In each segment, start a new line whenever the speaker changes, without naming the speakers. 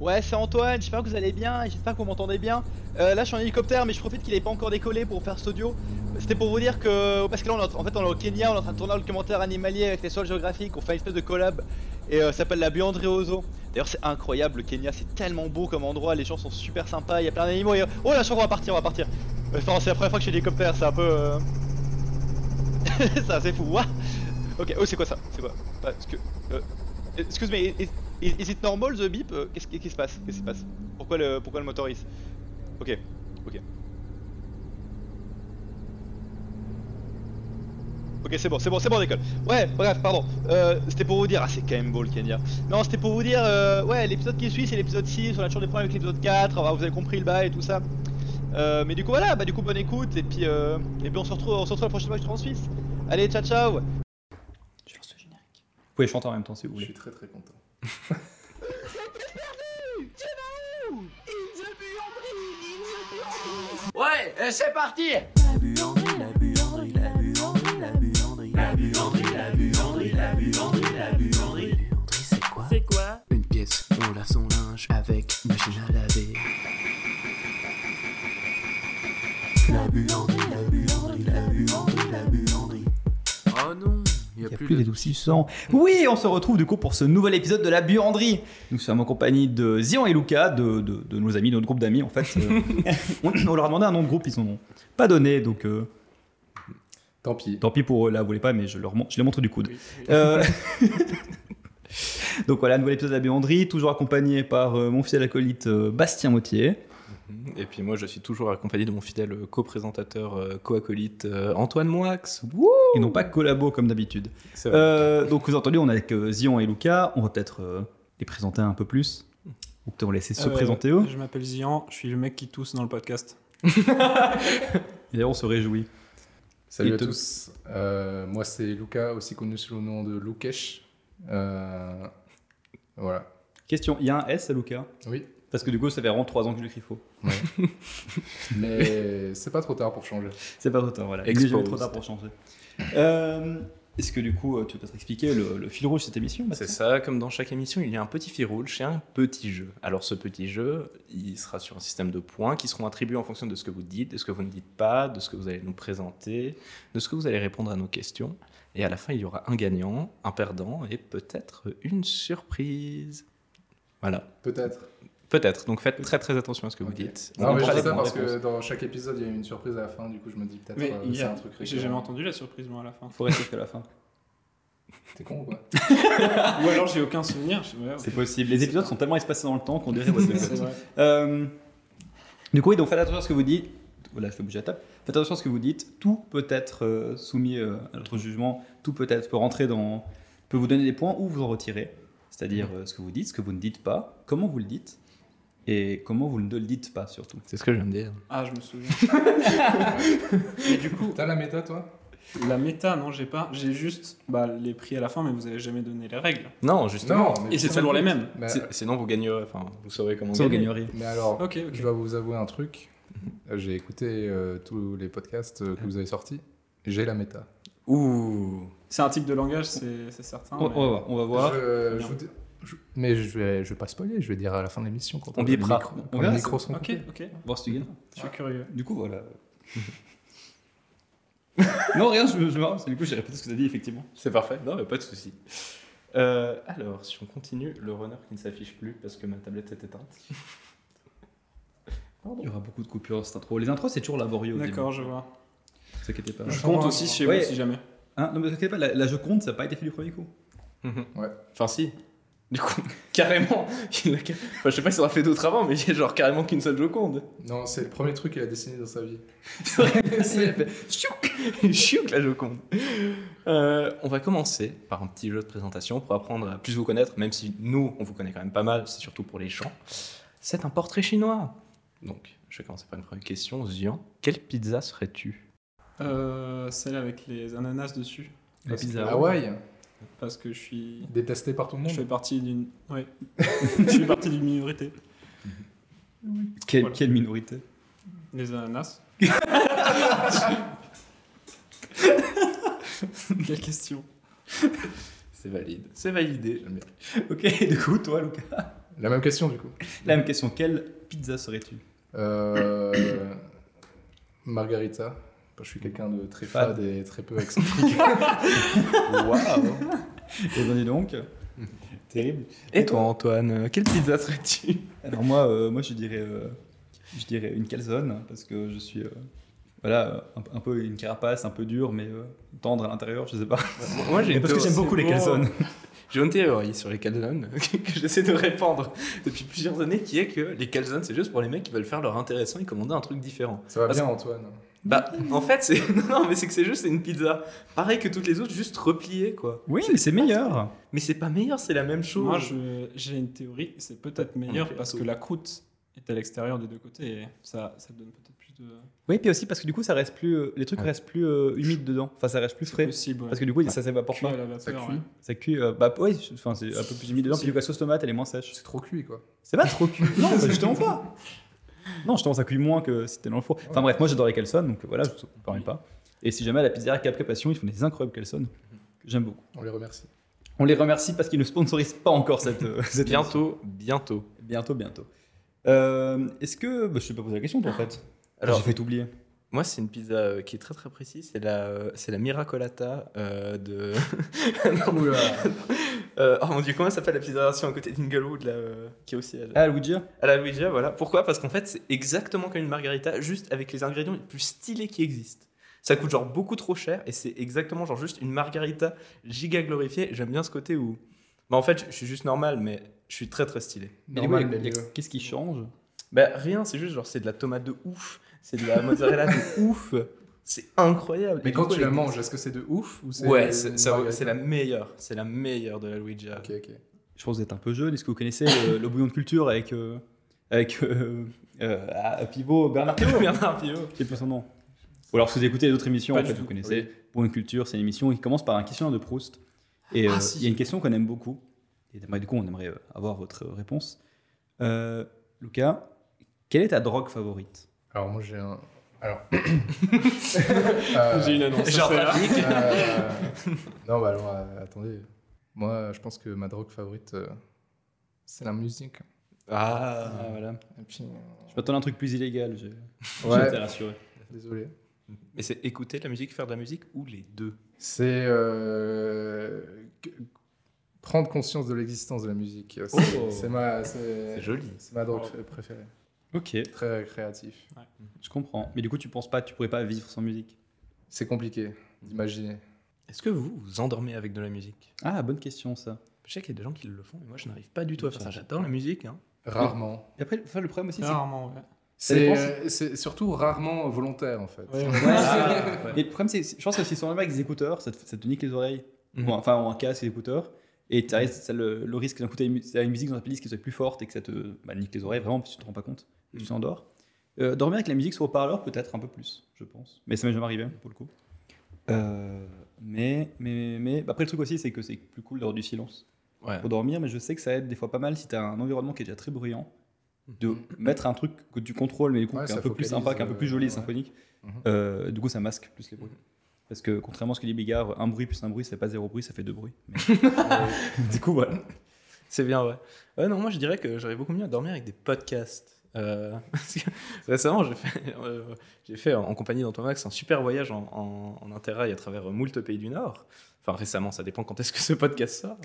Ouais, c'est Antoine, j'espère que vous allez bien, et j'espère que vous m'entendez bien. Euh, là, je suis en hélicoptère, mais je profite qu'il n'est pas encore décollé pour faire cet audio. C'était pour vous dire que. Parce que là, on est en, en fait, on est au Kenya, on est en train de tourner un documentaire animalier avec les sols géographiques, on fait une espèce de collab, et euh, ça s'appelle la buanderie aux zoo. D'ailleurs, c'est incroyable, le Kenya, c'est tellement beau comme endroit, les gens sont super sympas, il y a plein d'animaux, et. euh, Oh là, je crois qu'on va partir, on va partir. Euh, Enfin, c'est la première fois que je suis en hélicoptère, c'est un peu. euh, c'est assez fou, ouah. Ok, oh, c'est quoi ça C'est quoi Parce que. euh, Excuse me, is, is- is it normal the beep Euh, Qu'est-ce qui qu'est-ce qui se passe Qu'est-ce qui se passe Pourquoi le, pourquoi le motoriste Ok, ok. Ok, c'est bon, c'est bon, c'est bon, on décolle. Ouais, bref, pardon. Euh, c'était pour vous dire. Ah, c'est quand même beau le Kenya. Non, c'était pour vous dire. euh, ouais, l'épisode qui suit, c'est l'épisode 6. On a toujours des problèmes avec l'épisode 4. enfin, vous avez compris le bail et tout ça. Euh, mais du coup, voilà, bah du coup, bonne écoute. Et puis, euh, et puis on, se retrouve, on se retrouve la prochaine fois que je serai en Suisse. Allez, ciao, ciao.
Je lance le générique. Vous pouvez chanter en même temps si vous
Je
voulez.
suis très très content.
Ouais, euh, c'est parti
C'est quoi
Une pièce, on lave son linge avec machine à laver. Oh non, il n'y
Il n'y a plus d'adoucissant. Oui, on se retrouve du coup pour ce nouvel épisode de la buanderie. Nous sommes en compagnie de Zion et Lucas, de, de- de nos amis, de notre groupe d'amis en fait. Euh, on, on leur a demandé un nom de groupe, ils n'en ont pas donné, donc euh,
Tant pis.
tant pis pour eux, là, vous voulez pas, mais je, leur, mon- je les montre du coude. Euh, donc voilà, nouvel épisode de la buanderie, toujours accompagné par euh, mon fidèle acolyte euh, Bastien Mottier.
Et puis moi, je suis toujours accompagné de mon fidèle co-présentateur, euh, co-acolyte euh, Antoine Moix.
Ils n'ont pas collabo comme d'habitude.
C'est vrai.
Euh, donc vous entendez, on est avec euh, Zion et Lucas. On va peut-être euh, les présenter un peu plus. Ou peut-être on va laisser se
Euh,
présenter eux.
Je m'appelle Zian, je suis le mec qui tousse dans le podcast.
Et d'ailleurs, on se réjouit.
Salut
Et
à
te-
tous. Euh, moi c'est Lucas, aussi connu sous le nom de Lukesh. Euh, voilà.
Question, il y a un S à Lucas
Oui.
Parce que du coup, ça fait vraiment 3 ans que je l'écris faux.
Mais c'est pas trop tard pour changer.
C'est pas trop tard, voilà. Il n'est jamais
Exposed.
trop tard pour changer. Euh, Est-ce que du coup, euh, tu peux peut-être expliquer le, le fil rouge de cette émission Bastien
C'est ça, comme dans chaque émission, il y a un petit fil rouge et un petit jeu. Alors ce petit jeu, il sera sur un système de points qui seront attribués en fonction de ce que vous dites, de ce que vous ne dites pas, de ce que vous allez nous présenter, de ce que vous allez répondre à nos questions. Et à la fin, il y aura un gagnant, un perdant et peut-être une surprise. Voilà,
Peut-être.
peut-être. Donc faites très très attention à ce que vous
Ok.
dites.
Non,
On
mais je
prend
dis
les
ça
bonnes
parce
réponses.
que dans chaque épisode il y a une surprise à la fin. Du coup je me dis peut-être
Mais
euh,
il y
c'est
a-
un truc.
J'ai
récurrent.
jamais entendu la surprise, moi, à la fin.
Faut rester jusqu'à la fin.
T'es con ou quoi
Ah. Ou alors j'ai aucun souvenir. je- ouais,
C'est possible. Les épisodes sont tellement espacés dans le temps qu'on dirait. what the
c'est- c'est
fuck.
vrai.
Euh, du coup, oui, donc faites attention à ce que vous dites. Voilà, je fais bouger la table. Faites attention à ce que vous dites. Tout peut être euh, soumis euh, à notre jugement. Tout peut être peut rentrer dans, peut vous donner des points ou vous en retirer. C'est-à-dire
Mm-hmm.
euh, ce que vous dites, ce que vous ne dites pas, comment vous le dites et comment vous ne le dites pas surtout.
C'est ce que je viens de dire.
Ah, je me souviens. Et du coup,
T'as la méta toi
la méta, non, j'ai pas. J'ai juste bah, les prix à la fin, mais vous avez jamais donné les règles.
Non, justement.
mais-
Et c'est toujours les mêmes.
Mais-
C'est- Sinon, vous gagnerez. Enfin, vous saurez comment
Ça vous
gagner.
gagneriez.
Mais alors,
Ok, ok.
je dois vous avouer un truc.
Mhm.
J'ai écouté euh, tous les podcasts euh, que vous avez sortis. J'ai la méta.
Ouh.
C'est un type de langage, c'est c'est certain.
On,
mais-
on va voir. On va voir.
Je-
Bien.
je vous dis- je- mais je vais, je vais pas spoiler, je vais dire à la fin de l'émission quand
On
les
bipera.
micros-
On
quand
verra
les
ça.
micros seront
Ok,
coupés.
ok.
Voir si tu gagnes.
Je suis curieux.
Du coup, voilà. non, rien. Je, je marre, parce que du coup, j'ai répété ce que tu as dit effectivement.
C'est parfait, non mais pas de souci. Euh, alors, si on continue, le runner qui ne s'affiche plus parce que ma tablette est éteinte.
Il y aura beaucoup de coupures dans cette intro. Les intros, c'est toujours laborieux. au début.
D'accord, je vois.
Ne vous inquiétez pas.
Je compte aussi chez vous
Ouais.
si jamais.
Hein, non, mais t'inquiète pas, la, la je compte, ça n'a pas été fait du premier coup.
Enfin si. Du coup, carrément. il a ca- Enfin, je sais pas si on a fait d'autres avant, mais il y a genre carrément qu'une seule Joconde.
Non, c'est le premier truc qu'il a dessiné dans sa vie.
C'est vrai, elle fait chiouk, chiouk, la Joconde. Euh, on va commencer par un petit jeu de présentation pour apprendre à plus vous connaître, même si nous, on vous connaît quand même pas mal, c'est surtout pour les gens. C'est un portrait chinois. Donc, je vais commencer par une première question. Zian, quelle pizza serais-tu
Euh, celle avec les ananas dessus,
La
Parce que
pizza.
Hawaï,
parce que je suis.
détesté par tout le
Je fais
monde.
partie d'une. Ouais. je fais partie d'une minorité.
Quelle,
Voilà.
quelle minorité
Les ananas. Quelle question.
C'est valide. C'est validé, j'aime bien.
Ok, du coup, toi, Lucas.
La même question du coup.
La même question, quelle pizza serais-tu
Euh, Margarita. Parce que Je suis quelqu'un de très
Fan.
fade et très peu excentrique.
Waouh Et ben dis donc, terrible.
Et toi, Antoine, euh, quelle pizza serais-tu
Alors moi, euh, moi je dirais, euh, je dirais une calzone parce que je suis, euh, voilà, un, un peu une carapace, un peu dure, mais euh, tendre à l'intérieur, je sais pas.
Moi, j'ai
Mais
une
parce que j'aime
théorie-
beaucoup les
Oh.
calzones.
J'ai une théorie sur les calzones que j'essaie de répandre depuis plusieurs années qui est que les calzones, c'est juste pour les mecs qui veulent faire leur intéressant et commander un truc différent.
Ça va
Parce-
bien, Antoine.
Bah, en fait, c'est. Non, non, mais c'est que c'est juste une pizza. Pareil que toutes les autres, juste repliée, quoi.
Oui, mais c'est meilleur.
Mais c'est pas meilleur, c'est la même chose.
Moi, je- j'ai une théorie, c'est peut-être meilleur
fait
parce
tout.
que la croûte est à l'extérieur des deux côtés et ça, ça donne peut-être plus de.
Oui, puis aussi parce que du coup, ça reste plus, euh, les trucs
Ouais.
restent plus euh, humides dedans. Enfin, ça reste plus frais.
Possible.
Parce que du coup, ça s'évapore
cuit
pas.
à la
Ça
vapeur.
cuit.
ouais.
Ça cuit, euh, bah oui, enfin, c'est un peu plus humide dedans. Puis du coup, la sauce tomate, elle est moins sèche.
C'est trop cuit, quoi.
C'est pas trop cuit. non, bah, justement pas. Non, justement, ça cuit moins que si t'es dans le four. Enfin bref, moi j'adore les calzones, donc euh, voilà, je ne permets pas. Et si jamais à la pizzeria Capri Passion, ils font des incroyables calzones, que j'aime beaucoup.
On les remercie.
On les remercie parce qu'ils ne sponsorisent pas encore cette, euh, cette émission.
Bientôt, bientôt.
Bientôt, bientôt. Euh, Est-ce que. bah, je ne t'ai pas posé la question, toi, en fait. Alors,
Ah, Alors,
j'ai fait t'oublier.
moi, c'est une pizza euh, qui est très très précise. C'est la, euh, c'est la Miracolata euh, de.
Oula.
Euh, oh mon dieu, comment elle s'appelle la pizza version à côté d'Inglewood, là, euh, qui est aussi à,
Ah, Luigi
à la Luigia, voilà. Pourquoi Parce qu'en fait, c'est exactement comme une margarita, juste avec les ingrédients les plus stylés qui existent. Ça coûte genre beaucoup trop cher et c'est exactement genre juste une margarita giga glorifiée. J'aime bien ce côté où. Bah, en fait, je suis juste normal, mais je suis très très stylé.
Mais
Normal,
ouais,
mais
il y a-
mieux.
Qu'est-ce qui change
Bah, rien, c'est juste genre, c'est de la tomate de ouf, c'est de la mozzarella de ouf, c'est incroyable.
Mais
Et
quand
du coup,
tu la
elle est-
manges, est-ce que c'est de ouf ou c'est
Ouais,
une
c'est ça-
margarita
c'est la meilleure, c'est la meilleure de la Luigia.
Ok, ok.
Je pense que vous êtes un peu jeune. Est-ce que vous connaissez euh, le bouillon de culture avec. euh, avec. euh, euh, ah, Pivot, Bernard Pivot
Bernard Pivot.
C'est plus son nom. Ou alors si vous écoutez les autres émissions,
Pas
en
du
fait,
tout.
vous connaissez. Pour une culture, c'est une émission qui commence par un questionnaire de Proust. Et euh, il
Ah, si.
y a une question qu'on aime beaucoup. Et d'ailleurs, du coup, on aimerait euh, avoir votre réponse. Euh, Lucas, quelle est ta drogue favorite
Alors, moi, j'ai un. Alors. Euh,
J'ai une annonce.
Genre,
c'est là.
Euh, non, bah alors, euh, attendez. Moi, euh, je pense que ma drogue favorite, euh, c'est la musique.
Ah.
Ah voilà.
Et puis,
Je m'attendais à un truc plus illégal. je-
euh,
J'étais
ouais,
rassuré.
désolé.
Mais c'est écouter de la musique, faire de la musique ou les deux
C'est euh, que- prendre conscience de l'existence de la musique. C'est
Oh.
c'est ma, c'est-
C'est joli.
c'est ma drogue f- préférée.
Ok,
Très créatif.
je comprends. Mais du coup, tu penses pas, tu pourrais pas vivre sans musique
C'est compliqué d'imaginer.
Est-ce que vous vous endormez avec de la musique
Ah, bonne question ça.
Je sais qu'il y a des gens qui le font, mais moi je n'arrive pas du tout à faire ça. J'adore la musique. Hein.
Rarement.
Et après, enfin, le problème aussi, c'est
Rarement, ouais.
Ça dépend
C'est euh, c'est surtout rarement volontaire, en fait.
Ouais, Et le problème, c'est que je pense que s'ils sont là-bas avec des écouteurs, ça te, ça te nique les oreilles.
Mhm.
Ou un- enfin, ou un casque, des écouteurs. Et t'as- ça, le, le risque d'écouter une, mu- t'as une musique dans ta playlist qui soit plus forte et que ça te bah, nique les oreilles, vraiment, parce que tu te rends pas compte. Et Tu
Mhm.
t'endors. Euh, dormir avec la musique sur haut-parleur, peut-être un peu plus, je pense. Mais ça m'est jamais arrivé, pour le coup. Euh, mais, mais, mais, mais- bah, après, le truc aussi, c'est que c'est plus cool d'avoir du silence
Ouais.
pour dormir, mais je sais que ça aide des fois pas mal si t'as un environnement qui est déjà très bruyant, de mettre un truc que tu contrôles, mais du coup,
Mhm. Ouais,
qui est un
ça
peu plus
focalise,
sympa, qui est un peu plus joli et
euh,
symphonique.
ouais. Mhm.
Euh, du coup, ça masque plus les bruits. Parce que contrairement à ce que dit Bigard, un bruit plus un bruit, ça fait pas zéro bruit, ça fait deux bruits. Mais- du coup, voilà.
C'est bien, ouais. Ouais, non, moi je dirais que j'aurais beaucoup mieux à dormir avec des podcasts. Euh, parce que récemment, j'ai fait, euh, j'ai fait en, en compagnie d'Antoine Max un super voyage en, en, en interrail à travers euh, moult pays du Nord. Enfin, récemment, ça dépend quand est-ce que ce podcast sort.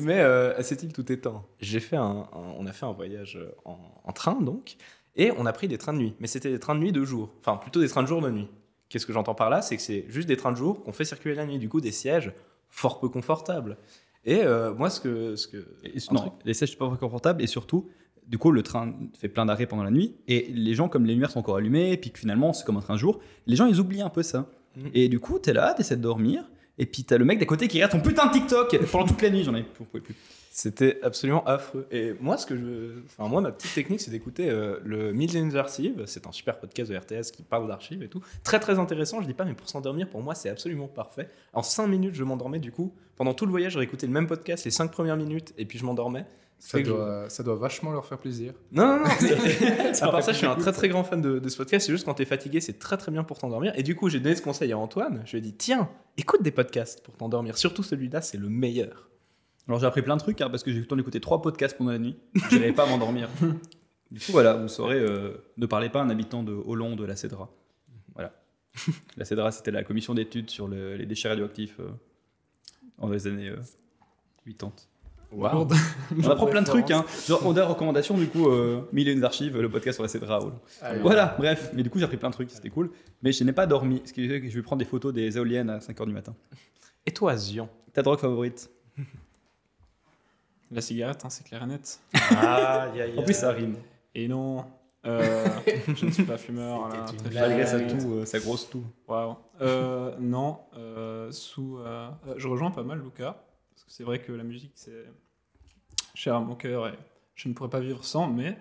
Mais euh, à cette île, tout étant. J'ai fait un, un- on a fait un voyage euh, en, en train, donc, et on a pris des trains de nuit. Mais c'était des trains de nuit de jour. Enfin, plutôt des trains de jour de nuit. Qu'est-ce que j'entends par là C'est que c'est juste des trains de jour qu'on fait circuler la nuit. Du coup, des sièges fort peu confortables. Et euh, moi, ce que. Ce que
Et-
un
non,
truc-
les sièges sont pas confortables et surtout, du coup, le train fait plein d'arrêts pendant la nuit et les gens, comme les lumières sont encore allumées, et puis que finalement, c'est comme un train jour, les gens ils oublient un peu ça.
Mhm.
Et du coup, t'es là, t'essaies de dormir. Et puis t'as le mec d'à côté qui regarde ton putain de TikTok pendant toute la nuit, j'en ai j'en pouvais plus.
C'était absolument affreux. Et moi, ce que je, enfin, moi, ma petite technique, c'est d'écouter euh, le Millions Archives. C'est un super podcast de RTS qui parle d'archives et tout. Très, très intéressant. Je dis pas, mais pour s'endormir, pour moi, c'est absolument parfait. En 5 minutes, je m'endormais. Du coup, pendant tout le voyage, j'aurais écouté le même podcast les 5 premières minutes et puis je m'endormais. Ce
Ça
fait que je-
doit, ça doit vachement leur faire plaisir.
Non, non, non. c'est- à part ça, je suis un très, très grand fan de, de ce podcast. C'est juste quand t'es fatigué, c'est très, très bien pour t'endormir. Et du coup, j'ai donné ce conseil à Antoine. Je lui ai dit, tiens, écoute des podcasts pour t'endormir. Surtout celui-là, c'est le meilleur.
Alors j'ai appris plein de trucs hein, parce que j'ai eu le temps d'écouter trois podcasts pendant la nuit. Je n'allais pas à m'endormir. Du coup, voilà, vous saurez, euh, ne parlez pas à un habitant de Hollande de la CEDRA. Voilà. La CEDRA, c'était la commission d'études sur le- les déchets radioactifs euh, en les années euh, 80.
Waouh.
On apprend plein de trucs, hein. Genre, on a recommandation, du coup, euh, mille et une archives, le podcast sur la CEDRA. Hollande.
Euh,
Voilà, bref. Mais du coup, j'ai appris plein de trucs, c'était cool. Mais je n'ai pas dormi, ce qui fait que je vais prendre des photos des éoliennes à 5h du matin.
Et toi, Zion
Ta drogue favorite
La cigarette, hein, c'est clair et net.
En plus, ça rime.
Et non, euh, je ne suis pas fumeur. là, très
Malgré sa
fumeur.
toux, euh, sa grosse toux.
Waouh. Euh, non, euh, sous. euh, euh, je rejoins pas mal Lucas, parce que c'est vrai que la musique, c'est cher à mon cœur et je ne pourrais pas vivre sans, mais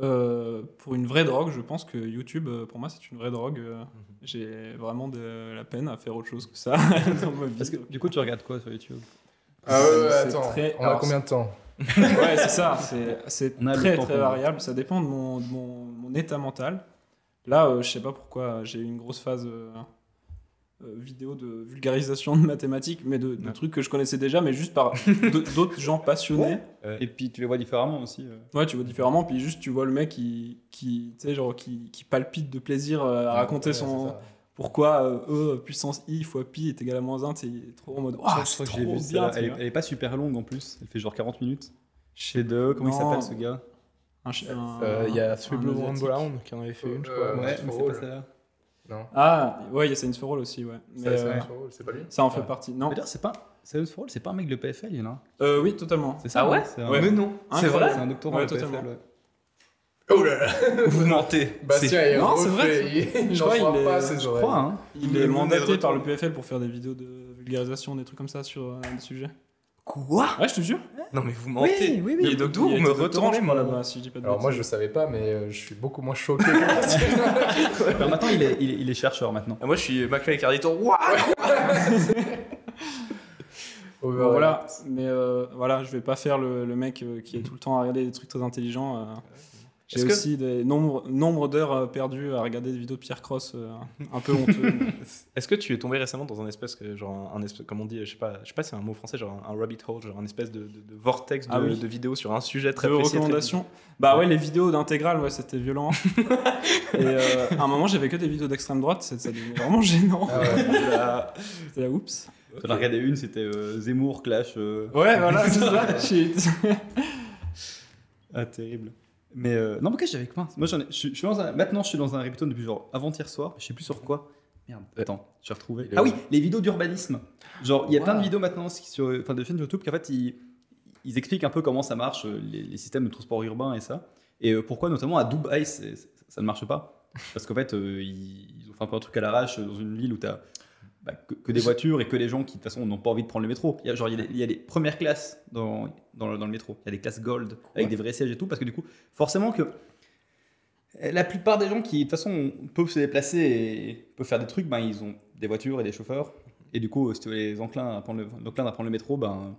euh, pour une vraie drogue, je pense que YouTube, euh, pour moi, c'est une vraie drogue.
Mhm.
euh, J'ai vraiment de la peine à faire autre chose que ça dans ma vie.
Parce que du coup, tu regardes quoi sur YouTube
Ah ouais, ouais,
C'est
attends.
très-
On a
alors,
combien de temps
ouais, c'est ça. C'est, c'est
On a le
très
temps
très
qu'on a.
variable. Ça dépend de mon, de mon, mon état mental. Là, euh, je sais pas pourquoi j'ai eu une grosse phase euh, euh, vidéo de vulgarisation de mathématiques, mais de, de
Ouais.
trucs que je connaissais déjà, mais juste par de- d'autres gens passionnés.
Et puis, tu les vois différemment aussi. euh.
Ouais, tu vois différemment, puis juste tu vois le mec qui, qui tu sais, genre qui, qui palpite de plaisir euh, à raconter
Ouais,
son
c'est ça.
pourquoi euh, E puissance i fois pi est égal à moins 1, c'est trop en mode
Je
ah
crois
c'est
que
trop
j'ai
bien.
vu ça.
tu
Elle, est,
vois.
elle est pas super longue en plus. Elle fait genre 40 minutes.
Je
Chez
sais
de comment
Non.
il s'appelle ce gars
pas, un ch- un-
Euh, il y a Three
un
Blue
Asiatique.
Brown qui en avait fait une, je crois.
Euh,
Ouais,
c'est
mais c'est
drôle.
pas ça.
Non.
Ah, ouais, il y a Saints for All aussi, ouais. Mais,
Ça, c'est
euh,
un troll, c'est pas lui
ça en fait
Ouais.
partie. Non.
Mais d'ailleurs, c'est pas. Serious for All, c'est pas un mec de PFL, il y en a un.
Euh, oui, totalement.
C'est ça
Ah ouais
C'est un-
Ouais.
Mais non.
C'est
Incroyable.
vrai C'est Euh, un doctorant
Ouais,
de PFL.
totalement. Bah,
ouais.
Oh là là
Vous mentez.
Bastien est
Non, c'est vrai,
refait, il- Il
Je
n'en
crois
croit
qu'il est-
pas à ses
Je crois,
oreilles.
hein.
Il est mandaté par le PFL pour faire des vidéos de vulgarisation, des trucs comme ça sur euh, des sujets.
Quoi
Ouais, je te jure.
Non, mais vous
oui,
mentez. Mais d'où
Il
vous
était
me
doctorant,
retournez,
je
moi
crois,
là-bas
là-bas, si je dis pas de
Alors moi
bêtises.
je savais pas mais euh, je suis beaucoup moins choqué que Bastien.
Alors maintenant, il est, il est- il est chercheur maintenant.
Moi, je suis Maclay et Carditon. Waouh
Oh,
Bon, ben voilà, mais euh, voilà, je vais pas faire le, le mec euh, qui est tout le temps à regarder des trucs très intelligents. euh. J'ai
Est-ce que-
aussi des nombres, nombre d'heures euh, perdues à regarder des vidéos de Pierre Cross, euh, un peu honteux. mais-
Est-ce que tu es tombé récemment dans un espèce, que- genre un, un espèce, comme on dit, je sais pas, je sais pas si c'est un mot français, genre un, un rabbit hole, genre un espèce de, de- de vortex de,
Ah oui.
de vidéos sur un sujet très
de
précis. très-
recommandations. Bah ouais, les vidéos d'intégrale, ouais, c'était violent. et euh, à un moment, j'avais que des vidéos d'extrême droite, ça ça devenait vraiment gênant.
Ah ouais.
Là,
C'était la oups.
J'en ai regardé une, c'était euh, Zemmour, Clash. euh,
Ouais, voilà, c'est ça. Shit.
Ah, terrible. Mais euh, non, mais qu'est-ce que j'avais quoi Moi, j'en ai, je, suis- je suis dans un- maintenant, je suis dans un Ripton depuis genre avant-hier soir, je sais plus sur quoi. Merde, attends, j'ai retrouvé.
Il est
Ah
où
oui, les vidéos d'urbanisme. Genre, il y a plein de
Wow.
vidéos maintenant sur, enfin, de chaînes YouTube qu'en fait, ils, ils expliquent un peu comment ça marche, euh, les, les systèmes de transport urbain et ça. Et euh, pourquoi, notamment à Dubaï, c'est- c'est- ça ne marche pas. Parce qu'en fait, euh, ils, ils ont fait un peu un truc à l'arrache euh, dans une ville où tu as bah, que, que des voitures et que les gens qui, de toute façon, n'ont pas envie de prendre le métro. Il y a, genre, il y a des, il y a des premières classes dans, dans, le, dans le métro. Il y a des classes gold avec des vrais sièges et tout. Parce que du coup, forcément que la plupart des gens qui, de toute façon, peuvent se déplacer et peuvent faire des trucs, ben, ils ont des voitures et des chauffeurs. Et du coup, euh, si tu veux les enclins à prendre le, enclins à prendre le métro, ben.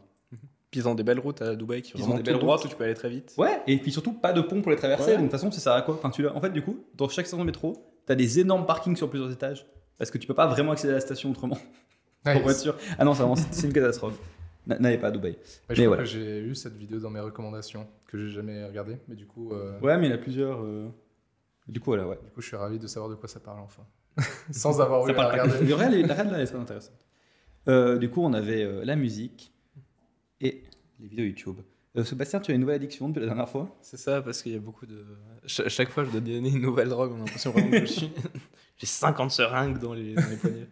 Puis ils ont des belles routes à Dubaï qui
Ils ont
vraiment
des
tout
belles
droit,
routes.
où tu peux aller très vite.
Ouais, et puis surtout, pas de pont pour les traverser.
Ouais.
Donc, de toute façon, ça sert à quoi enfin, tu l'as- En fait, du coup, dans chaque station de métro, t'as des énormes parkings sur plusieurs étages. Parce que tu peux pas vraiment accéder à la station autrement en
Nice.
voiture. Ah non, c'est vraiment- c'est une catastrophe. N- N'allez pas à Dubaï.
Mais
Mais
je crois
voilà.
que j'ai eu cette vidéo dans mes recommandations que j'ai jamais regardée, mais du coup, euh,
Ouais, mais il y en a plusieurs. euh, Du coup, voilà, ouais.
du coup, je suis ravi de savoir de quoi ça parle enfin, sans avoir
Ça
eu à
parle pas que-
regarder.
Le réel est- La règle là elle est très intéressante. Euh, du coup, on avait euh, la musique et les vidéos YouTube. Euh, Sébastien, tu as une nouvelle addiction depuis la dernière fois
C'est ça, parce qu'il y a beaucoup de. Cha- chaque fois, je dois donner une nouvelle drogue, on a l'impression vraiment que je suis. J'ai 50 seringues dans les, dans les poignets.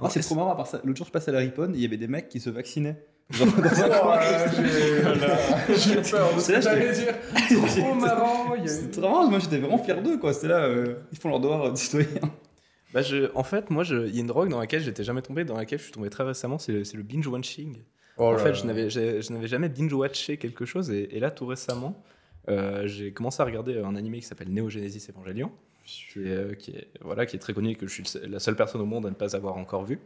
Ah, c'est trop marrant, à part ça. L'autre jour, je passais à la Ripon, il y avait des mecs qui se vaccinaient. Genre dans un coin.
J'ai peur de ce
C'est là,
que
je
t'allais dire. Trop marrant. il y a eu-
C'est trop marrant, moi j'étais vraiment fier d'eux, quoi. C'était là, euh, ils font leur devoir euh, citoyen.
Bah, je, en fait, moi, je- il y a une drogue dans laquelle j'étais jamais tombé, dans laquelle je suis tombé très récemment, c'est le, c'est le binge-watching.
Oh
en
là
fait,
là.
je n'avais, j'ai- je n'avais jamais binge-watché quelque chose, et, et là, tout récemment, euh, j'ai commencé à regarder un animé qui s'appelle Neo Genesis Evangelion, qui est, euh, qui est- voilà, qui est très connu et que je suis le seul- la seule personne au monde à ne pas avoir encore vu.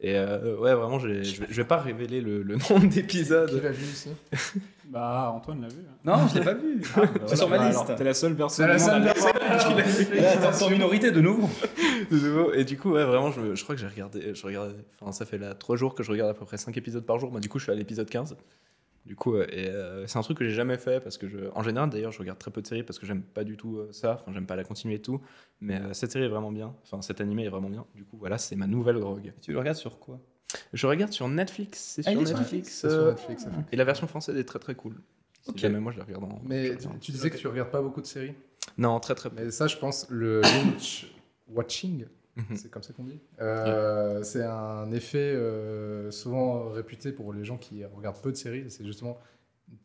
Et euh, ouais, vraiment, j'ai- je, vais- je vais pas révéler le, le nombre
Qui
d'épisodes.
l'a vu ici
Bah, Antoine l'a vu. hein.
Non, je l'ai pas vu. c'est sur ma
Bah,
liste.
alors, T'es la seule personne.
C'est la
au monde à
seule
l'avoir
personne
vu.
Là, t'es en minorité de nouveau.
de nouveau. Et du coup, ouais, vraiment, je, me- je crois que j'ai regardé, je regardais, enfin, ça fait là trois jours que je regarde à peu près 5 épisodes par jour. Moi, du coup, je suis à l'épisode 15. Du coup, euh, et, euh, c'est un truc que j'ai jamais fait parce que, je, en général, d'ailleurs, je regarde très peu de séries parce que j'aime pas du tout euh, ça. Enfin, j'aime pas la continuer et tout. Mais euh, cette série est vraiment bien. Enfin, cet animé est vraiment bien. Du coup, voilà, c'est ma nouvelle drogue.
Tu le regardes sur quoi
Je regarde sur Netflix. C'est
Ah,
sur
il est sur
Netflix.
C'est sur
euh,
Netflix, ça fait.
et la version française est très très cool. Si
Ok.
jamais moi, je la regarde en. je la
Mais tu,
regarde en-
tu disais que tu regardes pas beaucoup de séries.
Non, très très.
Mais ça, je pense, le binge watching,
Mhm.
c'est comme ça qu'on dit. Euh, C'est un effet euh, souvent réputé pour les gens qui regardent peu de séries. C'est justement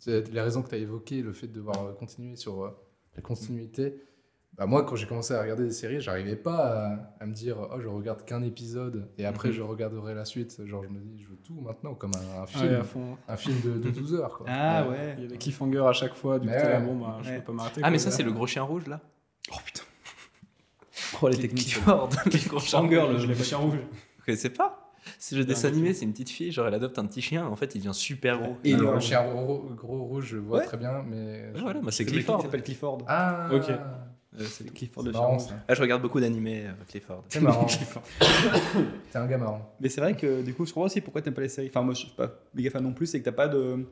la raison que tu as évoquée, le fait de devoir continuer sur euh, la continuité. Bah, moi, quand j'ai commencé à regarder des séries, j'arrivais pas à, à me dire oh, je regarde qu'un épisode et après
Mhm.
je regarderai la suite. Genre, je me dis je veux tout maintenant, comme un, un film,
Ouais, à fond.
un film de, de 12 heures. Quoi.
Ah
Il y
ouais.
a des cliffhangers à chaque fois, du coup,
Mais
t'es là,
ouais.
bon, bah, je
Ouais.
peux pas m'arrêter.
Ah, mais
quoi.
ça, c'est le gros chien rouge là.
Oh putain.
Oh, les techniques. Les gros chiens
Cliffhanger,
rouges.
le-
Je l'ai pas chien rouge.
Vous connaissez pas C'est le dessin animé, c'est une petite fille, genre elle adopte un petit chien, en fait il devient super gros.
Et
Et
le-
le chien gros, gros rouge, je vois
Ouais.
très bien, mais.
Ouais, voilà, bah,
C'est
c'est
le mec qui
Clifford.
s'appelle Clifford.
Ah
Ok.
Euh, c'est tout.
Clifford
C'est
de
marrant,
Charles.
ça.
Ah, je regarde beaucoup d'animés, euh, Clifford.
C'est marrant. T'es un gars marrant.
Mais c'est vrai que du coup, je comprends aussi pourquoi t'aimes pas les séries. Enfin, moi, je suis pas méga fan non plus, c'est que t'as pas de.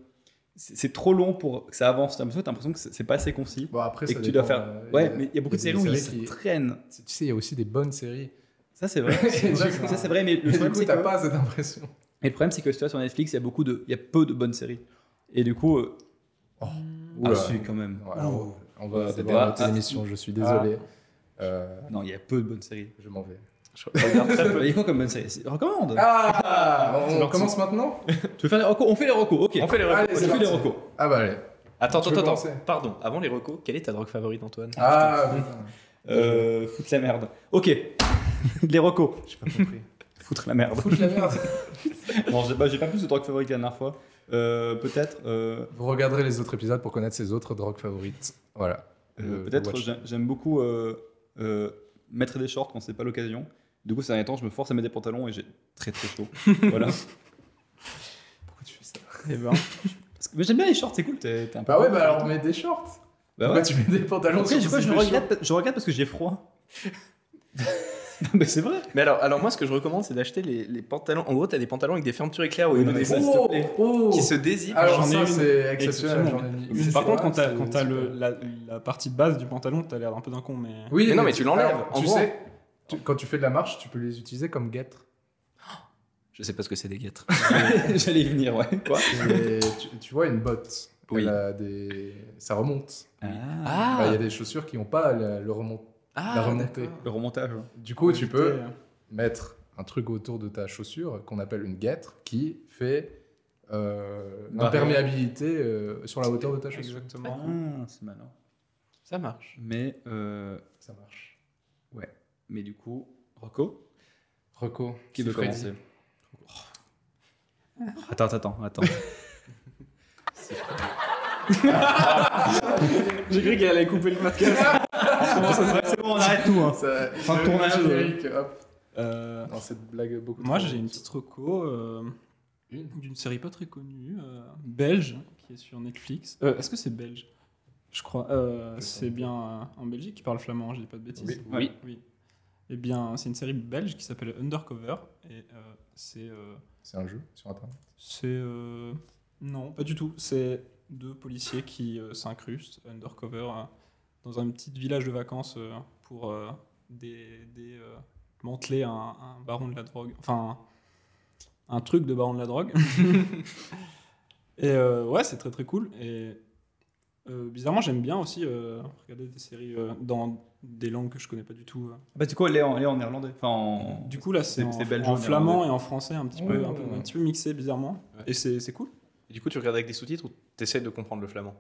C'est c'est trop long pour que ça avance. T'as l'impression- t'as l'impression que c'est c'est pas assez concis.
Bon, après,
et
ça
que tu dois
dépend,
faire.
euh,
ouais,
y a-
mais il y a beaucoup de
des
séries où ils
séries qui-
s'entraînent.
Tu sais, il y a aussi des bonnes séries.
Ça, c'est vrai.
C'est vrai,
ça, c'est vrai, mais le
Et du
problème,
coup,
c'est
t'as
que-
pas cette impression.
Et le problème, c'est que tu vois, sur Netflix, il y a beaucoup de, il y a peu de bonnes séries. Et du coup, euh,
Oula.
ah, si, quand même.
Bon, alors, Oh. on va
Ouais, c'est
déborder
pas-
notre
ah.
émission, je suis désolé. Euh,
Non, il y a peu de bonnes séries.
je m'en vais.
Je regarde très peu.
Il y a quoi comme bonnes séries Recommande.
Ah
C'est
On
parti.
commence maintenant
Tu veux faire des recos On fait les recos. Ok.
On fait les recos.
Allez,
On
c'est
fait les
parti.
recos.
Ah bah allez.
Attends,
Tu
attends,
veux
attends,
commencer
pardon, avant les recos, quelle est ta drogue favorite Antoine
Ah putain.
Euh, foutre la merde. Ok. les recos.
J'ai pas compris.
Foutre la merde.
Foutre la merde.
Bon, j'ai bah, j'ai pas plus de drogue favorite que la dernière fois. Euh, peut-être. euh,
Vous regarderez les autres épisodes pour connaître ses autres drogues favorites. Voilà.
Euh,
Le-
Peut-être
le watch.
j'ai- j'aime beaucoup euh, euh, mettre des shorts quand c'est pas l'occasion. Du coup, ces derniers temps, je me force à mettre des pantalons et j'ai très très chaud. voilà.
Pourquoi tu fais ça
Eh
Et ben,
Parce que- mais j'aime bien les shorts, c'est cool. T'es t'es un peu-
Bah ouais, bah alors mets des shorts.
Bah ouais.
Pourquoi tu mets des pantalons
Après,
sur
je, sais
tes
pas, je
épaules
regrette, pa- je regrette parce que j'ai froid. non, mais c'est vrai.
Mais alors, alors moi ce que je recommande c'est d'acheter les, les pantalons. En gros t'as des pantalons avec des fermetures éclairs où
Oui,
il y a
non, mais
des
ça,
bouts
s'il te
Oh,
plaît.
oh.
qui se dézippent.
Alors
J'en ai
ça,
une
c'est exceptionnel.
exceptionnellement.
j'en ai une.
Mais
C'est
par contre,
vrai,
quand t'as,
c'est-
quand t'as
c'est-
le, la, la partie basse du pantalon, t'as l'air un peu d'un con, mais.
Oui,
Mais non, mais tu l'enlèves,
alors,
en
Tu
gros.
sais, tu- quand tu fais de la marche, tu peux les utiliser comme guêtres.
Je sais pas ce que c'est des guêtres.
J'allais y venir, ouais. Quoi
Et tu, tu vois, une botte,
Oui.
elle a des... ça remonte.
ah,
Bah, Il
Ah,
y a des chaussures qui n'ont pas la, le remont- la remontée.
d'accord.
Le remontage. ouais.
Du coup, tu
Éviter,
peux
euh,
mettre un truc autour de ta chaussure qu'on appelle une guêtre qui fait euh,
Barrière.
l'imperméabilité euh, sur la hauteur de ta chaussure.
Exactement.
Ah, c'est malin.
ça marche.
Mais, euh,
Ça marche.
mais du coup, Rocco
Reco.
Qui
c'est
veut
Freddy.
commencer Oh. Attends, attends, attends.
J'ai cru qu'elle allait couper le podcast.
c'est bon, on arrête tout. Hein.
Ça-
Fin de
le
tournage,
générique, hop.
Euh,
Non, cette blague est beaucoup
moi,
trop-
j'ai une petite reco euh,
Une
d'une série pas très connue, euh, belge, qui est sur Netflix. Euh, est-ce que c'est belge Je crois. Euh,
Je
c'est
sais
bien euh, en Belgique qui parle flamand, je dis pas de bêtises.
Oui.
Oui.
Eh bien, c'est une série belge qui s'appelle Undercover. Et euh, c'est. euh,
C'est un jeu sur Internet.
C'est. euh, Non, pas du tout. C'est deux policiers qui euh, s'incrustent undercover euh, dans un petit village de vacances euh, pour euh, des, des, euh, manteler un, un baron de la drogue. Enfin, un truc de baron de la drogue. Et euh, ouais, c'est très très cool. Et euh, bizarrement, j'aime bien aussi euh, regarder des séries euh, dans des langues que je connais pas du tout. euh.
Bah, du coup, elle est en, elle est en néerlandais. Enfin, en...
Du coup, là, c'est
C'est-
en,
c'est belge
en
ou néerlandais.
flamand et en français, un petit,
Ouais,
peu, un,
ouais,
peu-
ouais.
un petit peu mixé bizarrement.
Ouais.
Et c'est c'est cool,
Et du coup tu regardes avec des sous-titres ou t'essayes de comprendre le flamand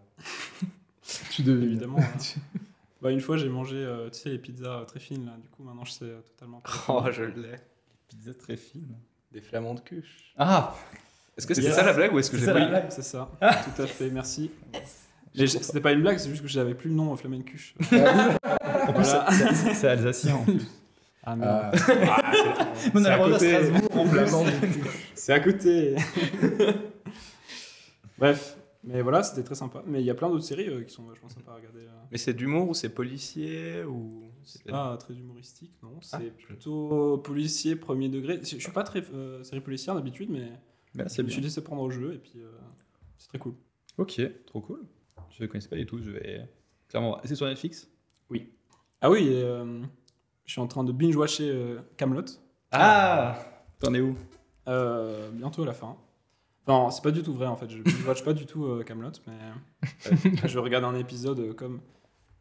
Tu devines.
évidemment. hein. Bah, une fois, j'ai mangé, euh, tu sais, les pizzas euh, très fines, là. Du coup, maintenant, je sais euh, totalement.
Ah,
pas.
Oh je l'ai.
Pizza très fine.
Des flamands de cuche.
Ah
Est-ce que
Yes.
c'est ça la blague ou est-ce que
C'est
j'ai
ça
pas
la
eu-
blague.
C'est ça, tout à fait, merci. Mais j'ai- C'était pas une blague, c'est juste que j'avais plus le nom au flamencuche.
Ah En plus,
Voilà.
c'est- c'est alsacien en plus.
Ah,
Ah,
On a
à
le
côté.
Strasbourg en plus.
flamand.
C'est à côté Bref, mais voilà, c'était très sympa. Mais il y a plein d'autres séries euh, qui sont vachement sympas à regarder. euh.
Mais c'est d'humour ou c'est policier ou
C'est pas très humoristique, non. C'est
Ah, je-
plutôt policier, premier degré. Je je suis pas très euh, série policière d'habitude, mais
Bah,
je
c'est
me suis
bien.
laissé prendre au jeu et puis euh, C'est très cool.
Ok, trop cool. Je ne connaissais pas du tout, je vais clairement voir. C'est sur Netflix
Ah oui, et, euh, je suis en train de binge-watcher euh, Camelot.
Ah T'en es où
euh, bientôt à la fin. Enfin, c'est pas du tout vrai en fait. Je binge-watch pas du tout euh, Camelot, mais euh, je regarde un épisode euh, comme,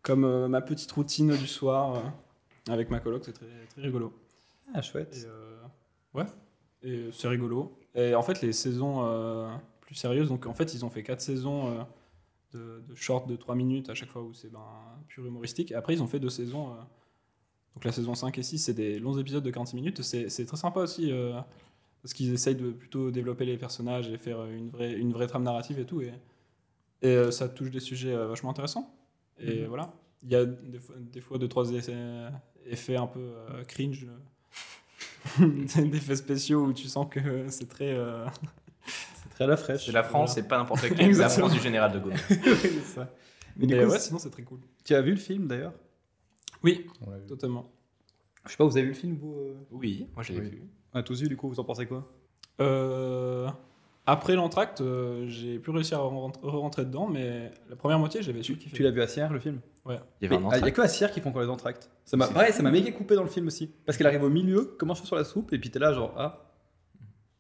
comme euh, ma petite routine du soir euh, avec ma coloc. C'est très, très rigolo.
Ah,
Et,
chouette.
euh, ouais, et c'est rigolo. Et en fait, les saisons euh, plus sérieuses, donc en fait, ils ont fait quatre saisons euh, de, de short de 3 minutes à chaque fois où c'est ben, pur humoristique. Et après, ils ont fait deux saisons. euh, donc la saison 5 et 6, c'est des longs épisodes de 46 minutes. C'est c'est très sympa aussi, euh, parce qu'ils essayent de plutôt développer les personnages et faire euh, une vraie, une vraie trame narrative et tout. Et, et euh, ça touche des sujets euh, vachement intéressants. Et voilà. Il y a des, fois- des fois deux, trois essais- effets un peu euh, cringe. euh, des effets spéciaux où tu sens que c'est très. euh,
C'est très à la fraîche.
C'est la France, c'est pas n'importe quelle. c'est la
Exactement.
France du général de Gaulle.
Mais du
Et
coup,
ouais,
c'est-
sinon c'est très cool.
tu as vu le film d'ailleurs
Oui,
On l'a vu.
totalement.
Je sais pas, vous avez vu le film vous euh
Oui, moi je l'ai
Oui.
vu.
On a tous vu du coup, vous en pensez quoi
Euh, après l'entracte, euh, j'ai plus réussi à rentrer, rentrer dedans, mais la première moitié, j'avais su
Tu,
kiffer.
tu l'as vu à Sierre le film
Il y
Mais,
avait
ah,
un
Il y a
entracte.
que à Sierre qui font encore les entractes. Ça m'a
C'est
ouais, ça m'a méga coupé dans le film aussi. Parce qu'elle arrive au milieu, commence sur la soupe, et puis t'es là genre ah.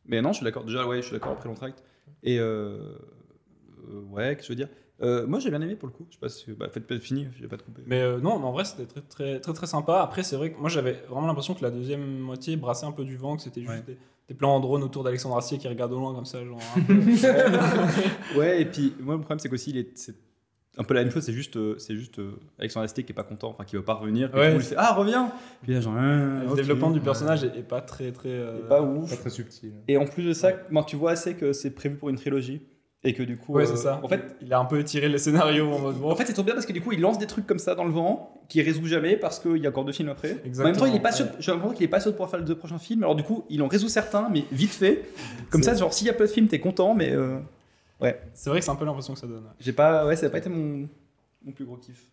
Mais non, je suis d'accord. Déjà ouais, je suis d'accord après l'entracte. Et euh... euh, ouais, qu'est-ce que je veux dire Euh, Moi j'ai bien aimé pour le coup. Je sais pas si bah faites pas fini, je vais pas te couper.
Mais euh, non, mais en vrai, c'était très, très, très, très sympa. Après, c'est vrai que moi, j'avais vraiment l'impression que la deuxième moitié brassait un peu du vent, que c'était juste
Ouais.
des, des plans en drone autour d'Alexandre Astier qui regarde au loin comme ça, genre. hein. un peu.
Ouais, et puis moi le problème c'est qu'aussi il est c'est un peu la même chose, c'est juste euh, c'est juste euh, Alexandre Astier qui est pas content, enfin qui veut pas revenir. puis tout
Ouais.
le monde lui fait, ah reviens. Puis là genre Ah,
le
ok.
développement du personnage est, est pas très, très. euh,
C'est pas ouf.
Pas très subtil.
Et en plus de ça, ben, tu vois assez que c'est prévu pour une trilogie. Et que du coup.
Ouais,
euh,
c'est ça.
En fait,
il a un peu étiré les scénarios en mode. bon,
en fait c'est trop bien parce que du coup, il lance des trucs comme ça dans le vent, qui résout jamais parce qu'il y a encore deux films après. en
Exactement,
même temps, il est pas sûr,
ouais.
j'ai l'impression qu'il est pas sûr de pouvoir faire les deux prochains films. Alors du coup, il en résout certains, mais vite fait. Comme ça, genre, s'il y a peu de films, t'es content, mais euh,
c'est vrai que c'est un peu l'impression que ça donne. ouais.
j'ai pas. Ouais, ça a pas été mon, mon plus gros kiff.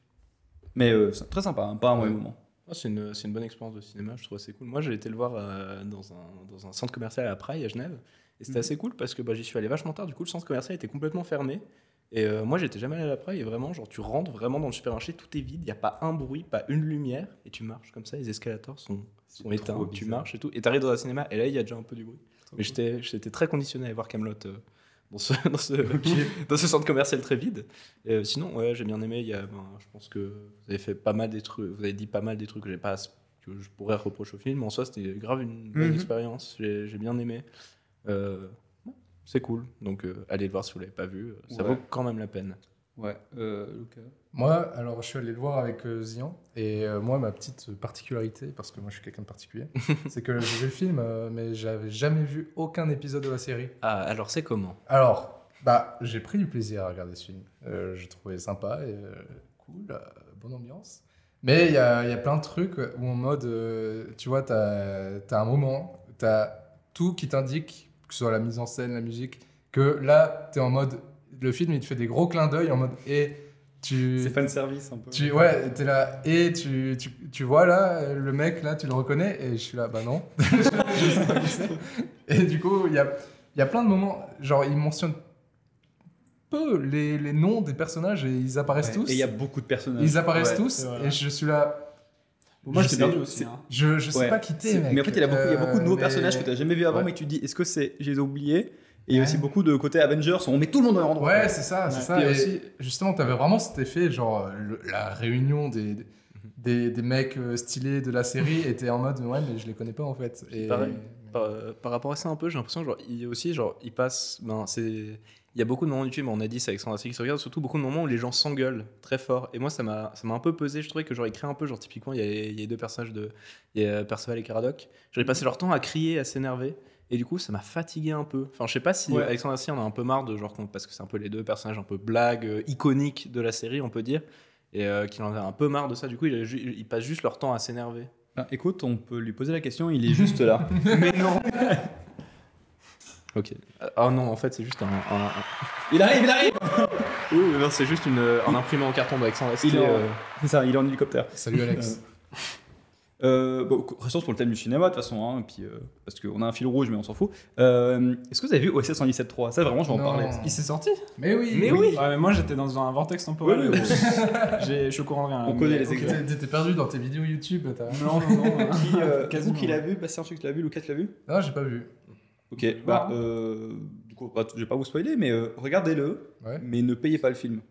Mais euh, c'est très sympa, hein, pas un mauvais
Ouais.
moment.
Oh, c'est une, c'est une bonne expérience de cinéma, je trouve assez cool. Moi, j'ai été le voir euh, dans, un, dans un centre commercial à Praille, à Genève. Et c'était
Mhm.
assez cool parce que bah, j'y suis allé vachement tard. Du coup, le centre commercial était complètement fermé. Et euh, moi, j'étais jamais allé à la Praille. Et vraiment, genre, tu rentres vraiment dans le supermarché, tout est vide, il n'y a pas un bruit, pas une lumière. Et tu marches comme ça, les escalators sont, sont éteints. Tu marches et tout. Et t'arrives dans un cinéma, et là, il y a déjà un peu du bruit. Mais j'étais j'étais très conditionné à aller voir Camelot euh, dans, ce, dans, ce, dans ce centre commercial très vide. Et, euh, sinon, ouais, j'ai bien aimé. Il y a, ben, je pense que vous avez fait pas mal des trucs, vous avez dit pas mal des trucs que j'ai pas que je pourrais reprocher au film. En soi, c'était grave une bonne
Mhm.
expérience. J'ai j'ai bien aimé. Euh, c'est cool. Donc, euh, allez le voir si vous l'avez pas vu. euh, Ça
Ouais.
vaut quand même la peine.
Ouais, euh, Lucas.
Moi, alors, je suis allé le voir avec euh, Zian. Et euh, moi, ma petite particularité, parce que moi, je suis quelqu'un de particulier, c'est que j'ai vu le film, euh, mais j'avais jamais vu aucun épisode de la série.
Ah, alors c'est comment
Alors, bah, j'ai pris du plaisir à regarder ce film. Euh, je trouvais sympa, et, euh, cool, euh, bonne ambiance. Mais il y a, il y a plein de trucs où en mode, euh, tu vois, t'as as un moment, t'as tout qui t'indique, que ce soit la mise en scène, la musique, que là, t'es en mode, le film, il te fait des gros clins d'œil en mode, et tu...
C'est fan service un peu.
Tu, ouais, t'es là, et tu, tu, tu vois là, euh, le mec là, tu le reconnais, et je suis là, bah non. Je sais pas qui c'est. Et du coup, il y a, il y a plein de moments, genre ils mentionnent peu les, les noms des personnages et ils apparaissent
Ouais,
tous.
Et il y a beaucoup de personnages.
Ils apparaissent
Ouais,
tous,
c'est vrai.
et je suis là,
Bon, moi,
Je
j'étais
sais,
perdu aussi.
c'est-
hein.
je, je sais
Ouais.
pas qui t'es,
C'est-
mec.
Mais en fait, il y a beaucoup, il y a beaucoup de nouveaux
Euh,
personnages
mais-
que tu n'as jamais vu avant,
Ouais.
mais tu te dis, est-ce que c'est, je les ai oubliés Et il y a
Ouais.
aussi beaucoup de côté Avengers, on met tout le monde dans un endroit.
Ouais, c'est ça, c'est
Ouais.
ça.
Et
Et
aussi-
justement, t'avais vraiment cet effet, genre le- la réunion des,
Mhm.
des, des mecs euh, stylés de la série était en mode, ouais, mais je les connais pas en fait. Et,
Pareil. par, euh, par rapport à ça un peu, j'ai l'impression genre il aussi genre il passe ben c'est il y a beaucoup de moments du film, ben, on a dit c'est Alexandre Astier qui se regarde, surtout beaucoup de moments où les gens s'engueulent très fort. Et moi ça m'a ça m'a un peu pesé, je trouvais que genre ils créent un peu genre typiquement il y a, il y a les deux personnages de il y a Perceval et Caradoc. J'aurais passé leur temps à crier, à s'énerver. Et du coup, ça m'a fatigué un peu. Enfin, je sais pas si
Ouais.
Alexandre Astier en a un peu marre de genre qu'on- parce que c'est un peu les deux personnages un peu blagues euh, iconiques de la série, on peut dire, et euh, qu'il en a un peu marre de ça. Du coup, il, il passe juste leur temps à s'énerver.
Ah, écoute, on peut lui poser la question, il est juste là. mais non
Ok. Ah non, en fait, c'est juste un- un- un,
Il arrive, il arrive
Oui, oui, non, c'est juste une, euh, un imprimé en carton d'Alexandre Astier.
Il est en-
euh,
C'est ça, il est en hélicoptère.
Salut Alex.
Euh, bon, co- restons sur le thème du cinéma de toute façon, hein, puis, euh, parce qu'on a un fil rouge mais on s'en fout. Euh, Est-ce que vous avez vu OSS 117.3 Ça vraiment je vais en
Non.
parler.
Il s'est sorti
Mais oui
Mais oui Ouais, mais Moi j'étais dans un vortex
Oui,
temporel.
oui,
J'ai- Je suis au courant de rien.
On
mais-
connaît les
ok.
exemples.
T'es- T'étais perdu dans tes vidéos YouTube, t'as...
Non, non, non.
Qui, euh,
Quasiment.
vous qui l'a vu Bastien, tu l'as vu Lucas tu l'as vu
Non, j'ai pas vu.
Ok, bah, euh, du coup, bah, je vais pas vous spoiler, mais euh, regardez-le,
Ouais.
mais ne payez pas le film.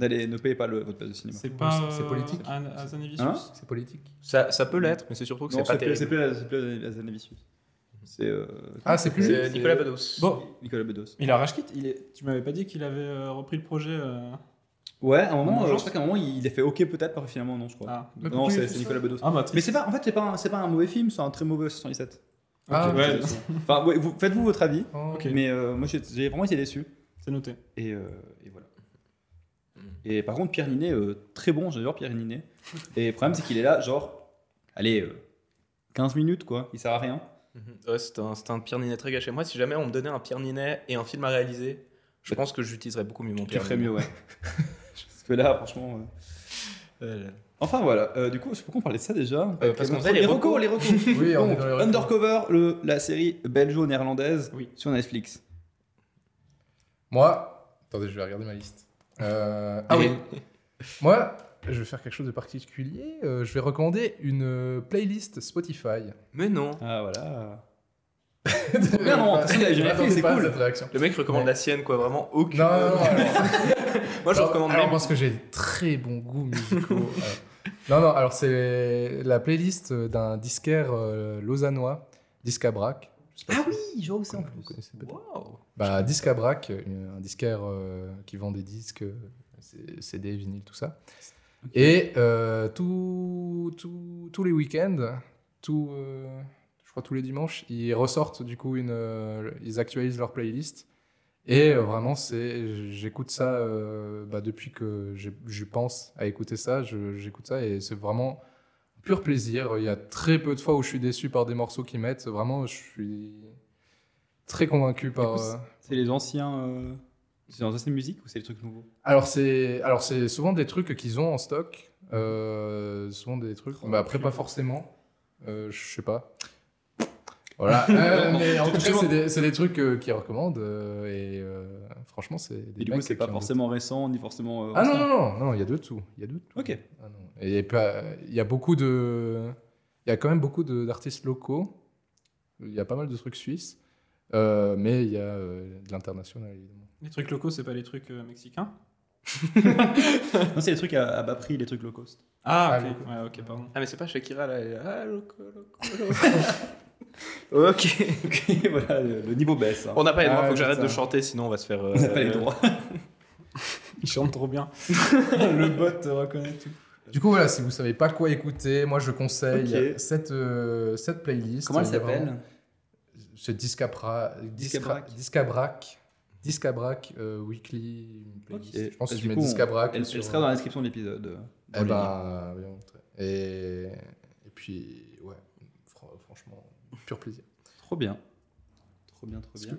Allez, ne payez pas le, votre place de cinéma.
C'est pas.
C'est
euh,
politique.
Un, un Zanavicius
Hein
C'est politique.
Ça, ça peut l'être, mais c'est surtout que
Non,
c'est pas
c'est plus, c'est
terrible.
plus, la- c'est plus la- la Zanavicius. C'est euh,
Ah, c'est plus...
C'est Nicolas Bedos.
Bon,
Nicolas Bedos.
il a rage quit. Il est... Tu m'avais pas dit qu'il avait euh, repris le projet. euh,
Ouais, à un moment,
Non,
euh,
genre-
je crois qu'à un moment, il a fait OK peut-être, mais finalement, non, je crois.
Ah,
Mais
non,
pourquoi il
c'est
fait
c'est
ça
Nicolas Bedos.
ah bah, triste.
Mais c'est pas, en fait, c'est pas, un- c'est pas un mauvais film, c'est un très mauvais 77.
Ah,
Ok. Ouais,
Enfin, ouais, vous, faites-vous votre avis,
Oh.
Ok.
mais euh, moi, j'ai j'ai vraiment été déçu.
c'est noté.
Et, euh, et voilà. Et par contre, Pierre Ninet, euh, très bon, j'adore Pierre Ninet. Et le problème, c'est qu'il est là, genre, allez, euh, 15 minutes, quoi, il sert à rien.
Mhm. Ouais, c'est un, c'est un Pierre Ninet très gâché. Moi, si jamais on me donnait un Pierre Ninet et un film à réaliser, je pense que j'utiliserais beaucoup mieux mon
Tu
Pierre
ferais
Ninet.
mieux, ouais. Parce que là, franchement. euh,
Euh,
Enfin, voilà, Euh, du coup, je sais pas pourquoi on parlait de ça déjà.
Euh, parce
Quel
qu'on
autre-
faisait les
les recos, les recos.
Oui, on est
Donc,
dans les recos.
Undercover, le- la série belgeo-néerlandaise
Oui.
sur Netflix.
Moi, attendez, je vais regarder ma liste. Euh, ah oui. Moi, je vais faire quelque chose de particulier. Euh, je vais recommander une euh, playlist Spotify.
Mais non.
Ah, voilà. Mais non, parce que là, j'ai rien fait,
Euh, Attendez
c'est
pas à
cool.
cette réaction.
Le mec recommande
Ouais.
la sienne, quoi. Vraiment aucune.
Non, non, non. alors-
Moi, je
alors-
recommande
alors,
même.
parce que j'ai de très bons goûts musicaux. Alors, euh. non, non, alors c'est la playlist d'un disquaire euh, lausannois, Discabrac.
Ah oui, je vois où c'est en
Vous
plus.
connaissez peut-être.
Wow.
Bah, Discabrac, une- un disquaire euh, qui vend des disques, euh, C- CD, vinyle, tout ça. Et euh, tout- tout- tous les week-ends, tout, euh, je crois tous les dimanches, ils ressortent du coup une, euh, ils actualisent leur playlist. Et euh, vraiment, c'est, j'écoute ça euh, bah, depuis que j'ai- je pense à écouter ça, je- j'écoute ça et c'est vraiment pur plaisir. Il y a très peu de fois où je suis déçu par des morceaux qu'ils mettent. Vraiment, je suis très convaincu par.
Du coup,
euh,
C'est les anciens. euh, C'est les anciennes musiques ou c'est les trucs nouveaux
Alors c'est alors c'est souvent des trucs qu'ils ont en stock, euh, souvent des trucs.
Oh,
mais après pas
putain.
forcément, Euh, je sais pas. Voilà. Euh, mais en tout cas c'est des, c'est des trucs euh, qu'ils recommandent euh, et euh, franchement c'est. Des
Et du
mecs
coup, c'est pas
qui ont-
forcément récent ni forcément. euh,
Ah non
ancien.
non non non il y a de tout il y a de tout.
Ok.
Ah non. Et pas- il y a beaucoup de il y a quand même beaucoup de- d'artistes locaux. Il y a pas mal de trucs suisses, euh, mais il y a euh, de l'international évidemment.
Les trucs locaux, c'est pas les trucs euh, mexicains
Non, c'est les trucs à, à bas prix, les trucs low cost.
Ah,
Ah,
ok. Ouais, ok, pardon.
Ah, mais c'est pas Shakira là. elle est- Ah, loco, loco, loco. ok.
Ok, voilà, le, le niveau baisse.
Oh,
hein.
On n'a pas les droits,
Ah,
faut que j'arrête
putain.
de chanter, sinon on va se faire. euh,
On n'a pas les droits.
Il chante trop bien. le bot euh, reconnaît tout.
Du coup, voilà, si vous savez pas quoi écouter, moi je conseille
Ok.
cette, euh, cette playlist.
Comment elle
Il y a vraiment-
s'appelle
C'est Discapra, Discra-
Discabrac.
Discabrac. Discabrac euh, Weekly Playlist.
Ok.
Je pense que
Parce
je
du
mets
coup, on-
Discabrac.
Elle, elle
sur-
sera dans la description de l'épisode. euh,
Eh
dans le lien.
ben, bien, très- et, et puis, ouais, fran- franchement, pur plaisir.
Trop bien. Trop bien, trop bien.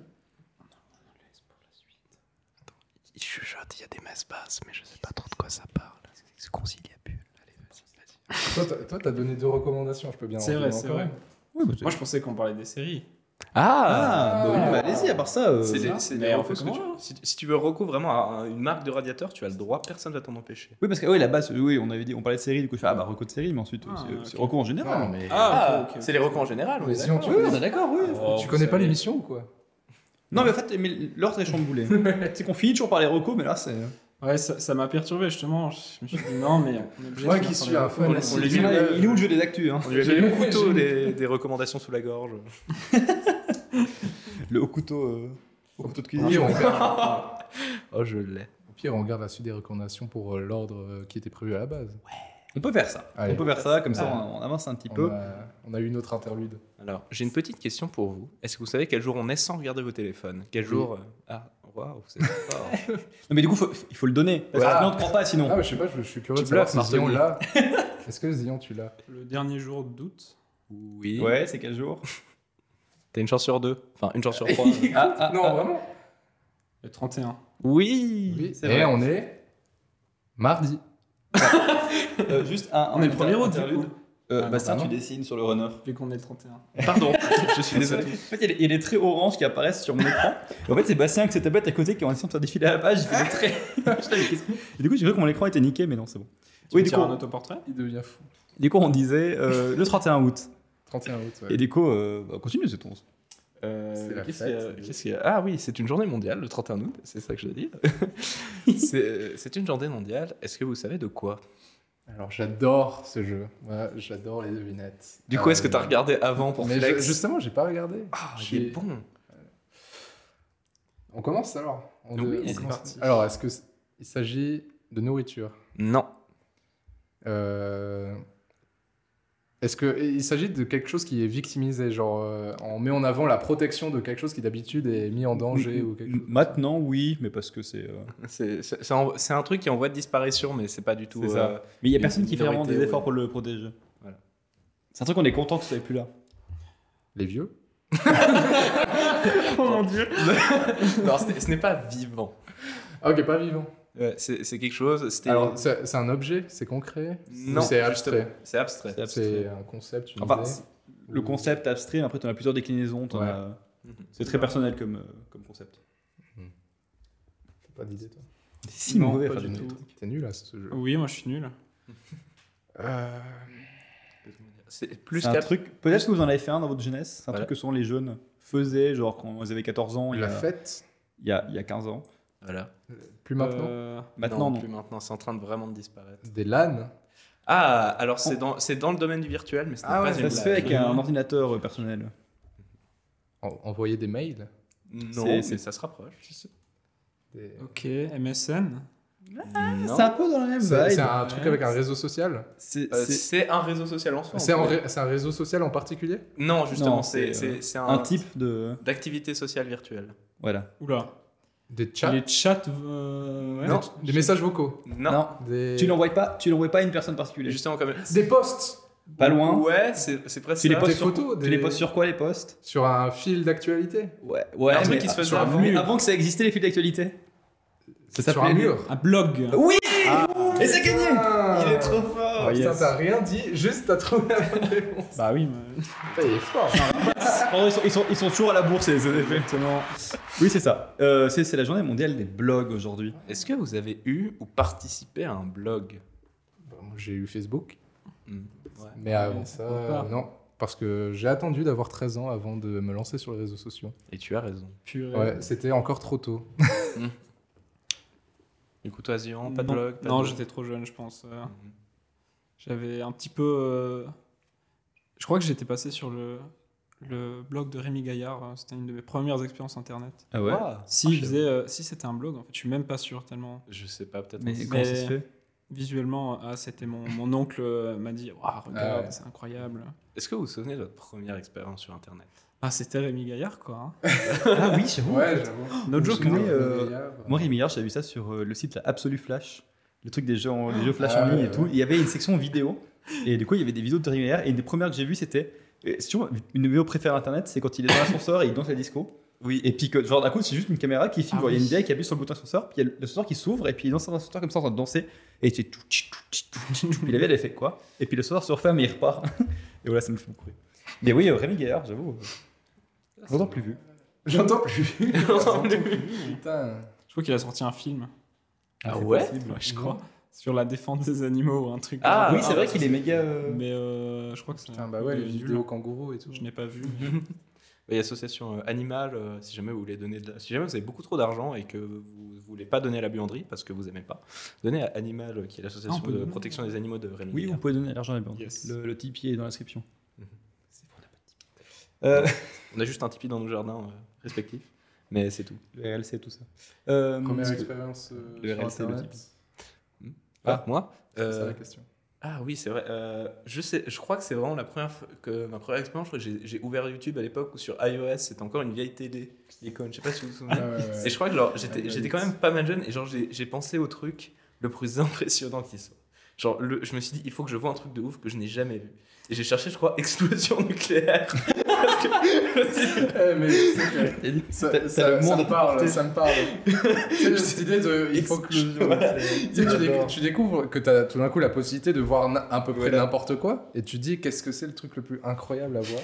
Il chuchote, il y a des masses basses, mais je sais pas trop de quoi ça parle. C'est conciliabule. Allez, vas-y, vas-y.
Toi, t'as- toi, t'as donné deux recommandations, je peux bien. en
C'est vrai,
donner
bah, c'est
encore
vrai.
une.
Moi, je pensais qu'on parlait des séries.
Ah, bah oui, bah allez-y, à part ça. euh,
C'est
des-
des,
c'est des recos que tu-
si, si tu veux recours vraiment à un- une marque de radiateur, tu as le droit, personne va t'en empêcher.
Oui, parce que oui, la base, euh, oui, on avait dit, on parlait de série, du coup, je fais, ah bah, reco de série, mais ensuite,
Ah,
c'est
ok.
c'est reco en général.
Non, mais.
Ah, ok, ok.
c'est les recos en général. on
mais
est
sinon, tu,
Oui, on est d'accord, oui.
Oh.
tu connais
Oh,
pas l'émission ou quoi
Non, mais en fait, mais l'ordre est chamboulé. c'est qu'on finit toujours par les recos, mais là, c'est.
Ouais, ça ça m'a perturbé justement. Je me suis dit non, mais on est obligé
Moi
de
qui
faire
suis
les
un
recos.
fan.
on les- on les-
Il est- il est où le jeu des actus hein
On lui a
J'ai
mis le
lu-
couteau
j'ai
des, des recommandations sous la gorge.
Le au couteau. euh, Au couteau de
Au
cuisine.
pire, on garde-
Oh, je l'ai.
au pire, on garde la suite des recommandations pour euh, l'ordre euh, qui était prévu à la base.
On peut faire ça.
Allez.
On peut faire ça, comme ça
Ah.
on, on avance un petit
On
peu.
a- On a eu notre interlude.
Alors, j'ai une petite question pour vous. Est-ce que vous savez quel jour on est sans regarder vos téléphones Quel jour euh, Ah, waouh, c'est fort.
Non, mais du coup, faut- il faut le donner. Parce
Ouais.
que non, on te prend pas sinon.
Ah, mais je sais pas, je, je suis curieux
Tu
de savoir si
bluffes,
Zion
Martoni.
l'a. Est-ce que Zion, tu l'as
Le dernier jour d'août.
oui.
Ouais, c'est quel jour
T'as une chance sur deux. Enfin, une chance sur trois.
Ah, ah, ah.
vraiment
Le 31.
oui.
Oui,
c'est
et
vrai.
on est mardi.
Euh, juste un,
On est le 1er août, du coup.
Euh,
Ah,
Bastien,
bah non.
tu dessines sur le runner.
Vu qu'on est le 31.
Pardon, je suis désolé. En fait, il y a- il y a les traits orange qui apparaissent sur mon écran. Et en fait, c'est Bastien avec ses tablettes à côté qui ont essayé de faire défiler à la page. J'ai fait des traits. J'étais avec- Et du coup, j'ai cru que mon écran était niqué, mais non, c'est bon.
Tu
Oui,
veux
du
dire
coup,
un autoportrait
Il devient fou.
du coup, on disait euh, le 31 août.
31 août, ouais.
Et du coup, euh, bah, continue, c'est ton.
C'est la
Euh, Qu'est-ce
fête,
qu'il y a-
c'est-
qu'est-ce qu'il y a Ah oui, c'est une journée mondiale, le 31 août, c'est ça que je dois dire. c'est euh, c'est une journée mondiale. Est-ce que vous savez de quoi
Alors j'adore ce jeu. Moi, j'adore les devinettes. Euh,
Du coup, est-ce que tu as regardé avant pour
mais
Flex
je- justement, j'ai pas regardé.
Ah,
J'ai-
il est bon.
On commence alors. On
Oui,
on
c'est
commence.
parti.
Alors, est-ce que c- il s'agit de nourriture
Non.
Euh, Est-ce que et il s'agit de quelque chose qui est victimisé, genre euh, on met en avant la protection de quelque chose qui d'habitude est mis en danger ou quelque chose
Maintenant, oui, mais parce que c'est. euh,
C'est- C'est c'est en- c'est un truc qui est en voie de disparition, mais c'est pas du tout.
C'est ça.
euh,
Mais il n'y a
une
personne qui fait vraiment
minorité,
des efforts pour
ouais.
le protéger.
Voilà.
C'est un truc qu'on est content que ce soit plus là.
Les vieux
Oh mon dieu
non, ce n'est- ce n'est pas vivant.
Ah, Ok, pas vivant.
Ouais, c'est c'est quelque chose. C'était.
Alors c'est c'est un objet, c'est concret,
Non,
c'est
justement,
abstrait.
C'est abstrait.
c'est un concept, une
Enfin,
idée.
c'est- le concept abstrait, mais après, tu en as plusieurs déclinaisons. t'en
Ouais.
as- C'est très personnel comme, euh, comme concept.
T'as Pas d'idée toi.
Si
Non,
mauvais,
pas
enfin,
du
j'ai-
tout.
T'es nul à ce jeu.
Oui, moi je suis nul.
Euh,
C'est plus
C'est un
qu'ab-
truc. Peut-être que vous en avez fait un dans votre jeunesse. C'est un
Voilà.
truc que souvent les jeunes faisaient, genre quand ils avaient 14 ans, il y,
la
a,
fête,
il y a, il y a 15 ans.
Voilà.
plus maintenant.
Euh,
Maintenant, non.
plus maintenant, c'est en train de vraiment de disparaître.
Des LAN.
Ah, alors c'est dans, c'est dans le domaine du virtuel, mais ce n'est
Ah
pas
ouais,
une
Ça se fait
blague.
avec un ordinateur euh, personnel.
En- envoyer des mails.
Non,
C'est-
mais
c'est-
ça se rapproche. je sais
des-
ok, MSN. Ah,
pas. Non.
C'est un peu dans la même
C'est c'est
vibe.
un truc avec un réseau social.
C'est
Euh,
c'est
C'est un réseau social en soi.
C'est
en
un,
fait.
ré- c'est un réseau social en particulier
Non, justement,
Non,
c'est
c'est, euh,
c'est- c'est un,
un type de.
d'activité sociale virtuelle.
Voilà.
Oula.
Des chats
Les chats. euh, ouais.
Non.
Des messages vocaux.
Non.
Des,
Tu l'envoies pas, tu l'envoies pas à une personne particulière.
Justement, comme.
des posts
Pas loin.
Ouais, c'est c'est presque.
Tu les
ça.
postes
Des
sur-
photos
Tu
des...
les postes sur quoi les posts
Sur un fil d'actualité
Ouais, ouais.
Un truc
mais
qui se
a-
faisait
sur un
avant.
mur. Avant que ça existait les fils d'actualité. Ça
Sur un
s'appelait-
mur
Un blog. hein,
Oui
Ah.
Et c'est gagné
Ah.
Il est trop fort
Putain, t'as rien dit, juste t'as trouvé la bonne réponse.
Bah oui, mais.
Putain, il est fort.
Oh, ils, sont, ils sont- ils sont toujours à la bourse, ces ces effets. Oui, c'est ça. Euh, c'est c'est la journée mondiale des blogs aujourd'hui.
Est-ce que vous avez eu ou participé à un blog
Bah, moi, j'ai eu Facebook,
Hmm, ouais.
mais avant
Ouais,
ça,
pourquoi pas.
euh, non. Parce que j'ai attendu d'avoir 13 ans avant de me lancer sur les réseaux sociaux.
Et tu as raison.
Purée.
Ouais, c'était encore trop tôt.
Du coup, toi, Zion, pas de
Non.
blog pas de
Non,
blog.
j'étais trop jeune, je pense. Euh,
Mhm.
J'avais un petit peu. euh, Je crois que j'étais passé sur le, le blog de Rémi Gaillard. euh, C'était une de mes premières expériences internet.
Ah ouais
Ah,
Si,
je
il
sais-
faisait, euh, si c'était un blog, en fait, je suis même pas sûr tellement.
Je sais pas, peut-être.
Mais
un-
comment ça se fait
Visuellement, ah, c'était mon, mon oncle euh, m'a dit Waouh,
Ah,
regarde,
ouais.
c'est incroyable.
Est-ce que vous vous souvenez de votre première expérience sur Internet
Ah, c'était Rémi Gaillard, quoi. hein.
Ah oui, j'avoue.
Ouais, j'avoue.
No joke, mais, euh, Moi,
Moi,
Rémi Millard, j'avais vu ça sur euh, le site la Absolu Flash, le truc des jeux, en- des jeux Flash
Ah
en ligne
ouais,
et tout. Il y avait une section vidéo, et du coup, il y avait des vidéos de Rémi Millard, et une des premières que j'ai vues, c'était. euh, et c'est toujours Une vidéo préférée internet, c'est quand il est dans l'ascenseur et il danse la disco.
Oui.
Et puis, que, genre, d'un coup, c'est juste une caméra qui filme.
Ah
genre, Il y a
oui.
une vieille qui appuie sur le bouton ascenseur, puis il y a l'ascenseur qui s'ouvre, et puis il danse dans l'ascenseur comme ça en train de danser. Et il fait tout, tchit, tout, tchit, tout, tchit, tout. Puis la vieille, elle fait quoi Et puis le soir se referme et il repart. et voilà, ça me fait beaucoup rire. Mais oui, euh, Rémi Gaillard, j'avoue. euh, J'entends plus vu.
J'entends plus. J'entends plus. Putain.
Je crois qu'il a sorti un film.
Ah
C'est possible, ouais, Je
Non.
crois. Sur la défense des animaux ou un truc.
Ah,
oui, c'est
ah,
vrai qu'il est méga. euh,
Mais euh, je crois que c'est.
Putain, bah ouais, les
nul.
vidéos kangourous et tout.
Je n'ai pas vu.
Il y a association euh, animale, euh, si jamais vous voulez donner de la- si jamais vous avez beaucoup trop d'argent et que vous voulez pas donner à la buanderie parce que vous aimez pas, donnez à Animal, euh, qui est
Ah,
l'association
on peut
de
donner.
protection des animaux de Rémi.
Oui, vous
Gaillard.
pouvez donner l'argent à la banque.
Yes.
Le, le Tipeee est dans la description.
on a juste un Tipeee dans nos jardins euh, respectifs, mais c'est tout.
Le RLC, tout ça. Euh,
Première
parce que-
expérience euh,
le
sur
RLC, le
Internet.
type.
Ah, moi
C'est ça
Euh,
la question.
Ah oui, c'est vrai. Euh, je, sais, je crois que c'est vraiment la première fois que ma première expérience. je crois que J'ai j'ai ouvert YouTube à l'époque où sur iOS, c'était encore une vieille télé qui déconne. Je sais pas si vous vous
Ah
souvenez. Et je crois que genre, j'étais
iOS.
j'étais quand même pas mal jeune et genre j'ai j'ai pensé au truc le plus impressionnant qui soit. Genre, le- je me suis dit, il faut que je vois un truc de ouf que je n'ai jamais vu. Et j'ai cherché, je crois, explosion nucléaire. Parce
Eh, mais c'est clair. Ça,
T'as-
ça-
t'as
ça
le monde à
me parle,
porter.
ça me parle. C'est cette idée de. Il faut que.
Voilà.
Tu, sais, tu déc- tu découvres que tu as tout d'un coup la possibilité de voir na- à peu près
Voilà.
n'importe quoi et tu dis qu'est-ce que c'est le truc le plus incroyable à voir.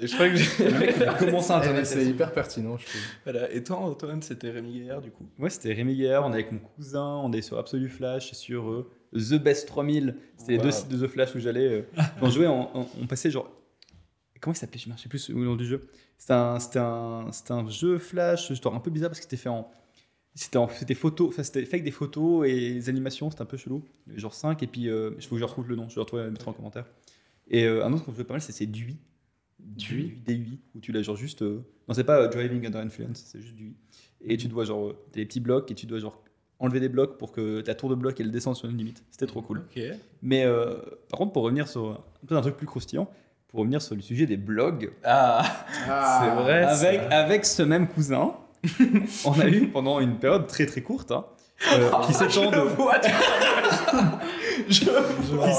Et je crois que j'ai-
Le mec, il a commencé
Eh, mais
Internet.
c'est hyper pertinent, je trouve.
voilà. Et toi, Antoine, c'était Rémi Gaillard du coup.
Ouais, c'était Rémi Gaillard, on est avec mon cousin, on est sur Absolute Flash, sur euh, The Best 3000. C'était les deux
Wow.
sites de The Flash où j'allais. euh, on jouait, on, on- on passait genre. Comment il s'appelait Je ne sais plus le nom du jeu. C'était un, c'était un, c'était un jeu Flash, genre un peu bizarre parce que c'était fait en. C'était en- c'était photo, enfin, c'était fait avec des photos et des animations, c'était un peu chelou. Genre 5, et puis euh, je faut que je retrouve le nom, je le retrouve, je le mettrai en commentaire. Et euh, un autre qu'on jouait pas mal, c'est c'est Dui. Dui Dui, où tu l'as genre juste. euh, Non, c'est pas euh, Driving Under Influence, c'est juste Dui. Et tu dois genre. euh, T'as des petits blocs et tu dois genre enlever des blocs pour que ta tour de bloc elle descende sur une limite. C'était trop cool.
Ok.
Mais euh, par contre, pour revenir sur un- peut-être un truc plus croustillant, pour revenir sur le sujet des blogs,
Ah, c'est vrai. ça.
avec, avec ce même cousin, on a eu pendant une période très très courte, hein, euh, qui s'étend de, qui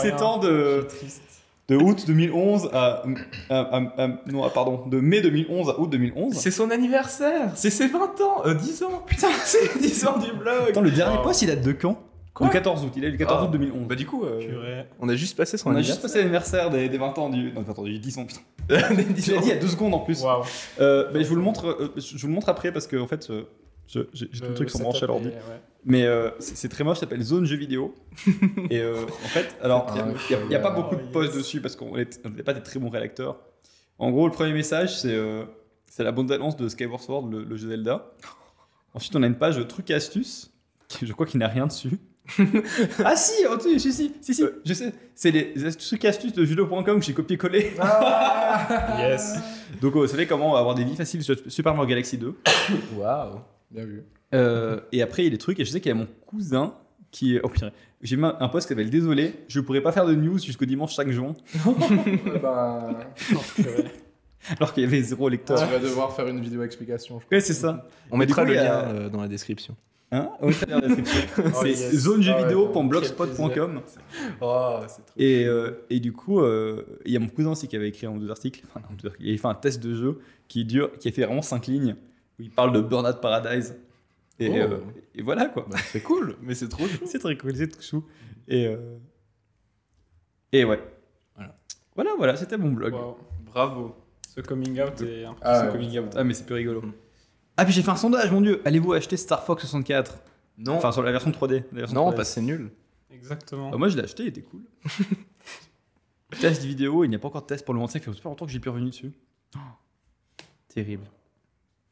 s'étend de, de août 2011 à, à- à- à- non, ah, pardon, de mai 2011 à août 2011.
C'est son anniversaire. C'est ses 20 ans. Euh, 10 ans. Putain, c'est 10 ans du blog.
Attends, le dernier
Wow.
post il date de quand
Quoi
Le 14 août, il est du 14
Ah.
août 2011.
Bah du coup, euh,
Purée.
on a juste passé son
on a juste
anniversaire.
passé l'anniversaire des, des 20 ans du. Non, attends, j'ai 10 ans, putain.
Des
Tu
10
l'as
ans.
dit il y a 2 secondes en plus.
Waouh.
Euh, bah, je vous le montre, euh, je je vous le montre après parce que en fait, euh, je- j'ai j'ai tout le truc sur branche à l'ordi. Mais euh, c'est c'est très moche, ça s'appelle Zone Jeux Vidéo. et euh, en fait, alors il n'y a, pas beaucoup de
Oh,
posts
yes.
dessus parce qu'on n'était pas des très bons rédacteurs. En gros, le premier message, c'est euh, c'est la bonne annonce de Skyward Sword, le, le jeu Zelda. Ensuite, on a une page trucs et astuces, qui, je crois qu'il n'a rien dessus. ah si, en dessous, si, si, si, si,
Euh.
je sais, c'est les astuces- trucs et astuces de judo.com que j'ai copié-collé.
Ah. Yes.
Donc, euh, vous savez comment avoir des vies faciles sur Super Mario Galaxy 2.
Waouh. Bien vu.
Euh, et après, il y a des trucs, et je sais qu'il y a mon cousin qui. Oh, pire. J'ai mis un post qui s'appelle Désolé, je pourrais pas faire de news jusqu'au dimanche 5 juin,
Eh ben,
alors qu'il y avait zéro
tu
lecteur.
vas devoir faire une vidéo explication. je
Ouais, c'est ça.
On
Mais
mettra
du coup,
le
il y a-
lien euh, dans la description.
Hein Au travers de la description.
crois.
c'est zonejeuxvideo.blogspot.com.
Oh, c'est trop.
Et, euh, et du coup, euh, il y a mon cousin aussi qui avait écrit un ou deux articles. Enfin, non, deux articles. il avait fait un test de jeu qui dure, qui a fait vraiment 5 lignes, où il parle de Burnout Paradise. Et,
Oh. Bah,
euh, et voilà quoi.
c'est cool, mais c'est trop chou.
C'est très cool, c'est tout chou. Et, euh, et ouais. Voilà,
Voilà.
voilà, c'était mon blog.
Waouh.
Bravo.
Ce coming out est un peu
Ah,
plus
ouais.
coming out.
Ah, mais c'est plus rigolo.
Mm.
Ah, puis j'ai fait un sondage, mon dieu. Allez-vous acheter Star Fox 64
Non,
Enfin, sur la version 3D. la version
non
3D.
parce que c'est nul.
Exactement.
Ah, moi, je l'ai acheté, il était cool. test vidéo, il n'y a pas encore de test pour le moment. Ça fait super longtemps que j'ai plus revenu dessus. Oh, terrible.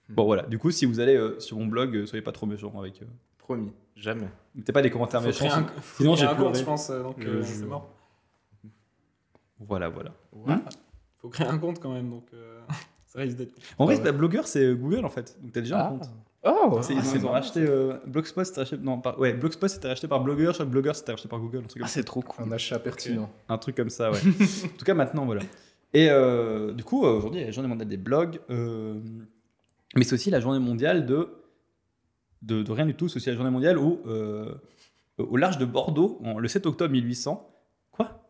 Hmm.
Bon, voilà. Du coup, si vous allez euh, sur mon blog, euh, soyez pas trop méchants avec. euh,
Promis, jamais.
Mettez pas des commentaires
Faut
méchants.
créer un- faut
sinon,
créer
j'ai
un compte,
pleuré.
je pense, euh, donc
Je
euh,
jure.
c'est mort.
Voilà, voilà.
Voilà.
Faut créer un compte quand même, donc euh, ça risque d'être.
En vrai,
ouais.
la blogueur, c'est euh, Google en fait. Donc, t'as déjà un compte.
Bah Oh,
C'est,
ah,
ils ont racheté euh, Blogspot, c'était racheté, non, par, ouais, Blogspot c'était racheté par Blogger, chaque Blogger c'était racheté par Google, un truc
ah,
comme,
c'est trop
trouve.
cool.
Un achat pertinent.
un truc comme ça, ouais. en tout cas maintenant, voilà. Et euh, du coup, euh, aujourd'hui, la journée mondiale des blogs, euh, mais c'est aussi la journée mondiale de, de, de rien du tout, c'est aussi la journée mondiale où, euh, au large de Bordeaux, en- le 7 octobre 1800, quoi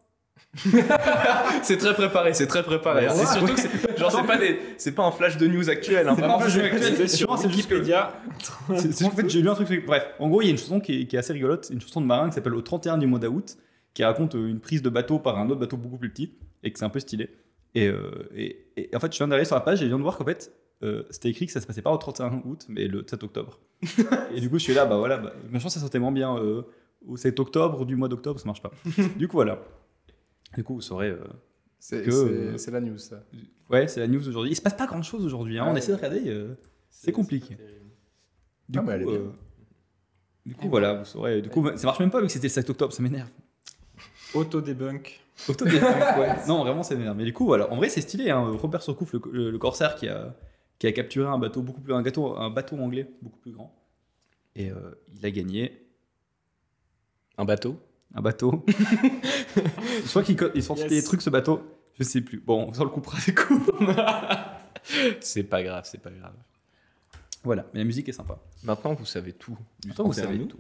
C'est très préparé, c'est très préparé.
Ouais.
C'est surtout que c'est, genre, c'est pas des, c'est pas un flash de news actuel. hein.
C'est pas un flash de news actuel.
C'est sur
Non, c'est juste que-
Wikipédia.
C'est- c'est- en fait, j'ai lu un truc. sur- Bref, en gros, il y a une chanson qui est, qui est assez rigolote, une chanson de marin qui s'appelle Au 31 du mois d'août, qui raconte euh, une prise de bateau par un autre bateau beaucoup plus petit, et que c'est un peu stylé. Et, euh, et, et- et en fait, je viens d'aller sur la page et je viens de voir qu'en fait, euh, c'était écrit que ça se passait pas au 31 août, mais le 7 octobre. et du coup, je suis là, bah voilà, bah, ma chance, ça sortait moins bien euh, au 7 octobre ou du mois d'octobre, ça marche pas. du coup, voilà. Du coup, vous saurez. euh,
C'est
Que-
c'est- c'est la news, ça.
Ouais, c'est la news d'aujourd'hui. Il se passe pas grand chose aujourd'hui, hein, on
Ouais.
essaie de regarder. euh, c'est compliqué. Du
Ah,
coup,
mais elle est bien.
euh, du coup, voilà, vous saurez. Du coup, ça marche même pas vu que c'était le 7 octobre, ça m'énerve.
Auto-debunk.
Octobre, ouais. Non, vraiment, ça m'énerve. Mais du coup, voilà. En vrai, c'est stylé. Hein. Robert Surcouf, le, le- le corsaire qui a, qui a capturé un bateau beaucoup plus un, gâteau, un bateau anglais beaucoup plus grand. Et euh, il a gagné
Un bateau.
un bateau. Je crois qu'ils co- ils sont
Yes.
des trucs ce bateau. Je sais plus. Bon, on s'en le coupera du coup.
C'est pas grave, c'est pas grave.
voilà. Mais la musique est sympa.
Maintenant, vous savez tout.
Maintenant, vous savez
tout.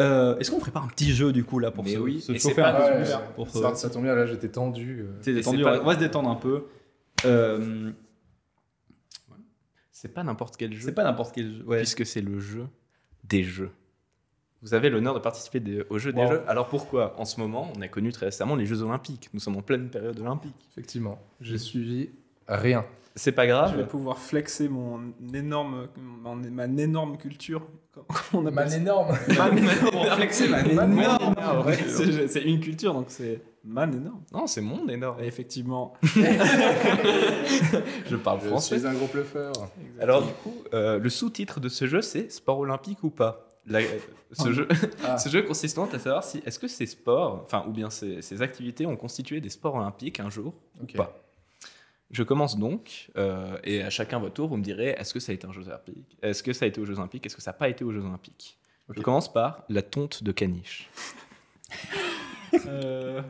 Euh, Est-ce qu'on prépare un petit jeu du coup là pour
Mais
se,
oui,
se
et c'est
chauffer
pas
un peu
ouais,
plus
ouais.
pour se-
Ça, ça tombe bien, là j'étais tendu. euh.
C'est
Et
détendu,
c'est pas-
on va se détendre un peu. Euh,
C'est pas n'importe quel jeu.
c'est pas n'importe quel jeu. Ouais.
puisque c'est le jeu des jeux. Vous avez l'honneur de participer des- aux jeux des
Wow.
jeux. Alors pourquoi En ce moment, on a connu très récemment les Jeux Olympiques. Nous sommes en pleine période olympique.
Effectivement, j'ai suivi rien.
C'est pas
Ah,
Je vais
grave.
pouvoir flexer mon énorme, mon- ma énorme culture. Comment on appelle
Man
ça
énorme.
Man
énorme.
énorme. Ouais, c'est- C'est une culture, donc c'est man énorme.
Non, c'est mon énorme.
Et effectivement,
Je parle
Je
français.
suis un gros bluffeur.
Alors du coup, euh, le sous-titre de ce jeu, c'est sport olympique ou pas. La- euh, ce, jeu,
Ah.
ce jeu consistant à savoir si est-ce que ces sports, enfin ou bien ces, ces activités ont constitué des sports olympiques un jour
Ok.
ou pas. Je commence donc euh, et à chacun votre tour, vous me direz est-ce que ça a été un jeu olympique, est-ce que ça a été aux Jeux olympiques, est-ce que ça n'a pas été aux Jeux olympiques. Je
Ok.
commence par la tonte de caniche.
euh,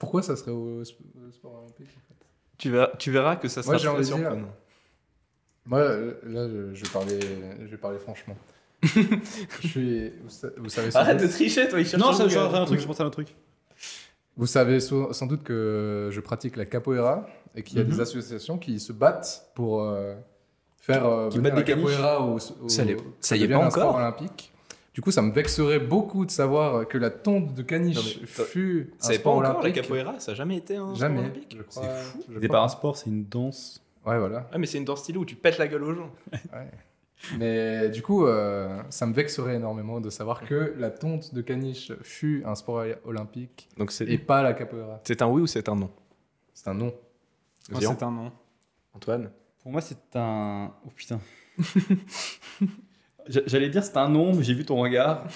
Pourquoi ça serait au, sp- au sport olympique en fait
Tu verras, tu verras que ça sera
Moi, j'ai
très
envie de dire-
surprenant.
Moi, euh, là, je- je vais parler, je vais parler franchement. je suis, vous, sa- vous savez sans
Arrête
doute,
de tricher, toi. Il cherche
Non,
un
ça,
truc.
je pensais à un truc, je pensais à un truc.
vous savez so- sans doute que je pratique la capoeira et qu'il y a
Mhm.
des associations qui se battent pour euh, faire euh,
Qui
venir
battent
la
des caniches.
capoeira au, au-
Ça l'est-
que
ça y est
devienne
pas
un sport
encore.
olympique. Du coup, ça me vexerait beaucoup de savoir que la tonte de
Non,
caniche
mais t'as-
fut un
C'est pas
sport
encore la
olympique.
capoeira, ça n'a jamais été un sport
Jamais.
olympique.
je crois-
C'est fou.
je
C'est
crois.
pas un sport, c'est une danse.
Ouais, voilà.
Ah mais c'est une danse stylée où tu pètes la gueule aux gens.
Mais du coup, euh, ça me vexerait énormément de savoir que la tonte de caniche fut un sport olympique
Donc c'est
et pas la capoeira.
c'est un oui ou c'est un non
C'est un nom.
moi,
Zéro.
c'est un nom.
Antoine.
Pour moi, c'est un. Oh putain. J'a- J'allais dire c'est un non, mais j'ai vu ton regard,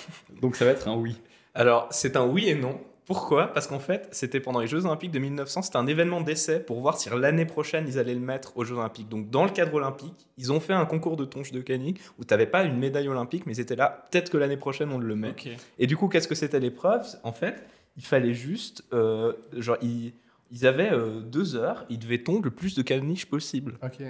donc ça va être un oui.
Alors c'est un oui et non. Pourquoi Parce qu'en fait, c'était pendant les Jeux Olympiques de 1900, c'était un événement d'essai pour voir si l'année prochaine ils allaient le mettre aux Jeux Olympiques. Donc dans le cadre olympique, ils ont fait un concours de tonche de canique où t'avais pas une médaille olympique, mais c'était là. Peut-être que l'année prochaine on le met.
Ok.
Et du coup, qu'est-ce que c'était l'épreuve En fait, il fallait juste. euh, genre, ils, ils avaient euh, deux heures, ils devaient tondre le plus de caniches possible.
Ok.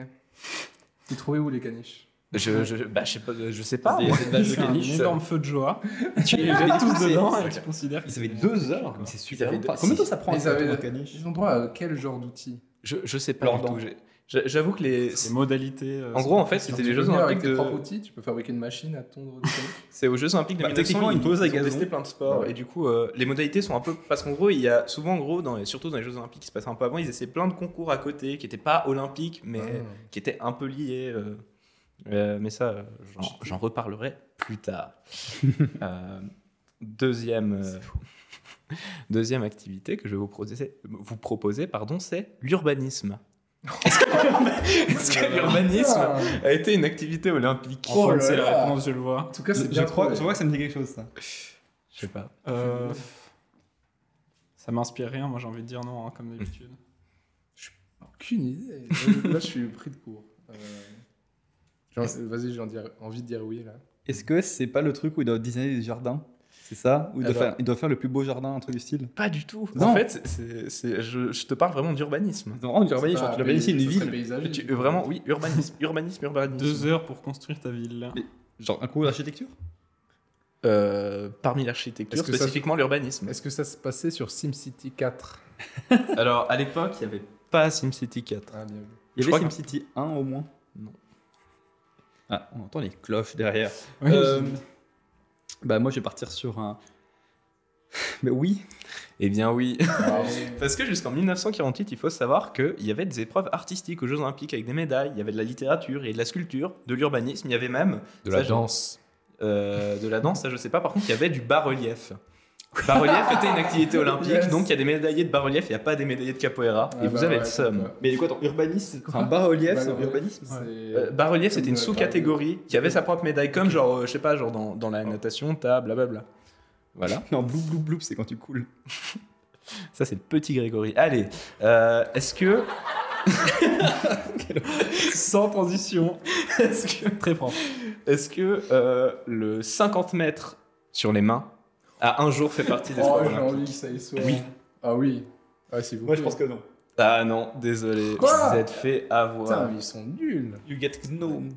Tu trouvais où les caniches
Je, je, bah, je sais pas. Je sais pas
Des-
moi.
des vaches de
C'est un
caniche, ça.
énorme feu de joie.
Tu
Et
les
ils jettent
jettes
tous dedans et
c'est-
tu considères que
Ils avaient deux heures, mais c'est super.
Ils avaient
longtemps.
deux-
Combien de
si.
temps ça prend
Ils
un
avaient-
tour de caniche
Ils ont droit à quel genre d'outils
Je, je sais pas
Leurs
du tout.
dents.
j'ai- j'a- J'avoue que les.
les modalités. euh,
En gros, en fait,
Tu
c'était les
peux
Jeux
venir avec
Olympiques
tes
de.
propres outils, tu peux fabriquer une machine à tondre des caniches.
C'est aux Jeux Olympiques de
Bah,
1900,
techniquement, une
ils-
pose à
ils ont
gazon.
testé plein de sports.
Ah ouais.
Et du coup, euh, les modalités sont un peu. Parce qu'en gros, il y a souvent, en gros, dans les- surtout dans les Jeux Olympiques qui se passaient un peu avant, ils essaient plein de concours à côté qui n'étaient pas olympiques, mais
Ah.
qui étaient un peu liés. euh, euh, mais ça, euh, j'en- j'en reparlerai plus tard. Euh, deuxième, euh, deuxième activité que je vais vous proposer, vous proposer pardon, c'est l'urbanisme. Est-ce que, est-ce que l'urbanisme
Ah.
a été une activité olympique
Oh
Antoine,
là
c'est la
là.
réponse, je le vois.
En tout cas, c'est
je,
bien
crois,
trouvé.
je vois que ça me dit quelque chose, ça.
Je sais pas.
Euh, ça m'inspire rien, moi j'ai envie de dire non, hein, comme d'habitude.
Aucune idée. Là, là, je suis pris de court. Euh, j'ai en- Vas-y, j'ai en dire- envie de dire oui là.
Est-ce que c'est pas le truc où ils doivent designer des jardins C'est ça Où ils doivent,
Alors-
faire, ils doivent faire le plus beau jardin, un truc du style
Pas du tout.
Non.
En fait, c'est- c'est- c'est- je, je te parle vraiment d'urbanisme.
Ils ont vraiment du urbanisme,
pas
genre, tu dois ici une
ça serait
ville.
paysager,
Tu- euh,
du coup.
vraiment, oui, urbanisme, urbanisme, urbanisme.
Deux heures pour construire ta ville.
Mais- Genre un cours d'architecture
Euh, parmi l'architecture,
Est-ce que ça-
spécifiquement l'urbanisme.
Est-ce que ça se passait sur SimCity 4
Alors, à l'époque, il n'y avait pas SimCity 4.
Ah, bien vu.
Il
Je
y avait
crois
SimCity 1 au moins
Non.
Ah, on entend les cloches derrière.
Oui,
Euh, bah moi je vais partir sur un... Mais oui
Eh bien, oui.
Ah,
Bravo.
Parce que jusqu'en 1948, il faut savoir qu'il y avait des épreuves artistiques aux Jeux Olympiques avec des médailles, il y avait de la littérature, et de la sculpture, de l'urbanisme, il y avait même
De
la
danse.
euh, de la danse, ça je sais pas, par contre il y avait du bas-relief. Bas-relief était une activité olympique,
Yes.
donc il y a des médaillés de bas-relief, il n'y a pas des médaillés de capoeira, et vous avez le seum.
Mais du coup, attends, urbanisme, c'est un bas-relief, c'est
Bah,
urbanisme
c'est-
Euh, bas-relief c'était une
Comme, euh,
sous-catégorie qui avait sa propre médaille, comme genre, euh, je sais pas, genre dans, dans
Oh.
la natation, t'as blablabla. Voilà,
Non, bloop bloop bloop, c'est quand tu coules.
ça c'est le petit Grégory. Allez, euh, est-ce que.
Sans transition. Très propre.
Est-ce que euh, le 50 mètres sur les mains à un jour fait
Euh,
partie des
Oh,
sports
j'ai
olympiques
envie que ça y soit.
Oui.
Ah oui. Ah, s'il vous plaît.
que non.
Ah non, désolé,
Quoi
vous êtes fait
Putain,
avoir.
mais ils sont nuls.
You get gnomed.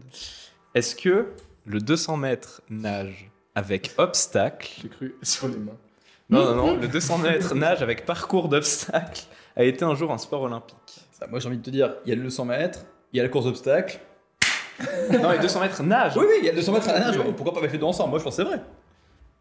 Est-ce que le 200 mètres nage avec obstacle
J'ai cru sur les mains.
Non, non, non, le 200 mètres nage avec parcours d'obstacles a été un jour un sport olympique
Ça, moi j'ai envie de te dire, il y a le 200 mètres, il y a la course d'obstacles.
Non, les 200 mètres nage
Oui, oui, il y a le 200 mètres à la nage. ouais, Pourquoi pas mettre les deux ensemble Moi je pense que c'est vrai.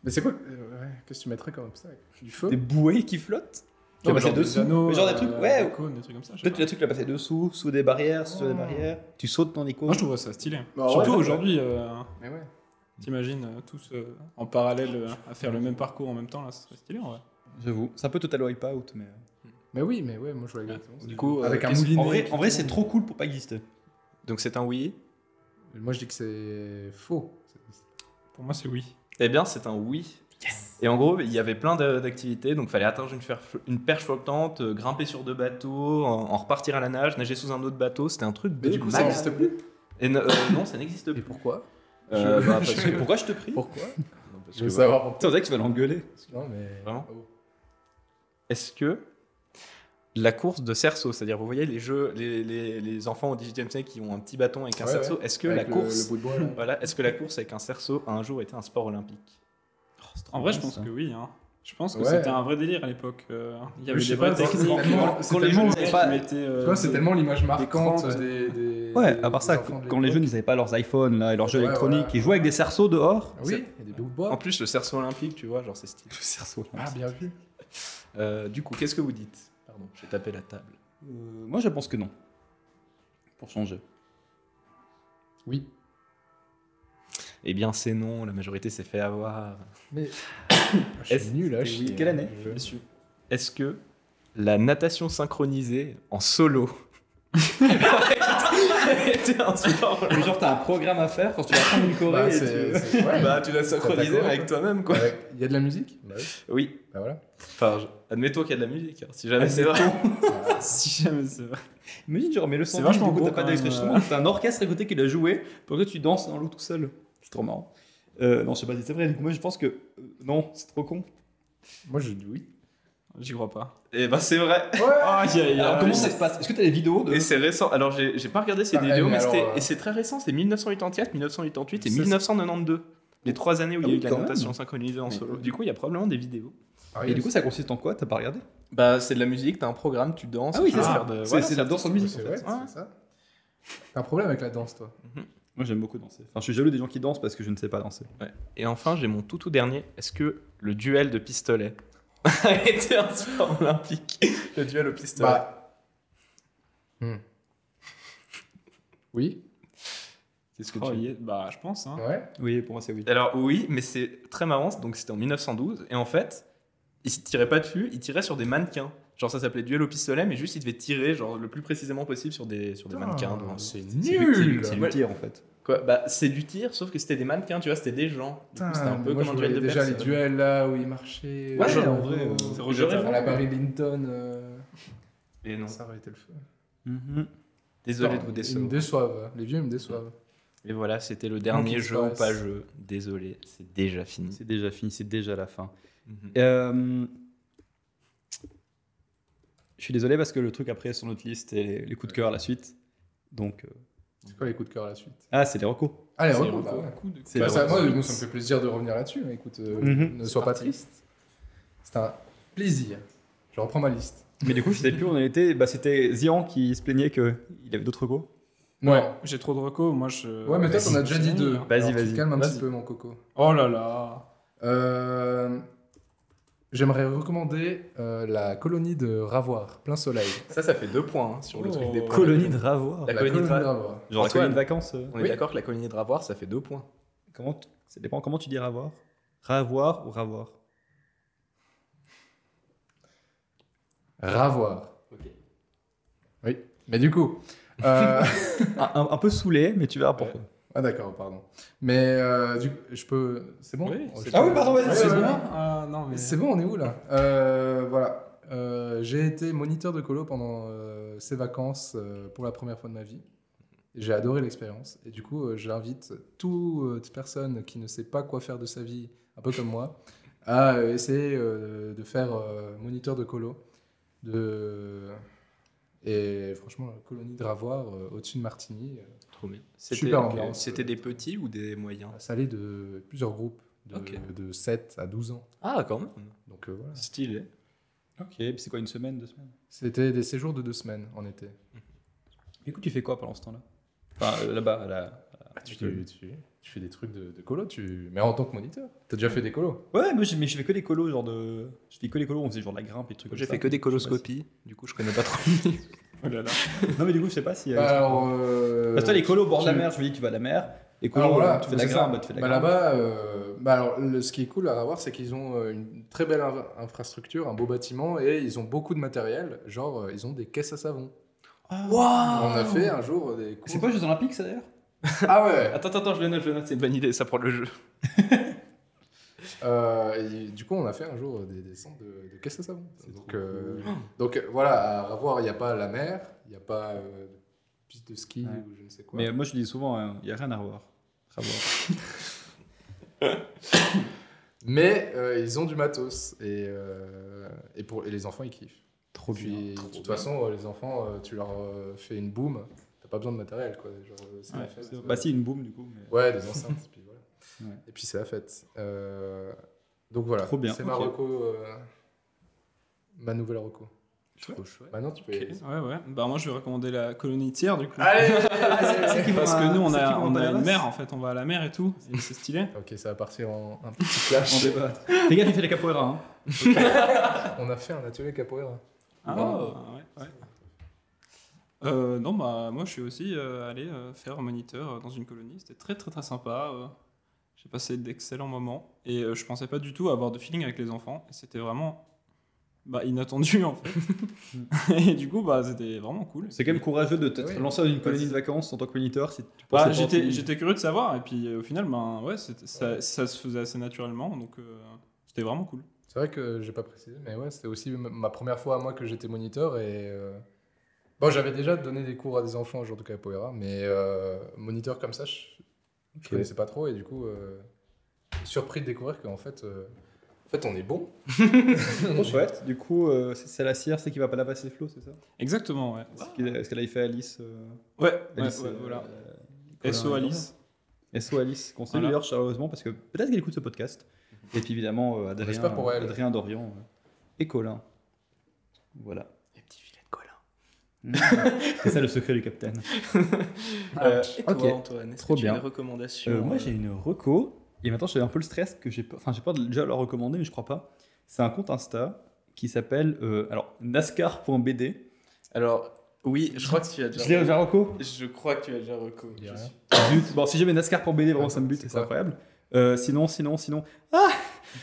Mais c'est quoi euh, ouais, Qu'est-ce que tu mettrais comme obstacle Du feu
Des bouées qui flottent. Tu
bah,
vas passer
genre des
dessous.
anneaux,
mais genre des
euh,
trucs, ouais.
des cônes, des trucs comme ça. je sais
Peut-être
pas.
le truc, tu l'as passé dessous, sous des barrières, sous des barrières. Ah. Tu sautes dans les
Moi,
côtes.
je trouverais ça stylé.
Bah, ouais,
Surtout
ouais.
aujourd'hui, euh,
Mais ouais.
t'imagines euh, tous euh, en parallèle euh, à faire le même parcours en même temps, là, ça serait stylé en vrai.
J'avoue. C'est un peu total wipeout, mais. euh.
Mais oui, mais ouais, moi je vois exactement. ça.
Du coup, euh,
avec un
qu'est-ce-
moulinet.
En vrai,
qui
en vrai
tourne.
c'est trop cool pour pas exister.
Donc c'est un oui.
Moi je dis que c'est faux.
Pour moi, c'est oui.
Eh bien, c'est un oui. Et en gros, il y avait plein de- d'activités, donc fallait atteindre une, fer- une perche flottante, euh, grimper sur deux bateaux, en, en repartir à la nage, nager sous un autre bateau, c'était un truc de
Mais du coup, ça
malade.
n'existe plus.
Et ne- euh, non, ça n'existe
Et
plus.
pourquoi
Euh,
Je-
bah, parce
je-
que- Pourquoi je te prie
Pourquoi
Non, parce
Je veux
que-
savoir. pourquoi.
Putain, on dirait que tu vas l'engueuler.
Non, mais.
Vraiment
Oh.
Est-ce que la course de cerceau, c'est-à-dire vous voyez les jeux, les, les- les enfants au 18e siècle qui ont un petit bâton avec un
Ouais,
cerceau, est-ce que
Avec le-
la course,
Le bout de bois, là.
voilà, est-ce que la course avec un cerceau a un jour été un sport olympique
En vrai,
bien,
je pense
ça.
que oui. hein. Je pense que
Ouais.
c'était un vrai délire à l'époque. euh, Il y avait
Je sais
des vraies
pas, c'est
techniques.
tellement- c'est
Quand les
tellement-
gens
c'est
pas-
mettaient. euh,
Tu vois, c'est
des-
tellement l'image marquante
crans,
des. des-
Ouais,
des-
à part
des
ça,
enfants de
quand les
l'époque.
jeunes ils avaient pas leurs iPhones là, et leurs jeux
Ouais,
électroniques,
voilà.
ils jouaient avec des cerceaux dehors.
Ah Oui, il y a des bouts de
En
bois.
plus, le cerceau olympique, tu vois, genre c'est stylé.
Le cerceau. là.
Ah, bien vu.
Euh, du coup, qu'est-ce que vous dites Pardon, j'ai tapé la table.
Euh, moi je pense que non. Pour changer.
Oui.
Eh bien, c'est non, la majorité s'est fait
Ah,
avoir.
Je
Est-ce-
suis nul là. je
oui,
suis-
quelle année
je-
Est-ce que la natation synchronisée en solo était un sport
Mais genre t'as un programme à faire, quand tu vas prendre une
Bah,
choré. et
c'est-
tu-
c'est- ouais.
Bah, tu l'as synchronisé
d'accord,
avec
ouais.
toi-même, quoi.
Ouais, Il y a de la musique Bah oui.
Oui.
Bah voilà.
Enfin, je- admettons qu'il y a de la musique, hein, si jamais c'est vrai.
Si jamais c'est vrai.
Imagine genre mais le son,
C'est vachement
du coup,
beau,
t'as pas
quand
d'instrument,
euh.
même.
t'as un orchestre à côté qui l'a joué, pour que tu danses dans l'eau tout seul. C'est trop marrant. Euh, non, je sais pas si c'est vrai, du coup, moi je pense que. euh, non, c'est trop con.
Moi je dis oui.
J'y crois pas.
Eh ben, c'est vrai.
Aïe, aïe,
Alors
aïe.
Euh, comment ça se passe Est-ce que t'as des vidéos de.
Et c'est récent. Alors, j'ai j'ai pas regardé ces
Ah,
vidéos,
mais
mais,
alors,
c'était-
euh,
et c'est très récent. C'est 1984, 1988 et
Ça, c'est-
1992. Les trois années où
Ah
il y a
oui,
eu de la
quand même.
natation synchronisée en solo. Du coup, il y a probablement des vidéos.
Ah,
Et du coup ça consiste en quoi T'as pas regardé
Bah, c'est de la musique, t'as un programme, tu danses.
Ah oui,
tu vas
c'est ça.
faire de-
C'est
voilà,
c'est la danse en
oui,
musique.
c'est
en fait.
vrai, c'est ça. T'as un problème avec la danse, toi
Moi j'aime beaucoup danser. Enfin, je suis jaloux des gens qui dansent parce que je ne sais pas danser.
Et enfin, j'ai mon tout tout dernier. Est-ce que le duel de pistolet a été un sport olympique Le duel au pistolet.
Bah. Hmm. Oui
Qu'est-ce que
Oh,
tu
yeah, Bah, je pense. hein.
Ouais.
Oui, pour moi c'est oui.
Alors oui, mais c'est très marrant. Donc c'était en 1912 et en fait, ils se tiraient pas dessus, ils tiraient sur des mannequins. Genre ça s'appelait duel au pistolet, mais juste ils devaient tirer genre le plus précisément possible sur des sur des
Putain,
mannequins. donc,
Ah, c'est
du
nul. bah
tir,
C'est
c'est
le
du tir.
tir en fait.
Quoi Bah c'est du tir, sauf que c'était des mannequins, tu vois, c'était des gens. Du coup,
Putain,
c'était un peu
moi,
comme un
je
duel
voyais
de
déjà les
personnes.
duels là où ils marchaient.
Ouais,
en
euh,
vrai, euh,
au-
c'est
regrettable.
À la Barry Lyndon. euh,
Et hein. non.
Ça aurait été le feu.
Mhm.
Désolé
Putain,
de vous
Ils me
décevoir.
déçoivent. hein. Les vieux, ils me déçoivent.
Et voilà, c'était le dernier
qu'ils
jeu ou
se
pas
passent.
jeu. Désolé, c'est déjà fini.
C'est déjà fini, c'est déjà la fin.
Mhm.
Euh, Je suis désolé parce que le truc après sur notre liste, c'est les, les coups de cœur à la suite. Donc, euh,
C'est quoi les coups de cœur à la suite
ah, c'est les recos.
Allez,
C'est
recours, bah
un
ouais.
coup de-
C'est
Bah,
les
ça,
recos.
moi, nous, ça me fait plaisir de revenir là-dessus. hein. Écoute, euh,
Mhm.
ne sois pas triste. C'est un plaisir. Je reprends ma liste.
Mais du coup, je sais plus où on en était. Bah, c'était Zian qui se plaignait qu'il avait d'autres recos.
Ouais.
J'ai trop de recos, moi je.
Ouais, mais toi, t'en as déjà dit deux.
Vas-y,
Alors, tu te
vas-y.
Calme un
Vas-y.
petit peu, mon coco.
Oh là là.
Euh, J'aimerais recommander euh, la colonie de Ravoir, plein soleil.
Ça, ça fait deux points hein, sur le
Oh.
truc des points.
Colonie de Ravoir.
La colonie de Ra-
Ravoir.
Genre, la
Antoine.
colonie de vacances. euh,
On est
Oui.
d'accord que la colonie de Ravoir, ça fait deux points.
comment tu- ça dépend comment tu dis Ravoir. Ravoir ou Ravoir
Ravoir. Oui. Mais du coup. euh,
un, un- un peu saoulé, mais tu verras pourquoi.
Ah, d'accord, pardon. Mais euh, du coup, je peux. C'est bon Oh,
Oui,
Je
c'est
peux-
Ah oui, pardon, vas-y,
Ouais,
c'est
ouais,
bon.
ouais.
Ah non, mais.
C'est bon, on est où là Euh, Voilà. Euh, j'ai été moniteur de colo pendant euh, ces vacances euh, pour la première fois de ma vie. J'ai adoré l'expérience. Et du coup, euh, j'invite toute personne qui ne sait pas quoi faire de sa vie, un peu comme moi, à euh, essayer euh, de faire euh, moniteur de colo. De... Et franchement, la colonie de Ravoir, euh, au-dessus de Martigny, euh,
Trop bien.
Super
C'était,
ambiance.
c'était des petits ou des moyens
ça allait de plusieurs groupes, de,
Ok.
de 7 à 12 ans.
Ah, quand même.
Donc euh, voilà.
Stylé.
Ok, puis c'est quoi, une semaine, deux semaines
C'était des séjours de deux semaines en été.
Écoute, tu fais quoi pendant ce temps-là Enfin, euh, là-bas, à la-
Bah, tu, tu- tu- tu fais des trucs de, de colo, tu... mais en tant que moniteur. T'as déjà fait des colos
Ouais, moi, j'ai- mais je fais que des colos, genre de. Je fais que des colos, on faisait genre de la grimpe et des trucs comme
J'ai
ça.
fait que
Je sais
des
pas
coloscopies, du coup je connais pas trop.
Oh là là.
si- Non, mais du coup, je sais pas si.
Bah, Alors, euh,
Parce que Bah, toi, les colos au bord de la
tu-
mer, je me dis, tu vas à la mer. Les colos,
Alors voilà,
tu fais de la
c'est ça.
grimpe, bah, tu fais de la
Bah,
grimpe.
là-bas, euh, bah, alors, le- ce qui est cool à voir, c'est qu'ils ont euh, une très belle in- infrastructure, un beau bâtiment, et ils ont beaucoup de matériel. Genre, euh, ils ont des caisses à savon. On a fait un jour des cours.
Ah. C'est pas les Jeux Olympiques, ça d'ailleurs
Ah ouais
Attends, attends, je le note, je le note, c'est une bonne idée, ça prend le jeu.
Euh, et du coup, on a fait un jour des, des centres de, de caisses à savon. Donc, euh, donc euh, voilà, à voir, il n'y a pas la mer, il n'y a pas euh, de piste de ski
Ouais.
ou je ne sais quoi.
Mais euh, moi, je dis souvent, il n'y a rien à revoir. À voir.
Mais euh, ils ont du matos et, euh, et, pour, et les enfants ils kiffent.
Oh,
Trop Puis, De toute façon, euh, les enfants, euh, tu leur euh, fais une boom, t'as pas besoin de matériel quoi. Genre, euh, c'est la
Ouais,
fête,
c'est-
euh,
bah, si, une boum, du coup. mais-
Ouais, des enceintes, puis voilà.
Ouais.
Et puis c'est la fête. Euh, donc voilà,
Trop bien,
c'est
ok.
ma reco, euh, ma nouvelle reco.
Trop chouette.
Maintenant tu peux y
Ok,
aller.
Ouais, ouais. Bah, moi, je vais recommander la colonie tiers, du coup.
c'est qui
Parce
vont à-
que nous, on
c'est qui
a,
vont
on
à
a une
Barbados
mer, en fait. On va à la mer et tout. Et c'est stylé.
Ok, ça va partir en un petit
On
clash.
débat. Les gars, tu fais les capoeira. Hein.
On a fait un atelier capoeira.
Ah,
Wow.
ouais, ouais. Euh, non, bah, moi, je suis aussi euh, allé euh, faire un moniteur euh, dans une colonie. C'était très, très, très sympa. euh. J'ai passé d'excellents moments. Et euh, je pensais pas du tout avoir de feeling avec les enfants. Et c'était vraiment bah, inattendu, en fait. et du coup, bah, c'était vraiment cool.
C'est quand même courageux de te
Ah oui.
lancer dans une colonie de vacances en tant que moniteur. Si tu pensais
Bah,
pas
j'étais,
au-
j'étais curieux de savoir, et puis euh, au final, ben, ouais, c'était- ça, ça se faisait assez naturellement, donc euh, c'était vraiment cool.
C'est vrai que j'ai pas précisé, mais ouais, c'était aussi m- ma première fois à moi que j'étais moniteur et euh, bon, j'avais déjà donné des cours à des enfants un jour de capoeira, mais euh, moniteur comme ça, je, je connaissais pas trop et du coup euh, surpris de découvrir qu'en fait, euh, en fait, on est bon.
Trop Oh, chouette. Du coup, euh, c'est- c'est la cire, c'est qui va pas la passer flot, c'est ça
Exactement, ouais.
C'est ce qu'il- Ce qu'elle avait fait Alice. euh,
Ouais, ouais,
Alice,
ouais,
euh,
voilà.
euh, Colin
SO
et
Alice.
Gordon. SO Alice, qu'on salue
Voilà.
d'ailleurs chaleureusement parce que peut-être qu'elle écoute ce podcast. Et puis évidemment, euh, Adrien,
l'espère pour elle.
Adrien Dorian euh, et Colin. Voilà.
Les petits filets de Colin.
C'est ça le secret du capitaine.
Euh, et
ok.
toi, Antoine, est-ce
Trop
que tu as
bien.
une recommandation
Euh, moi, j'ai une reco. Et maintenant, j'ai un peu le stress que j'ai. pe- Enfin, j'ai peur de déjà leur recommander, mais je crois pas. C'est un compte Insta qui s'appelle euh, alors nascar.bd.
Alors, oui, je crois que tu as déjà.
Je l'ai déjà reco.
Je crois que tu as déjà reco.
Il y a
Je
rien.
suis-
Zut. Bon, si jamais nascar.bd, vraiment, ça me bute,
C'est
c'est
quoi
incroyable. Euh, sinon, sinon, sinon. Ah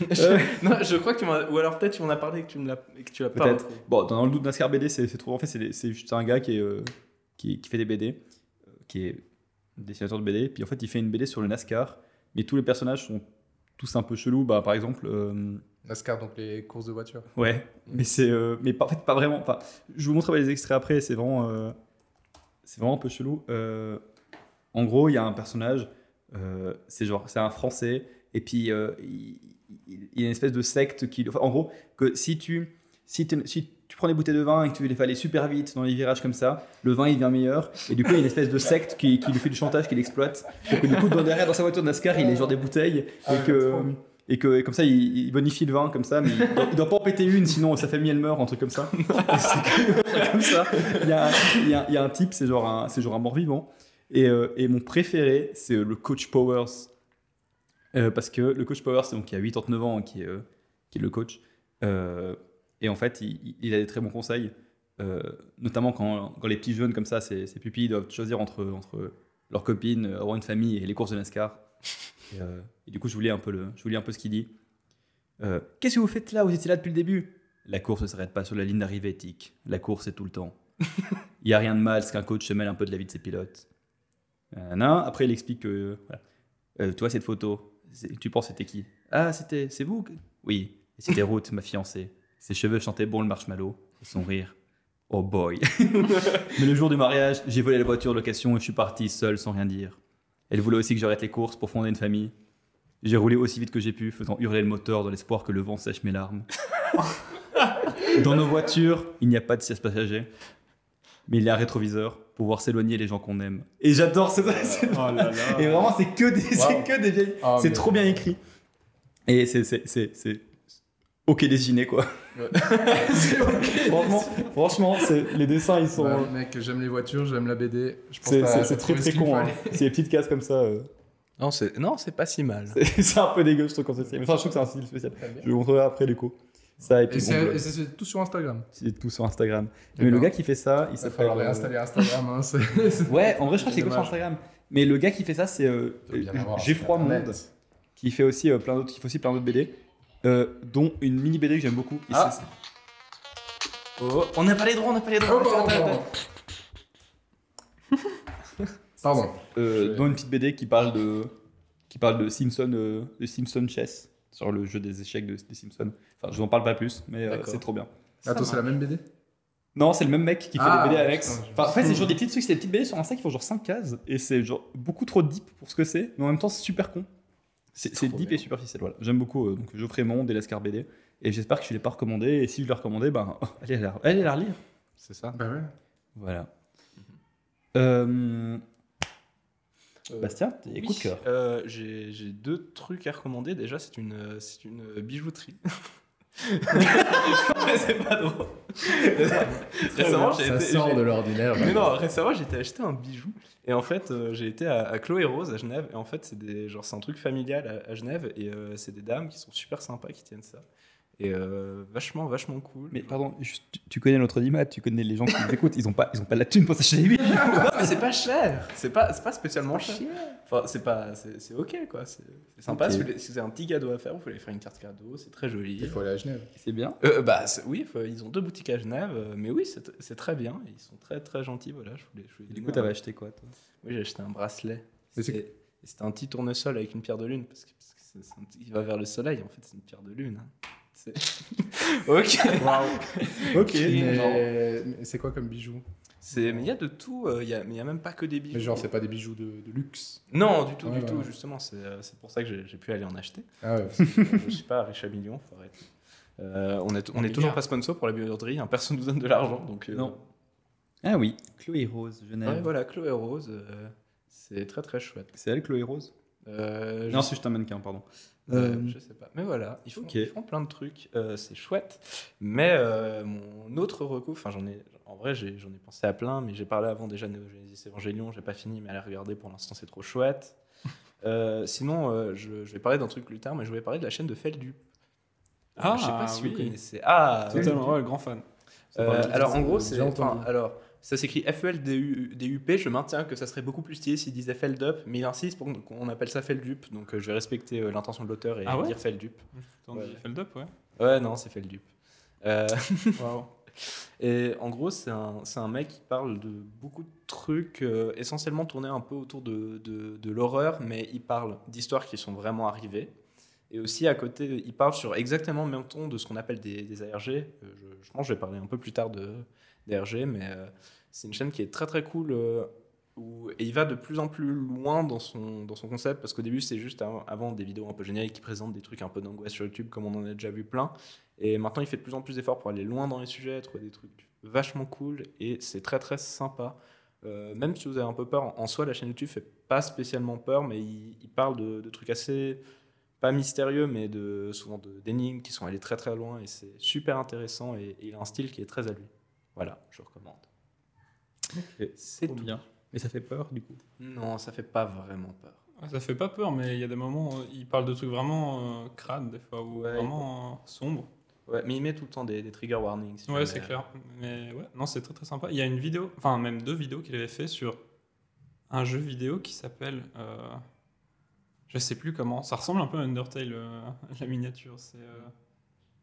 Euh,
Je- non, je crois que tu m'en as- Ou alors peut-être tu m'en as parlé et que tu me l'as et que tu l'as pas.
Peut-être.
retrouvé.
Bon, dans le doute, Nascar BD, c'est c'est trop. En fait, c'est des- c'est juste un gars qui, est, euh, qui, qui fait des BD, euh, qui est dessinateur de BD. Puis en fait, il fait une BD sur le Nascar, mais tous les personnages sont tous un peu chelous. Bah, par exemple, euh,
NASCAR, donc les courses de voiture.
ouais, mais c'est, euh, mais pas, en fait, pas vraiment. Enfin, je vous montrerai les extraits après. C'est vraiment, euh, c'est vraiment un peu chelou. Euh, en gros, il y a un personnage. euh, c'est genre, c'est un Français. Et puis, euh, il, il- il y a une espèce de secte qui. enfin, en gros, que si tu, si, tu- si tu prends des bouteilles de vin et que tu les fais aller super vite dans les virages comme ça, le vin il devient meilleur. Et du coup, il y a une espèce de secte qui, qui lui fait du chantage, qui l'exploite. Pour que du coup, dans- derrière, dans sa voiture de NASCAR, il est genre des bouteilles.
Ah
et,
ouais,
que,
trop.
et que et comme ça, il, il bonifie le vin comme ça. Mais il doit, il doit pas en péter une, sinon sa famille elle meurt, un truc comme ça. Et c'est comme ça. Il y a, il y a- il y a un type, c'est genre un, c'est genre un mort-vivant. Et, euh, et mon préféré, c'est euh, le coach Powers. Euh, parce que le coach Powers, donc, qui a 89 ans, qui est, euh, qui est le coach, euh, et en fait, il, il- il a des très bons conseils, euh, notamment quand, quand les petits jeunes comme ça, ses, ses pupilles, doivent choisir entre, entre leur copine, euh, avoir une famille et les courses de NASCAR. Et, euh, et du coup, je vous lis un peu, le, je vous lis un peu ce qu'il dit. Euh, Qu'est-ce que vous faites là Vous étiez là depuis le début La course ne s'arrête pas sur la ligne d'arrivée, Tic. La course, c'est tout le temps. Il n'y a rien de mal à ce qu'un coach se mêle un peu de la vie de ses pilotes. Nanana. Après, il explique que. voilà. Euh, tu vois cette photo C'est- Tu penses c'était qui Ah, c'était. C'est vous que- Oui, Et c'était Ruth, ma fiancée. Ses cheveux chantaient bon le marshmallow, et son rire. Oh boy Mais le jour du mariage, j'ai volé la voiture de location et je suis parti seul sans rien dire. Elle voulait aussi que j'arrête les courses pour fonder une famille. J'ai roulé aussi vite que j'ai pu, faisant hurler le moteur dans l'espoir que le vent sèche mes larmes. dans nos voitures, il n'y a pas de siège passager, mais il y a un rétroviseur pour voir s'éloigner les gens qu'on aime. Et j'adore ce... c'est-
Oh là là.
Et vraiment, c'est que des, c'est
Wow.
que des vieilles
Ah,
c'est
mais-
trop bien écrit. Et c'est. c'est- c'est- c'est- ok dessiné quoi. franchement, franchement c'est- les dessins ils sont.
Bah, mec, j'aime les voitures, j'aime la BD. Je pense
c'est-
que t'as-
c'est
t'as
c'est très
trouvé ce
très
qu'il
con. hein.
fallait.
C'est des petites cases comme ça. euh,
Non, c'est non, c'est pas si mal.
c'est- c'est un peu dégueu je trouve quand c'est stylé. Enfin, je trouve que c'est un style spécial. Je vous montrerai après du coup. Ça et
Et
puis hein. bon,
c'est
bah,
et c'est- c'est tout sur Instagram.
c'est tout sur Instagram. Mais le gars qui fait ça,
Il
il
va
s'appelle.
falloir
euh,
réinstaller Instagram. hein, c'est- c'est-
Ouais, en vrai, je crois que
C'est
c'est que sur
dommage.
Instagram. Mais le gars qui fait ça, c'est euh,
Ça doit bien avoir un site
Geoffroy
internet.
Monde, qui fait aussi euh, plein d'autres, qui fait aussi plein d'autres BD, euh, dont une mini BD que j'aime beaucoup. Et
Ah.
c'est-
Oh, on n'a pas les droits, on n'a pas les droits.
Oh, pardon,
Attends, attends,
pardon.
attends.
Pardon.
euh,
Je-
dont une petite BD qui parle de qui parle de Simpson, euh, de Simpson Chess sur le jeu des échecs de, des Simpsons. Enfin, je vous en parle pas plus, mais euh,
D'accord.
c'est trop bien.
Attends, c'est la même BD
Non, c'est le même mec qui fait
Ah,
les BD avec.
putain, je-
Enfin, en fait, c'est genre des petites trucs, c'est des petites BD sur Insta qui font genre 5 cases et c'est genre beaucoup trop deep pour ce que c'est, mais en même temps c'est super con. C'est c'est
trop
deep
bien.
et superficiel. Voilà. J'aime beaucoup euh, donc Geoffrey Monde et Lascar BD et j'espère que je l'ai pas recommandé et si je l'ai recommandé, ben allez la, allez la relire.
C'est ça.
Bah ouais.
Voilà. Euh,
Euh,
Bastien, t'as des
Oui,
coups de cœur.
euh, J'ai j'ai deux trucs à recommander. Déjà, c'est une, euh, c'est une euh, bijouterie. Non, mais c'est pas drôle. Récemment, j'ai
Ça
été.
sort
j'ai-
de l'ordinaire.
Mais non, récemment, j'ai été acheter un bijou. Et en fait, euh, j'ai été à, à Chloé Rose à Genève. Et en fait, c'est des genre c'est un truc familial à, à Genève. Et euh, c'est des dames qui sont super sympas qui tiennent ça. Et euh, vachement, vachement cool.
Mais pardon, juste, tu- tu connais notre Dimat, tu connais les gens qui nous écoutent, ils ont pas, ils ont pas la thune pour s'acheter lui.
Non, mais c'est pas cher. C'est pas, c'est pas spécialement cher. Enfin, c'est pas, c'est c'est ok quoi. C'est c'est sympa.
Ok.
Si, vous voulez- si vous avez un petit cadeau à faire, vous pouvez aller faire une carte cadeau. C'est très joli.
Il faut aller à Genève.
C'est bien.
Euh, bah c'est- oui, faut- ils ont deux boutiques à Genève, euh, mais oui, c'est c'est très bien. Ils sont très très gentils. Voilà, je voulais. Je voulais
Et du
donner
coup,
un-
t'avais acheté quoi toi
Oui, j'ai acheté un bracelet.
Mais c'est-
C'est- C'était un petit tournesol avec une pierre de lune parce que, parce que c'est- c'est un petit- il va vers le soleil. En fait, c'est une pierre de lune. hein. C'est- ok.
Ok.
Mais mais c'est quoi comme bijoux
C'est- Mais il y a de tout. euh, Il y a, mais il y a même pas que des bijoux.
Mais genre, c'est pas des bijoux de, de luxe.
Non, du tout,
Ouais, ouais.
du tout. Justement, c'est euh, c'est pour ça que j'ai j'ai pu aller en acheter.
Ah ouais.
je suis pas riche à millions, faut arrêter. Euh, on est, on est toujours pas sponsor pour la biologie, hein, personne nous donne de l'argent. Donc, euh,
Non. Ah oui, Chloé Rose,
ouais,
Genève.
voilà, Chloé Rose, euh, c'est très très chouette.
C'est elle, Chloé Rose
Euh,
Non,
je,
c'est juste un mannequin, pardon.
euh,
Euh,
je sais pas. Mais voilà, ils font,
ok.
ils font plein de trucs, euh, c'est chouette. Mais euh, mon autre recours, enfin, j'en ai, en vrai, j'ai- j'en ai pensé à plein, mais j'ai parlé avant déjà de Neo Genesis Evangelion, j'ai pas fini, mais à la regarder pour l'instant, c'est trop chouette. Euh, sinon, euh, je, je vais parler d'un truc plus tard, mais je voulais parler de la chaîne de Feldup. Euh,
Ah,
je sais pas si vous
oui.
connaissez. Ah, oui.
Totalement, ouais, grand fan.
Euh,
parle de-
alors en
j'ai
gros, c'est.
déjà entendu.
enfin, alors, ça s'écrit FELDUP. Je maintiens que ça serait beaucoup plus stylé s'ils disaient FELDUP, mais il insiste pour qu'on appelle ça FELDUP. Donc euh, je vais respecter euh, l'intention de l'auteur et
Ah ouais
dire FELDUP.
T'en dis
Ouais.
Feld Up, ouais.
Ouais, non, c'est FELDUP. Euh,
Waouh.
et en gros, c'est un, c'est un mec qui parle de beaucoup de trucs, euh, essentiellement tournés un peu autour de, de- de l'horreur, mais il parle d'histoires qui sont vraiment arrivées. Et aussi, à côté, il parle sur exactement le même ton de ce qu'on appelle des, des ARG. Euh, je, je pense que je vais parler un peu plus tard de, des ARG, mais euh, c'est une chaîne qui est très très cool. euh, où- et il va de plus en plus loin dans son, dans son concept, parce qu'au début, c'est juste avant, avant des vidéos un peu génériques qui présentent des trucs un peu d'angoisse sur YouTube, comme on en a déjà vu plein. Et maintenant, il fait de plus en plus d'efforts pour aller loin dans les sujets, trouver des trucs vachement cool et c'est très très sympa. Euh, même si vous avez un peu peur, en- en soi, la chaîne YouTube fait pas spécialement peur, mais il, il parle de, de trucs assez pas mystérieux, mais de souvent de- d'énigmes qui sont allés très très loin et c'est super intéressant et, et il a un style qui est très à lui. Voilà, je recommande. C'est
trop
tout.
bien. Mais ça fait peur, du coup.
Non, ça fait pas vraiment peur.
Ouais, Ah, Ça fait pas peur, mais il y a des moments où il parle de trucs vraiment euh, crades, des fois, ou
Ouais.
vraiment euh, sombres.
Ouais, mais il met tout le temps des, des trigger warnings. si
Ouais,
jamais,
c'est
euh,
clair. Mais ouais, non, c'est très très sympa. Il y a une vidéo, enfin même deux vidéos qu'il avait fait sur un jeu vidéo qui s'appelle, euh, je sais plus comment. Ça ressemble un peu à Undertale, euh, la miniature. C'est, euh,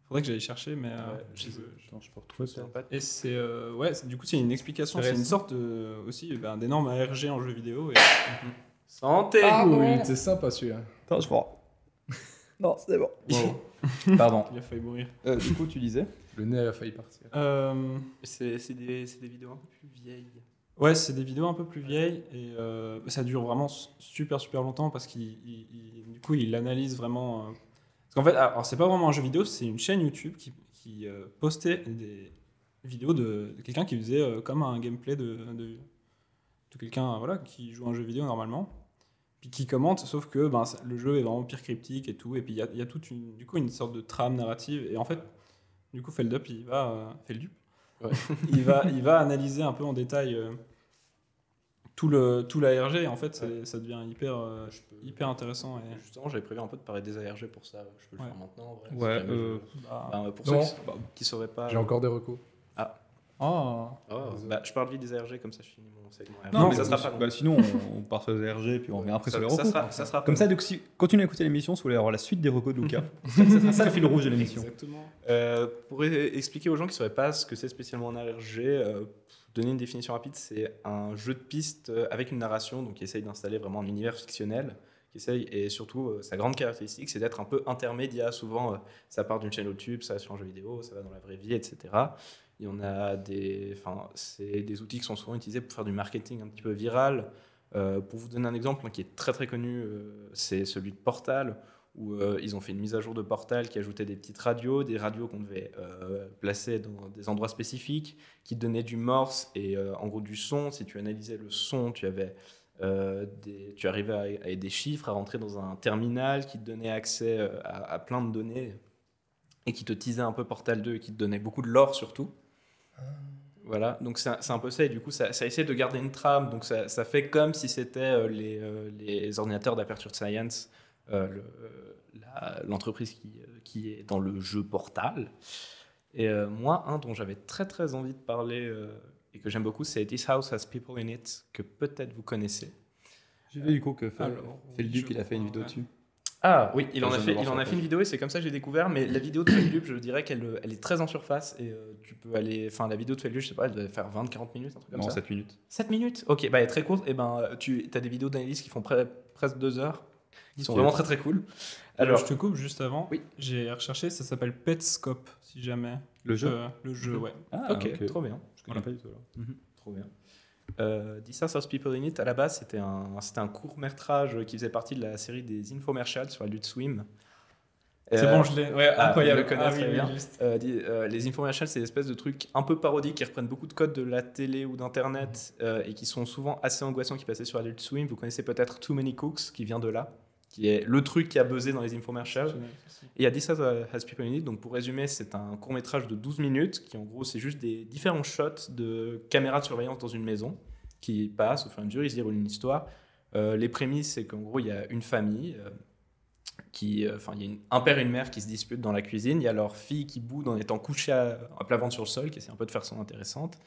faudrait que j'aille chercher, mais euh,
Ouais,
je-
je-
je-
Attends, je peux retrouver
c'est
ça.
sympa.
et c'est euh, ouais, c'est- du coup c'est une explication, c'est
Intéressant.
une sorte de- aussi eh ben, d'énorme ARG en jeu vidéo. Et...
Santé
Ah oui, c'est sympa celui-là.
Attends, je crois. non, c'est bon. Pardon.
il a failli mourir.
Euh, du coup, tu disais
Le nez a failli partir.
Euh,
C'est c'est des, c'est des vidéos un peu plus vieilles.
Ouais, c'est des vidéos un peu plus vieilles et euh, ça dure vraiment su- super super longtemps parce qu'il il- il- du coup il analyse vraiment. euh, Parce qu'en fait, alors c'est pas vraiment un jeu vidéo, c'est une chaîne YouTube qui, qui, euh, postait des vidéos de, de quelqu'un qui faisait euh, comme un gameplay de, de, de quelqu'un euh, voilà qui joue à un jeu vidéo normalement. puis qui commente, sauf que ben, ça- le jeu est vraiment pire cryptique et tout, et puis il y a, il y a toute une, du coup, une sorte de trame narrative, et en fait, du coup, Feldup, il va, euh, Feldup, il, va, il va analyser un peu en détail euh, tout, le, tout l'ARG, et en fait, c'est- ça devient hyper, euh,
Je peux-
hyper intéressant. Et,
Justement, j'avais prévu un peu de parler des ARG pour ça. Je peux le
Ouais.
faire maintenant. en vrai, si
Ouais,
jamais
euh,
bah,
je- Ben, pour
Non.
ceux qui- qui ne sauraient pas.
J'ai encore des recos.
oh.
Oh, bah, je parle vite des ARG comme ça, je finis mon segment. ARG.
Non, mais,
ça
ça
sera pas long.
sinon, on, on part sur les RG, puis on revient après
ça,
sur les
ça
recos.
sera, ça sera
Comme
pas
ça,
long.
donc, si, continuez à écouter l'émission, si vous voulez avoir la suite des recos de Lucas. ça, ça, ça, ça, le fil rouge de l'émission.
Exactement.
Euh, pour e- expliquer aux gens qui ne sauraient pas ce que c'est spécialement un ARG, euh, donner une définition rapide, c'est un jeu de piste euh, avec une narration, donc qui essaye d'installer vraiment un univers fictionnel, qui essaye, et surtout euh, sa grande caractéristique, c'est d'être un peu intermédiaire. Souvent, euh, ça part d'une chaîne YouTube, ça va sur un jeu vidéo, ça va dans la vraie vie, etc. Il y en a des, enfin, c'est des outils qui sont souvent utilisés pour faire du marketing un petit peu viral. Euh, pour vous donner un exemple hein, qui est très très connu, euh, c'est celui de Portal où euh, ils ont fait une mise à jour de Portal qui ajoutait des petites radios, des radios qu'on devait euh, placer dans des endroits spécifiques, qui donnaient du morse et euh, en gros du son. Si tu analysais le son, tu avais euh, des- tu arrivais à, à des chiffres, à rentrer dans un terminal qui te donnait accès euh, à, à plein de données et qui te teasait un peu Portal 2 et qui te donnait beaucoup de lore surtout. Voilà, donc c'est un- c'est un peu ça, et du coup ça, ça essaie de garder une trame, donc ça, ça fait comme si c'était euh, les, euh, les ordinateurs d'Aperture Science euh, le- euh, la- l'entreprise qui, euh, qui est dans le jeu Portal. Et euh, moi, un dont j'avais très très envie de parler euh, et que j'aime beaucoup, c'est This House Has People in It, que peut-être vous connaissez.
J'ai vu du coup que
Fel- Alors, Feldup, je il a fait une vidéo crois, dessus.
Ah oui, il en
Je
a
viens de
fait,
voir
il
ça,
en a
en
fait
fait.
une vidéo et c'est comme ça que j'ai découvert. Mais la vidéo de Feldup, je dirais qu'elle euh, elle est très en surface et euh, tu peux aller. Enfin, la vidéo de Feldup, je sais pas, elle devait faire 20-40 minutes, un truc comme
Non,
ça.
7 minutes.
7 minutes Ok, bah, elle est très courte. Et ben, tu as des vidéos d'analyse qui font pre- presque 2 heures. Ils sont
Nickel.
vraiment très très cool.
Alors,
Alors,
Euh, je te coupe juste avant.
Oui.
J'ai recherché, ça s'appelle Petscope, si jamais.
Le jeu
Euh, le jeu,
Mhm.
ouais.
Ah,
ok, trop bien.
Je connais pas du tout. alors.
Mhm.
Trop bien. Euh, This House of People in It, à la base, c'était un, c'était un court métrage qui faisait partie de la série des infomercials sur Adult Swim.
C'est
Euh,
bon, je l'ai.
ouais,
Ah,
incroyable.
il le connaît
Ah,
très
oui, oui,
bien.
euh, dis- euh, les infomercials, c'est des espèces de trucs un peu parodiques qui reprennent beaucoup de codes de la télé ou d'internet
Mhm.
euh, et qui sont souvent assez angoissants qui passaient sur Adult Swim. Vous connaissez peut-être Too Many Cooks qui vient de là, qui est le truc qui a buzzé dans les infomercials. Et il y a This House Has People in It, donc pour résumer, c'est un court métrage de 12 minutes qui, en gros, c'est juste des différents shots de caméras de surveillance dans une maison qui passent au fur et à mesure, ils se déroulent une histoire. Euh, les prémices, c'est qu'en gros, il y a une famille euh, qui, euh, enfin, il y a une- un père et une mère qui se disputent dans la cuisine, il y a leur fille qui boude en étant couchée à, à plat ventre sur le sol, qui essaie un peu de faire son intéressante.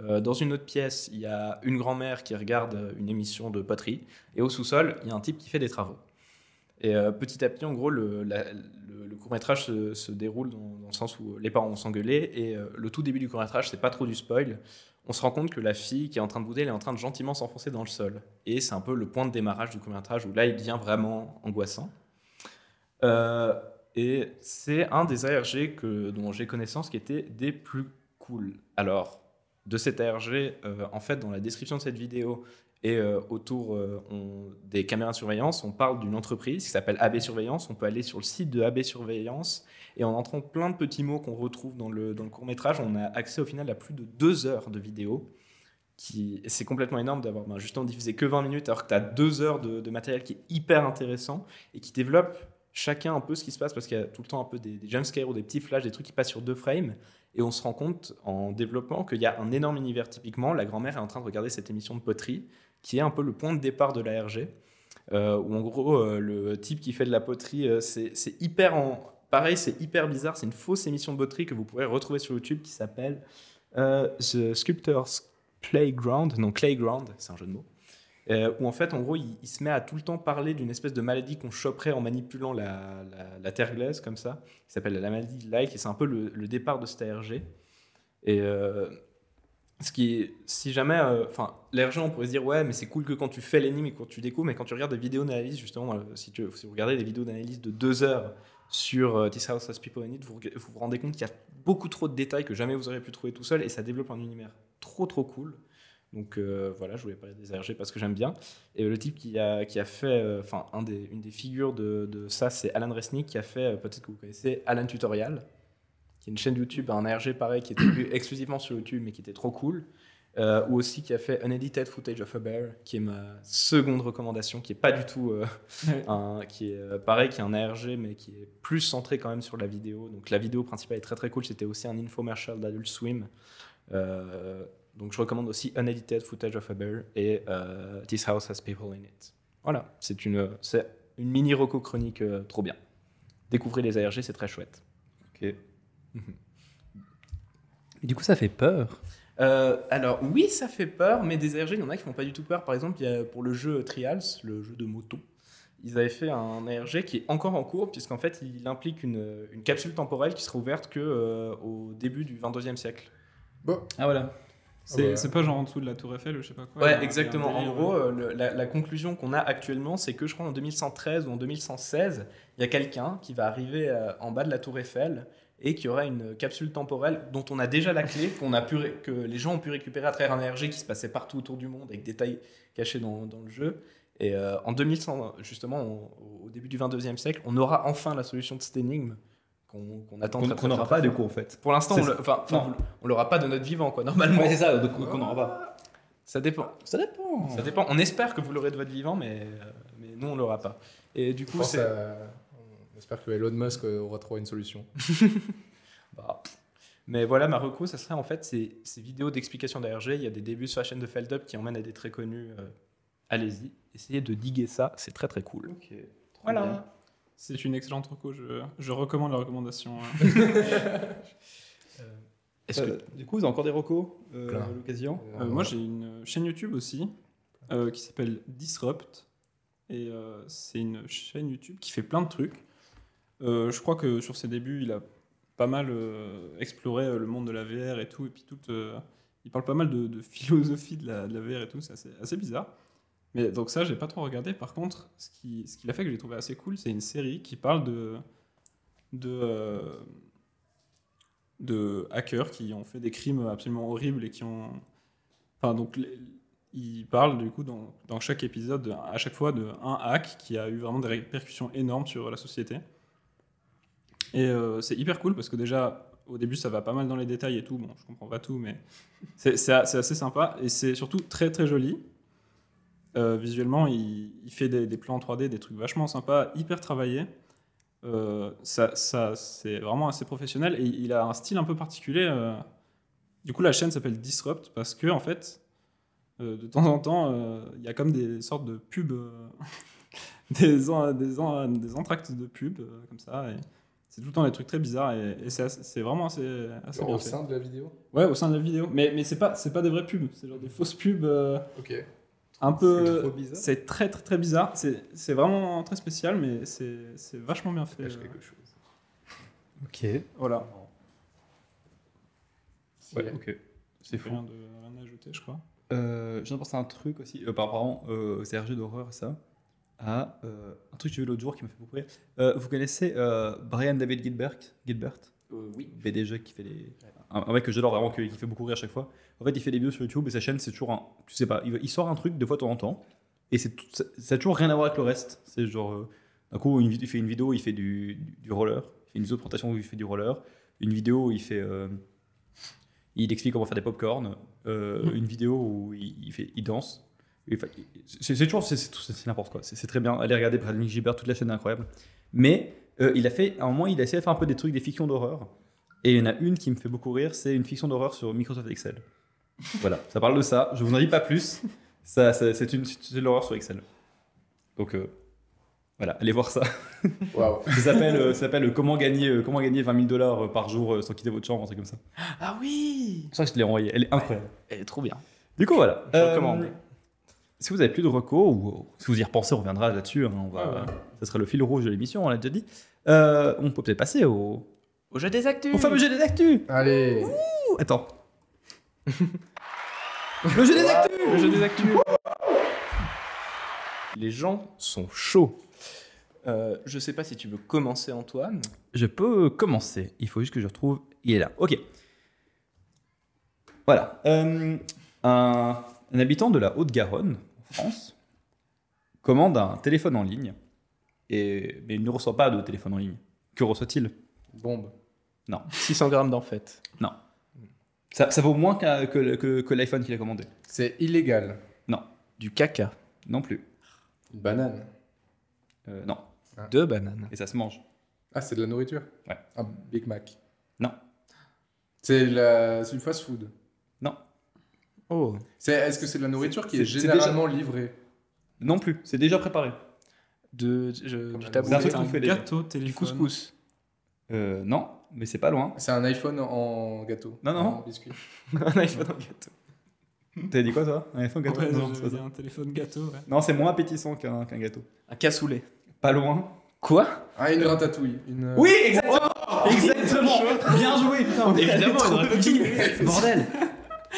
Euh, dans une autre pièce, il y a une grand-mère qui regarde euh, une émission de poterie, et au sous-sol, il y a un type qui fait des travaux. Et euh, petit à petit, en gros, le, la- le- le court-métrage se, se déroule dans, dans le sens où euh, les parents vont s'engueuler. Et euh, le tout début du court-métrage, c'est pas trop du spoil. On se rend compte que la fille qui est en train de bouder, elle est en train de gentiment s'enfoncer dans le sol. Et c'est un peu le point de démarrage du court-métrage où là, il devient vraiment angoissant. Euh, et c'est un des ARG que, dont j'ai connaissance qui était des plus cool. Alors, de cet ARG, euh, en fait, dans la description de cette vidéo, et euh, autour euh, on- des caméras de surveillance, on parle d'une entreprise qui s'appelle AB Surveillance. On peut aller sur le site de AB Surveillance et en entrant plein de petits mots qu'on retrouve dans le, dans le court métrage, on a accès au final à plus de deux heures de vidéo. Qui, c'est complètement énorme d'avoir ben, justement diffusé que 20 minutes alors que tu as deux heures de, de matériel qui est hyper intéressant et qui développe chacun un peu ce qui se passe parce qu'il y a tout le temps un peu des, des jumpscares ou des petits flashs, des trucs qui passent sur deux frames. Et on se rend compte en développement qu'il y a un énorme univers typiquement. La grand-mère est en train de regarder cette émission de poterie qui est un peu le point de départ de l'ARG, euh, où en gros, euh, le type qui fait de la poterie, euh, c'est c'est hyper en... Pareil, c'est hyper bizarre, c'est une fausse émission de poterie que vous pourrez retrouver sur YouTube qui s'appelle euh, The Sculptor's Playground, non Clayground, c'est un jeu de mots, euh, où en fait, en gros, il, il se met à tout le temps parler d'une espèce de maladie qu'on choperait en manipulant la, la- la terre glaise, comme ça, qui s'appelle la maladie de Like, et c'est un peu le, le départ de cet ARG. Et euh, ce qui, est- si jamais, euh, enfin, l'RG, on pourrait se dire, ouais, mais c'est cool que quand tu fais l'énigme et quand tu découvres, mais quand tu regardes des vidéos d'analyse, justement, euh, si, tu, si vous regardez des vidéos d'analyse de deux heures sur euh, This House Has People in It, vous, reg- vous vous rendez compte qu'il y a beaucoup trop de détails que jamais vous auriez pu trouver tout seul et ça développe un univers trop, trop cool. Donc euh, voilà, je voulais parler des RG parce que j'aime bien. Et le type qui a, qui a fait, euh, enfin, un des, une des figures de, de ça, c'est Alan Resnick qui a fait, euh, peut-être que vous connaissez, Alan Tutorial, qui est une chaîne YouTube, un ARG pareil, qui était exclusivement sur YouTube, mais qui était trop cool. euh, ou aussi qui a fait Unedited Footage of a Bear, qui est ma seconde recommandation, qui est pas du tout euh,
Ouais.
un, qui est euh, pareil, qui est un ARG, mais qui est plus centré quand même sur la vidéo. Donc la vidéo principale est très très cool. C'était aussi un infomercial d'Adult Swim. Euh, donc je recommande aussi Unedited Footage of a Bear et euh, This House Has People in It. Voilà, c'est une, euh, c'est une mini roco chronique euh, trop bien. Découvrez les ARG, c'est très chouette.
Ok.
Du coup, ça fait peur. Euh, alors oui, ça fait peur, mais des ARG, il y en a qui font pas du tout peur. Par exemple, il y a pour le jeu Trials, le jeu de moto, ils avaient fait un ARG qui est encore en cours, puisqu'en fait, il implique une, une capsule temporelle qui sera ouverte que euh, au début du 22e siècle.
Ah voilà.
C'est
ouais.
c'est pas genre en dessous de la Tour Eiffel ou je sais pas quoi.
Ouais,
il y a un- il
exactement.
y a un
En
délire,
gros,
ouais.
euh, le- la, la conclusion qu'on a actuellement, c'est que je crois en 2113 ou en 2116, il y a quelqu'un qui va arriver euh, en bas de la tour Eiffel et qui aura une capsule temporelle dont on a déjà la clé, qu'on a pu ré- que les gens ont pu récupérer à travers un ARG qui se passait partout autour du monde avec des détails cachés dans, dans le jeu. Et euh, en 2100, justement, on- au début du 22e siècle, on aura enfin la solution de cette énigme qu'on qu'on attend
Qu'on
très, très,
qu'on n'aura
très
pas du
fort.
coup en fait.
Pour l'instant, on
C'est-
le- enfin, enfin,
Non.
on l'aura pas de notre vivant, quoi, normalement.
Ouais, c'est ça, donc qu'on n'aura pas.
Ça dépend.
Ça dépend.
Ça dépend. On espère que vous l'aurez de votre vivant, mais, euh, mais nous, on l'aura pas. Et du
Je
coup,
pense
c'est.
à- On espère que Elon Musk euh, aura trouvé une solution.
Bah, pff. mais voilà, ma reco, ça serait en fait ces, ces vidéos d'explication d'ARG. Il y a des débuts sur la chaîne de Feldup qui emmènent à des très connus. euh, Allez-y, essayez de diguer ça, c'est très très cool.
Euh,
Voilà.
C'est une excellente reco, je, je recommande la recommandation. hein.
Est-ce que.
Du coup, vous avez encore des recos euh,
Plein.
à l'occasion
Euh, Moi, j'ai une chaîne YouTube aussi euh, qui s'appelle Disrupt. Et euh, c'est une chaîne YouTube qui fait plein de trucs. Euh, je crois que sur ses débuts, il a pas mal euh, exploré euh, le monde de la VR et tout. Et puis, tout, euh, il parle pas mal de, de philosophie de la, de la VR et tout. C'est assez, assez bizarre. Mais donc, ça, j'ai pas trop regardé. Par contre, ce qui, ce qu'il a fait que j'ai trouvé assez cool, c'est une série qui parle de. de euh, de hackers qui ont fait des crimes absolument horribles et qui ont. Enfin, donc, les- ils parlent du coup dans, dans chaque épisode, de- à chaque fois, d'un hack qui a eu vraiment des répercussions énormes sur la société. Et euh, c'est hyper cool parce que déjà, au début, ça va pas mal dans les détails et tout. Bon, je comprends pas tout, mais c'est c'est a- c'est assez sympa et c'est surtout très très joli. Euh, visuellement, il, il fait des, des plans 3D, des trucs vachement sympas, hyper travaillés. Euh, ça, ça, c'est vraiment assez professionnel et il a un style un peu particulier. euh. Du coup, la chaîne s'appelle Disrupt parce que, en fait, euh, de temps en temps, euh, il y a comme des sortes de pubs, euh, des, en- des, en- des entractes de pubs, euh, comme ça. et C'est tout le temps des trucs très bizarres et, et c'est assez- c'est vraiment assez, assez
Genre
bien
au
fait.
sein de la vidéo
Ouais, au sein de la vidéo. Mais, mais c'est pas, c'est pas des vraies pubs, c'est genre des fausses pubs euh,
Ok.
un
C'est trop
peu.
bizarre.
C'est très très très bizarre. C'est c'est vraiment très spécial, mais c'est c'est vachement bien fait. euh,
chose.
Ok.
Voilà.
Ouais, ok. C'est fou.
Rien, de, rien à ajouter, je crois.
Euh, J'en pense à un truc aussi, euh, par rapport euh, aux RG d'horreur et ça, à euh, un truc que j'ai vu l'autre jour qui m'a fait beaucoup rire. Euh, vous connaissez euh, Brian David Gilbert, Gilbert
Euh, oui.
BDG qui fait les. Un, un mec que j'adore vraiment, qui, qui fait beaucoup rire à chaque fois. En fait, il fait des vidéos sur YouTube et sa chaîne, c'est toujours un. Tu sais pas, il, va- il sort un truc de fois de temps en temps et c'est tout- ça, ça a toujours rien à voir avec le reste. C'est genre. euh, d'un coup, une vid- il fait une vidéo, il fait du, du- du roller. Il fait une autre présentation où il fait du roller. Une vidéo où il fait. euh, il explique comment faire des popcorn. Euh, Une vidéo où il, il fait, il danse. Et enfin, il- c'est c'est toujours. c'est- C'est c'est- c'est n'importe quoi. C'est c'est très bien. Allez regarder Bradley Gilbert, toute la chaîne est incroyable. Mais euh, il a fait. À un moment, il a essayé de faire un peu des trucs, des fictions d'horreur. Et il y en a une qui me fait beaucoup rire, c'est une fiction d'horreur sur Microsoft Excel. voilà, ça parle de ça, je vous en dis pas plus. Ça, ça- c'est une c'est de l'horreur sur Excel. Donc euh, voilà, allez voir ça.
Waouh.
Ça s'appelle euh, ça s'appelle comment gagner euh, comment gagner 20 000 dollars par jour euh, sans quitter votre chambre, un truc comme ça.
Ah oui
Ça je te l'ai envoyé, elle est incroyable.
Elle est trop bien.
Du coup voilà. Euh,
Je recommande.
Si vous avez plus de recos ou si vous y repensez, on reviendra là-dessus. hein, on va, Ça sera le fil rouge de l'émission, on l'a déjà dit. Euh, on peut peut-être passer au,
Au jeu des actus
au fameux jeu des actus.
Allez.
Ouh, Attends. le jeu des actus.
Le jeu des actus Les gens sont chauds. Euh, je sais pas si tu veux commencer, Antoine.
Je peux commencer. Il faut juste que je retrouve. Il est là. Ok. Voilà. Euh, un, un habitant de la Haute-Garonne, en France, commande un téléphone en ligne, et, mais il ne reçoit pas de téléphone en ligne. Que reçoit-il
Bombe.
600 grammes d'en fait.
Ça, ça vaut moins qu'un- que, le- que- que l'iPhone qu'il a commandé.
C'est illégal.
Du caca.
Non plus.
Une banane.
Euh, non.
Deux bananes.
Et ça se mange.
Ah, c'est de la nourriture
Ouais.
Un Big Mac.
Non.
C'est la... c'est du fast food.
Oh.
C'est... Est-ce que c'est de la nourriture qui est,
c'est- c'est
généralement livrée
Non plus. C'est déjà préparé.
De, je-
Comme
du
un
tabouret.
truc qu'on
un
fait, les
gâteau téléphone.
Du couscous.
Euh, non, mais c'est pas loin.
C'est un iPhone en gâteau.
Non, non.
En biscuit.
un iPhone en gâteau.
T'as dit quoi toi Un iPhone gâteau euh,
Ouais,
Non,
j'avais
c'est pas
dit
ça.
un téléphone gâteau. ouais.
Non, c'est moins appétissant qu'un qu'un gâteau.
Un cassoulet.
Pas loin.
Quoi
Ah, une ratatouille. Une... euh,
Oui, exactement. Oh, exactement. Bien joué. Putain, on est
Évidemment,
trop
on aurait pu
petits.
dire.
Bordel.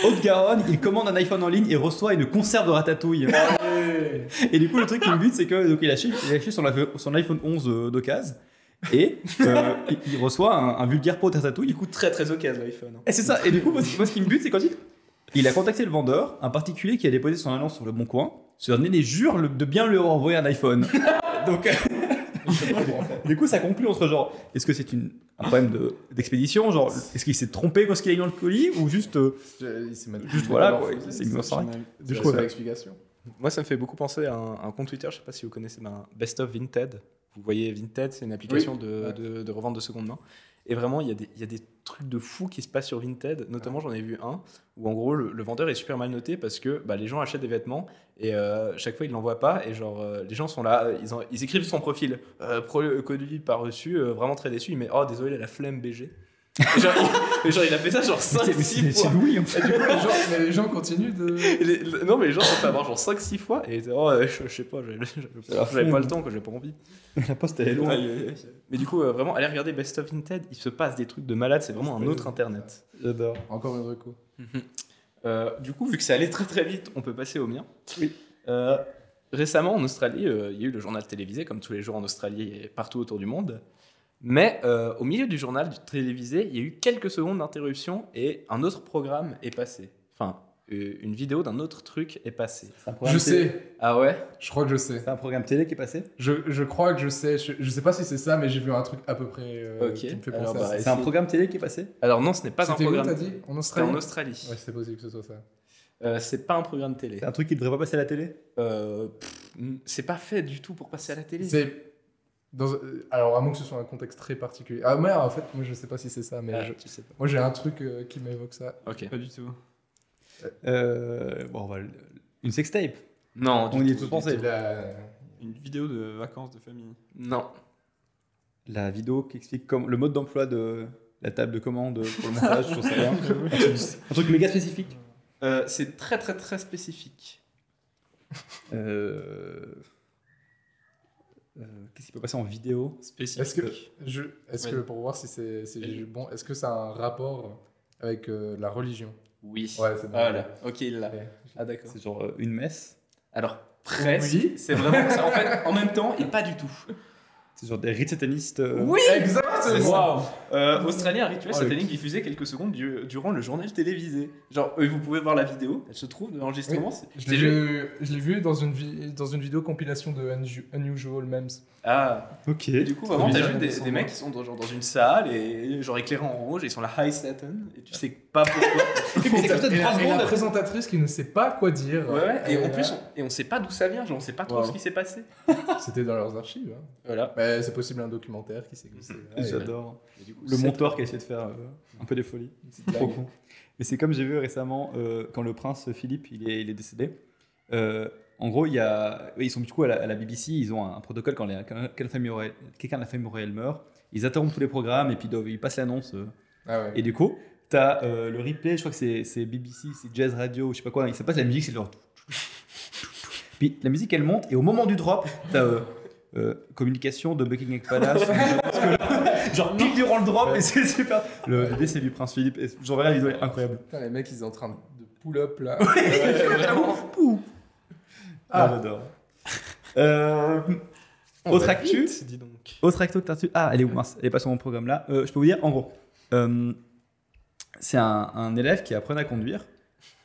Haute-Garonne, il commande un iPhone en ligne et reçoit une conserve de ratatouille.
Ouais.
Et du coup, le truc qui me bute, c'est que donc il achète, il achète son, iPhone- son iPhone 11 euh, d'occasion et euh, il, il reçoit un, un vulgaire pot de ratatouille.
coûte très très occasion l'iPhone.
Et Eh, c'est ça. Et du coup, moi, ce qui- moi, ce qui me bute, c'est quand il, il a contacté le vendeur, un particulier qui a déposé son annonce sur le bon coin. Ce dernier les jure le- de bien lui renvoyer un iPhone. Donc, euh, du coup, ça conclut entre genre, est-ce que c'est une un problème de- d'expédition, genre, est-ce qu'il s'est trompé quand ce qu'il a eu dans le colis ou juste, euh,
Je- Il s'est mal-
juste voilà
Alors,
quoi,
faut-
c'est une
Final.
C'est
Du
la
coup,
seule
ouais.
explication.
Moi, ça me fait beaucoup penser à un, un compte Twitter, je sais pas si vous connaissez, ben, Best of Vinted. Vous voyez, Vinted, c'est une application de,
Ouais.
de- de revente de seconde main. Et vraiment, il y, a des- il y a des trucs de fous qui se passent sur Vinted. Notamment, j'en ai vu un où, en gros, le, le vendeur est super mal noté parce que bah, les gens achètent des vêtements et euh, chaque fois, ils ne l'envoient pas. Et genre, euh, les gens sont là, euh, ils, en- ils écrivent son profil. Euh, pro- euh, colis pas reçu, euh, vraiment très déçu. Il met Oh, désolé, il a la flemme BG. Et genre, il, et genre, il a fait ça genre
Mais
5
c'est- mais
6
c'est
fois.
c'est Louis. en
Et
fait.
du coup, les gens, mais les gens continuent de.
Et les- le- non, mais les gens sont fait avoir genre 5-6 fois et ils étaient, oh, euh, je, je sais pas, j'avais j'avais- j'avais pas le temps, quoi, j'avais pas envie. Ah,
La poste elle est
Ouais,
loin.
ouais, ouais. Mais du coup, euh, vraiment, allez regarder Best of Vinted, il se passe des trucs de malade, c'est vraiment un autre internet.
J'adore.
Encore une reco.
Euh, du coup, vu que ça allait très très vite, on peut passer au mien. Euh, récemment, en Australie, euh, il y a eu le journal télévisé, comme tous les jours en Australie et partout autour du monde. Mais euh, au milieu du journal du télévisé, il y a eu quelques secondes d'interruption et un autre programme est passé. Enfin, euh, une vidéo d'un autre truc est passée.
C'est un programme
Je
télé-
sais.
Ah ouais
Je crois que je sais.
C'est un programme télé qui est passé.
Je, je crois que je sais. Je, je sais pas si c'est ça, mais j'ai vu un truc à peu près. euh,
Ok.
Qui me fait
Alors,
penser
bah,
à ça.
C'est un programme télé qui est passé.
Alors non, ce n'est pas un
C'était où, t'as
programme.
dit En
C'était
Australie
en Australie.
Ouais, c'est possible que ce soit ça.
Euh, c'est pas un programme télé.
C'est un truc qui ne devrait pas passer à la télé.
Euh, pff, mm, c'est pas fait du tout pour passer à la télé.
C'est. Dans... euh, Alors, à moins que ce soit un contexte très particulier. Ah, ouais, en fait, moi je sais pas si c'est ça, mais
Ah,
je-
tu sais pas.
moi j'ai un truc euh, qui m'évoque ça.
Ok.
Pas du tout.
Euh, bon, on va le- une sextape.
Non, du
On y est
tout,
tous
du
pensés.
tout.
La...
Une vidéo de vacances de famille.
Non.
La vidéo qui explique comme, le mode d'emploi de la table de commande pour le montage, je sais rien. Un truc, un truc méga spécifique.
Euh, c'est très très très spécifique.
Euh, euh, Qu'est-ce qui peut passer en vidéo
Spécifique.
Est-ce que, je... est
Ouais.
que pour voir si c'est si j'ai eu bon, est-ce que ça a un rapport avec euh, la religion
Oui.
Ouais, c'est bon.
Voilà. Ok, il l'a.
Ouais.
Ah d'accord.
C'est genre euh, une messe.
Alors presque.
Oui.
C'est vraiment ça. En fait, en même temps et pas du tout.
C'est genre des rites satanistes. euh,
C'est
Exactement
ça. Euh, Australien, un rituel
Oh, le
satanique diffusé quelques secondes du- durant le journal télévisé. Genre, euh, vous pouvez voir la vidéo. Elle se trouve dans l'enregistrement. c'est-
Je
c'est
l'ai
juste-
vu, je l'ai vu dans, une vi- dans une vidéo compilation de Unju- Unusual Memes.
Ah.
Ok.
Et du coup, vraiment,
Trop
t'as
bizarre,
juste des,
ça
des
me
mecs qui sont dans, genre, dans une salle et genre éclairés en rouge et ils sont là high Satan et tu sais pas pourquoi. et puis,
Et,
t'as peut-être
la-
trois
et la
secondes.
présentatrice qui ne sait pas quoi dire.
Ouais, ouais, et
Euh,
en plus, on, et on sait pas d'où ça vient, genre on sait pas trop
Wow.
ce qui s'est passé.
c'était dans leurs archives. hein.
Voilà.
Mais c'est possible un documentaire qui s'est glissé. Ah là, et-
J'adore.
Et du coup,
Le
c'est-
monteur qui a essayé de faire euh, un peu des folies. Trop con. Mais c'est comme j'ai vu récemment, euh, quand le prince Philippe il est, il est décédé, euh, en gros, il y a, oui, ils sont du coup à la, à la BBC, ils ont un, protocole quand les- quand quelqu'un de la famille royale- quelqu'un de la famille royale meurt, ils interrompent tous les programmes et puis ils doivent- ils passent l'annonce. euh.
Ah ouais.
Et du coup, t'as euh, le replay, je crois que c'est c'est BBC, c'est Jazz Radio, je sais pas quoi, ça passe la musique, c'est genre. Puis la musique elle monte et au moment du drop, t'as. euh, euh, communication de Buckingham Palace. Parce que- genre pile durant le drop et c'est super. Le décès du prince Philippe, et j'enverrai la vidéo, elle est incroyable.
Putain, les mecs, ils sont en train de pull-up là.
Ah,
Ah.
j'adore. Euh,
on
autre
va
actu
vite, dis donc.
Autre actu, autre actu- Ah, elle est où mince Elle est pas sur mon programme là. Euh, je peux vous dire, en gros, euh, c'est un, un élève qui apprenait à conduire,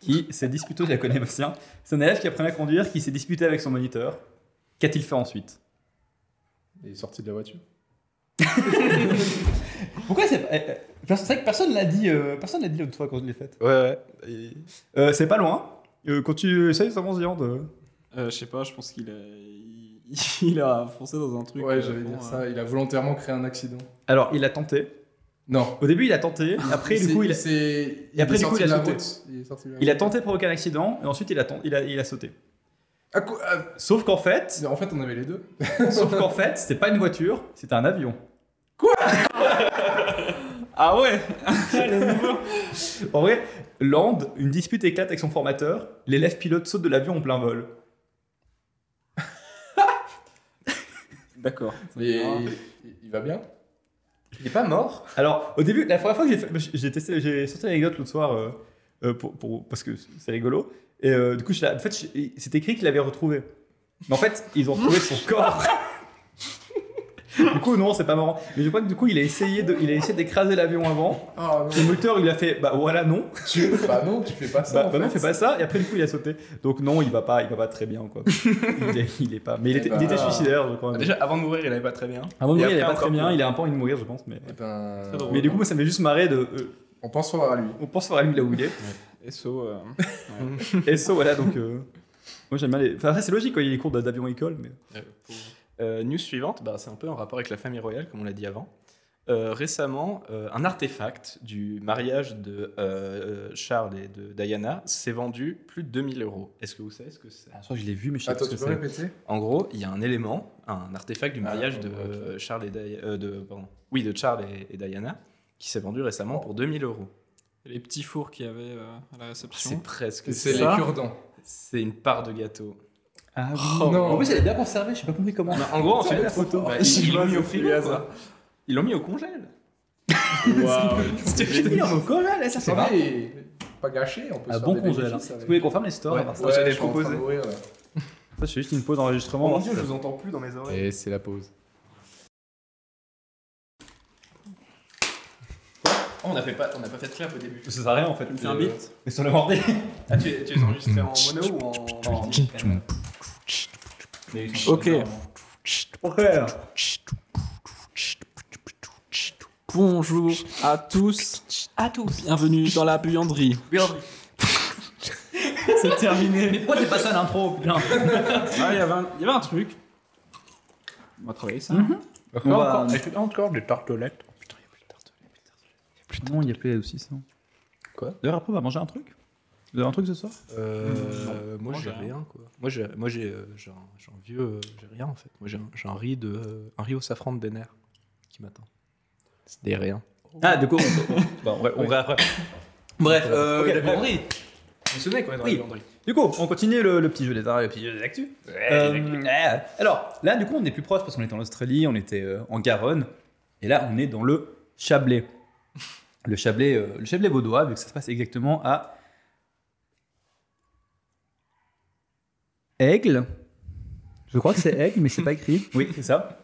qui s'est disputé, je la connais Bastien. C'est un élève qui apprenait à conduire, qui s'est disputé avec son moniteur. Qu'a-t-il fait ensuite
Il est sorti de la voiture.
Pourquoi c'est. eh, eh, C'est vrai que personne l'a dit, euh, personne l'a dit l'autre fois quand je l'ai faite.
Ouais, ouais. Et-
Euh, c'est pas loin. Euh, quand tu essayes, ça avance viande.
Euh, je sais pas, je pense qu'il a... il- il a foncé dans un truc.
Ouais,
euh,
j'allais
bon,
dire
euh,
ça. Il a volontairement créé un accident.
Alors, il a tenté.
Non.
Au début, il a tenté. Après, du
C'est-
coup, il a,
c'est-
Et après,
est
du coup,
sorti
il a
de la
sauté.
route. Il est sorti de la
il a
route.
tenté de provoquer un accident. Et ensuite, il a, ten- il a, il a sauté.
Ah, cou- ah,
Sauf qu'en fait,
c'est- en fait, on avait les deux.
sauf qu'en fait, c'était pas une voiture, c'était un avion.
Ah ouais
En vrai, Land, une dispute éclate avec son formateur. L'élève pilote saute de l'avion en plein vol.
D'accord.
Mais il, il- il va bien.
Ah. Il est pas mort Alors, au début, la première fois que j'ai fait- j'ai testé, j'ai sorti l'anecdote l'autre soir euh, euh, pour, pour- parce que c'est rigolo. Et euh, du coup, je l'ai- en fait, je- c'est écrit qu'il l'avait retrouvé. Mais en fait, ils ont retrouvé son corps. du coup, non, c'est pas marrant. Mais je crois que du coup, il a essayé de, il a essayé d'écraser l'avion avant.
Ah
Le moteur, il a fait, bah voilà, non.
tu, bah non, tu fais pas ça.
Bah,
en
bah non,
fait.
fais pas ça. Et après, du coup, il a sauté. Donc non, il va pas, il va pas très bien, quoi. il, est, il est pas. Mais il
Eh
était, il
bah.
était suicidaire, je crois.
Déjà, avant de mourir, il allait pas très bien.
avant de mourir,
Et
il est
après,
pas très
encore
bien.
plus.
Il a un peu envie de mourir, je pense. Mais,
Eh ben,
Très drôle.
mais du coup, moi, ça m'a juste marré de. euh,
on pense fort à lui.
On pense faire à lui là où il est.
SO. euh,
Et ça, voilà, donc. euh, moi, j'aime bien les. Enfin, après, c'est logique, quand il y a les cours d'avion école, mais.
Euh, news suivante, bah, c'est un peu en rapport avec la famille royale, comme on l'a dit avant. Euh, récemment, euh, un artefact du mariage de euh, Charles et de Diana s'est vendu plus de 2000 euros. Est-ce que vous savez ce que c'est
Ah, je crois que je l'ai vu, mais je
Attends, tu peux répéter
En gros, il y a un élément, un artefact du mariage de,
ok.
euh, Charles et Di- euh, de, pardon. oui, de Charles et, et Diana qui s'est vendu récemment pour 2000 euros.
les petits fours qu'il y avait euh, à la réception.
C'est presque
C'est les
ça.
cure-dents.
C'est une part de gâteau.
Ah,
Oh, non.
En plus, elle est bien conservée, j'ai pas compris comment.
Bah, en gros, on
Putain,
fait
la photo.
Bah,
Ouais,
ils l'ont mis au
c'est
frigo.
dégueulasse,
quoi. Ils l'ont mis au congèle.
C'était mis en col, là, ça c'est marrant.
Attendez, pas gâché, on peut
Ah,
se faire
bon
des
congé, là.
bénéfices
Vous
avec-
pouvez qu'on ferme les stores
Ouais,
à part ça.
ouais,
j'allais
je suis en train de
proposer.
mourir, là.
Ça, c'est juste une pause d'enregistrement.
vous entends plus dans mes oreilles.
Et c'est la pause.
Oh, on n'a pas, on a pas fait de clap au début.
Ça sert à rien en fait.
C'est un beat
Mais sur le mordi.
Ah, tu, es- tu es enregistré en mono ou en. en-
Ok.
Pourquoi
Bonjour à tous. À tous. Bienvenue dans la buanderie. C'est terminé.
Pourquoi t'es pas ça l'intro putain
Ah, il y avait un- il y avait un truc. On va travailler ça.
On va-
Eh,
Encore, des tartelettes. Putain, il y a plus de tartelettes.
Non, il y a plus aussi ça.
Quoi
D'ailleurs, après, on va manger un truc Vous avez un truc ce soir
Euh, moi, j'ai
j'ai rien.
rien, quoi. Moi, j'ai moi, j'ai, euh, j'ai un, j'ai un vieux. euh, j'ai rien, en fait. Moi, j'ai un, j'ai un riz de, euh, un riz au safran de Denner qui m'attend. C'est des rien.
Ah, de quoi on... Bah, on verra après. Bref, euh, la buanderie.
Vous vous souvenez quand même
dans la Du coup, on continue le, le petit jeu des arts et le petit jeu des actus. Euh, euh, alors, là, du coup, on est plus proche parce qu'on était en Australie, on était euh, en Garonne, et là, on est dans le Chablais. Le Chablais, euh, le Chablais vaudois, vu que ça se passe exactement à Aigle. Je crois que c'est Aigle, mais c'est pas écrit. Oui, c'est ça.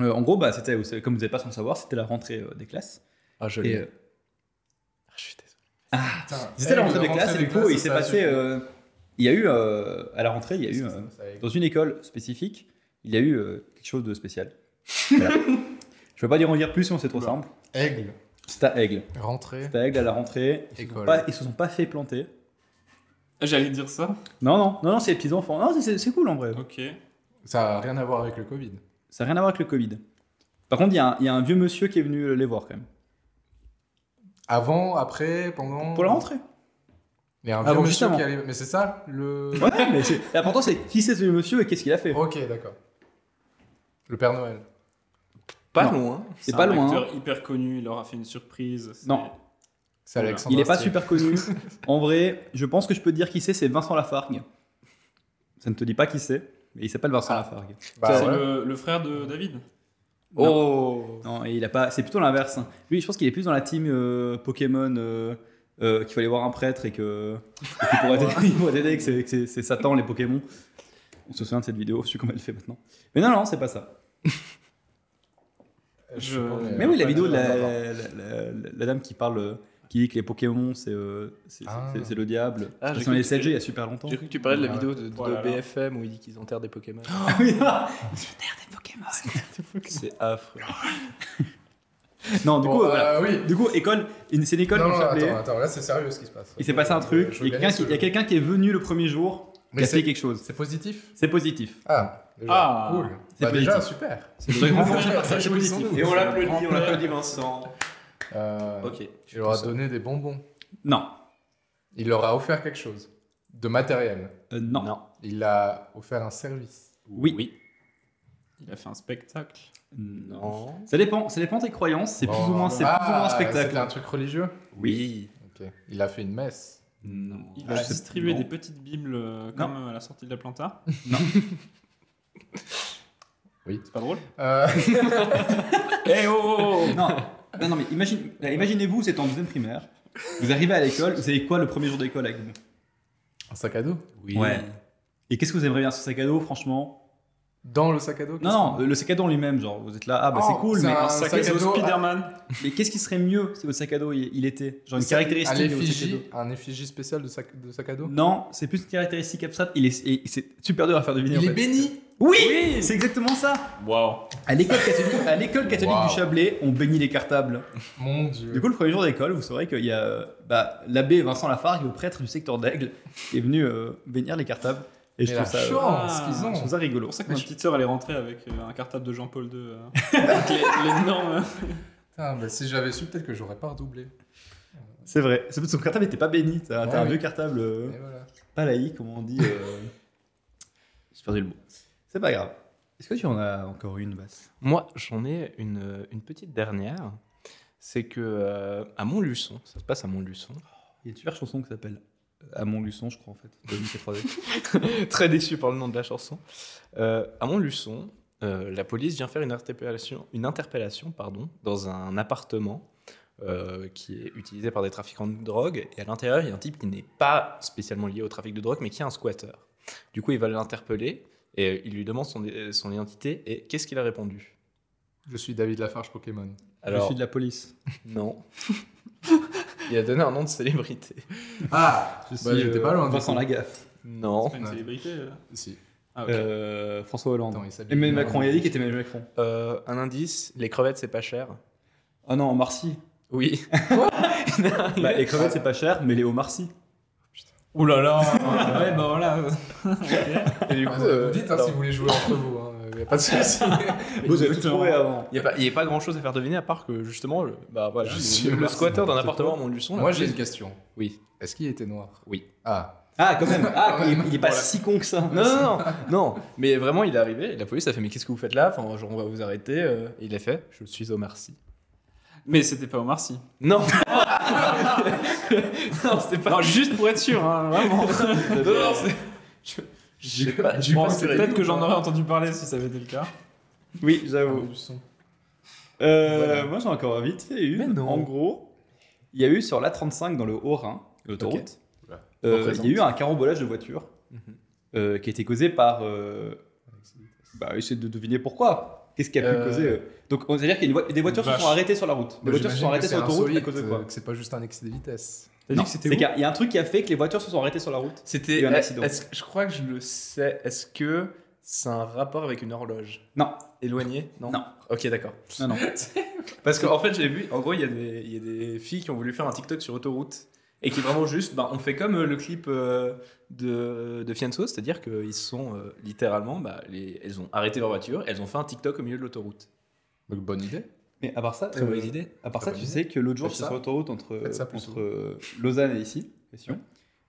Euh, en gros, bah, c'était, vous savez, comme vous n'avez pas sans savoir, c'était la rentrée euh, des classes.
Ah, je
Et,
l'ai.
euh,
Ah, Je suis désolé.
c'était Eh, la rentrée des classes, et du coup, il s'est passé. euh, il y a eu, euh, à la rentrée, il y a eu. euh, dans une école spécifique, il y a eu euh, quelque chose de spécial. Voilà. Je ne peux pas dire en dire plus, sinon c'est trop simple.
Aigle.
C'était à Aigle.
Rentrée.
C'était à Aigle à la rentrée. Ils
École.
ne se sont pas fait planter.
J'allais dire ça.
Non, non, non, non c'est les petits enfants. Non, c'est- c'est c'est cool en vrai.
Ok.
Ça a rien à voir avec le Covid.
Ça n'a rien à voir avec le Covid. Par contre, il y, a un- il y a un vieux monsieur qui est venu les voir quand même.
Avant, après, pendant.
Pour la rentrée.
Mais un
Avant,
vieux
juste
monsieur
avant.
qui arrive. Mais c'est ça le.
Ouais, mais c'est- l'important c'est qui c'est ce vieux monsieur et qu'est-ce qu'il a fait.
Ok, d'accord. Le Père Noël.
Pas
Non.
loin.
C'est pas
un
loin. hein.
acteur hyper connu, il leur a fait une surprise. c'est-
Non.
C'est Alexandre.
Il n'est pas
Astier.
super connu. En vrai, je pense que je peux te dire qui c'est, c'est Vincent Lafargue. Ça ne te dit pas qui c'est, mais il s'appelle
Ah.
Vincent Lafargue.
Bah,
c'est
ouais.
le, le frère de David.
Oh Non, et il a pas. C'est plutôt l'inverse. hein. Lui, je pense qu'il est plus dans la team euh, Pokémon. euh, euh, qu'il fallait voir un prêtre et que et qu'il pourrait t'aider- il pourrait t'aider, que c'est- que c'est c'est Satan les Pokémon. On se souvient de cette vidéo, je sais comment elle fait maintenant. Mais non, non, c'est pas ça.
Je sais pas,
Je-
Mais oui, la
pas
vidéo de la,
d'accord.
la- la- la- la dame qui parle euh, qui dit que les Pokémon, c'est euh, c'est-
Ah.
c'est- c'est le diable.
Ah,
Parce
j'ai
qu'on
cru
les
que-
7G il y a super longtemps.
J'ai cru que tu parlais de la
Ouais.
vidéo de, de- de
Voilà.
BFM où il dit qu'ils enterrent des Pokémon.
Ah oui, ah.
C'est affreux.
non, du coup,
Bon,
voilà.
euh, oui.
Du coup, école, une- c'est une école
Non,
qu'on
non,
s'appelait.
attends, attends, là c'est sérieux ce qui se passe.
Il s'est passé un truc.
Euh, Je veux
Il y a
gagner
quelqu'un qui,
ce
il y a
jeu.
quelqu'un qui est venu le premier jour, qui
Mais
a fait
c'est
quelque chose.
c'est positif
C'est positif.
Ah, déjà.
Ah.
cool.
C'est
Bah, déjà,
positif.
super.
C'est
grand
positif.
frère,
C'est
c'est
positif.
sans doute.
Et on l'applaudit.
on l'applaudit Vincent.
Euh,
Ok.
Il leur a donné des bonbons.
Non,
Il leur a offert quelque chose de matériel.
Euh, non.
Il a offert un service.
oui,
Il a fait un spectacle.
non.
Non.
Ça dépend, ça dépend des croyances. C'est plus ou moins, c'est
Ah,
plus ou moins un spectacle.
C'était un truc religieux
Oui.
Ok. Il a fait une messe.
Non.
Il a
Ah, Je sais-
distribué
non.
des petites bibles euh, comme euh, à la sortie de la planta.
Non.
Oui.
C'est pas drôle
Euh,
Eh oh
Non, non, non, mais imagine, là, imaginez-vous, c'est en deuxième primaire. Vous arrivez à l'école, vous savez quoi le premier jour d'école avec vous
un sac à dos
Oui.
Et qu'est-ce que vous aimeriez bien sur ce sac à dos, franchement
Dans le sac à dos qu'est-ce
Non, non, le sac à dos en lui-même, genre, vous êtes là, ah bah
Oh,
c'est cool,
c'est
mais,
un
Un sac à
sac à
dos
dos,
Spider-Man.
mais qu'est-ce qui serait mieux si votre sac à dos il, il était Genre une
C'est
caractéristique
un
de votre sac à dos
effigie, un effigie spécial de sac, de sac à dos
Non, c'est plus une caractéristique abstraite, il est, et c'est super dur à faire deviner. en fait.
béni
Oui, C'est exactement ça
Waouh.
À l'école catholique, à l'école catholique
Wow.
du Chablais, on bénit les cartables.
Mon
Du
dieu.
coup, le premier jour d'école, vous saurez qu'il y a euh, bah, l'abbé Vincent Lafargue, le prêtre du secteur d'Aigle, qui est venu euh, bénir les cartables. Et je
Mais la
trouve, ça, euh,
chance
Ah,
qu'ils
je
ont
trouve ça rigolo.
C'est pour ça que ma petite sœur elle est rentrée avec euh, un cartable de Jean-Paul II. euh, avec les- l'énorme.
Putain, bah, Si j'avais su, peut-être que j'aurais pas redoublé.
C'est vrai. C'est parce que son cartable n'était pas béni. T'as
Ouais,
t'as un
oui.
vieux cartable euh,
Et voilà.
pas laïque, comme on dit. euh. J'ai perdu le mot. C'est pas grave. Est-ce que tu en as encore une, basse
Moi, j'en ai une, une petite dernière. C'est que euh, à Montluçon, ça se passe à Montluçon.
Il y a une super chanson qui s'appelle euh, À mon luçon, je crois, en fait. de Mickey 3D.
Très déçu par le nom de la chanson. Euh, à Montluçon, euh, la police vient faire une interpellation, une interpellation pardon, dans un appartement euh, qui est utilisé par des trafiquants de drogue. Et à l'intérieur, il y a un type qui n'est pas spécialement lié au trafic de drogue, mais qui est un squatter. Du coup, il va l'interpeller et euh, il lui demande son, euh, son identité. Et qu'est-ce qu'il a répondu
Je suis David Lafarge Pokémon.
Je
Alors,
suis de la police.
non. il a donné un nom de célébrité.
Ah
Je
Bah, j'étais pas loin, du
euh, Vincent
coup.
Lagaffe.
Non.
C'est pas une célébrité. euh.
Si.
Ah, ok.
Euh, François Hollande.
Attends, il s'habille.
Emmanuel Macron, il a dit qu'il était Emmanuel Macron.
Euh, un indice les crevettes, c'est pas cher.
Ah non, Marcy.
Oui.
Bah, les crevettes, c'est pas cher, mais les homards, si.
Ouh là là Ouais, bah voilà.
Et du
Ah,
coup,
vous
euh,
dites hein,
alors-
si vous voulez jouer entre vous, hein, y a pas de souci.
Vous avez tout trouvé hein. avant.
Il n'y a, pas- y a pas grand chose à faire deviner à part que justement, le, bah, voilà,
Je
le-
suis
le,
marre, c'est
squatter d'un
n'importe
appartement à
quoi.
Montluçon. là,
Moi j'ai une question.
Oui.
Est-ce qu'il était noir
Oui.
Ah.
Ah, quand même. Ah, il, il est pas
Voilà.
si con que ça.
Non, non, non, non. Mais vraiment, il est arrivé et la police a fait Mais qu'est-ce que vous faites là Enfin, genre, on va vous arrêter. euh, et il a fait Je suis au Sy.
Mais c'était pas Omar Sy.
Non Non, c'était pas.
Non, juste pour être sûr, hein, vraiment.
Non, non, c'est- Je, j'ai pas, j'ai
Bon,
pas
c'est
serré.
peut-être que j'en aurais entendu parler si ça avait été le cas.
Oui, j'avoue. Euh, Moi, j'en ai encore vite fait une.
Mais non.
En gros, il y a eu sur l'A35 dans le Haut-Rhin, l'autoroute,
Oula.
euh, il
Représente.
y a eu un carambolage de voitures
Mhm.
euh, qui a été causé par. euh, bah, essayez de deviner pourquoi. Qu'est-ce qui a pu
Euh,
causer. euh, Donc, on- c'est-à-dire qu'il y a une vo- des voitures se
vache.
sont arrêtées sur la
bah,
route. Des
Moi,
voitures se sont
j'imagine
arrêtées
que
sur
c'est
l'autoroute à
insolite,
cause de
euh,
quoi
que c'est pas juste un excès de vitesse.
T'as
Non,
dit que c'était
c'est
où
qu'il y a- Il y a un truc qui a fait que les voitures se sont arrêtées sur la route. Il
C'était.
y a eu un accident.
est-ce- je crois que je le sais. Est-ce que c'est un rapport avec une horloge
Non.
Éloigné Non.
Non.
Ok, d'accord.
Non, non.
Parce qu'en fait, j'ai vu, en gros, il y, a des- il y a des filles qui ont voulu faire un TikTok sur autoroute et qui vraiment juste, bah, on fait comme euh, le clip euh, de, de Fianso, c'est-à-dire qu'ils sont euh, littéralement, bah, les- elles ont arrêté leur voiture, elles ont fait un TikTok au milieu de l'autoroute.
Donc bonne idée.
Mais à part ça,
Très
euh,
mauvaise idée.
À part ça,
Très
tu
bonne
sais que l'autre jour,
Ah bah Faites
j'étais
ça.
sur l'autoroute entre,
Faites ça plus
entre
souvent.
euh, Lausanne et ici, question.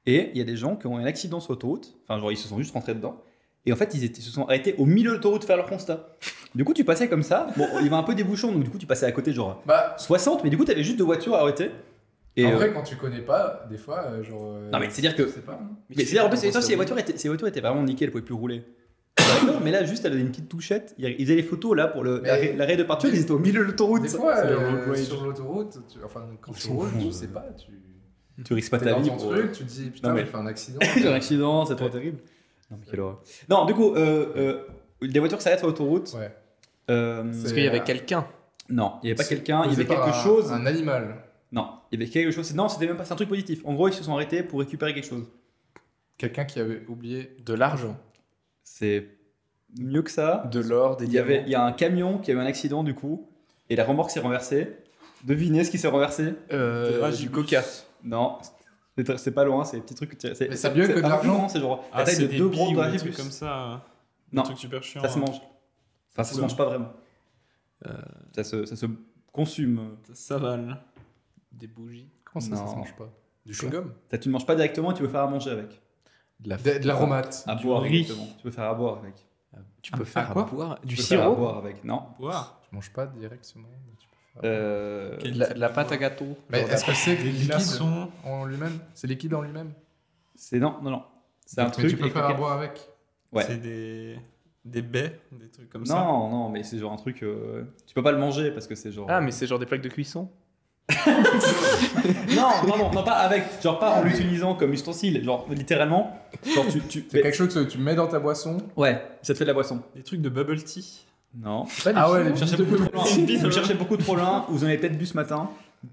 Et il y a des gens qui ont eu un accident sur l'autoroute. Enfin, genre, ils se sont juste rentrés dedans. Et en fait, ils, étaient- ils se sont arrêtés au milieu de l'autoroute faire leur constat. Du coup, tu passais comme ça. Bon, il y avait un peu des bouchons, donc du coup, tu passais à côté, genre
Bah,
60, mais du coup, t'avais juste deux voitures arrêtées. Et
en
euh,
vrai, quand tu connais pas, des fois, euh, genre. euh,
Non, mais c'est-à-dire que-
Je sais pas. hein.
mais c'est-à-dire, en plus, c'est- toi, si les voitures étaient, si les voitures étaient vraiment nickel, elles pouvaient plus rouler. D'accord, mais là, juste, elle avait une petite touchette. Ils ils faisaient les photos là pour le-
Mais-
l'arrêt l'arrêt de peinture. Ils étaient au milieu de l'autoroute.
Des fois,
C'est le
euh,
road rage.
sur l'autoroute, tu- enfin, quand
Ils
tu
sont
roules,
fous,
tu
euh.
sais pas. Tu
Tu risques pas
t'es
ta
dans
vie.
ton
pour-
truc, tu te dis putain,
Non, mais-
j'ai fait un accident.
un accident, c'est trop terrible. Non, mais quelle horreur. Non, du coup, euh, euh, des voitures qui s'arrêtent sur l'autoroute.
Ouais.
euh,
C'est-
Parce qu'il y avait quelqu'un.
Non, il n'y avait pas
C'est
quelqu'un, il y avait
causé par
quelque
un-
chose.
Un animal.
Non, il y avait quelque chose. Non, c'était même pas c'est un truc positif. En gros, ils se sont arrêtés pour récupérer quelque chose.
Quelqu'un qui avait oublié.
De l'argent.
C'est mieux que ça.
De l'or, des
Il y avait,
diamants.
il y a un camion qui a eu un accident du coup, et la remorque s'est renversée. Devinez ce qui s'est renversé
Euh,
Des
du
ragibus.
coca.
Non, c'est tr- c'est pas loin, c'est des petits trucs. que tu-
Mais c'est mieux que de
un peu
l'argent.
grand, C'est genre la
Ah,
taille
c'est
de
des
deux
billes
gros
ou des
dragibus.
trucs comme ça. euh,
Non.
Des trucs super chiants. hein.
Ça se mange. Enfin, ça se
Oula.
mange pas vraiment.
Euh.
Ça, se, ça se consume.
Ça s'avale.
Des bougies.
Comment ça, ça
Non.
se mange pas Du chewing-gum
Ça, tu ne manges pas directement et tu peux faire à manger avec.
De la Ah,
De, de l'aromate.
À
Du
boire
riz.
directement. Tu peux faire à boire avec. Tu
Tu
Ah,
peux faire
à
à
bah,
quoi
boire du
peux faire à
sirop.
boire avec. Non.
Boire.
Tu manges pas directement. mais tu peux faire-
Euh,
Quel-
La, la pâte à gâteau.
Mais
Genre
est-ce que c'est
Des
liquide
glaçons.
en lui-même C'est liquide en lui-même
C'est non, non, non. C'est un
Mais
truc.
tu peux
avec
faire à
lequel-
boire avec.
Ouais.
C'est des... des baies, des trucs comme ça.
Non, non, mais c'est genre un truc. euh, Tu peux pas le manger parce que c'est genre.
Ah, mais c'est genre des plaques de cuisson.
Non, non, non, non, pas avec, genre
Ah,
pas en l'utilisant comme ustensile, genre littéralement. Genre tu. tu
C'est quelque chose que tu mets dans ta boisson.
Ouais, ça te fait de la boisson.
Des trucs de bubble tea.
Non.
Ah ouais, les
Vous cherchez
petites
beaucoup trop loin.
C'est une bise,
Vous
hein.
cherchez beaucoup trop loin, vous en avez peut-être bu ce matin.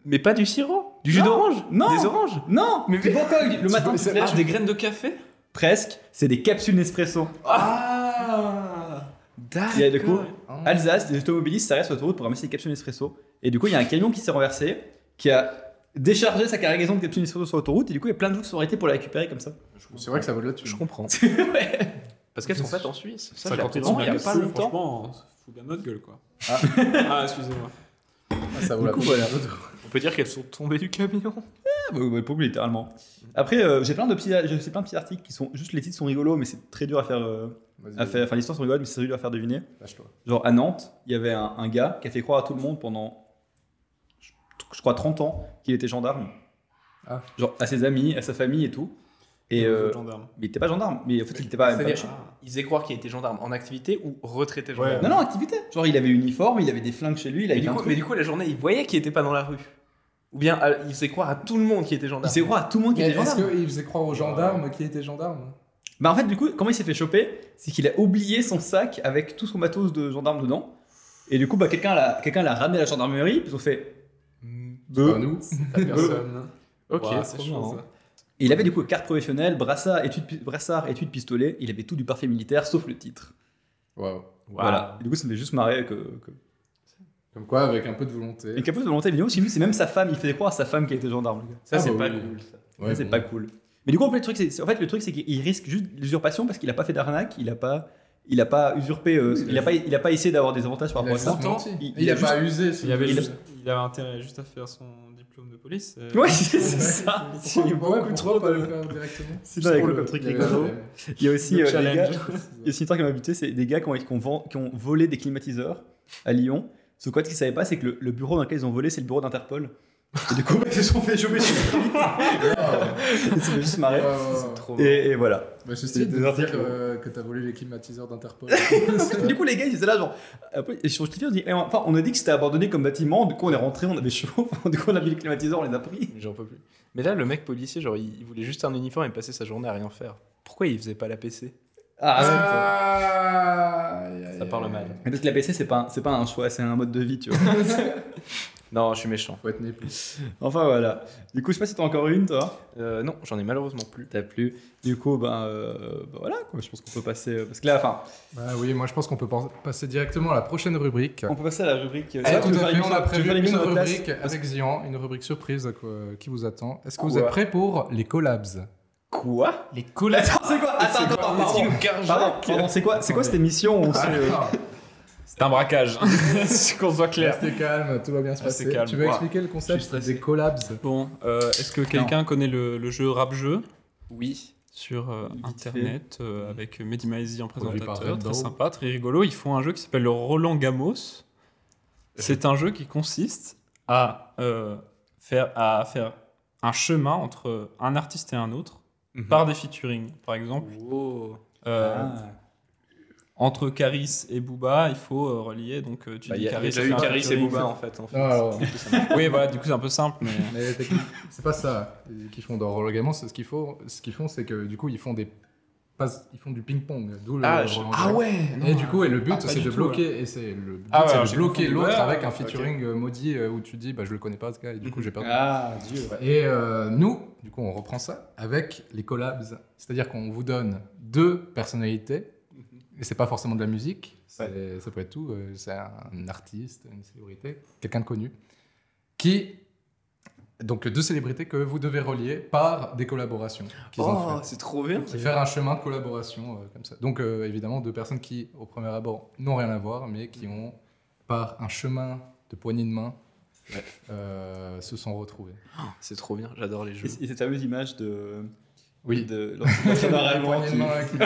Mais pas du sirop. Du jus
Non,
d'orange.
non.
Des oranges.
Non Mais Bangkok, le matin, tu te lèves,
des graines de café
Presque, c'est des capsules Nespresso.
Ah
Il y a du coup,
D'accord.
Alsace, les automobilistes s'arrêtent sur l'autoroute pour ramasser des capsules Nespresso. Et du coup, il y a un camion qui s'est renversé, qui a déchargé sa cargaison de capsules Nespresso sur l'autoroute, et du coup, il y a plein de gens qui sont arrêtés pour la récupérer comme ça.
C'est vrai que ça vaut de la thune.
Je comprends. Parce qu'elles sont faites hein. en Suisse. Ça, je l'ai
50
appris
euros,
vraiment il y a pas longtemps.
Franchement, on se fout bien de notre gueule, quoi.
Ah.
Ah, excusez-moi.
Ah, ça vaut
Du
la
coup,
peine.
voilà.
On peut dire qu'elles sont tombées du camion.
Ouais, ouais, pour lui, littéralement. Après, euh, j'ai plein de petits, j'ai aussi plein de petits articles qui sont juste les titres sont rigolos, mais c'est très dur à faire, euh,
Vas-y,
à faire, enfin l'histoire sont rigolotes, mais c'est très dur à faire deviner.
lâche-toi.
Genre à Nantes, il y avait un, un gars qui a fait croire à tout le monde pendant, je, je crois 30 ans, qu'il était gendarme.
Ah.
Genre à ses amis, à sa famille et tout. Et euh,
Le gendarme.
mais il était pas gendarme. Mais en fait, il était
Bah,
pas. même pas-
C'est-à-dire, ils faisaient croire qu'il était gendarme en activité ou retraité gendarme.
non, non, activité. Genre il avait uniforme, il avait des flingues chez lui, il
Mais
avait
du,
un
coup,
truc.
mais du coup, la journée, ils voyaient qu'il était pas dans la rue. Ou bien, euh, ils faisaient croire à tout le monde qu'il était
Il
gendarme.
s'est croire à tout le monde qu'il
Mais
était
est-ce
gendarme.
qu'il faisait croire aux gendarmes qui étaient gendarmes
Bah en fait du coup comment il s'est fait choper c'est qu'il a oublié son sac avec tout son matos de gendarme dedans et du coup bah quelqu'un l'a quelqu'un l'a ramené à la gendarmerie puis ils ont fait Bah.
Pas
Beuh.
nous, la personne.
Ok,
Ouah,
c'est
c'est
chaud,
chaud.
ça.
ça.
et il avait du coup carte professionnelle brassard études pi- brassard études pistolet il avait tout du parfait militaire sauf le titre
Waouh.
voilà Et du coup ça me fait juste marrer que, que...
Comme quoi, avec un peu de volonté.
et qu'un peu de volonté mais aussi lui c'est même sa femme il faisait croire à sa femme qui était gendarme le gars.
Ça,
Ah,
c'est
bah
pas
oui.
cool. ça.
Ça, c'est pas cool mais du coup en fait le truc c'est c'est- en fait le truc c'est qu'il risque juste l'usurpation parce qu'il a pas fait d'arnaque il a pas il a pas usurpé euh, il a pas il a pas essayé d'avoir des avantages par
Il a
rapport à ça
juste menti.
Il-
Il
il
a
a
pas usé. ce-
Il avait,
Il a-
juste- il avait intérêt juste à faire son diplôme de police. euh,
Ouais, c'est
Ouais,
ça.
Pourquoi-
Il y a
pourquoi- pourquoi
beaucoup trop
pas le
de.
faire directement
C'est dans les
Pour
codes
le-
comme truc
il y avait
rigolo.
un problème.
Il y a aussi
Le
euh, les
challenge.
gars. Il y a aussi une histoire qui m'a buté, c'est des gars qui ont, qui ont vend- qui ont volé des climatiseurs à Lyon. Ce quoi, ce qu'ils savaient pas, c'est que le, le bureau dans lequel ils ont volé, c'est le bureau d'Interpol. Et du coup, ils se sont fait choper sur le Ils se sont fait juste marrer.
Ouais, ouais, ouais.
Trop marrant.
Et, et voilà.
Ah, Bah, ceci
C'est
est de
des
dire
articles,
euh, que t'as volé les climatiseurs d'Interpol.
Du coup, les gars, ils étaient là, genre. Après, ils sont kiffés, on dit. eh, Enfin, on a dit que c'était abandonné comme bâtiment. Du coup, on est rentré, on avait chaud. Du coup, on a mis les climatiseurs, on les a pris.
J'en peux plus. Mais là, le mec policier, genre, il, il voulait juste un uniforme et passer sa journée à rien faire. Pourquoi il faisait pas la PC
Ah,
Ah, aïe, aïe,
Ça parle
aïe.
mal.
Peut-être que la PC, c'est pas, un- c'est pas un choix, c'est un mode de vie, tu vois.
Non, je suis méchant.
Faut être né plus.
Enfin, voilà. Du coup, je sais pas si t'as encore une, toi.
Euh, non, j'en ai malheureusement plus.
T'as plu. Du coup, ben, euh, ben voilà, quoi. je pense qu'on peut passer. euh, parce que là, enfin,
Bah oui, moi je pense qu'on peut pas- passer directement à la prochaine rubrique.
on peut passer à la rubrique. euh,
Eh,
ça,
tout
tu veux
à
faire
fait, on
l'émission-
a
tu veux
prévu
faire
une
l'émission de classe
rubrique avec Zian, une rubrique surprise quoi, qui vous attend. Est-ce que vous êtes prêts pour les collabs
Quoi
Les collages.
Attends, c'est quoi Attends, attends, attends, pardon. Pardon, pardon, c'est quoi, c'est quoi cette émission où on se-
Ah,
C'est un braquage. C'est qu'on soit clair.
Restez calme, tout va bien se
Restez
passer.
calme,
Tu veux
ouah.
expliquer le
Je suis
concept
stressé.
des collabs
Bon, euh, est-ce que quelqu'un connaît le, le jeu rap-jeu
Oui.
sur euh,
Vite
internet euh, avec Mehdi Maizi en
lui parler
présentateur,
dedans.
très sympa, très rigolo. Ils font un jeu qui s'appelle le Roland Gamos. C'est un jeu qui consiste à, euh, faire, à faire un chemin entre un artiste et un autre
Mhm.
par des featuring. Par exemple, euh,
Ah.
entre Caris et Booba, il faut euh, relier. Donc, euh, tu
Bah, Il
dis
y a
Caris,
déjà
c'est
eu
un
Caris et
featuring,
Booba en fait. hein. en fait.
Non, Ah, alors,
Oui, voilà, du coup, c'est un peu simple, mais.
mais technique, c'est pas ça qu'ils font dans Roland Gamos. Ce qu'ils font, ce qu'ils font, c'est que du coup, ils font des passent- ils font du ping-pong. d'où le
Ah, je-
Roland
Ah
Garros.
ouais non.
Et du coup, et le but,
Ah, pas
c'est
du
de
tout,
bloquer, et c'est le but,
Ah ouais,
c'est
alors
de
j'ai
bloquer
confondu.
l'autre
Ouais,
avec un
ok.
featuring euh, maudit euh, où tu dis, bah, je le connais pas ce gars, et du coup, j'ai perdu.
Ah, Dieu.
Et euh, nous, du coup, on reprend ça avec les collabs. C'est-à-dire qu'on vous donne deux personnalités.
Mhm.
Et c'est pas forcément de la musique, c'est- ça peut être tout. euh, C'est un artiste, une célébrité, quelqu'un de connu. Qui. Donc, deux célébrités que vous devez relier par des collaborations. qu'ils ont
Oh,
faites.
c'est trop bien.
Et faire un chemin de collaboration euh, comme ça. Donc, euh, évidemment, deux personnes qui, au premier abord, n'ont rien à voir, mais qui ont, par un chemin de poignée de main, euh, se sont retrouvées.
C'est trop bien, j'adore les
Et
jeux.
c'est cette fameuse image de.
Oui.
De l'ancien allemand.
Poignée de
qui-
main, là, qui-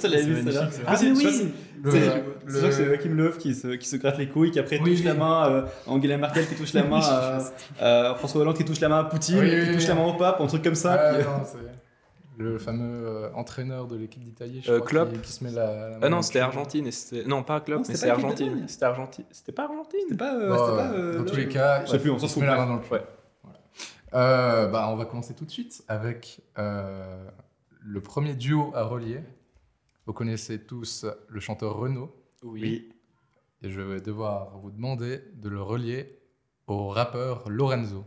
Ça, l'avais
C'est
vu,
magnifique,
celle-là.
ça.
Ah, c'est-
Ah,
je
mais
crois-
oui.
c'est-
Le-
je- C'est sûr que c'est
le-
Joachim Löw qui se, qui se gratte les couilles, qui après
Oui.
touche la main euh, à Angela Merkel, qui touche la main à à François Hollande, qui touche la main à Poutine,
Oui,
qui
oui,
touche
oui.
la main au pape, un truc comme ça.
Ah,
puis, euh,
non, c'est le fameux euh, entraîneur de l'équipe d'Italie, je
Euh,
crois,
Klopp.
qui, qui se met la. la main
Ah
au
non, c'était
cul.
Argentine. Et c'était... Non, pas Club,
Non,
mais
c'était
c'est
pas l'équipe
Argentine.
d'Allemagne.
C'était Argentine. C'était pas Argentine.
C'était pas. euh,
Bon,
c'était pas,
euh,
euh,
dans
Löw.
tous les cas,
Je sais plus, on
il
s'en
se
fout.
met la main dans le cul.
Ouais.
Voilà. Euh, bah, on va commencer tout de suite avec euh, le premier duo à relier. Vous connaissez tous le chanteur Renaud.
Oui.
Et je vais devoir vous demander de le relier au rappeur Lorenzo.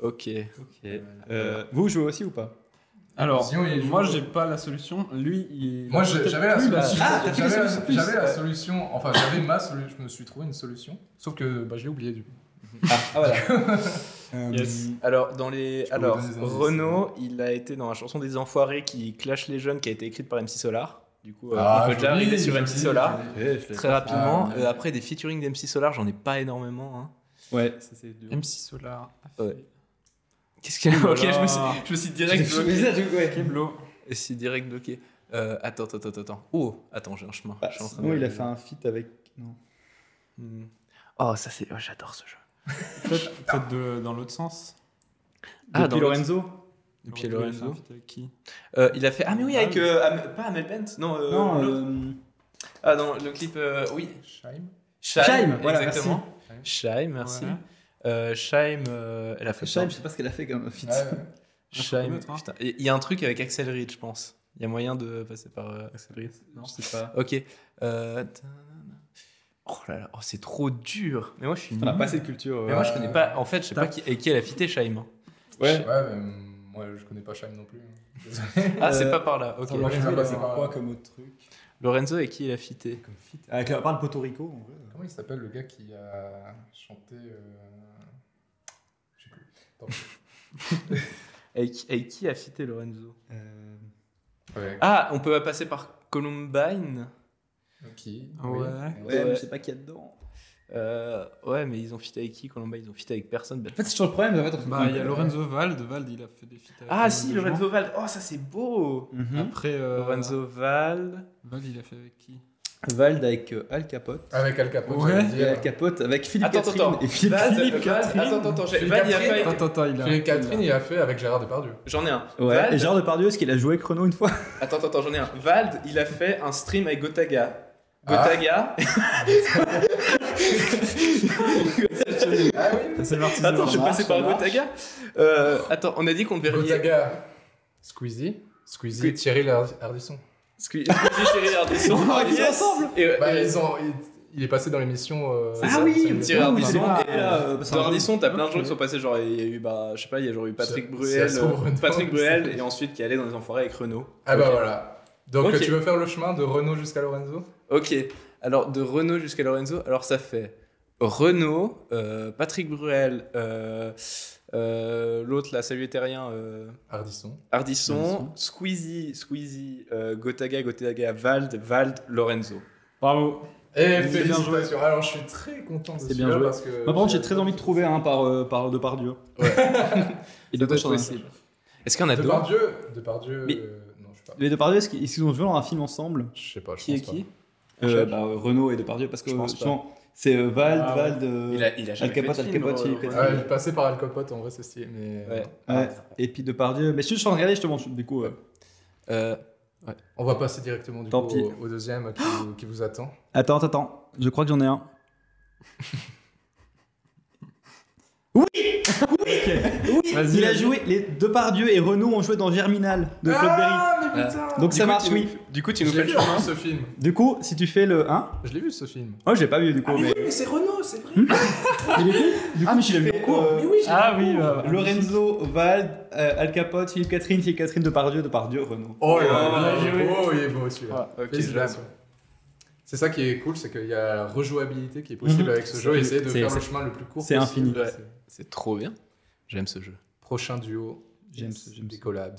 Ok.
Euh, Vous jouez aussi ou pas
Alors,
Sinon, il joue-
moi, j'ai pas la solution. Lui, il.
Moi,
il a
je-
peut-être
j'avais la
plus
solution.
Ah, t'as fait la
J'avais la-
solution plus.
J'avais la solution. Enfin, j'avais ma solution. Je me suis trouvé une solution. Sauf que bah, je l'ai oublié du coup.
Ah, voilà. Euh,
Yes.
Alors, dans les...
Je peux vous
Alors
donner des indices.
Renaud, il a été dans la chanson des Enfoirés qui clash les jeunes, qui a été écrite par MC Solar. Du coup, euh,
Ah,
on peut déjà arriver sur MC Solar. Très rapidement.
Ah, ouais.
Euh, après, des featuring d'MC Solar, j'en ai pas énormément. hein.
Ouais, ça c'est dur.
M6 Solar.
Ouais. Qu'est-ce qu'il y a
Ouh
Ok,
là
je me, suis,
là.
je me suis direct bloqué.
Keblo.
Oh Je suis direct bloqué. Euh, attends, attends, attends, attends. Oh, attends, j'ai un chemin.
Bah,
Je suis en train
sinon,
de-
il a fait un feat avec. Non.
Hmm. Oh, ça c'est. oh, j'adore ce jeu.
Peut-être peut-être de- dans l'autre sens.
Ah,
Depuis
dans
Lorenzo
Et puis Oh,
Alors,
Lorenzo.
il a fait avec qui
Euh, il a fait. Ah, mais oui,
Ah,
avec.
oui.
euh, Am- Pas Amel Bent Non, euh,
Non,
l'autre.
euh,
Ah, non, le clip. euh, Oui.
Scheim.
Shaim, voilà,
exactement. Shaim, merci.
Ouais.
Euh, Shaim, euh, elle a fait.
Shaim,
Shaim.
Ah, je sais pas ce qu'elle a fait comme feat. Ah,
Shaim.
Shaim, hein.
putain. Et Il y a un truc avec Axel Reed, je pense. Il y a moyen de passer par euh, Axel Reed.
Non, je sais pas.
Ok. Euh, tadadada. Oh là là, oh, c'est trop dur. Mais moi, je suis.
On a
nul.
pas assez de culture.
Mais
euh,
moi, je connais pas. En fait, je sais pas qui, avec qui elle a fité Shaim. hein.
Ouais.
moi je connais pas Scheim non plus.
Ah, c'est
Euh,
pas par là. Ok.
Attends, Lorenzo, il a fait
Ouais.
quoi comme autre truc
Lorenzo, avec qui il a fité
Comme feat Avec la part de Porto Rico, en vrai.
Comment il s'appelle le gars qui a chanté euh, Je sais plus. Tant pis.
avec, avec qui a fité Lorenzo
Euh,
Ouais,
Ah, on peut passer par Columbine.
Qui
Ouais.
Ouais,
Ouais.
mais je sais pas qu'il y a dedans.
Euh, ouais, mais ils ont fité avec qui Columbine Ils ont fité avec personne.
En fait, c'est toujours le problème. En fait, on-
Bah, il y a Lorenzo Vald. Vald, il a fait des feats avec
Ah,
pas mal
si,
de gens.
Lorenzo Val. Oh, ça, c'est beau.
Mhm.
Après, euh,
Lorenzo Val.
Vald, il a fait avec qui
Vald avec euh, Al Capote.
Avec Al Capone.
Ouais.
j'allais
Et
dire.
Al Capote avec Philippe
Attends,
Catherine
attends,
et Philippe.
Val,
Philippe.
Val, Attends, attends, attends. j'ai- Val, il a
Attends,
fait.
attends, attends, il a.
Philippe Catherine,
il
il a fait avec Gérard Depardieu.
J'en ai un.
Ouais,
Val-
et Gérard Depardieu, est-ce qu'il a joué avec Renault une fois
Attends, attends, j'en ai un. Vald, il a fait un stream avec Gotaga. Gotaga.
Ah oui
a- C'est parti.
attends, je suis
marche,
passé
ça
par
marche.
Gotaga. Euh, attends, on a dit qu'on devait relier.
Gotaga. Squeezie. Squeezie.
Squeezie.
Thierry Lar- Ardisson.
Squeezie, Thierry Ardisson.
On aurait fait ensemble.
Et, euh,
Bah,
et-
ils ont, il, il est passé dans l'émission. euh,
Ah
ça-
oui,
ça-
Thierry
Oui,
Ardisson.
c'est
et,
vrai.
Ah,
euh,
C'est
dans
un-
Ardisson, t'as plein de
Ok.
gens qui sont passés. Genre, il y a eu, bah, je sais pas, il y a genre eu Patrick
C'est-
Bruel.
c'est Astro
euh,
Renault.
Patrick Bruel, et ensuite qui allait dans les enfoirés avec Renault.
Ah bah
Ok.
voilà. Donc
Ok.
tu veux faire le chemin de Renault jusqu'à Lorenzo
Ok, alors de Renault jusqu'à Lorenzo, alors ça fait Renault, euh, Patrick Bruel, euh, euh, l'autre là, salut les terriens, euh,
Ardisson.
Ardisson,
Ardisson.
Squeezie, Squeezie, euh, Gotaga, Gotaga, Vald, Vald, Lorenzo.
Bravo.
Et
bien joué.
félicitations. Alors je suis très content de
C'est bien
celui-là
joué.
parce que.
Moi, Bah, par contre, j'ai très envie de trouver un par, euh, par Depardieu.
Ouais.
et de
Peut-être possible. Est-ce qu'il y en a d'autres
Depardieu. Depardieu.
Mais-
euh, Non, je sais pas.
Mais Depardieu, est-ce qu'ils est-ce qu'ils ont joué dans un film ensemble
Je sais pas. je
Qui est
pense
qui
euh, bah, euh, Renaud et Depardieu, parce que
Je pense pas.
justement, c'est euh, Vald,
Ah ouais.
Vald, euh,
il a, il a jamais
Al Capote,
fait de
Al
film,
Capote,
euh,
Philippe
pas.
Renault.
Ouais, il est passé par Al Capote en vrai, c'est stylé. Mais
Ouais.
ouais, et puis Depardieu. Mais je suis en train de regarder, justement, je- du coup. euh,
Euh,
on va passer directement du
Tant
coup,
pis.
au, au deuxième qui, vous- qui vous attend.
Attends, attends, attends, je crois que j'en ai un. Oui Oui Oui
Vas-y.
Il a joué, les Depardieu et Renault ont joué dans Germinal de Claude Berry.
Ah, mais putain
Donc
Du
ça
coup,
marche,
tu-
oui.
Du coup, tu
Je
nous
l'ai
fais le
vu,
chemin.
hein, ce film.
Du coup, si tu fais le 1,
Je l'ai vu, ce film.
oh, j'ai pas vu du coup, mais. Hmm
c'est Renault, c'est vrai.
mais du coup, du coup, tu l'as vu en cours.
oui,
Ah oui, bah, bah,
Lorenzo, Vald, euh, Al Capote, Philippe Catherine, Philippe Catherine, Depardieu, Depardieu, Renault.
Oh là
là,
là, il
bien
est
joué.
beau, il est beau celui-là.
Ah, ok,
Félicitations. C'est ça qui est cool, c'est qu'il y a la rejouabilité qui est possible
Mhm.
avec ce jeu. Essayer de
C'est-
faire
c'est-
le chemin le plus court
c'est
possible.
infini.
Ouais.
C'est- C'est trop bien. J'aime ce jeu.
Prochain duo,
J'aime ça, j'aime
des
ça.
collabs.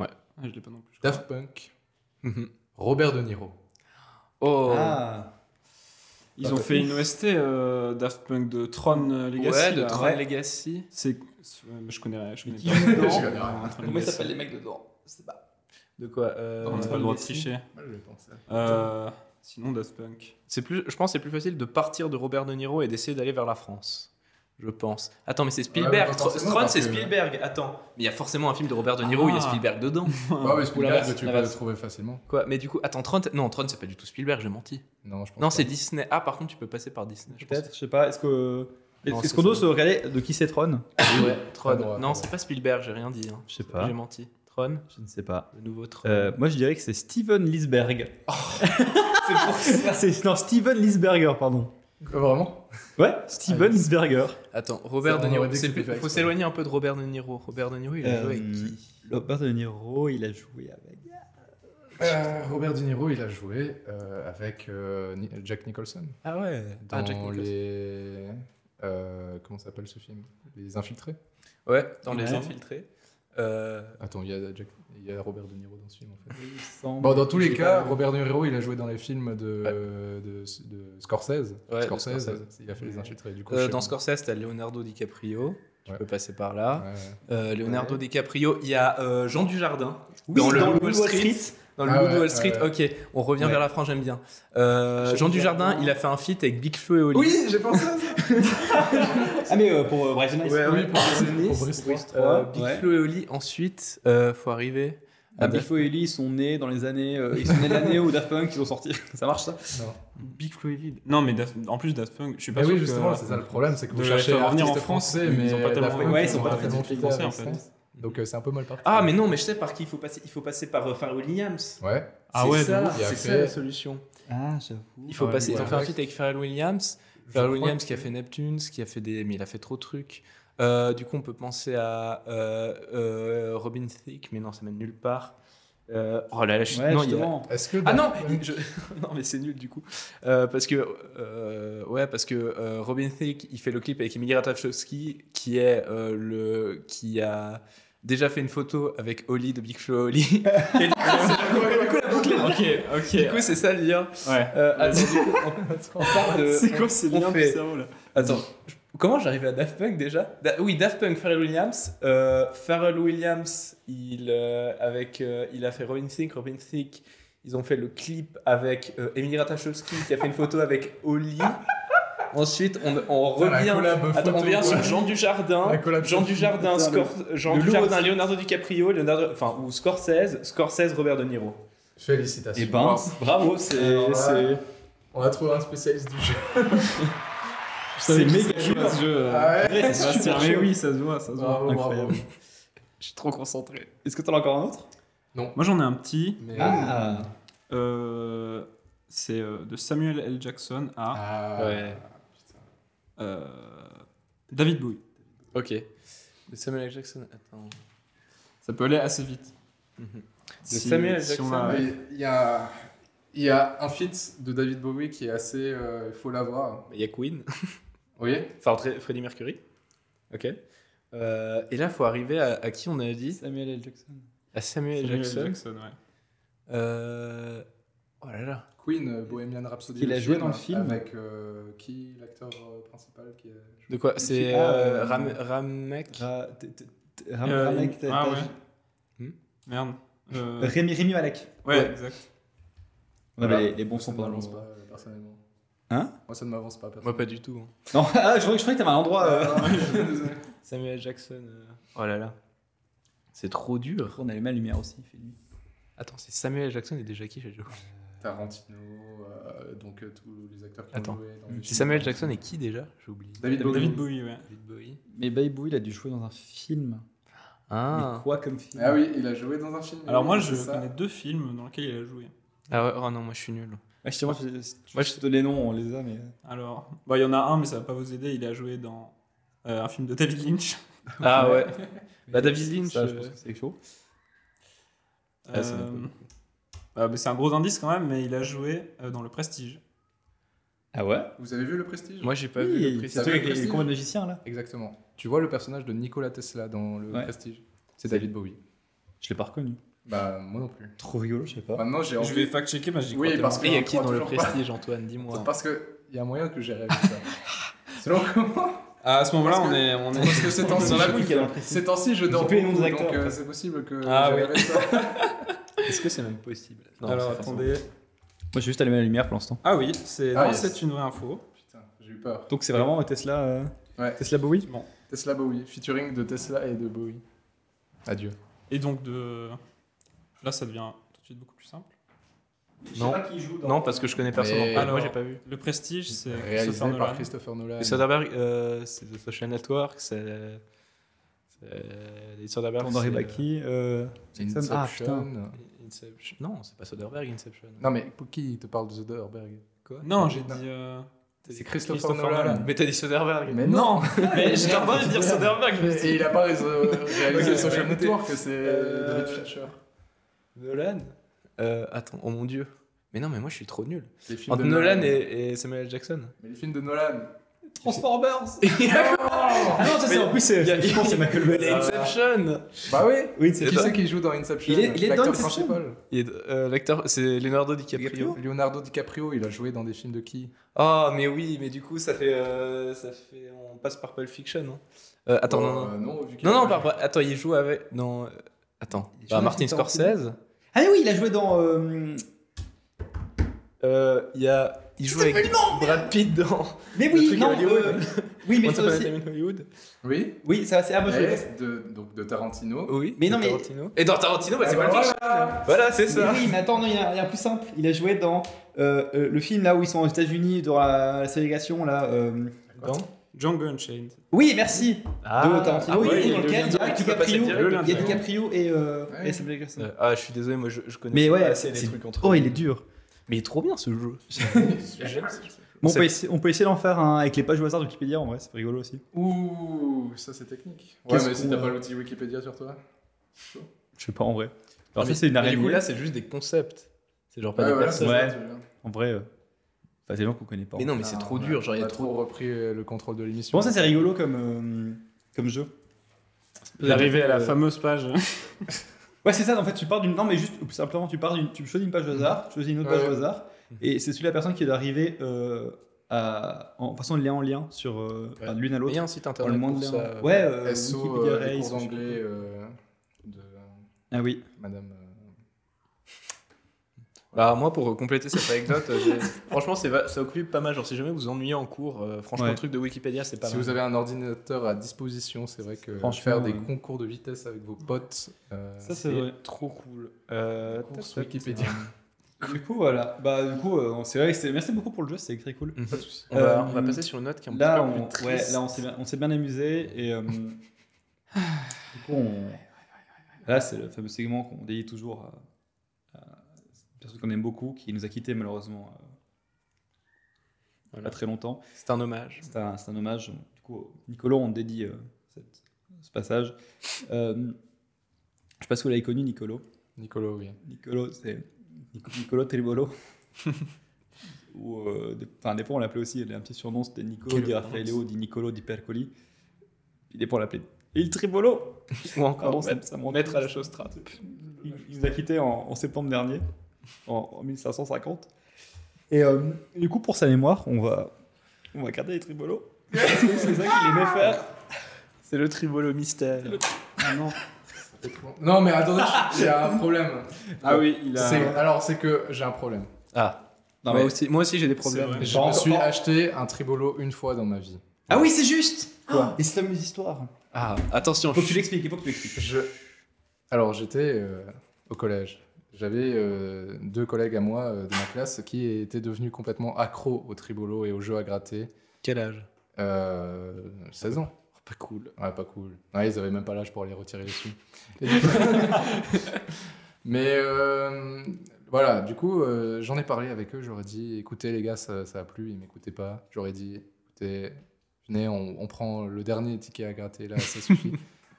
Ah, je l'ai pas non plus. je crois.
Daft Punk, Mhm. Robert De Niro.
Oh.
Ah.
Ils ont fait une OST euh, Daft Punk de Tron euh, Legacy.
ouais, de
là.
Tron Legacy.
C'est. c'est- ouais, mais Je connais, je connais
Qui
pas.
joue dedans
Je connais rien, Tron Legacy.
les mecs dedans Je sais pas.
De quoi euh,
On n'a pas le droit de tricher.
Moi, je vais penser.
Euh, sinon, Daft Punk.
C'est plus, je pense, que c'est plus facile de partir de Robert De Niro et d'essayer d'aller vers la France. Je pense. Attends, mais c'est Spielberg.
Ouais, bah,
Tr-
forcément,
Tron,
parce
c'est
que-
Spielberg. Attends, mais il y a forcément un film de Robert De Niro où il y a
Ah.
Spielberg dedans.
Ah ouais, Spielberg,
l'inverse,
tu peux le
l'inverse.
trouver facilement.
Quoi Mais du coup, attends, Tron. t- Non, Tron, c'est pas du tout Spielberg. J'ai menti.
Non, je pense
Non,
pas.
c'est Disney. Ah, par contre, tu peux passer par Disney. je pense.
Peut-être, je sais pas. Est-ce que.
Non,
Est-ce
c'est
qu'on doit
ça.
se regarder de qui c'est Tron
Ah Ouais,
Pas
Tron.
droit, pas
non,
droit.
c'est pas Spielberg. J'ai rien dit. hein.
Je sais
J'ai menti. Tron,
Je ne sais pas.
le nouveau Tron.
Euh, moi, je dirais que c'est Steven Lisberg. Oh. c'est pour ça. Non, Steven Lisberger, pardon.
Quoi, Euh, Vraiment
Ouais, Steven
Ah, oui.
Lisberger.
Attends, Robert
Ça,
De
on aurait
Niro.
dit que
c'est
c'était
plus-
fait
Faut
exprès.
s'éloigner un peu de Robert De Niro. Robert De Niro, il a joué avec
Euh,
qui
Robert De Niro, il a joué avec.
Euh, Robert De Niro, il a joué euh, avec euh, Ni- Jack Nicholson.
Ah ouais.
Dans les... euh, comment s'appelle ce film Les Infiltrés
Ouais, dans les
Ouais.
infiltrés. Euh,
Attends, il y, a Jack- il y a Robert De Niro dans ce film, en fait. Bon,
Bon,
dans tous
Je
les
sais
cas,
pas.
Robert De Niro, il a joué dans les films de, de, de Scorsese.
Ouais, de
Scorsese.
Scorsese.
Il a fait Les Infiltrés, du coup.
euh,
je sais
dans
pas.
Scorsese, t'as Leonardo DiCaprio. Tu
Ouais.
peux passer par là.
Ouais, ouais.
Euh, Leonardo
Ouais.
DiCaprio. Il y a euh, Jean Dujardin.
dans le
Wall
Wall
Street.
Street.
Dans le
Ah
Loup de
ouais,
Wall Street.
ouais,
Ok, on revient
Ouais.
vers la France, j'aime bien. Euh, Jean Dujardin, il a fait un feat avec Big Flo et Oli.
Oui, j'ai pensé à ça.
Ah, mais euh, pour euh, Bryson Nice.
oui, pour Nice.
Pour Brice Nice,
Euh,
ouais.
Big
Ouais.
Flo et Oli, ensuite, euh, faut arriver.
Ah, Big Flo et Ellie, ils sont nés dans les années. euh, ils sont nés l'année où Daft Punk ils ont sorti. Ça marche ça
Big Floyd. Non, mais Daft- en plus, Daft Punk, je suis pas
Mais
sûr
oui, justement,
que-
c'est ça le problème, c'est que vous
de
cherchez
faire venir
artistes
en France,
français,
mais
mais
ils ont pas tellement-
d'Afrique,
ouais, ils sont pas
d'Afrique
tellement
du Sud,
français, en
d'Afrique.
fait.
Donc euh, c'est un peu mal parti.
Ah, mais non, mais je sais par qui il faut passer. Il faut passer par euh, Pharrell Williams.
Ouais.
Ah
C'est
ouais, de
ça,
ouf.
Il a
c'est ça
fait-
la solution.
Ah, j'avoue.
Il faut
Ouais,
passer. Ils
ouais.
ont fait un feat avec Pharrell Williams.
Je
Pharrell
crois
Williams
que-
qui a fait Neptune, qui a fait des. Mais il a fait trop de trucs. Euh, du coup, on peut penser à euh, euh, Robin Thicke, mais non, ça mène nulle part. Euh, oh là là, je suis.
Ouais,
non, il y a-
justement.
Est-ce que
Ah non,
Daft
il-
Punk-
je- non mais c'est nul du coup Euh, parce que euh, ouais parce que euh, Robin Thicke il fait le clip avec Emily Ratajkowski qui est euh, le qui a déjà fait une photo avec Oli de Big Flo et Oli et du coup, c'est- du coup, la boucle est-
Ok,
du
ok.
coup c'est ça le lien
Ouais.
Euh, attends, du coup, on, on part de
C'est quoi ces
on
liens
fait-
cerveau là
Attends, je- comment j'arrivais à Daft Punk déjà Da- Oui, Daft Punk, Pharrell Williams. Euh, Pharrell Williams, il, euh, avec, euh, il a fait Robin Thicke, Robin Thicke. Ils ont fait le clip avec euh, Emily Ratajkowski qui a fait une photo avec Oli. Ensuite, on, on
Putain, la
revient.
collab
Attends, on
photo,
revient sur
ouais.
Jean Dujardin.
La collab
Jean
photo.
Dujardin,
Putain,
Scor- Jean
le
Dujardin, Leonardo DiCaprio, Leonardo, enfin, ou Scorsese, Scorsese, Robert De Niro.
Félicitations.
Et ben, bravo, c'est.
Alors là,
c'est-
On a trouvé un spécialiste du jeu.
C'est méga dur.
ce jeu. euh,
Ah ouais
Sébastien, Mais oui, ça se voit, ça se voit.
Bravo, bravo.
Incroyable.
Je suis trop concentré.
Est-ce que t'en as encore un autre
Moi, j'en ai un petit.
Mais-
Ah
Euh, c'est euh, de Samuel L. Jackson à
Ah,
Ouais.
euh, David Bowie.
Ok. De Samuel L. Jackson, attends.
Ça peut aller assez vite.
Mhm.
Si-
De Samuel L.
si
Jackson.
on l'a-
Mais Il y a, il y a un feat de David Bowie qui est assez. euh, Il faut l'avoir.
Il y a Queen.
Vous voyez
Enfin, Tre- Freddie Mercury. Ok. Euh, et là, faut arriver à, à qui on a dit
Samuel L. Jackson.
À Samuel,
Samuel L.
Jackson.
Jackson, ouais.
Euh, Oh là là.
Queen, euh, Bohemian Rhapsody.
Qu'il
le
a joué dans le film.
Avec euh, qui l'acteur euh, principal qui est...
De quoi C'est
Ah,
euh,
euh,
Ram- Ramek.
Ra- t- t- t- Ram-
Euh,
Ramek, t'as-
ah
t'as-
ouais.
Hmm
Merde. Euh,
Rémi Rémi Malek.
ouais,
ouais.
exact.
On avait Ah bah, les, les bons
Ça
sons
ne
pendant le
m'avance
moment.
pas, euh, personnellement.
Hein
Moi, ça ne m'avance pas, personnellement.
Moi, pas du tout. hein.
Non, ah, je croyais que je croyais que t'avais un endroit. euh,
Samuel Jackson. euh, Oh là là. C'est trop dur.
On avait mal lumière aussi. fait nuit.
Attends, c'est Samuel Jackson et déjà qui j'ai joué
Tarantino, euh, donc euh, tous les acteurs qui
Attends.
ont joué. dans les
C'est
films.
Samuel Jackson et qui déjà J'ai oublié.
David Bowie.
David Bowie, ouais.
David Bowie.
Mais Baby il a dû jouer dans un film.
Ah,
Mais quoi comme film
Ah oui, il a joué dans un film.
Alors
oui,
moi,
c'est
je
ça.
connais deux films dans lesquels il a joué.
ah ouais, oh non, moi je suis nul.
Ah, je sais, moi, je,
Moi,
moi,
je-
je te les noms, on les a, mais.
Alors, bah, il y en a un, mais ça va pas vous aider. Il a joué dans euh, un film de David Lynch.
Ah ouais. Bah, David Lynch,
Ça, je
euh,
pense que c'est chaud.
Ah, ça m'aide
Euh,
pas
ah, mais c'est un gros indice quand même, mais il a joué euh, dans Le Prestige.
Ah ouais
Vous avez vu le Prestige
Moi j'ai pas vu le
Oui,
prix.
c'est
Avec
avec les
Christine.
combats de magiciens, là
Exactement. Tu vois le personnage de Nikola Tesla dans le
Ouais.
Prestige C'est David Bowie.
Je l'ai pas reconnu.
Bah moi non plus.
Trop rigolo, je sais
Bah,
pas.
Maintenant j'ai envie.
Je vais fact-checker, mais j'y
Oui,
crois
parce
Il
tellement.
y a
qu'on
qui
croit
dans le
toujours pas.
prestige, Antoine Dis-moi.
Parce que il y a moyen que j'ai rêvé ça. Selon comment
Ah, à ce moment-là,
Parce
on
que-
est, on est...
Parce que ces temps-ci,
Dans la
je-
bouille, il y a dans le Prestige.
ces temps-ci, je dors
plus les noms
beaucoup,
des acteurs,
donc euh,
en fait.
c'est possible que
Ah
j'ai
oui.
rêvé ça.
Est-ce que c'est même possible Non,
Alors
c'est
attendez.
Moi, j'ai juste allumé la lumière pour l'instant.
Ah oui, c'est
Ah,
non,
yes.
c'est une vraie info.
Putain, j'ai eu peur.
Donc, c'est vraiment Tesla. euh,
Ouais.
Tesla Bowie
Bon.
Tesla Bowie, featuring de Tesla et de Bowie. Adieu.
Et donc de là, ça devient tout de suite beaucoup plus simple.
Non. Non, parce que je connais personne.
Mais-
en- Ah, moi
Alors-
j'ai pas vu.
Le Prestige, c'est
Réalisé
Christopher
par
Nolan.
Christopher Nolan.
Les Soderbergh, euh, c'est The Social Network, c'est. c'est- euh, Les Soderbergh.
Pandore et
c'est,
Baki. euh,
Inception.
Ah, putain.
euh, Inception. Non, c'est pas Soderbergh, Inception.
Non mais pour qui te parle de Soderbergh
quoi
Non, j'ai dit. euh,
C'est Christopher, Nolan.
Mais t'as dit Soderbergh.
Mais non
Mais je t'en de dire Soderbergh. je me suis
Et il a pas rés- réalisé
Ok,
Social
ouais, écoutez,
Network, c'est
euh,
David Fincher.
dit, Nolan. Euh, attends, oh mon dieu. Mais non, mais moi je suis trop nul.
Les films
Entre
de
Nolan et, et Samuel Jackson.
Mais les films de Nolan.
Transformers
bah
Ah non, ça, c'est en plus, c'est.
Il y a-
Je pense que c'est Michael
Il y
Bay.
a Inception.
Bah oui
Oui,
Qui c'est qui joue dans Inception
Il est- il est dans
L'acteur
Inception
principal.
Il y a- euh, L'acteur, c'est Leonardo DiCaprio.
Leonardo DiCaprio, il a joué dans des films de qui
Ah, mais oui, mais du coup, ça fait. euh, ça fait on passe par Pulp Fiction. hein. Euh, attends, non, non.
Euh, non, vu qu'il
Non,
a
non,
pas
par, attends, il joue avec. Non, euh, attends.
Il joue
Bah,
avec
Martin
qui,
Scorsese.
Ah oui, il a joué dans. euh,
Euh, Il y a. Il joue avec Brad Pitt dans.
Mais
Le
oui,
truc à
non,
Hollywood.
euh, oui, mais
Once
ça
Upon a
aussi-
Time in Hollywood.
joué. Oui
Oui, ça c'est ah, moi, je l'ai pas-
Et de, donc de Tarantino.
Oui.
Mais
de
non, mais-
Tarantino. Et dans Tarantino, bah, Oh, c'est
Ah,
pas
bah,
le
voilà.
Voilà, c'est ça.
Mais oui, mais attends, non, il y, a il y a un plus simple. Il a joué dans euh, euh, le film là où ils sont aux États-Unis dans la, la ségrégation là. euh,
Dans-
Django Unchained.
Oui, merci. de Tarantino.
ah
oui,
ouais,
dans
le
lequel il y a
lendemain, tu peux passer
DiCaprio,
direct.
il y a DiCaprio et euh,
Ouais.
et Samuel Jackson.
Euh, Ah, je suis désolé, moi je, je connais
Mais
pas
ouais,
assez les
c'est-
trucs entre
Oh,
eux.
il est dur.
Mais il est trop bien ce jeu.
Bon, on
C'est-
peut, essayer, on peut essayer d'en faire un avec les pages au hasard de Wikipédia en vrai, c'est rigolo aussi.
Ouh, ça c'est technique. Ouais,
Qu'est-ce
mais si
qu'on
t'as
a
pas l'outil Wikipédia sur toi.
Je sais pas en vrai. Alors
Ah,
ça
Mais-
c'est une
mais Du coup,
araignée.
là, c'est juste des concepts. C'est genre pas des
voilà,
personnes.
ouais.
c'est ça, tu vois.
En vrai, euh, enfin, c'est des gens qu'on connaît pas. hein.
Mais non, mais
Ah,
c'est trop
on a-
dur. Genre, il y
on
a
a
trop.
trop repris euh, le contrôle de
Je
l'émission.
pense que c'est rigolo comme, euh, comme jeu.
L'arrivée à la
Euh,
fameuse page.
Ouais, c'est ça, en fait, tu pars d'une. Non, mais juste simplement, tu pars d'une. Tu choisis une page au hasard, tu choisis une autre
Ouais.
page au hasard, et c'est celui de la personne qui doit arriver euh, à... en passant de lien en lien sur euh, enfin, de l'une à
Il y
l'autre.
a un site
En le
internet.
moins
pour
de lien.
ça.
ouais, euh,
SO,
Wikipédia
euh, les
Race,
cours
je sais pas.
d'anglais euh, de euh,
Ah oui.
madame. euh,
Bah, moi, pour compléter cette anecdote, j'ai- franchement, c'est va- ça occupe pas mal. Genre, si jamais vous ennuyez en cours, euh, franchement,
Ouais.
le truc de Wikipédia, c'est pas
Si
mal.
vous avez un ordinateur à disposition, c'est vrai que
Franchement,
faire des
ouais.
concours de vitesse avec vos potes, euh,
Ça, c'est vrai.
trop cool. Euh,
course
tac, tac.
Wikipédia.
Du coup, voilà. Bah, du coup, euh, c'est vrai que c'est. Merci beaucoup pour le jeu, c'est très cool.
Mhm. On,
Euh,
va, on va passer sur une note qui est un
Là,
petit peu
on,
plus
ouais,
triste.
là, on s'est bien, on s'est bien amusé et. euh, du coup, on- Là, c'est le fameux segment qu'on dédie toujours à, à une personne qu'on aime beaucoup, qui nous a quittés malheureusement euh,
Voilà.
pas très longtemps.
C'est un hommage.
C'est un, c'est un hommage. Du coup, Nicolas, on dédie euh, cette- ce passage. Euh, je sais pas si vous l'avez connu, Nicolo.
Nicolo, oui.
Nicolo, c'est Nic- Nicolo Tribolo. Ou, euh, des- enfin, des fois, on l'appelait aussi, il avait un petit surnom, c'était Nicolo
Quelle
di Raffaello, di Nicolo di Percoli. Puis des fois, on l'appelait Il Tribolo
Ou
Ah bon,
encore,
ça,
mettre,
ça me rend
mettre à la
triste.
chose trappe.
Il, il nous a quittés en, en septembre dernier, en, en 1550. Et euh, du coup, pour sa mémoire, on va, on va garder les Tribolos. Ah. Parce que c'est ça qu'il aimait faire.
C'est le tribolo mystère.
Ah
Non, mais attendez, il y a un problème. Ah
oui, il
C'est- Alors, c'est que j'ai un problème.
Ah.
Non,
moi,
mais-
aussi, moi aussi, j'ai des
C'est
problèmes.
vrai.
Je
Pas
me suis
encore.
acheté un tribolo une fois dans ma vie.
Ah oui, c'est juste Quoi Et cette fameuse histoire.
Ah, attention.
Faut que tu l'expliques, il faut que tu l'expliques.
Je... Alors, j'étais euh, au collège. J'avais euh, deux collègues à moi euh, de ma classe qui étaient devenus complètement accros au tribolo et aux jeux à gratter.
Quel âge
Euh, 16 ans.
Pas cool.
Ouais, pas cool. Ouais, ils avaient même pas l'âge pour aller retirer les sous. Et du coup- Mais euh, voilà, du coup, euh, j'en ai parlé avec eux. J'aurais dit, écoutez les gars, ça, ça a plu, ils m'écoutaient pas. J'aurais dit, écoutez, venez, on, on prend le dernier ticket à gratter, là, ça suffit.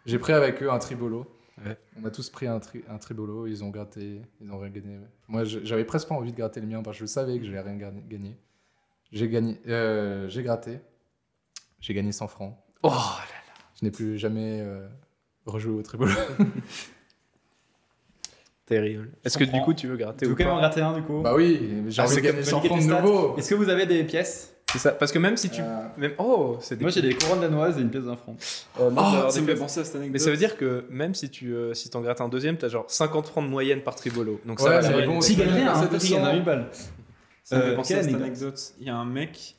J'ai pris avec eux un tribolo.
Ouais.
On a tous pris un, tri- un tribolo, ils ont gratté, ils ont rien gagné. Moi, je- j'avais presque pas envie de gratter le mien parce que je savais que j'allais rien gar- gagner. J'ai gagné, euh, j'ai gratté, j'ai gagné 100 francs.
Oh là
Je n'ai plus jamais euh, rejoué au tribolo.
Terrible. Est-ce
Je
que du
comprends.
coup tu veux gratter
Tu veux
ou
quand même en
pas
gratter un du coup
bah oui, j'ai
Ah,
envie
c'est
de
comme
gagner 100
Sonic
francs
et
de
les
nouveau.
Est-ce que vous avez des pièces
C'est ça. Parce que même si tu.
Euh,
Même... Oh, c'est des-
Moi j'ai des couronnes danoises et une pièce d'un franc.
Ah,
Oh,
des
ça me
pièces.
fait penser à cette anecdote.
Ah, Mais ça veut dire que même si tu euh, si t'en grattes un deuxième, t'as genre 50 francs de moyenne par tribolo. Donc
Ouais,
ça va.
mais
la moyenne.
bon,
Si
Ah, c'est
gagner
pas
un
assez
petit gagne
200.
1000 balles.
Ça me
Euh,
fait penser
quelle
à cette
anecdote
anecdote. Il y a un mec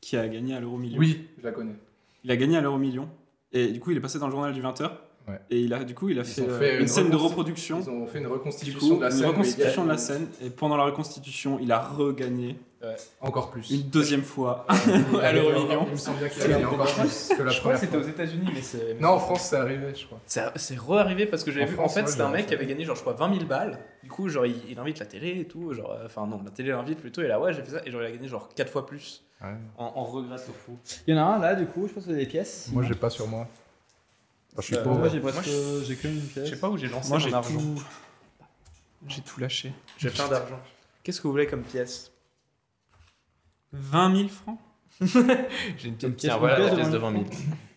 qui a gagné à l'euro million.
Oui, je la connais.
Il a gagné à l'euro million. Et du coup, il est passé dans le journal du 20h.
Ouais.
Et il a, du coup, il a fait,
ont
euh,
fait
une,
une
scène de
reconstru-
reproduction.
Ils ont fait une
Du
reconstitution
coup,
de la
une
scène.
reconstitution
mais
de
il y a-
la scène. Et pendant la reconstitution, il a regagné
Encore plus.
une deuxième fois.
Il
à l'euro
avait encore-
million.
Il me semble bien qu'il y avait encore plus que la
Je crois
première
que c'était
fois.
aux États-Unis, mais c'est.
Non, en France, c'est arrivé, je crois.
C'est c'est re-arrivé parce que j'avais
En
vu.
France,
en fait,
ouais,
c'était un
j'ai-
mec qui avait gagné, genre, je crois, 20 000 balles. Du coup, genre, il, il invite la télé et tout. Genre, euh, enfin, non, la télé l'invite plutôt. Et là, ouais, j'ai fait ça. Et genre, il a gagné, genre, 4 fois plus.
Ouais.
En, en regret, au fou.
Il y en a un là du coup, je pense que c'est des pièces.
Moi, j'ai pas sur moi. Enfin, je suis
Euh,
pauvre.
Moi j'ai
Moi,
presque.
je-
J'ai que une
Je
pièce.
sais pas où j'ai lancé
Moi,
mon
j'ai
argent.
tout. J'ai tout lâché.
J'ai plein d'argent. Qu'est-ce que vous voulez comme pièce
20 000 francs
J'ai une
pièce- une pièce de 20 000.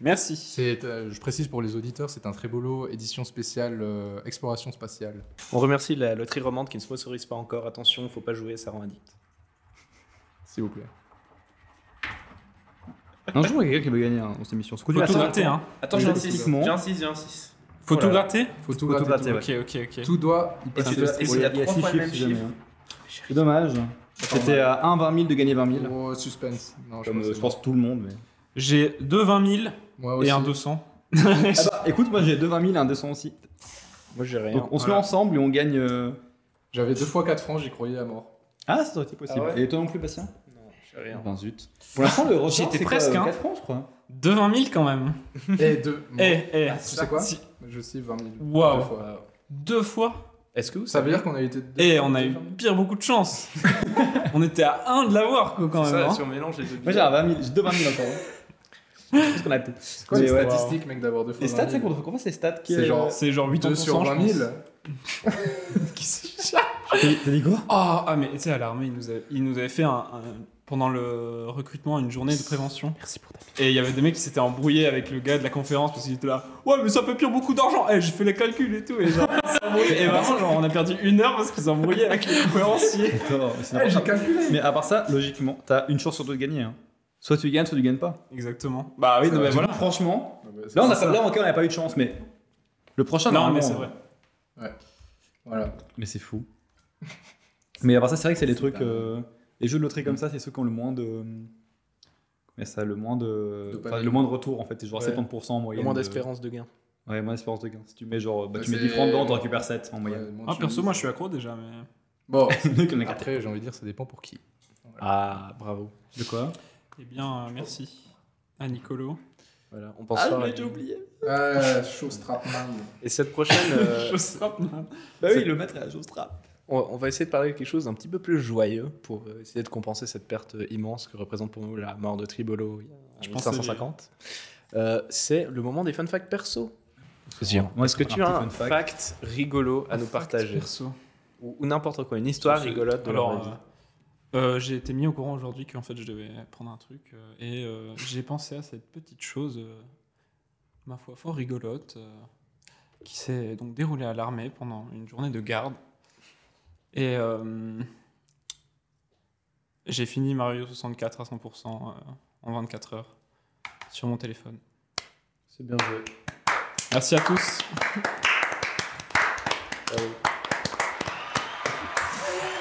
Merci.
C'est, euh, je précise pour les auditeurs, c'est un tribolo édition spéciale euh, exploration spatiale.
On remercie la loterie romande qui ne sponsorise pas encore. Attention, faut pas jouer, ça rend addict.
S'il vous plaît.
Un jour il y a quelqu'un qui veut gagner un- dans cette émission. Ce coup du
Faut tout
hasard.
gratter, hein.
Attends,
j'ai
j'ai
un
un
six.
6. J'ai un 6, j'ai un 6.
Faut
Oh là
tout
là.
Faut
gratter
tout
Faut tout
gratter.
gratter, ouais.
Ok, ok, ok.
Tout doit y
Et
passer.
tu dois
Ouais,
essayer
y
à
a- il y a
3
six
fois le même
chiffres, si
chiffre.
jamais, hein. C'est dommage. C'était à 1 20 000 de gagner 20 000.
Gros suspense. Non,
Comme
pense
euh,
que
je pense tout le monde. Mais...
J'ai deux 20 000
Moi
et
aussi.
un 200.
Ah bah, écoute, moi j'ai 2 20 000 et un 200 aussi.
Moi, j'ai rien.
Donc on se met ensemble et on gagne. euh,
J'avais deux fois 4 francs, j'y croyais à mort.
Ah, ça aurait été possible.
Ah ouais
Et toi non plus, Bastien
Non, j'ai rien.
Ben zut. Pour l'instant, le record,
J'étais
c'est
presque, hein.
4 francs, je crois.
Deux 20 000 quand même.
Et deux.
Eh, eh.
Ah, tu sais quoi
Si-
Je suis 20 000.
Waouh.
Deux fois.
Deux fois
Est-ce que vous
Ça veut
savez
dire qu'on a été deux.
Et on a
deux
eu
fois.
pire beaucoup de chance. on était à un de l'avoir quoi, quand
C'est
même.
ça,
hein.
si on mélange les deux
Moi j'ai un 20 000, j'ai 2 20 000 encore. Je pense qu'on a peut-être.
C'est quoi les
Mais ouais.
statistiques, mec, d'avoir deux fois
Les stats,
20
c'est
000?
qu'on qu'on fasse les stats qui
C'est genre-
C'est genre 8
Deux sur 20 000
T'as dit quoi
Ah, ah, mais tu sais, à l'armée, il nous avait, il nous avait fait un, un- pendant le recrutement une journée de prévention.
Merci pour ta pièce.
Et il y avait des mecs qui s'étaient embrouillés avec le gars de la conférence parce qu'il était là. Ouais, mais ça fait pire beaucoup d'argent. Eh, j'ai fait les calculs et tout. Et, genre, ils s'embrouillaient. et vraiment, genre, on a perdu une heure parce qu'ils s'embrouillaient avec le conférencier.
Attends, mais
Eh,
c'est n'importe quoi. Mais à part ça, logiquement, t'as une chance sur deux de gagner. hein. Soit tu gagnes, soit tu gagnes pas.
Exactement. Bah oui, non, mais
Du
voilà.
coup,
Ah
Franchement,
bah,
là, on a pas, là encore, on n'a pas eu de chance, mais le prochain,
Non,
normalement,
mais c'est vrai.
Voilà.
Mais c'est fou. mais à part ça, c'est vrai que c'est les trucs.
pas-
euh, les jeux de loterie comme ça, c'est ceux qui ont le moins de. Mais ça, le moins de.
Dopamine.
enfin, le moins de retour en fait. C'est genre
Ouais.
70% en moyenne.
Le moins
de-
d'espérance de gain.
Ouais, moins d'espérance de gain. Si tu mets genre. Bah,
Bah,
tu mets
c'est-
10 francs dedans, tu récupères 7 en
Ouais,
moyenne.
bon,
Ah,
tu-
perso, moi, je suis accro déjà, mais.
Bon,
Le mec, on a gratté.
après, j'ai envie de dire, ça dépend pour qui.
Ah, bravo.
De quoi
Eh bien, euh, merci à Nicolo.
Voilà, on pense fort à lui.
Ah, chaud Strapman.
Et cette prochaine, euh,
Je sais pas.
Bah
C'est-
oui, le maître est à Jostra.
on, on va essayer de parler de quelque chose d'un petit peu plus joyeux pour euh, essayer de compenser cette perte euh, immense que représente pour nous la mort de Tribolo il y a
Je pense que
1550. Euh, C'est le moment des fun facts perso. Zian,
Moi,
est-ce que
un
tu as
petit fun
un fact,
fact
rigolo à nous partager
Perso.
Ou, ou n'importe quoi, une histoire rigolote de leur
Alors,
vie.
euh, euh, j'ai été mis au courant aujourd'hui qu'en fait, je devais prendre un truc euh, et euh, j'ai pensé à cette petite chose, euh, ma foi, fort rigolote, euh, qui s'est donc déroulée à l'armée pendant une journée de garde. Et euh, j'ai fini Mario 64 à 100% euh, en 24 heures sur mon téléphone.
C'est bien joué.
Merci à tous.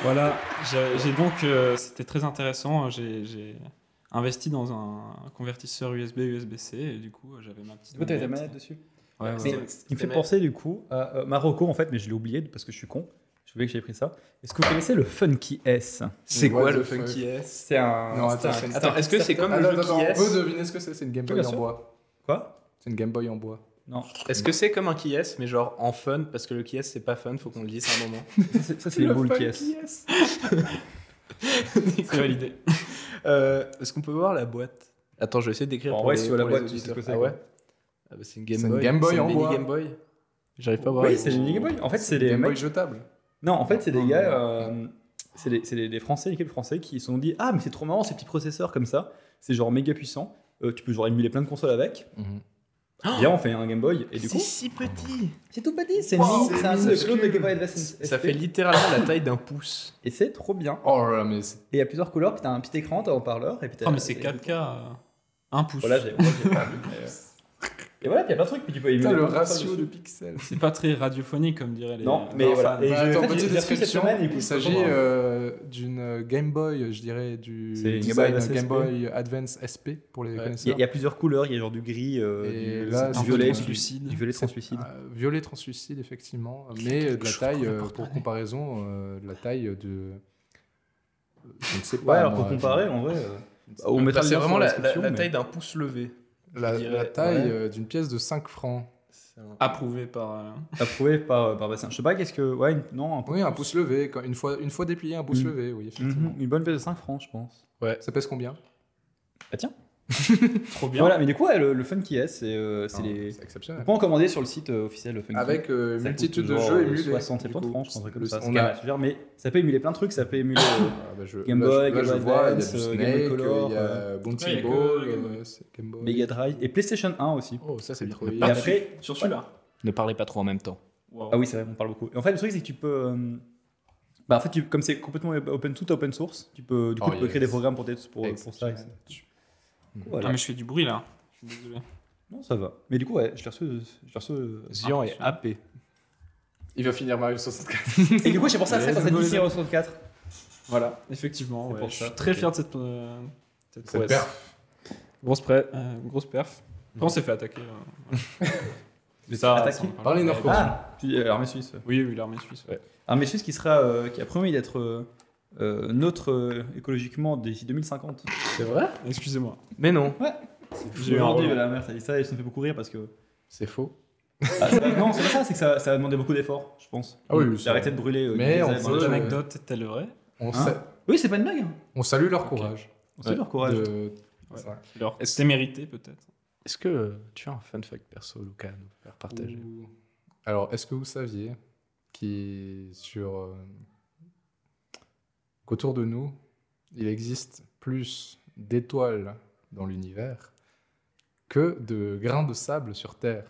Voilà, j'ai j'ai donc, euh, c'était très intéressant. J'ai- J'ai investi dans un convertisseur USB USB-C et du coup, euh, j'avais ma petite.
Toi, t'avais ta
manette.
manette dessus
Ouais, ouais,
Mais
ouais.
il me fait penser du coup à euh, Marocco en fait, mais je l'ai oublié parce que je suis con. Je savais que j'avais pris ça. Est-ce que vous connaissez le Funky S
C'est
What
quoi
the
le
fuck
funky S
C'est un.
Non,
c'est un-
attends, c'est-
Attends, est-ce que c'est comme le
Attends,
jeu
attends,
qui
on peut
est
deviner ce que c'est, c'est une Game
Oui,
Boy
bien
en
sûr.
bois.
Quoi
C'est une Game Boy en bois.
Non.
Est-ce que c'est comme un qui est, mais genre en fun Parce que le qui est, c'est pas fun, faut qu'on le dise à un moment.
Ça, c'est- Ça, c'est les boules qui S.
C'est validé. Euh, Est-ce qu'on peut voir la boîte Attends, je vais essayer de décrire.
En
pour
vrai,
les-
si tu vois la
pour les
boîte, tu sais ce que
auditeurs.
c'est,
Ah
quoi.
ouais Ah bah, C'est une Game
C'est une
Boy.
Game Boy en
mini
bois.
Game Boy. J'arrive pas à voir.
Oui, c'est les Mini Game Boy. En fait, c'est les
Game Boy
mecs.
jetable.
Non, en fait, c'est des
Non,
gars.
non,
euh, C'est des, c'est des- des Français, l'équipe française, qui se sont dit Ah, mais c'est trop marrant ces petits processeurs comme ça. C'est genre méga puissant. Euh, tu peux genre émuler plein de consoles avec. Viens, on fait un Game Boy. Et du coup.
si petit
C'est tout petit. C'est
Wow,
mini,
c'est
c'est un mini
minuscule.
clone de Game Boy Advance.
Ça fait
SP.
littéralement la taille d'un pouce.
Et c'est trop bien.
Oh là là, mais c'est-
Et il y a plusieurs couleurs, puis t'as un petit écran, t'as un haut-parleur, et puis
Ah,
t'as.
Oh, mais c'est
et-
4K, euh, un pouce.
Voilà, j'ai moi, j'ai pas vu. mais, euh, Et voilà, puis il y a plein de trucs, puis tu peux émuler.
Putain, le
plein de consoles
ratio
dessus.
de pixels.
C'est pas très radiophonique, comme diraient les.
Non, mais
leurs
voilà.
fans.
Et
Bah,
je- en
attends,
fait, je
petite
l'ai reçu cette
description.
semaine, hein. et
il
puis-
s'agit euh, d'une Game Boy, je dirais, du
C'est une
design
Game Boy Advance
Game
SP.
Boy Advance SP pour les
Il y, a-
connaisseurs.
il y a plusieurs couleurs, il y a genre du gris, euh,
Et
du,
là,
du
c'est
violet,
un peu
du,
lucide.
du violet
C'est-
translucide.
euh, violet translucide, effectivement, mais euh, de la taille, euh, pour comparaison, euh, de la taille de. Je ne sais pas.
ouais, alors
moi,
pour comparer, en vrai, euh, bah, on
Bah,
mettra le
c'est
lien sur
vraiment la, la-
description,
la
mais-
taille d'un pouce levé.
La,
je dirais,
la taille
ouais.
euh, d'une pièce de 5 francs.
Approuvé par. euh,
approuvé par euh, par Bassin. Je sais pas qu'est-ce que ouais une- non un peu-
Oui, un pouce levé. quand- une, fois, une fois déplié, un pouce
Mhm.
levé, oui, effectivement.
Mhm, une bonne pièce de 5 francs, je pense.
Ça pèse combien
Trop bien.
Voilà, mais du coup, ouais, le, le fun qui est, c'est euh, c'est
Enfin,
les. On
Ah, exceptionnel.
peut en commander sur le site euh, officiel le Funky.
Avec euh,
Ça coûte
multitude de
genre,
jeux
euh,
émulés.
60
du
points de
coup.
francs, je pense, comme
Le-
ça. c'est
on
quand même
a-
assez cher, mais ça peut émuler plein de trucs, ça peut émuler. euh,
Ah bah, je-
Game
là, je-
Boy,
là,
Game
je
Boy
vois, il y a du
Advance, euh, Game Boy
Snake,
Color, euh,
il y a Bounty
Ouais, il y a que
Ball,
Game Boy.
euh, c'est Game Boy.
Mega Drive et PlayStation 1 aussi.
Oh, ça c'est
bien.
trop
Et
Et
Ah,
après,
Sur celui-là.
Ne parlez pas trop en même temps.
Wow.
Ah oui, c'est vrai, on parle beaucoup. Et en fait, le truc, c'est que tu peux. euh, Bah, en fait, tu- comme c'est complètement open, tout est open source, tu peux, du coup,
Oh,
tu peux
yes.
créer des programmes pour, tes- pour, pour ça.
Exceptionnel.
etc.
Ah,
Voilà.
Mm.
mais je fais du bruit là. Je suis désolé.
Non, ça va. Mais du coup, ouais, je l'ai reçu. Je l'ai reçu euh,
Zian est happé.
Il va finir Mario 64.
Et du coup, j'ai pensé à ça
Ouais,
quand
c'est
t'as
bon,
dit
les
Zero 64.
Voilà, effectivement.
C'est
ouais,
pour
je
ça.
suis très
Ok.
fier de cette, euh, cette
Cette
prouesse.
perf.
Grosse, pré- euh, grosse perf. Après, on s'est fait attaquer. euh, voilà. Mais ça,
Attaquer
ça, on en parle.
Par les Nord-Coréens.
Puis, euh, Armée Suisse. ouais.
Oui, oui, l'armée suisse. ouais.
Armée Suisse qui sera. euh, qui a promis d'être euh, euh, neutre euh, écologiquement d'ici 2050.
C'est vrai
Excusez-moi.
Mais non,
J'ai eu un
Aujourd'hui,
relais.
la mère, ça dit ça et ça me fait beaucoup rire parce que.
c'est faux.
Ah, c'est pas- non, c'est pas ça, c'est que ça, ça a demandé beaucoup d'efforts, je pense.
Ah oui,
J'ai
ça-
arrêté de brûler. euh,
Mais
des
on
ailes dans
peut-
les
Cette
Euh,
cheveux.
anecdote est-elle vraie
On,
Hein
sa-
Oui, c'est pas une blague. hein.
on salue leur courage.
C'est leur courage.
de-
Ouais.
Ça.
Leur témérité, peut-être.
Est-ce que euh, tu as un fun fact perso, Lucas, à nous faire partager
Ou- Alors, est-ce que vous saviez qui sur euh, qu'autour de nous, il existe plus d'étoiles dans l'univers que de grains de sable sur Terre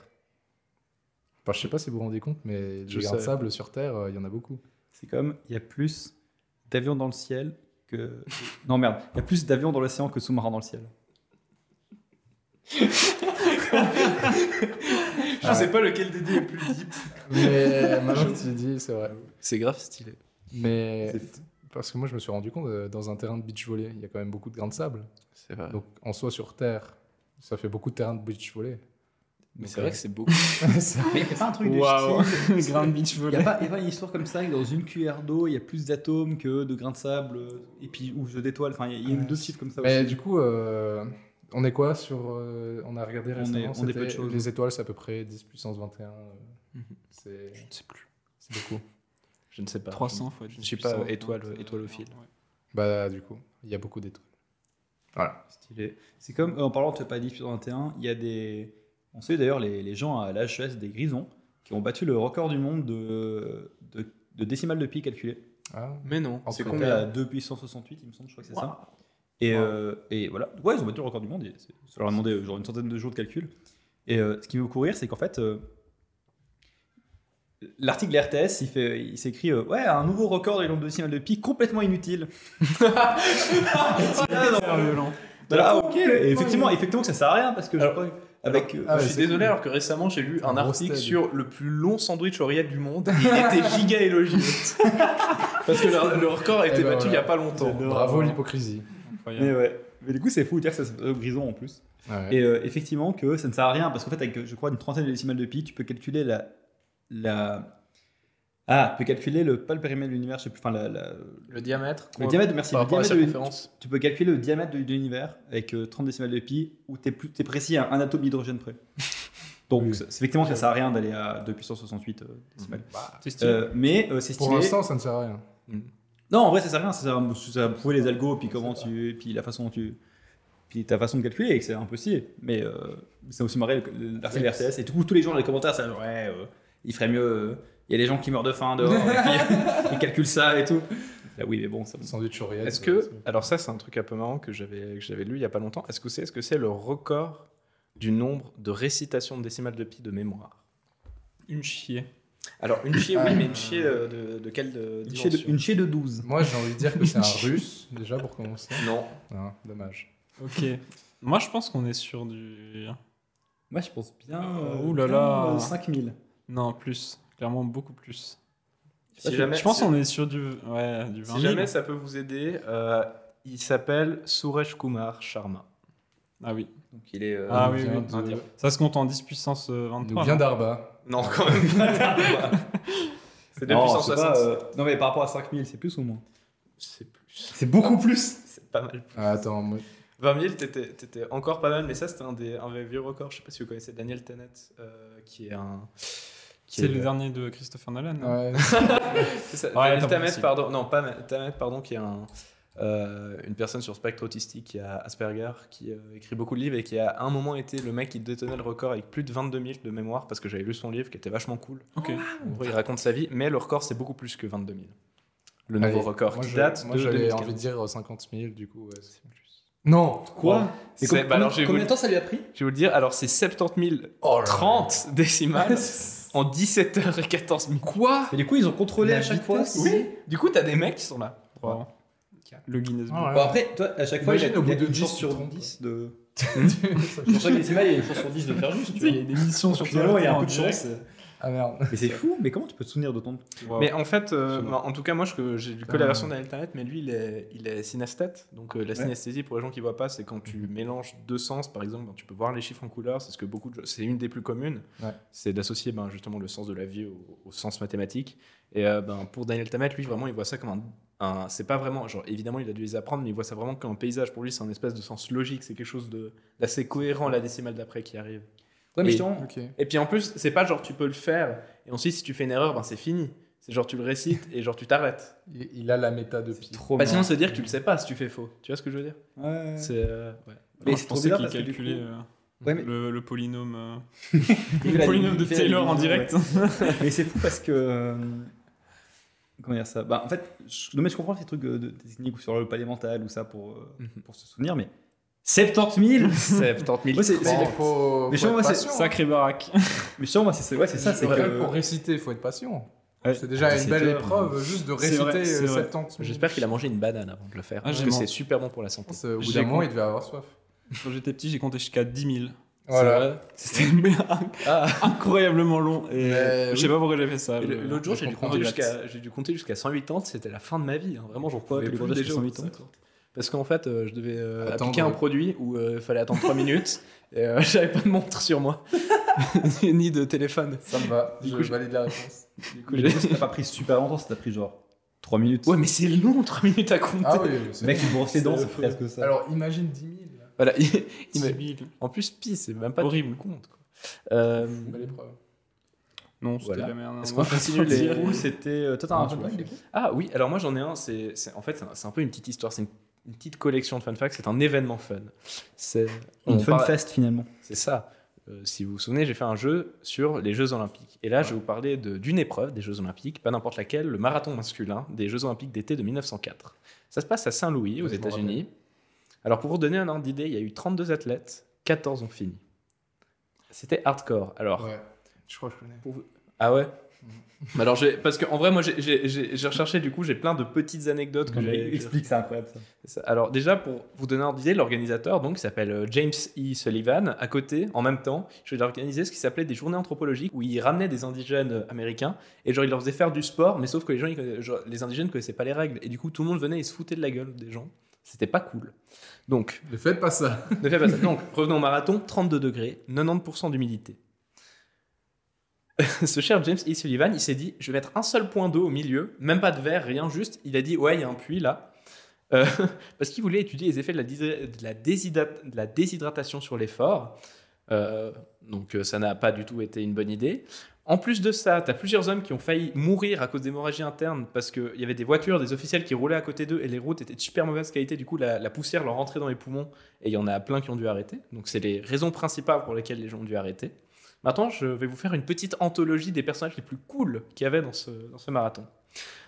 Enfin, je sais pas si vous vous rendez compte, mais
Je
les grains de
sais.
sable sur Terre, euh, il y en a beaucoup.
C'est comme il y a plus d'avions dans le ciel que. Non merde, il y a plus d'avions dans l'océan que sous-marins dans le ciel.
Je sais pas lequel des deux est plus deep.
Mais maintenant que tu le dis, c'est vrai.
C'est grave stylé.
Mais
C'est fou.
parce que moi, je me suis rendu compte, euh, dans un terrain de beach volley, il y a quand même beaucoup de grains de sable.
C'est vrai.
Donc, en soi, sur Terre, ça fait beaucoup de terrains de beach volley.
Mais
Donc,
c'est
euh,
vrai que c'est beaucoup.
ça-
Mais il n'y a pas un truc
de Waouh. Grand beach
Il n'y a,
volley.
pas- y a pas une histoire comme ça que dans une cuillère d'eau, il y a plus d'atomes que de grains de sable, euh, et puis ou jeux d'étoiles. Enfin, il y a, y a
Ouais.
deux chiffres comme ça
Mais
aussi.
du coup, euh, on est quoi sur. euh, on a regardé
On est-
récemment.
on est
c'était
peu de choses.
Les étoiles, c'est à peu près 10 puissance 21. euh,
Mhm.
C'est
Je ne sais plus.
c'est beaucoup.
Je ne sais pas.
300 fois.
Je ne suis pas étoile, étoilophile.
Bah, du coup, il y a beaucoup d'étoiles.
Stylé. C'est comme, euh, en parlant de pas 10 sur 21, il y a des. On sait d'ailleurs les, les gens à l'HES des Grisons qui ont battu le record du monde de, de, de décimales de pi calculées.
Ah.
Mais non.
En
C'est
tout
Combien
combien
à 2 puissance 68, il me semble, je crois que c'est ça. Et, euh, et voilà. Ouais, ils ont battu le record du monde. et c'est- ça leur a demandé euh, genre une centaine de jours de calcul. Et euh, ce qui veut courir, c'est qu'en fait, euh, l'article de RTS, il, fait- il s'écrit euh, Ouais, un nouveau record du nombre de décimales de pi complètement inutile.
violent.
Voilà, ah, ok. Et effectivement, effectivement, que ça sert à rien parce que je
Alors,
crois que avec. euh,
ah, ouais,
je suis
c'est
désolé,
cool.
alors que récemment j'ai lu un
Un gros
article
stade.
sur le plus long sandwich Oreo du monde. et Il était giga élogieux. Parce que le, le record a été
Eh ben
battu
voilà.
il n'y a pas longtemps.
Bravo l'hypocrisie.
mais
Incroyable.
ouais. Mais du coup, c'est fou de dire que ça se passe au grison en plus.
Ouais.
Et euh, effectivement, que ça ne sert à rien parce qu'en fait, avec, je crois, une trentaine de décimales de pi, tu peux calculer la, la, Ah, tu peux calculer le, pas le périmètre de l'univers, je sais plus, enfin, la- la-
Le diamètre
le diamètre, merci,
par
le
rapport à la
diamètre de-
circonférence.
tu peux calculer le diamètre de, de l'univers avec euh, 30 décimales de pi, où t'es plus, t'es précis à un atome d'hydrogène près. Donc,
Oui.
c'est- effectivement, ça sert à rien d'aller à 2 puissance 68 euh, décimales.
bah,
C'est stylé.
Euh, mais euh, c'est
Pour
stylé.
l'instant, ça ne sert à rien.
Non, en vrai, ça sert à rien. Ça sert à, ça sert à prouver les algos, puis comment tu. Puis la façon dont tu. Puis ta façon de calculer, et que c'est impossible. Mais euh, ça a aussi marré le- l'article RCS. Et du coup, tous les gens dans les commentaires, ça genre, ouais, euh, il ferait mieux. euh, Il y a des gens qui meurent de faim dehors, et puis ils calculent ça et tout. Là, oui, mais bon, ça.
Sandwich au réel.
Est-ce que, alors ça c'est un truc un peu marrant que j'avais que j'avais lu il y a pas longtemps. Est-ce que c'est est-ce que c'est le record du nombre de récitations décimales de pi de mémoire
Une chier.
Alors une chier, oui, mais une chier euh, de, de quelle euh,
Une chier,
dimension
de, une chier de 12.
Moi, j'ai envie de dire que c'est un russe, déjà, pour commencer.
Non.
Ah, dommage.
Ok. Moi, je pense qu'on est sur du.
Moi, je pense bien.
Euh, ouh là là.
5000.
Non, plus. Clairement, beaucoup plus.
Si jamais,
je pense
si-
qu'on est sur du. Ouais, du 20
si
000.
jamais ça peut vous aider, euh, il s'appelle Suresh Kumar Sharma.
Ah oui.
Donc il est. euh,
Ah
Nous
oui,
vient
oui,
de-
indien.
Ça se compte en 10 puissance euh,
Nous
23.
vient
là.
d'Arba.
Non quand même. pas. c'est 2 puissance 60.
Non, mais par rapport à 5000, c'est plus ou moins
C'est plus.
euh, C'est beaucoup plus.
C'est pas mal.
Ah, attends, moi-
20 000, t'étais, t'étais encore pas mal, mais ça, c'était un des, un des vieux records. Je sais pas si vous connaissez Daniel Tennant, euh, qui est un. qui
C'est
est-
le dernier de Christopher Nolan. non
ouais,
c'est ça,
Ouais,
Daniel
attends,
Tammet,
possible.
pardon. Non, pas Ma- Tammet, pardon, qui est un, euh, une personne sur spectre autistique qui a Asperger, qui euh, écrit beaucoup de livres et qui a à un moment été le mec qui détenait le record avec plus de 22 000 de mémoire parce que j'avais lu son livre qui était vachement cool.
Ok.
Ah.
En gros, il raconte sa vie, mais le record, c'est beaucoup plus que 22 000. Le nouveau
Allez,
record
moi,
qui
je-
date
moi,
de
j'avais
2015.
envie de dire euh, 50 000, du coup. ouais, c'est plus. Non
Quoi
C'est- bah, alors, je vais vous le-
temps ça lui a pris
Je vais vous le dire, alors c'est 70
Oh,
030 décimales en 17h14 minutes. Quoi
Et du coup, ils ont contrôlé
La
à chaque fois.
vitesse.
si-
Oui Du coup, t'as des mecs qui sont là.
Wow. Le Guinness Book.
Ah ouais.
Bon, après, toi, à chaque fois,
Imagine,
il a,
au
il
bout
a
de
une
10,
chance
tu
sur
te trompes.
10 de.
ah
Pour chaque décimale, il y a une chance sur 10 de faire juste.
Il y a des missions sur
Finalement, il y a un
Twitter
peu
en
de
direct.
chance.
Ah, merde.
Mais c'est fou, mais comment tu peux te souvenir d'autant de
Wow.
Mais en fait, euh,
Absolument.
bah, en tout cas, moi, je- j'ai lu que la
Putain.
version d'Internet, mais lui, il est, il est synesthète. Donc, euh, la synesthésie, pour les gens qui voient pas, c'est quand tu
Mhm.
mélanges deux sens, par exemple, ben, tu peux voir les chiffres en couleur, c'est ce que beaucoup de gens- c'est une des plus communes,
Ouais.
c'est d'associer ben, justement le sens de la vie au, au sens mathématique. Et euh, ben, pour Daniel Tammet, lui, vraiment, il voit ça comme un. un- c'est pas vraiment, genre évidemment il a dû les apprendre, mais il voit ça vraiment comme un paysage. Pour lui, c'est un espèce de sens logique, c'est quelque chose de- d'assez cohérent, la décimale d'après qui arrive.
Ouais,
mais
mais
justement,
justement.
Ok.
Et puis en plus, c'est pas genre tu peux le faire et ensuite si tu fais une erreur, ben c'est fini. C'est genre tu le récites et genre tu t'arrêtes.
Il, il a la méta de pi.
Trop
Bah sinon, se dire que tu le sais pas si tu fais faux. Tu vois ce que je veux dire
Ouais.
C'est euh, ouais.
Mais
Alors,
c'est
je
trop
pensais
bizarre
qu'il
parce que du
calculait
coup-
euh,
Ouais, mais-
le, le polynôme. euh,
Il
le
a
polynôme de
limité la
Taylor en
division,
direct.
Mais c'est fou parce que. euh, Comment dire ça bah, En fait, je, non, mais je comprends ces trucs euh, de, techniques ou sur le palais mental ou ça pour, euh,
Mhm.
pour se souvenir, mais 70 000 Moi, c'est-
Mais
c'est-
il faut,
Mais
faut
chez moi,
être
c'est
patient.
Sacré baraque.
Mais sûrement, c'est c'est- ouais, c'est ça, c'est
Rien que
que.
Pour réciter, il faut être patient.
Ouais. euh,
C'est déjà une
17
belle
heures.
épreuve juste de
C'est
réciter
vrai,
euh,
c'est vrai.
70 000.
J'espère qu'il a mangé une banane avant de le faire
Ah,
parce
j'ai
que
man-
c'est super bon pour la
Je
santé.
pense, euh, Au bout
J'ai
d'un moment,
compris.
il devait avoir soif.
Quand j'étais petit, j'ai compté jusqu'à 10 000.
Voilà.
C'était
Ah,
incroyablement long. Et
Mais
je
oui.
sais pas pourquoi j'ai fait ça.
Et Ah, le-
je-
L'autre jour,
je
j'ai dû
comprends,
compter
regrette.
jusqu'à j'ai dû compter jusqu'à 180. C'était la fin de ma vie. hein. Vraiment, j'en pouvais
pouvez
plus
compter
déjà
jusqu'à
au bout de
180.
50. Parce qu'en fait, euh, je devais euh,
Attendre.
appliquer un produit où euh, il fallait attendre 3 minutes. Et euh, j'avais pas de montre sur moi, ni de téléphone.
Ça me va.
Du
je
coup, je-
valide la réponse.
Du coup,
Mais
j'ai-
du coup, ça t'a pas pris super longtemps, ça t'a pris genre 3 minutes.
Ouais, mais c'est long, 3 minutes à compter.
Ah oui, oui, c'est
Le mec, il brosse les dents,
C'est
c'est presque ça.
Alors, imagine 10 000. là.
Voilà. il- il
10
m'a-
000.
en plus, Pi, c'est même pas
Horrible.
compte. Quoi. Euh,
Une belle épreuve.
Non, c'était
Voilà.
la merde.
Est-ce
hein.
qu'on continue
Du
les
coup, c'était. euh, Toi, t'as un
Ah, tu vois.
fun fact, du coup
Ah oui, alors moi j'en ai un. C'est c'est- en fait c'est un- c'est un peu une petite histoire, c'est une, une petite collection de fun facts. C'est un événement fun. C'est on
Une fun
parle-
fest finalement.
C'est ça. Euh, si vous vous souvenez, j'ai fait un jeu sur les Jeux Olympiques. Et là, je vais vous parler de- d'une épreuve des Jeux Olympiques, pas n'importe laquelle, le marathon masculin des Jeux Olympiques d'été de 1904. Ça se passe à Saint-Louis, aux
Ouais, je m'en
États-Unis. Alors, pour vous donner un ordre d'idée, il y a eu 32 athlètes, 14 ont fini. C'était hardcore. Alors,
Ouais. Je crois que je connais.
ah ouais Mais Alors, j'ai- parce qu'en vrai, moi, j'ai- j'ai j'ai- j'ai recherché, du coup, j'ai plein de petites anecdotes que j'ai. que j'ai-
Explique, c'est incroyable ça.
ça. Alors déjà, pour vous donner un ordre d'idée, l'organisateur donc s'appelle euh, James E. Sullivan. À côté, en même temps, je organisé ce qui s'appelait des journées anthropologiques où il ramenait des indigènes euh, américains et genre il leur faisait faire du sport, mais sauf que les gens, ils conna- genre, les indigènes connaissaient pas les règles et du coup tout le monde venait et se foutait de la gueule des gens. C'était pas cool. Donc,
Ne faites pas ça.
ne faites pas ça. Donc, revenons au marathon, 32 degrés, 90% d'humidité. ce cher James E. Sullivan, il s'est dit, je vais mettre un seul point d'eau au milieu, même pas de verre, rien, juste, il a dit, ouais, il y a un puits là. Euh, parce qu'il voulait étudier les effets de la, déshy- de la déshydra- de la déshydratation sur l'effort. Euh, donc euh, ça n'a pas du tout été une bonne idée. En plus de ça, tu as plusieurs hommes qui ont failli mourir à cause d'hémorragies internes parce qu'il y avait des voitures, des officiels qui roulaient à côté d'eux et les routes étaient de super mauvaise qualité. Du coup, la, la poussière leur rentrait dans les poumons et il y en a plein qui ont dû arrêter. Donc c'est les raisons principales pour lesquelles les gens ont dû arrêter. Maintenant, je vais vous faire une petite anthologie des personnages les plus cool qu'il y avait dans ce, dans ce marathon.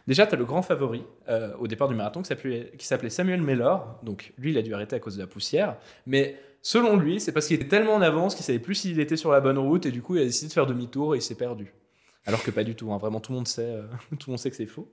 Déjà, tu as le grand favori euh, au départ du marathon qui s'appelait qui s'appelait Samuel Mellor. Donc, lui, il a dû arrêter à cause de la poussière. Mais selon lui, c'est parce qu'il était tellement en avance qu'il savait plus s'il était sur la bonne route et du coup, il a décidé de faire demi-tour et il s'est perdu. Alors que pas du tout. hein. Vraiment, tout le monde sait, euh, tout le monde sait que c'est faux.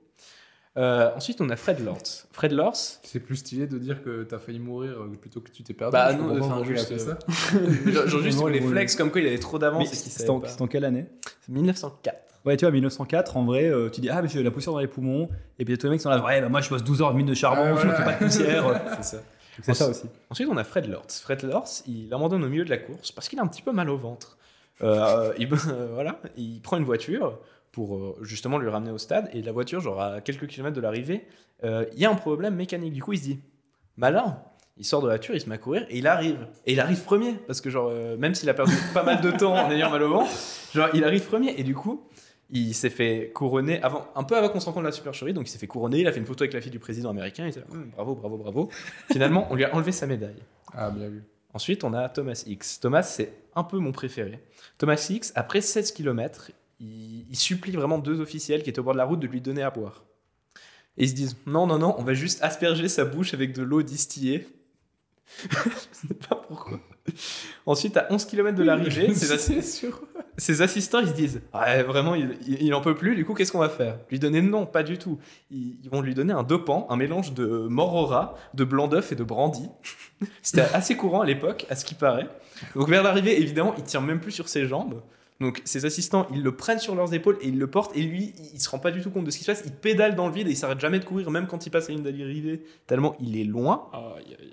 Euh, ensuite, on a Fred Lorz. Fred Lorz,
C'est plus stylé de dire que t'as failli mourir euh, plutôt que tu t'es perdu.
Bah
Je
non,
comprends pas
enfin,
pourquoi il a
juste,
fait ça.
euh, genre genre juste
Vraiment,
les
ouais.
flex, comme quoi il avait trop
Mais
d'avance. et qu'il
c'est
savait
en,
pas.
c'est en quelle année
1904.
Ouais, tu vois, 1904, en vrai, euh, tu dis, ah, mais j'ai la poussière dans les poumons. Et puis, tous les mecs sont là, ouais, bah moi, je bosse 12 heures de mine de charbon,
Ouais,
je
voilà.
fais pas de poussière.
C'est ça.
c'est ça aussi.
Ensuite, on a Fred Lortz. Fred Lortz, il abandonne au milieu de la course parce qu'il a un petit peu mal au ventre. Euh, il, euh, voilà, il prend une voiture pour euh, justement le ramener au stade. Et la voiture, genre à quelques kilomètres de l'arrivée, euh, il y a un problème mécanique. Du coup, il se dit malin. Il sort de la voiture, il se met à courir et il arrive. Et il arrive premier parce que genre euh, même s'il a perdu pas mal de temps en ayant mal au ventre, genre il arrive premier et du coup. Il s'est fait couronner avant, un peu avant qu'on se rencontre la supercherie, donc il s'est fait couronner. Il a fait une photo avec la fille du président américain. Il était là, Hum, bravo, bravo, bravo. Finalement, on lui a enlevé sa médaille.
Ah, bien vu.
Ensuite, on a Thomas X. Thomas, c'est un peu mon préféré. Thomas X, après 16 km, il, il supplie vraiment deux officiels qui étaient au bord de la route de lui donner à boire. Et ils se disent Non, non, non, on va juste asperger sa bouche avec de l'eau distillée. Je sais pas pourquoi. Ensuite, à 11 km de l'arrivée, ses, assi- ses assistants ils se disent Ouais, vraiment, il, il, il en peut plus, du coup, qu'est-ce qu'on va faire Lui donner Non, pas du tout. Ils, ils vont lui donner un dopant, un mélange de morora, de blanc d'œuf et de brandy. C'était assez courant à l'époque, à ce qui paraît. Donc vers l'arrivée, évidemment, il tient même plus sur ses jambes. Donc ses assistants, ils le prennent sur leurs épaules et ils le portent. Et lui, il il se rend pas du tout compte de ce qui se passe. Il pédale dans le vide et il s'arrête jamais de courir, même quand il passe la ligne d'arrivée, tellement il est loin.
Aïe, aïe, aïe.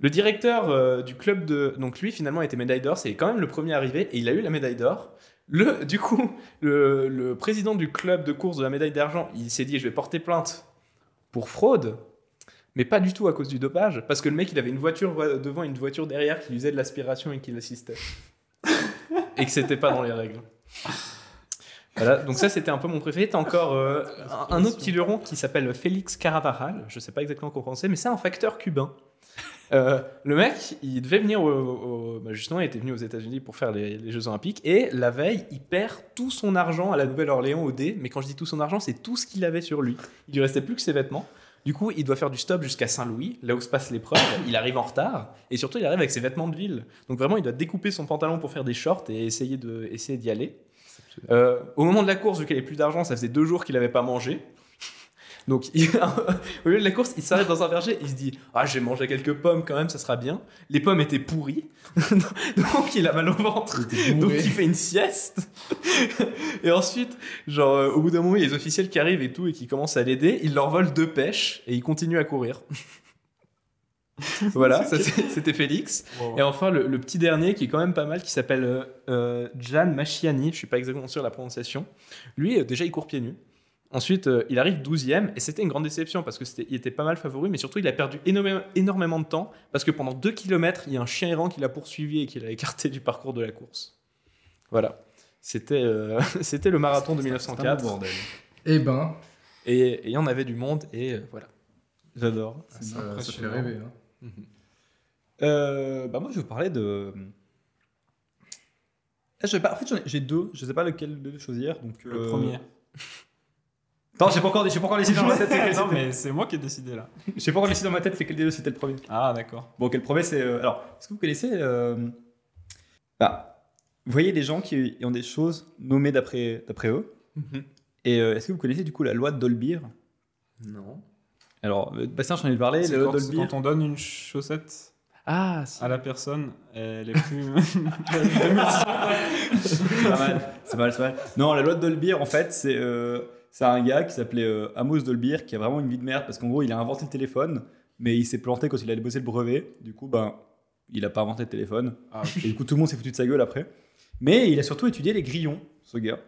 Le directeur euh, du club de. Donc lui, finalement, était médaille d'or. C'est quand même le premier arrivé et il a eu la médaille d'or. Le, du coup, le, le président du club de course de la médaille d'argent, il s'est dit je vais porter plainte pour fraude, mais pas du tout à cause du dopage, parce que le mec, il avait une voiture vo- devant et une voiture derrière qui usait de l'aspiration et qui l'assistait. et que c'était pas dans les règles. Voilà, donc ça c'était un peu mon préféré. T'as encore euh, un, un autre petit luron qui s'appelle Félix Caravaral, je sais pas exactement comment penser, mais c'est un facteur cubain. Euh, le mec, il devait venir au, au- bah, justement, il était venu aux États-Unis pour faire les, les Jeux Olympiques et la veille, il perd tout son argent à la Nouvelle-Orléans au dé. Mais quand je dis tout son argent, c'est tout ce qu'il avait sur lui. Il lui restait plus que ses vêtements. Du coup, il doit faire du stop jusqu'à Saint-Louis, là où se passe l'épreuve. Il arrive en retard et surtout, il arrive avec ses vêtements de ville. Donc vraiment, il doit découper son pantalon pour faire des shorts et essayer de essayer d'y aller. Euh, au moment de la course, vu qu'il avait plus d'argent, ça faisait deux jours qu'il n'avait pas mangé. Donc, il- au lieu de la course, il s'arrête dans un verger. Il se dit Ah, j'ai mangé quelques pommes quand même, ça sera bien. Les pommes étaient pourries. Donc, il a mal au ventre. Donc, il fait une sieste. et ensuite, genre, euh, au bout d'un moment, il y a les officiels qui arrivent et tout et qui commencent à l'aider. Il leur vole deux pêches et il continue à courir. voilà, ça, c'est- c'était Félix. Et enfin, le, le petit dernier qui est quand même pas mal, qui s'appelle euh, euh, Gian Machiani, je suis pas exactement sûr de la prononciation. Lui, euh, déjà, il court pieds nus. Ensuite, euh, il arrive 12e, et c'était une grande déception parce que c'était- il était pas mal favori, mais surtout, il a perdu énormément, énormément de temps parce que pendant 2 km, il y a un chien errant qui l'a poursuivi et qui l'a écarté du parcours de la course. Voilà. C'était euh, c'était le marathon de
C'est un
1904.
beau bordel.
Eh ben,
Et et il y en avait du monde, et euh, voilà. J'adore.
ça, ça fait
impressionnant.
rêver. hein.
Euh, bah moi je vais vous parlais de. Ah, je sais pas, en fait j'en ai- j'ai deux, je sais pas lequel de choisir. Donc,
Le
euh,
premier.
Attends, j'ai pas encore, j'ai pas encore laissé dans ma tête. lequel
non,
c'était.
mais c'est moi qui ai décidé là.
J'ai pas encore laissé dans ma tête lequel des deux c'était le premier.
Ah, d'accord.
Bon, quel premier c'est. euh, Alors, est-ce que vous connaissez. euh, Bah, vous voyez des gens qui ont des choses nommées d'après d'après eux.
Mhm.
Et euh, est-ce que vous connaissez du coup la loi de Dolbear
Non.
Alors, euh, Bastien, j'en ai parlé,
C'est
la loi
quand,
de
c'est
Dolbear.
quand on donne une chaussette
Ah, si.
à la personne, elle est plus.
C'est pas mal, c'est pas mal, c'est pas mal. Non, la loi de Dolbear, en fait, c'est euh, c'est un gars qui s'appelait euh, Amos Dolbear, qui a vraiment une vie de merde, parce qu'en gros, il a inventé le téléphone, mais il s'est planté quand il a déposé le brevet. Du coup, ben, il a pas inventé le téléphone.
Ah,
Et du coup, tout le monde s'est foutu de sa gueule après. Mais il a surtout étudié les grillons, ce gars.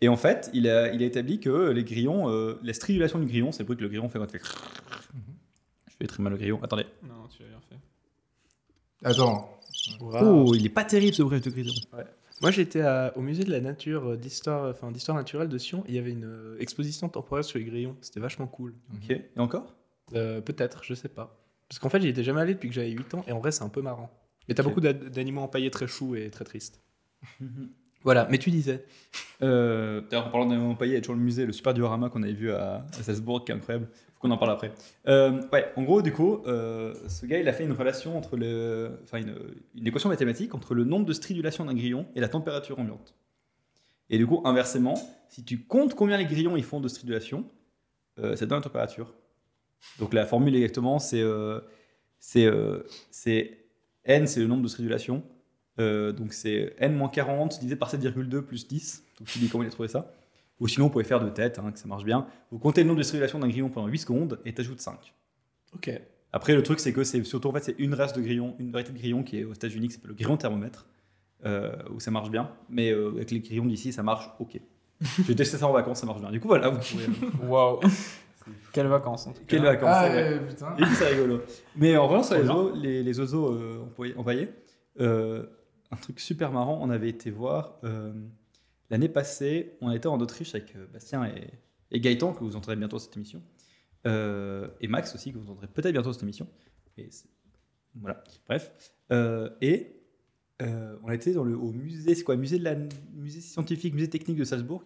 Et en fait, il a, il a établi que les grillons, euh, la stridulation du grillon, c'est le bruit que le grillon fait quand il fait. Je vais très mal le grillon. Attendez.
Non, non, tu l'as bien fait.
Attends.
Oh, il est pas terrible ce bruit de grillon.
Moi, j'étais à- au musée de la nature, euh, d'histoire, enfin d'histoire naturelle de Sion. Il y avait une euh, exposition temporaire sur les grillons. C'était vachement cool.
Ok. Et encore
Euh, Peut-être, je sais pas. Parce qu'en fait, j'y étais jamais allé depuis que j'avais 8 ans. Et en vrai, c'est un peu marrant. Et t'as
Ok.
beaucoup d'a- d'animaux empaillés très choux et très tristes. voilà. Mais tu disais.
Euh, D'ailleurs, en parlant d'un paillet, il y a toujours le musée, le super diorama qu'on avait vu à, à Salzbourg, qui est incroyable. Faut qu'on en parle après. Euh, ouais, en gros, du coup, euh, ce gars, il a fait une relation entre le. Enfin, une, une équation mathématique entre le nombre de stridulations d'un grillon et la température ambiante. Et du coup, inversement, si tu comptes combien les grillons ils font de stridulations, euh, ça te donne la température. Donc la formule exactement, c'est. euh, c'est. euh, c'est. N, c'est le nombre de stridulations. Euh, donc c'est n-40 divisé par 7,2 plus 10. Donc tu dis comment il a trouvé ça. Ou sinon, vous pouvez faire de tête, hein, que ça marche bien. Vous comptez le nombre de stridulations d'un grillon pendant 8 secondes et t'ajoutes 5.
Ok.
Après, le truc, c'est que c'est surtout en fait, c'est une race de grillon, une variété de grillon qui est aux États-Unis qui s'appelle le grillon thermomètre, euh, où ça marche bien. Mais euh, avec les grillons d'ici, ça marche ok. J'ai testé ça en vacances, ça marche bien. Du coup, voilà, vous pouvez. euh,
Waouh. Quelles vacances en tout cas.
Quelles vacances hein.
Ah,
c'est vrai.
ouais, putain.
Et puis, c'est rigolo. Mais en revanche, sur les,
Trop
os- les, les oiseaux euh, employés- empaillés, euh, un truc super marrant, on avait été voir euh, l'année passée, on était en Autriche avec euh, Bastien et, et Gaëtan, que vous entendrez bientôt cette émission, euh, et Max aussi, que vous entendrez peut-être bientôt cette émission. Et c'est- voilà, bref. Euh, et euh, on était dans le, au musée, c'est quoi musée, de la, musée scientifique, musée technique de Salzbourg.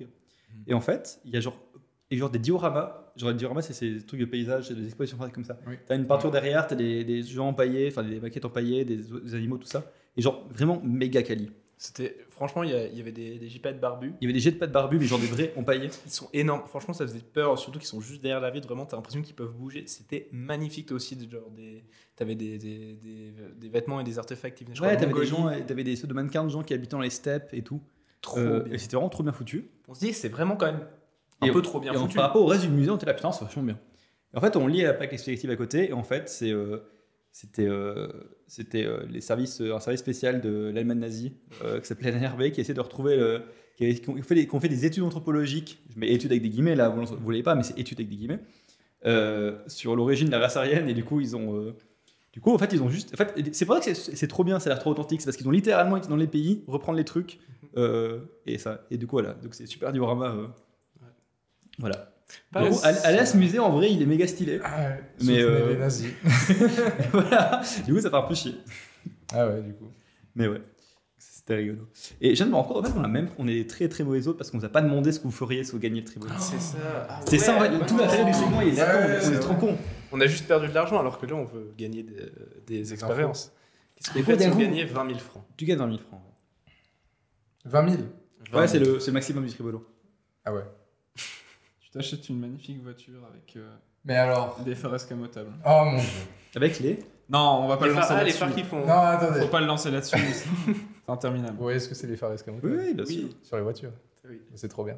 Et en fait, il y a genre, et genre des dioramas. Genre, les dioramas, c'est ces trucs de paysages, c'est des expositions comme ça.
Oui.
T'as une peinture derrière, t'as des, des gens empaillés, enfin des maquettes empaillées, des, des animaux, tout ça. Et genre, vraiment méga quali.
C'était franchement, il y, a- il y avait des, des jipettes barbus.
Il y avait des jets de pattes barbues, mais genre des vrais empaillés.
Ils sont énormes. Franchement, ça faisait peur. Surtout qu'ils sont juste derrière la vitre. Vraiment, t'as l'impression qu'ils peuvent bouger. C'était magnifique. T'as aussi des- genre des, t'avais des, des, des, des vêtements et des artefacts qui venaient. je
Ouais,
crois, de
t'avais des
Mongolie.
gens, euh, t'avais des ceux de mannequins de gens qui habitaient dans les steppes et tout.
Trop
Euh,
bien.
et c'était vraiment trop bien foutu.
On se dit, c'est vraiment quand même un
Et
peu
on-
trop bien
et on-
foutu.
par rapport au reste du musée, on était là, putain, c'est vachement bien. Et en fait, on lit la plaque explicative à côté, et en fait, c'est, euh, c'était, euh, c'était euh, les services, euh, un service spécial de l'Allemagne nazie euh, qui s'appelait l'NRB, qui essaie de retrouver le. Qui, avait- qui ont fait des, qui ont fait des études anthropologiques, je mets études avec des guillemets là, vous ne voyez pas, mais c'est études avec des guillemets, euh, sur l'origine de la race aryenne, et du coup, ils ont. euh, du coup, en fait, ils ont juste. En fait, c'est pour ça que c'est, c'est trop bien, ça a l'air trop authentique, c'est parce qu'ils ont littéralement été dans les pays, reprendre les trucs,
Mhm.
euh, et ça. Et du coup, voilà, donc c'est super diorama. euh. Voilà.
Pas
Gros,
aussi-
allez- allez à ce musée, en vrai, il est méga stylé.
Ah, ouais. Soutenez
Mais, euh,
les nazis.
voilà. Du coup, ça fait un peu chier.
Ah ouais, du coup.
Mais ouais, c'était rigolo. Et je viens de me rendre compte, en fait, on, a même, on est des très très mauvais hôtes parce qu'on vous a pas demandé ce que vous feriez si vous gagnez le tribunal.
Oh.
C'est ça. Ah
C'est ça, en fait,
ouais.
tout l'intérêt du segment, il est là-dedans.
Ouais,
on est
c'est
trop
vrai.
cons.
On a juste perdu de l'argent alors que là, on veut gagner des, des expériences. Qu'est-ce qu'on
Et quoi,
fait si on
d'un coup
gagnait 20 000 francs
Tu gagnes 20 000 francs.
20 000
Ouais, c'est le, c'est le maximum du tribunal.
Ah ouais.
Tu t'achètes une magnifique voiture avec euh,
Mais alors.
des phares escamotables.
Oh mon dieu.
Avec les.
Non, on va pas
Les
le lancer
phares, ah, les
là-dessus.
phares qui font.
Non, attendez.
Faut pas le lancer là-dessus. c'est interminable.
Vous voyez ce que c'est les phares escamotés
Oui, oui, bien sûr.
Sur les voitures.
Oui.
C'est trop bien.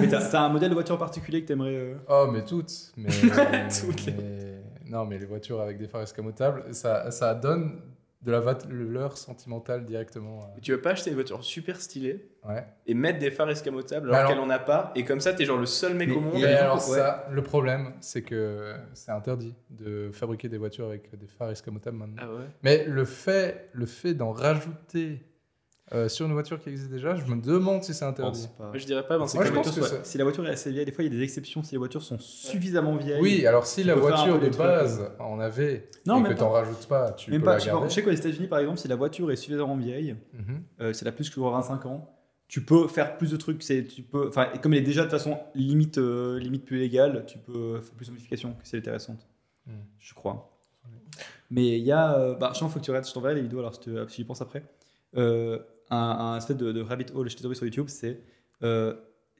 Mais t'as, t'as un modèle de voiture en particulier que t'aimerais. euh,
Oh, mais toutes. Mais,
Toutes les-
mais- Non, mais les voitures avec des phares escamotables, ça, ça donne de la valeur sentimentale directement. à-
Tu veux pas acheter une voiture super stylée
Ouais.
et mettre des phares escamotables
Bah
alors
alors-
qu'elle en a pas et comme ça, t'es genre le seul mec
Mais-
au monde.
et
Mais
les gens-
alors
ouais.
ça, le problème, c'est que c'est interdit de fabriquer des voitures avec des phares escamotables maintenant.
Ah ouais.
Mais le fait, le fait d'en rajouter euh, sur une voiture qui existe déjà, je me demande si c'est interdit.
pense Oh, pas.
Moi, je dirais pas, ben, c'est
Moi,
Que
je
la
comme
pense
voiture
que
soit-
ça-
Si la voiture est assez vieille, des fois il y a des exceptions. Si les voitures sont suffisamment vieilles.
Oui, alors si
Tu
la
peux faire un
voiture
peu
de
des trucs. euh.
base en avait
Non,
et
même
que
pas.
t'en rajoutes pas, tu
Même
peux
pas.
la
Je sais pas,
garder.
je sais qu'aux États-Unis, par exemple, si la voiture est suffisamment vieille,
Mhm.
euh, c'est la plus que 25 ans. Tu peux faire plus de trucs, c'est tu peux, enfin, et comme elle est déjà de façon limite, euh, limite plus légale, tu peux euh, faire plus de modifications, que c'est intéressante,
Mm.
je crois. Mais il y a, euh, bah, je pense faut que tu regardes, je t'enverrai les vidéos alors si tu si j'y pense après. Euh, un, un espèce de, de rabbit hole, je t'ai trouvé sur YouTube, c'est euh,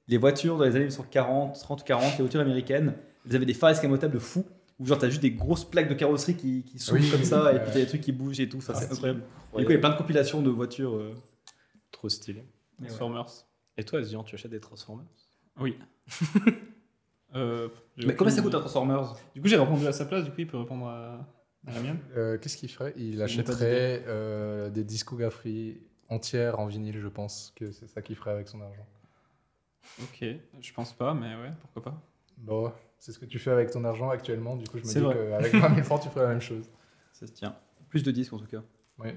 les voitures dans les années 40, 30 ou 40, les voitures américaines, elles avaient des phares escamotables de fou, où genre t'as juste des grosses plaques de carrosserie qui, qui s'ouvrent
Oui,
comme
oui,
ça,
oui,
et puis
ouais.
t'as des trucs qui bougent et tout, enfin,
Ah,
c'est
c'est
incroyable. Du coup, il y a plein de compilations de voitures. euh,
Trop stylé.
Transformers.
Et toi, Zian, tu achètes des Transformers
Oui. Euh, j'ai
Mais
aucune
combien ça
idée.
coûte hein un Transformers
Du coup, j'ai répondu à sa place, du coup, il peut répondre à, à la mienne.
Euh, Qu'est-ce qu'il ferait Il
n'ai pas
achèterait euh, des discographies entière en vinyle, je pense que c'est ça qu'il ferait avec son argent.
Ok, je pense pas, mais ouais, pourquoi pas.
Bon, Bah c'est ce que tu fais avec ton argent actuellement, du coup je me
C'est
dis
vrai.
qu'avec 20 000 francs tu ferais la même chose.
Ça se tient. Plus de disques en tout cas.
Oui.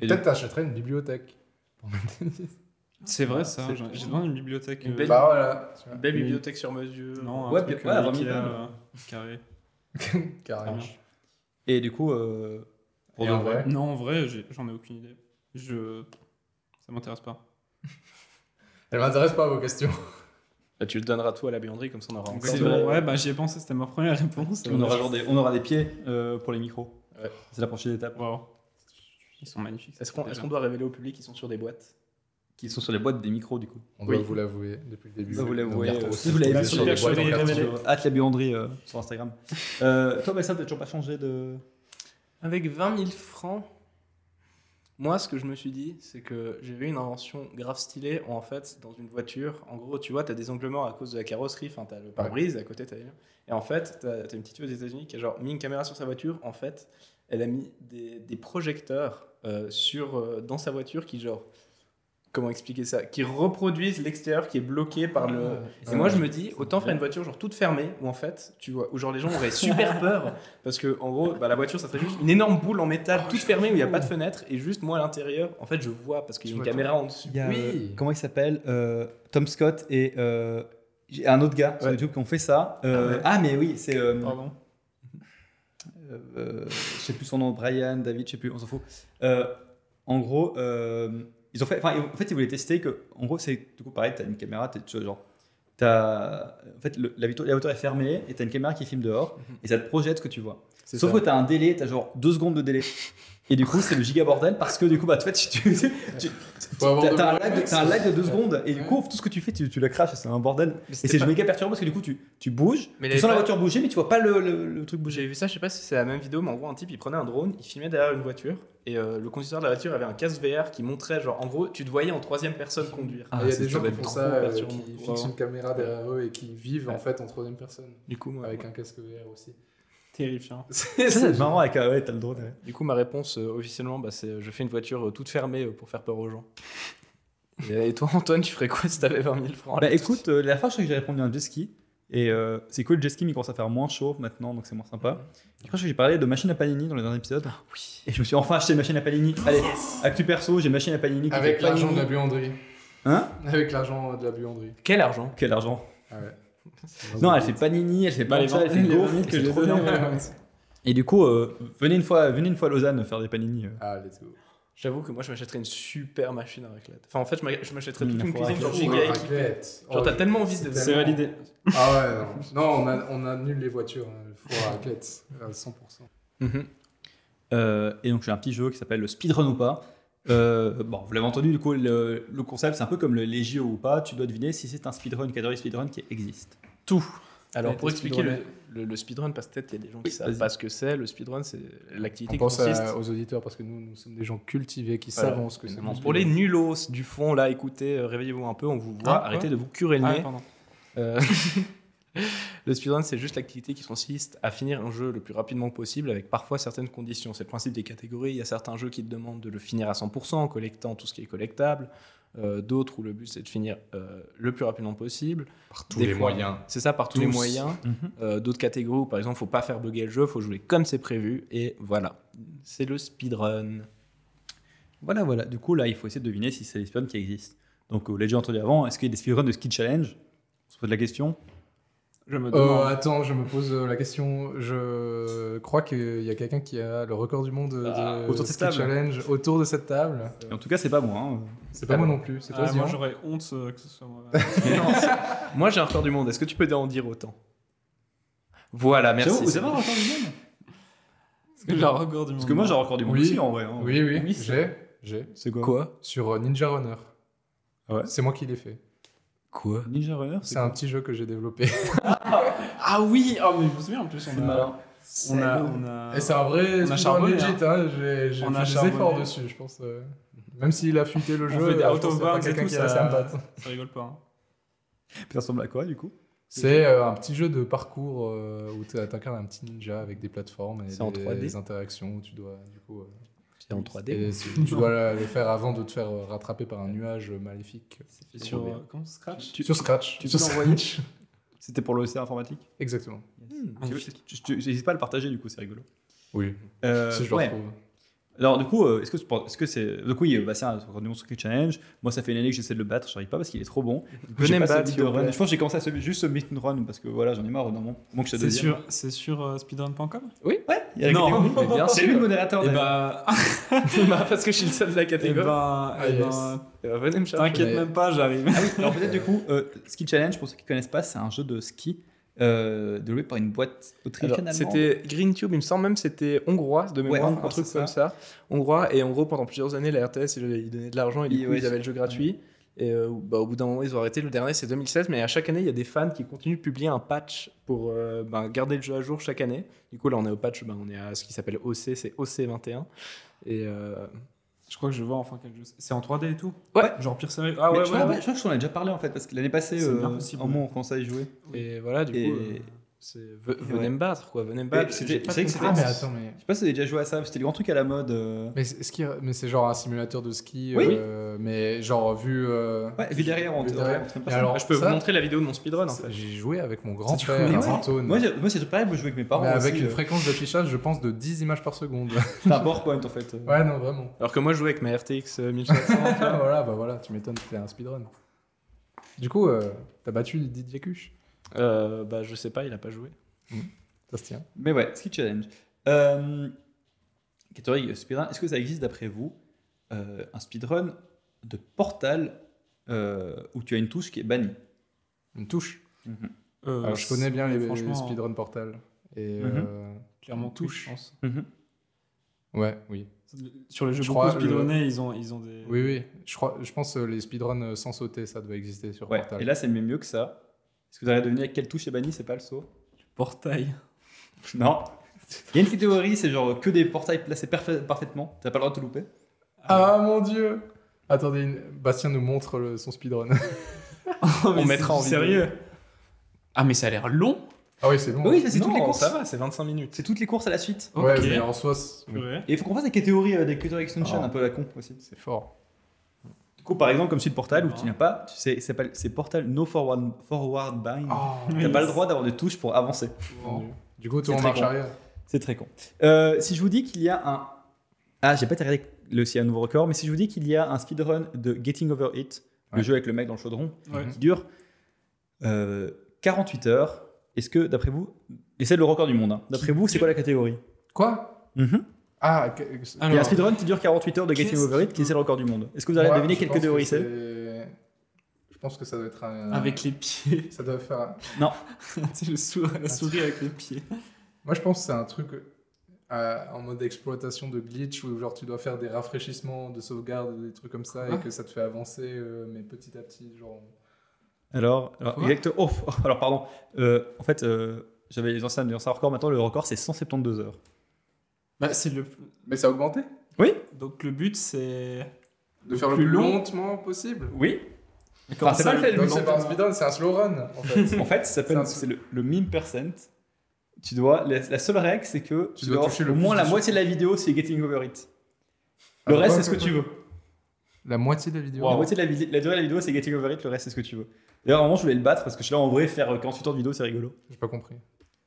Et
Peut-être t'achèterais une bibliothèque. pour mettre tes disques.
C'est vrai ça,
C'est-
j'ai j'ai besoin d'une bibliothèque.
Une
euh,
belle-
bah voilà, tu vois.
Une belle
Oui.
bibliothèque sur mesure.
Non, un
Ouais,
truc
puis- ouais,
euh,
vraiment
Ikea,
bien.
euh, carré.
Carrément.
Très bien.
Et du coup, euh, pour
Et
de
en
vrai.
vrai
Non, en vrai, j'ai- j'en ai aucune idée. Je... Ça m'intéresse pas.
Elle m'intéresse pas vos questions.
Bah, tu le donneras tout à la buanderie, comme ça on aura encore.
C'est
de-
vrai. Ouais, bah j'y ai pensé, c'était ma première réponse.
on aura, genre des, on aura des pieds euh, pour les micros.
Ouais.
C'est la prochaine étape.
Wow. Ils sont magnifiques.
Est-ce qu'on
déjà.
est-ce qu'on doit révéler au public qu'ils sont sur des boîtes
Qui sont sur les boîtes des micros du coup.
On doit
Oui.
vous l'avouer depuis le début.
Bah, vous l'avouez,
Nos cartes
euh,
aussi.
si vous l'avez
Bien
vu
sûr,
sur
les
la
boîtes en
chaîne,
carton.
révélé.
Sur, at la buanderie euh, sur Instagram. Euh, toi, Maxime, t'as toujours pas changé de.
Avec 20 000 francs, moi, ce que je me suis dit, c'est que j'ai vu une invention grave stylée où, en fait, dans une voiture, en gros, tu vois, t'as des angles morts à cause de la carrosserie, enfin, t'as le pare-brise à côté, t'as les- Et en fait, t'as t'as une petite fille aux États-Unis qui a genre mis une caméra sur sa voiture, en fait, elle a mis des, des projecteurs euh, sur, euh, dans sa voiture qui, genre, comment expliquer ça Qui reproduisent l'extérieur qui est bloqué par le. Et moi, je me dis, autant faire une voiture genre toute fermée, où en fait, tu vois, où genre les gens auraient super peur, parce que en gros, bah, la voiture, ça serait juste une énorme boule en métal, toute fermée, où il n'y a pas de fenêtre, et juste moi à l'intérieur, en fait, je vois, parce qu'il y a
Tu
une
vois
caméra en dessus.
Il y a,
Oui.
euh, comment il s'appelle Euh, Tom Scott et euh, j'ai un autre gars sur
Ouais.
YouTube qui ont fait ça. Euh, ah, mais oui, c'est. euh,
Pardon.
euh, euh, je sais plus son nom, Brian, David, je sais plus, on s'en fout. Euh, en gros, euh, ils ont fait. Enfin, en fait, ils voulaient tester que. En gros, c'est du coup pareil, t'as une caméra, t'es tu vois, genre. As, en fait, le- la, voiture, la voiture est fermée et t'as une caméra qui filme dehors et ça te projette ce que tu vois.
C'est
Sauf
ça.
que t'as un délai, t'as genre deux secondes de délai. Et du coup, c'est le giga bordel parce que du coup, bah, en fait, tu, tu, tu-
Faut avoir
t'as
de
t'as
bons
un, lag de-
réflexes.
t'as un lag de deux secondes et du
Ouais.
coup, tout ce que tu fais, tu, tu le craches et c'est un bordel. Et
c'était
c'est
pas-
méga perturbant parce que du coup, tu, tu bouges,
Mais
tu
les-
sens la voiture bouger, mais tu vois pas le, le- le truc bouger.
J'ai vu ça, je sais pas si c'est la même vidéo, mais en gros, un type il prenait un drone, il filmait derrière une voiture, et euh, le conducteur de la voiture avait un casque VR qui montrait, genre, en gros, tu te voyais en troisième personne conduire.
Il y a
c'est-
des gens
doit
qui
être
font
trop
ça, euh, qui
perturbant.
fixent une caméra derrière eux et qui vivent en
Ouais.
fait en troisième personne.
Du coup, moi,
Avec un casque VR aussi.
Terrifiant.
Ça, c'est marrant avec. euh, Ouais, t'as le drone. ouais.
Du coup, ma réponse euh, officiellement, bah, c'est euh, je fais une voiture euh, toute fermée euh, pour faire peur aux gens. Et, et toi, Antoine, tu ferais quoi si t'avais 20 000 francs
Bah écoute, euh, la dernière fois, je crois que j'ai répondu à un jet ski. Et euh, c'est cool, le jet ski, mais il commence à faire moins chaud maintenant, donc c'est moins sympa. Je crois que j'ai parlé de machine à panini dans les derniers épisodes.
oui.
Et je me suis enfin acheté une machine à panini. Allez, actu perso, j'ai une machine à panini. qui
Avec
fait
l'argent de
panini.
la buanderie.
Hein
Avec l'argent de la buanderie.
Quel argent
Quel argent
Ah ouais.
Non, elle fait panini, elle fait
Bah, les
pancha, elle
vingt-
fait
les vingt
gaufre.
mille que
c'est
j'ai
trop
donné,
bien.
ouais.
Et du coup, euh, venez une fois, venez une fois à Lausanne faire des panini. euh.
Ah, let's go.
J'avoue que moi, je m'achèterais une super machine à raclette. Enfin, en fait, je m'a- je m'achèterais toute
Mmh,
une
faut
cuisine
raclette.
genre
Faut
giga équipée.
raclette.
Genre,
Oh,
t'as tellement envie de.
C'est validé.
Ah ouais, non, Non, on, a, on annule les voitures. hein. Le four à raclette, euh, à 100%.
Mhm.
Euh, et donc j'ai un petit jeu qui s'appelle le speedrun ou pas. Euh, bon, vous l'avez entendu, du coup, le, le concept, c'est un peu comme le, les JO ou pas. Tu dois deviner si c'est un speedrun, une catégorie speedrun qui existe. Tout.
Alors,
Mais
pour
t'es
expliquer le,
speedrunner.
le- le speedrun, parce que peut-être il y a des gens qui
Oui,
savent
vas-y.
pas ce que c'est. Le speedrun, c'est l'activité
On
qui
pense
consiste.
à- aux auditeurs parce que nous, nous sommes des gens cultivés qui
Voilà.
savent ce que c'est.
Évidemment. Pour les nulos du fond, là, écoutez, euh, réveillez-vous un peu, on vous
Hein,
voit,
quoi
arrêtez de vous curer le
Ah,
nez.
pardon.
Euh, le speedrun, c'est juste l'activité qui consiste à finir un jeu le plus rapidement possible avec parfois certaines conditions. C'est le principe des catégories. Il y a certains jeux qui te demandent de le finir à 100% en collectant tout ce qui est collectable. Euh, D'autres où le but c'est de finir euh, le plus rapidement possible.
Par
tous Des les fois. moyens. C'est ça par tous les
Tous.
moyens. Euh, D'autres catégories où par exemple faut pas faire bugger le jeu, faut jouer comme c'est prévu. Et voilà, c'est le speedrun.
Voilà, voilà. Du coup, là, il faut essayer de deviner si c'est les speedruns qui existent. Donc, vous l'avez déjà entendu avant, est-ce qu'il y a des speedruns de ski challenge On se pose la question.
Je me
Euh,
demande.
attends, je me pose euh, la question. Je crois qu'il y a quelqu'un qui a le record du monde de
Ah,
de
autour de cette
ski
table.
challenge autour de cette table.
Et en tout cas, c'est pas moi. hein.
C'est pas moi non plus, c'est toi,
Ah, moi
Zion.
j'aurais honte euh, que ce soit moi.
Moi j'ai un record du monde, est-ce que tu peux en dire autant Voilà, merci.
J'avoue, Vous
c'est
avez un
bon.
record du monde
Parce que j'ai un record du monde.
Parce que moi, j'ai un record du monde
Oui.
aussi, en vrai. hein.
Oui, oui,
Oui, c'est-
j'ai, j'ai.
C'est quoi,
Quoi
Sur euh, Ninja Runner.
Ah ouais
C'est moi qui l'ai fait.
Quoi
Ninja Runner
C'est un petit jeu que j'ai développé.
Ah oui Ah, mais je me souviens en plus,
C'est
on a.
malin.
On a, on a...
Et c'est un vrai
On
speedrun
a charbonné,
legit, hein. J'ai j'ai
On
fait
a
des
charbonné.
efforts dessus, je pense. euh, Même s'il a fuité le
On
jeu,
fait des
euh, je pense qu'il y a pas
autobars et
quelqu'un
tout,
qui
ça-
a ça me batte.
Ça rigole pas. hein.
Ça ressemble à quoi, du coup
C'est euh, un petit jeu de parcours euh, où tu incarnes un petit ninja avec des plateformes et
C'est en
des,
3D?
des interactions où tu dois du coup euh,
C'est en 3D.
Et c'est- tu dois la- le faire avant de te faire euh, rattraper par un nuage euh, maléfique.
C'est fait sur. euh, comment Scratch
Tu-
Sur Scratch.
tu
Sur
peux l'envoyer C'était pour l'OSR informatique
Exactement.
Ah,
Tu veux- Hmm, tu- tu- J'hésite pas à le partager, du coup, c'est rigolo.
Oui.
Euh,
si je le
ouais.
retrouve.
Alors, du coup, euh, est-ce que tu penses- est-ce que c'est. Donc, oui, euh, bah, c'est un c'est encore du Monster Kill Challenge. Moi, ça fait une année que j'essaie de le battre, j'arrive pas parce qu'il est trop bon. Du coup,
Venez
j'ai
me
pas ce
battre,
beat
s'il vous
and run.
plaît.
Je pense que j'ai commencé à ce- juste ce meet and run parce que voilà, j'en ai marre. Non, bon, manque
C'est sur, c'est sur euh, speedrun.com
Ouais, il y a la
Non,
catégorie.
mais bien
C'est
sûr.
lui le modérateur.
Et
d'ailleurs.
bah,
parce que je suis le seul de la
eh
catégorie.
ben, eh
yes.
ben,
Euh, venez me chercher.
t'inquiète
mais-
même pas, j'arrive.
Ah oui, alors peut-être du coup, euh, Ski Challenge, pour ceux qui connaissent pas, c'est un jeu de ski euh, développé par une boîte
Alors,
autrichienne. allemande.
C'était Green Tube, il me semble même c'était hongrois de mémoire,
hongrois,
un truc
c'est
comme ça. Hongrois et en gros pendant plusieurs années la RTS ils ils donnaient de l'argent et du
Et
coup
ouais,
ils avaient le jeu gratuit. Et euh, bah, au bout d'un moment ils ont arrêté. Le dernier c'est 2016, mais à chaque année il y a des fans qui continuent de publier un patch pour euh, bah, garder le jeu à jour chaque année. Du coup là on est au patch, bah, on est à ce qui s'appelle OC, c'est OC21. Et euh,
Je crois que je vois enfin quel jeu. c'est. C'est en 3D et tout
Ouais.
Genre pire sérieux. Ah
Mais
ouais,
je,
ouais,
crois,
ouais.
je crois que je t'en ai déjà parlé en fait, parce que l'année passée,
C'est bien
euh,
possible.
un mois, on commençait à y jouer.
et voilà, du
Et-
coup euh, c'est ve- venez
ouais.
me battre quoi, venez me
Et
battre.
c'était-
J'ai pas
c'est vrai que c'était-
Ah,
compris.
mais attends, mais.
Je sais pas si t'as déjà joué à ça, c'était le grand truc à la mode. euh,
Mais c'est, ce qui- mais c'est genre un simulateur de ski,
Oui.
euh, mais genre vu. euh,
Ouais, vu derrière, on
vu
te-
derrière.
on te-
Et alors,
Ah, Je peux
ça,
vous montrer la vidéo de mon speedrun en fait.
J'ai joué avec mon
Ça, tu connais,
grand-père,
ouais.
un Zone.
Moi, j'ai- moi c'est pareil, moi je jouais avec mes parents.
Mais avec
aussi,
une
euh,
fréquence d'affichage, je pense, de 10 images par seconde.
T'es un PowerPoint en fait.
ouais, non, vraiment.
Alors que moi je jouais avec ma RTX 1700.
Ah, voilà, bah voilà, tu m'étonnes, c'était un speedrun. Du coup, euh, t'as battu Didier Cuche
Euh, bah je sais pas, il a pas joué.
Ça se tient.
Mais ouais, ski challenge. Euh, catégorie speedrun, est-ce que ça existe d'après vous euh, un speedrun de Portal euh, où tu as une touche qui est bannie
Une touche.
Euh,
Alors, Ah, je connais bien les, les
franchement,
speedrun portal. Et.
Mhm.
euh,
Clairement, touche.
touche. ouais, oui.
Sur les jeux
Je
beaucoup
crois
speedrunnés, ils, ont, ils ont des.
Oui, oui. Je, crois, je pense euh, les speedruns euh, sans sauter, ça doit exister sur
Ouais,
portal.
et là c'est même mieux que ça. Est-ce que vous avez deviné quelle touche est bannie C'est pas le saut
Portail.
Non. Il y a une catégorie, c'est genre que des portails placés parfa- parfaitement. T'as pas le droit de te louper.
Ah mon dieu Attendez, une- Bastien nous montre le- son speedrun.
On mettra en vidéo.
Sérieux
Ah mais ça a l'air long.
ah oui, c'est bon.
Oui, ça, c'est
Non,
toutes les courses.
Ça va, c'est 25 minutes.
C'est toutes les courses à la suite.
Ouais,
Ok.
mais en soi, c'est oui,
Ouais.
Et il faut qu'on fasse des catégories, euh, des catégories extension
Ah.
un peu à la con aussi.
c'est fort.
Du coup, par exemple, comme sur le Portal où tu
Ah.
n'as pas, tu sais, ça s'appelle- c'est Portal No Forward, forward Bind.
Ah
T'as
Oui.
pas le droit d'avoir de touches pour avancer.
Mon Dieu. Du coup,
C'est
toi, en
très
marche
con.
arrière.
C'est très con. Euh, si je vous dis qu'il y a un. Ah, j'ai pas regardé le s'il y a un nouveau record, mais si je vous dis qu'il y a un speedrun de Getting Over It, le
Ouais.
jeu avec le mec dans le chaudron,
Ouais.
qui dure euh, 48 heures, est-ce que, d'après vous, et c'est le record du monde, hein, d'après vous, c'est quoi la catégorie
Quoi
Mhm.
Ah, que-
Ah,
Il y a un
Alors,
speedrun qui dure 48 heures de Getting
qu'est-ce
Over It,
qui-
qui c'est le record du monde. Est-ce que vous avez
Moi,
deviné
je
quelle
pense
catégorie
que
c'est
Je pense que ça doit être un.
Avec les pieds.
Ça doit faire. un-
Ah, C'est le sourd, la souris avec les pieds.
Moi, je pense que c'est un truc euh, en mode exploitation de glitch où genre tu dois faire des rafraîchissements de sauvegarde, des trucs comme ça,
Quoi
et que ça te fait avancer, euh, mais petit à petit, genre.
Alors, alors,
Quoi
exact- oh, oh, alors pardon. Euh, en fait, euh, j'avais les anciens, les anciens records. Maintenant, le record, c'est 172 heures.
Bah, c'est le.
Mais ça a augmenté
Donc le but c'est.
De faire le
plus
plus
long.
lentement possible.
Oui.
comment
c'est
ça,
pas le fait
Donc
le
c'est pas un speedrun, c'est un slow run en fait.
En fait, ça
C'est
s'appelle
un-
c'est le, le 1000%. Tu dois la, la seule règle, c'est que tu,
dois
dois,
toucher
avoir
le
au moins
plus
la
de
moitié de la vidéo, c'est Getting Over It. Le
Ah,
reste,
ouais,
c'est ce que
ouais,
tu
ouais.
veux.
La moitié de la vidéo.
La moitié de la, vid- la durée de la vidéo, c'est Getting Over It. Le reste, c'est ce que tu veux. D'ailleurs, à un moment, je voulais le battre parce que je suis là en vrai faire euh, 48 heures de vidéo, c'est rigolo.
J'ai pas compris.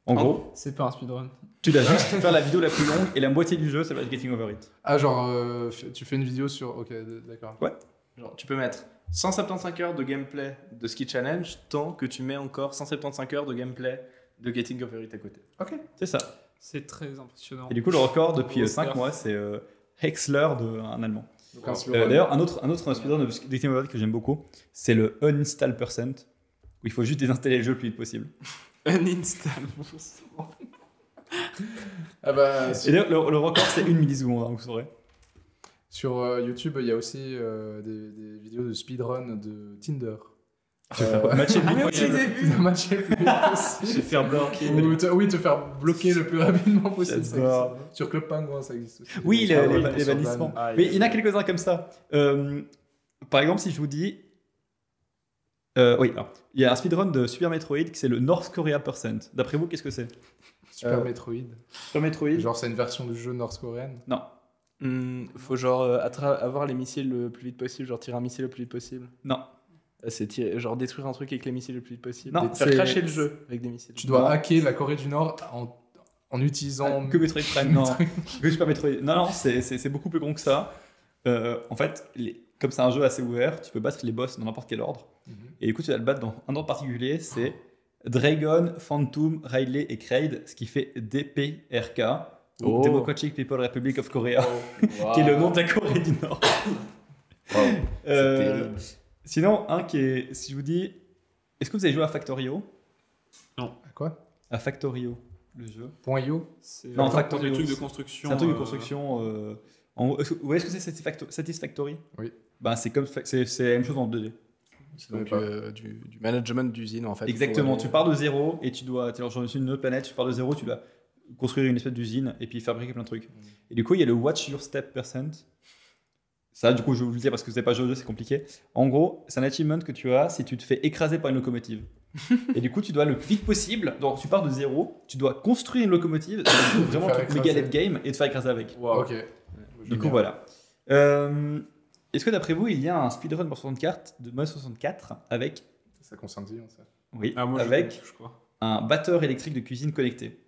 En
Ah.
gros,
C'est pas un speedrun.
tu dois juste faire la vidéo la plus longue et la moitié du jeu, ça va être Getting Over It.
Ah, genre, euh, f- tu fais une vidéo sur. Ok, d- d'accord.
Genre, tu peux mettre 175 heures de gameplay de ski challenge tant que tu mets encore 175 heures de gameplay de Getting Over It à côté.
Ok.
C'est ça.
C'est très impressionnant.
Et du coup, le record depuis
Oscar.
5 mois, c'est euh, Hexler, de, un Allemand.
Donc un slow
Euh,
run.
D'ailleurs, un autre, un autre speedrun de Victim of It que j'aime beaucoup, c'est le uninstall percent, où il faut juste désinstaller le jeu le plus vite possible.
Un install.
Ah bah, sur,
Et d'ailleurs, le, le record, c'est une milliseconde, hein, vous saurez.
sur, euh, YouTube, il y a aussi euh, des, des vidéos de speedrun de Tinder. Euh, Ah Tu
Faut matcher le plus vite possible.
matcher le plus vite possible.
faire
Ou te- oui, te faire bloquer le plus rapidement possible. ça
J'adore.
existe. Sur Club Penguin, ça existe aussi.
Oui, les,
Ah
les-
oui,
les
sur
bannissements.
Ban.
Mais il y en a quelques-uns comme ça. Euh, par exemple, si je vous dis. Euh, oui, alors, il y a un speedrun de Super Metroid qui c'est le North Korea Percent. D'après vous, qu'est-ce que c'est
Super
Euh,
Metroid.
Super Metroid
Genre, c'est une version du jeu nord-coréenne.
Non.
Hmm, faut genre euh, attra- avoir les missiles le plus vite possible, genre tirer un missile le plus vite possible.
Non.
Euh, C'est tirer- genre détruire un truc avec les missiles le plus vite possible.
Non,
Dé- faire
c'est-
cracher le jeu avec des missiles.
Tu dois
Non. Ah,
hacker la Corée du Nord en, en utilisant.
Que Metroid Prime, non. que Super Metroid. Non, non, c'est- c'est c'est beaucoup plus grand que ça. Euh, en fait, les- comme c'est un jeu assez ouvert, tu peux battre les boss dans n'importe quel ordre.
Mhm.
Et du coup, tu vas le battre dans un ordre particulier, c'est Dragon, Phantom, Riley et Kraid, ce qui fait DPRK, ou
Oh.
Democratic People Republic of Korea, qui est le nom de la Corée du Nord. Euh,
Oh, terrible.
sinon, un qui est, si je vous dis, est-ce que vous avez joué à Factorio
Quoi
À Factorio, le jeu.
Point .io
C'est
Non,
euh,
Factorio,
pour des trucs de
c'est-
construction.
C'est un truc de
euh,
construction. Euh, en- est-ce que- ouais, est-ce que c'est satisfacto- Satisfactory
Oui. Ah,
Ben, c'est comme fa- c'est c'est la même chose en 2D.
Donc, euh, du, du management d'usine en fait.
Exactement.
Faut
Tu
aller-
pars de zéro et tu dois. Tu es sur une autre planète. Tu pars de zéro. Tu dois construire une espèce d'usine et puis fabriquer plein de trucs. Et du coup, il y a le Watch Your Step Percent. Ça, du coup, je vais vous le dire parce que vous n'avez pas joué au jeu, c'est compliqué. En gros, c'est un achievement que tu as si tu te fais écraser par une locomotive. et du coup, tu dois le plus vite possible. Donc, tu pars de zéro. Tu dois construire une locomotive. c'est vraiment un
Faire
truc méga
écraser.
late game et te faire écraser avec.
Waouh.
Ok.
Du coup, voilà. Euh, Est-ce que d'après vous, il y a un speedrun pour 64 de mode 64 avec,
Ça concerne Dion, ça.
oui,
Ah, moi, je-
avec
je crois.
un batteur électrique de cuisine connecté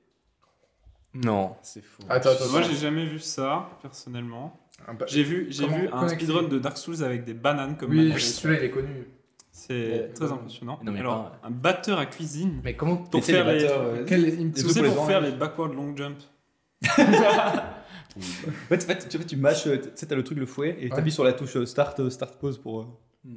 Non, c'est fou.
Attends, attends.
Moi, j'ai jamais vu ça, personnellement.
Un ba-
J'ai vu, j'ai
Comment
vu un
connecter
speedrun de Dark Souls avec des bananes comme
Oui,
manette.
celui-là, il est connu.
C'est
Mais-
très impressionnant.
Non, mais
Alors, un batteur à cuisine.
Mais comment
Pour faire les-
Quel est il me
euh,
Est-ce
Les
que c'est
doubles
pour
ans,
faire
hein.
les backward long jump
Ouais, tu- en fait, tu, en fait, tu mâches, euh, tu sais, t'as le truc, le fouet, et t'appuies sur la touche euh, start, euh, start pause pour. euh,
Oh,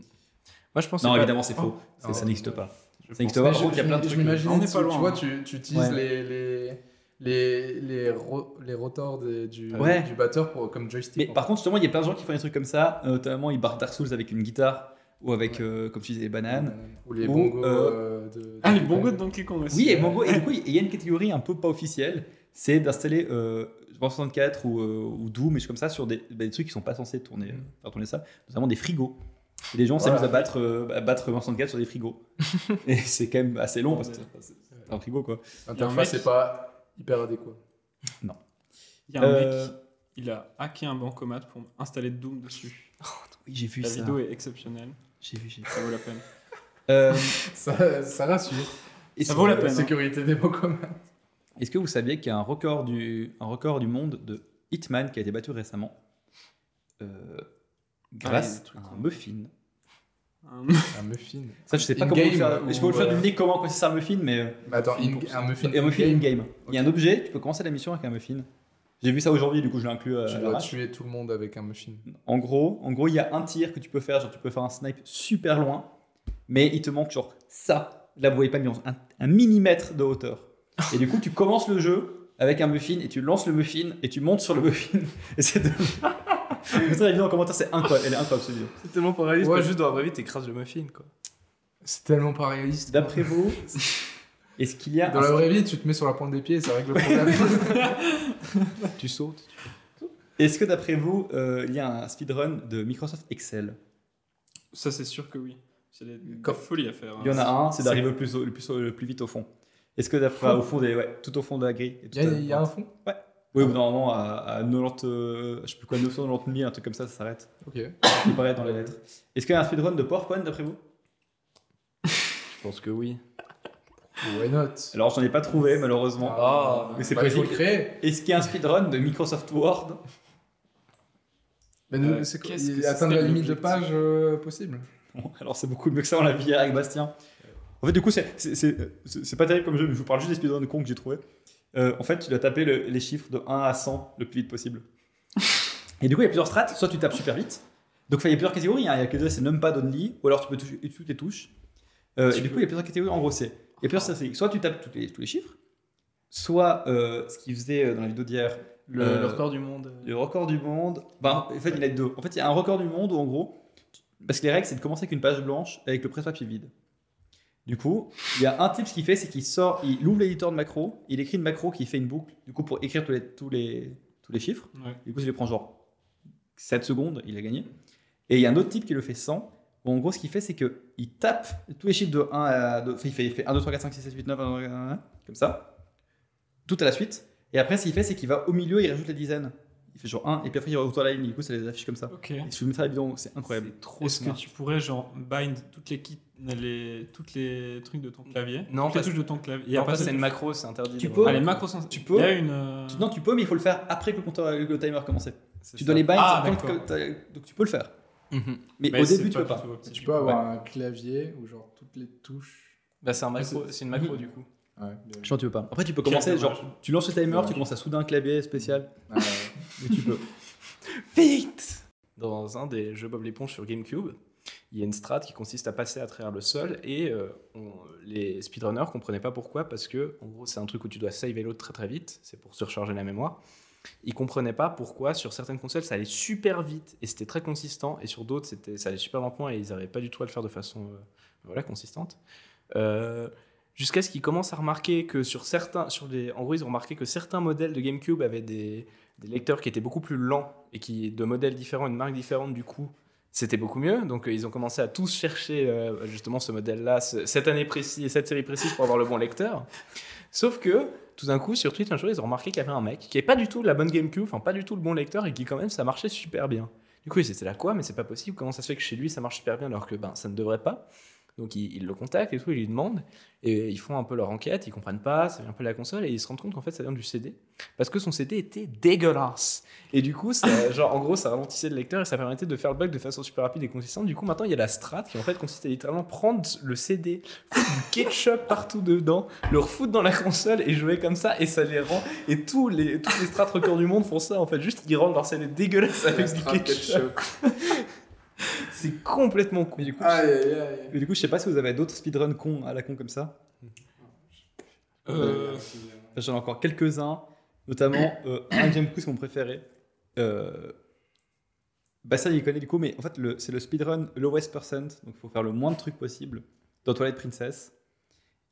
Moi je pense.
Non,
que-
évidemment, c'est faux. C'est-
Non,
ça n'existe pas.
je
Ça n'existe
pense.
pas.
Mais
Par contre, il y a plein de
je
trucs. euh,
m'imaginais,
On n'est
tu,
pas loin,
tu vois,
hein.
tu, tu utilises
Ouais.
les, les, les, les, ro- les rotors des- du, euh,
Ouais.
du batteur pour, comme
Mais
joystick. en
par contre, justement, il y a plein de gens qui font des trucs comme ça. euh, Notamment, ils barrent Dark Souls avec une guitare ou avec, euh, comme tu disais, des
fait.
bananes.
Ou les
Ou,
bongos
euh,
euh, de.
Ah, les bongos de Donkey Kong aussi.
Oui, et Mongo, et du coup, il y a une catégorie un peu pas officielle, c'est d'installer euh, je pense 64 ou, euh, ou Doom, et choses comme ça, sur des, bah, des trucs qui sont pas censés tourner,
Mm.
euh, faire tourner ça, notamment des frigos. Et les gens
Voilà.
s'amusent à battre, euh, à battre 64 sur des frigos. et c'est quand même assez long parce que c'est c'est un frigo quoi.
L'interface
Il y a un mec-
n'est pas hyper adéquat.
Il y a un
Euh,
mec, il a hacké un bancomat pour installer Doom dessus.
Oui, j'ai vu
La
ça.
vidéo est exceptionnelle,
J'ai vu, j'ai vu.
ça vaut la peine.
Euh,
Ça, ça rassure.
et
Ça
c'est-
vaut la peine. hein.
Sécurité des bongos.
Est-ce que vous saviez qu'il y a un record du, un record du monde de Hitman qui a été battu récemment euh,
il y a
grâce
des trucs
à un
comme-
muffin
Un-
Un muffin.
Ça, je sais pas
In
comment le
game,
faire.
ou,
Je peux vous le faire
euh,
du nez comment, quoi, c'est ça le muffin, mais. euh,
Mais attends, in-
pour-
un muffin.
Et un muffin
in-game,
in-game. Il y a un objet, tu peux commencer la mission avec un muffin. J'ai vu ça aujourd'hui, du coup, je l'ai inclus. euh,
Tu
à
dois
l'arrache.
tuer tout le monde avec un muffin.
en gros, en gros, il y a un tir que tu peux faire, genre tu peux faire un snipe super loin, mais il te manque genre ça. Là, vous voyez pas, mais on- un, un millimètre de hauteur. Et du coup, tu commences le jeu avec un muffin et tu lances le muffin et tu montes sur le muffin. Et c'est de... Vous savez, la vidéo en commentaire, c'est incroyable. Elle est incroyable, cette vidéo.
C'est tellement pas réaliste.
Ouais.
parce que juste dans la vraie vie, t'écrases le muffin quoi.
C'est tellement pas réaliste.
D'après vous, est-ce qu'il y a
Dans
un
la vraie vie, tu te mets sur la pointe des pieds et ça règle le problème.
Tu sautes.
Est-ce que d'après vous, euh, il y a un speedrun de Microsoft Excel
Ça, c'est sûr que oui. C'est des, des
Comme-
folies à faire. hein.
Il y en a un, c'est
c'est-
d'arriver le plus, au- le, plus, au- le plus vite au fond. Est-ce que d'après, enfin, au fond des, ouais, tout au fond de la grille et tout
Il y, a-
à-
il y a un fond
Oui, au bout d'un moment, à, à 90, euh, je sais plus quoi, 990 000, un truc comme ça, ça s'arrête.
Ok.
Il paraît dans les lettres. Est-ce qu'il y a un speedrun de PowerPoint d'après vous
Je pense que oui.
Why not
Alors, j'en ai pas trouvé, malheureusement.
Ah,
mais c'est
bah, il faut le
possible.
créer.
Est-ce qu'il y a un speedrun de Microsoft Word
Mais nous,
Euh,
c'est quoi
qu'est-ce que
il-
c'est
Atteindre la
que
limite de
l'objectif
page euh, possible.
Bon, alors c'est beaucoup mieux que ça, on l'a vu hier avec Bastien. En fait, du coup, c'est- c'est c'est- c'est- c'est pas terrible comme jeu, mais je vous parle juste des speedruns cons que j'ai trouvé. Euh, en fait, tu dois taper le- les chiffres de 1 à 100 le plus vite possible. Et du coup, il y a plusieurs strates. Soit tu tapes super vite. Donc, enfin, il y a plusieurs catégories. hein. Il y a que c'est numpad only, ou alors tu peux toucher toutes les touches. Euh, et
Tu
du
peux-
coup, il y a plusieurs catégories en gros. C'est il y a plusieurs stratégies. Soit tu tapes tous les, tous les chiffres, soit euh, ce qu'il faisait euh, dans la vidéo d'hier,
Le,
Euh,
le record du monde.
le record du monde. Bah, en fait, il y en a deux. En fait, il y a un record du monde où, en gros, parce que les règles, c'est de commencer avec une page blanche avec le presse-papier vide. Du coup, il y a un type ce qu'il fait, c'est qu'il sort, il ouvre l'éditeur de macro, il écrit une macro qui fait une boucle, du coup, pour écrire tous les, tous les, tous les chiffres.
Ouais.
Du coup, il les prend genre 7 secondes, il a gagné. Et il y a un autre type qui le fait 100. où en gros, ce qu'il fait, c'est que il tape tous les chiffres de 1 à 2. Enfin, il fait, il fait 1, 2, 3, 4, 5, 6, 7, 8, 9, 1, 2, 3, 4, 5, 6, 7, 8, 9, 1, 2, 3, 4, 5, 6, 7, 8, 9, 1, 2, 3, 4, 5, 6, 7, 8, 9, 1, 2, 3, 4, 5, 6, 7, 8, 9, 1, 2, 3, 4, 5, 6, 7, 8, 9, 1, 2, 3, 4, 5, 6, 7, 8, 9, 1, 2, 3, 4, 5, 6, 7, 8, 9, 1, 2, 3, 4, 5, 6, 7, 8, 9, 1, 2, 3, 4, 5, 6, 7, 8, 9, 1, 2, 3, 4, 5, 6, 7, 8, 9, 1, 2, 3, 4, 5, 6, 7, 8, 9, 1, 2, 3, 4, 5, 6, 7, 8, 9, 1, 2, 3, 4, 5, 6, 7, 8, 9, 1, 2, 3, 4, 5, 6, 7, 8, 9, 1, 2, 3, 4, 5, 6, il fait genre 1, et puis après il retourne à la ligne, du coup ça les affiche comme ça.
Ok.
Et si vous mettez la vidéo, c'est incroyable.
C'est trop
Est-ce que
smart.
tu pourrais genre bind toutes les kits, les toutes les trucs de
Mm.
ton clavier
Non,
toutes les
parce-
touches de ton clavier.
Il n'y a
Non,
pas,
parce
c'est
que-
une macro, c'est interdit.
Tu
de-
peux-
Ah, les macros sont.
Tu peux-
Il y a une. euh,
Tu- Non, tu peux, mais il faut le faire après que le, compteur, que le timer a commencé.
c'est
Tu
ça.
dois les bind
Ah,
quand-
d'accord.
quand t'as- donc tu peux le faire.
Mhm.
Mais,
Mais
au
bah, c'est
début, tu peux
du
pas.
tout
Si
optique.
tu peux avoir un clavier où genre toutes les touches.
Bah, c'est un macro,
C'est-
c'est une macro du coup.
Ouais.
Je pense que tu peux pas. Après, tu peux
Quel
commencer,
dommage.
genre, tu lances le timer,
Dommage.
tu commences à souder un clavier spécial,
Ah, ouais.
mais tu peux.
Vite Dans un des jeux Bob l'éponge sur GameCube, il y a une strat qui consiste à passer à travers le sol et euh, on- les speedrunners comprenaient pas pourquoi parce que en gros c'est un truc où tu dois saver l'autre très très vite, c'est pour se recharger la mémoire. Ils comprenaient pas pourquoi sur certaines consoles ça allait super vite et c'était très consistant et sur d'autres c'était ça allait super lentement et ils n'arrivaient pas du tout à le faire de façon euh, voilà consistante. Euh, Jusqu'à ce qu'ils commencent à remarquer que sur certains, sur des, en gros ils ont remarqué que certains modèles de GameCube avaient des, des lecteurs qui étaient beaucoup plus lents et qui de modèles différents, une marque différente du coup, c'était beaucoup mieux. Donc euh, ils ont commencé à tous chercher euh, justement ce modèle-là, ce- cette année précise et cette série précise pour avoir le bon lecteur. Sauf que tout d'un coup sur Twitch un jour ils ont remarqué qu'il y avait un mec qui est pas du tout la bonne GameCube, enfin pas du tout le bon lecteur et qui quand même ça marchait super bien. Du coup ils étaient là quoi, mais c'est pas possible. Comment ça se fait que chez lui ça marche super bien alors que ben ça ne devrait pas. Donc ils, ils le contactent et tout, ils lui demandent et ils font un peu leur enquête, ils comprennent pas, ça vient un peu de la console et ils se rendent compte qu'en fait ça vient du CD parce que son CD était dégueulasse. Et du coup, ça, genre, en gros, ça ralentissait le lecteur et ça permettait de faire le bug de façon super rapide et consistante. Du coup, maintenant, il y a la strat qui en fait consiste à littéralement prendre le CD, foutre du ketchup partout dedans, le refoutre dans la console et jouer comme ça et ça les rend. Et tous les, toutes les strates records du monde font ça en fait. Juste, ils rendent leur CD dégueulasse
La
avec du
strat
ketchup.
ketchup.
C'est complètement con.
Mais
Ah,
du coup,
Aïe aïe aïe.
mais du coup, je sais pas si vous avez d'autres speedruns cons à la con comme ça.
Euh,
Enfin, J'en ai encore quelques-uns, notamment euh, un que j'aime beaucoup, c'est mon préféré. Euh, bah ça, il connaît du coup, mais en fait, le- c'est le speedrun lowest percent, donc il faut faire le moins de trucs possible dans Twilight Princess.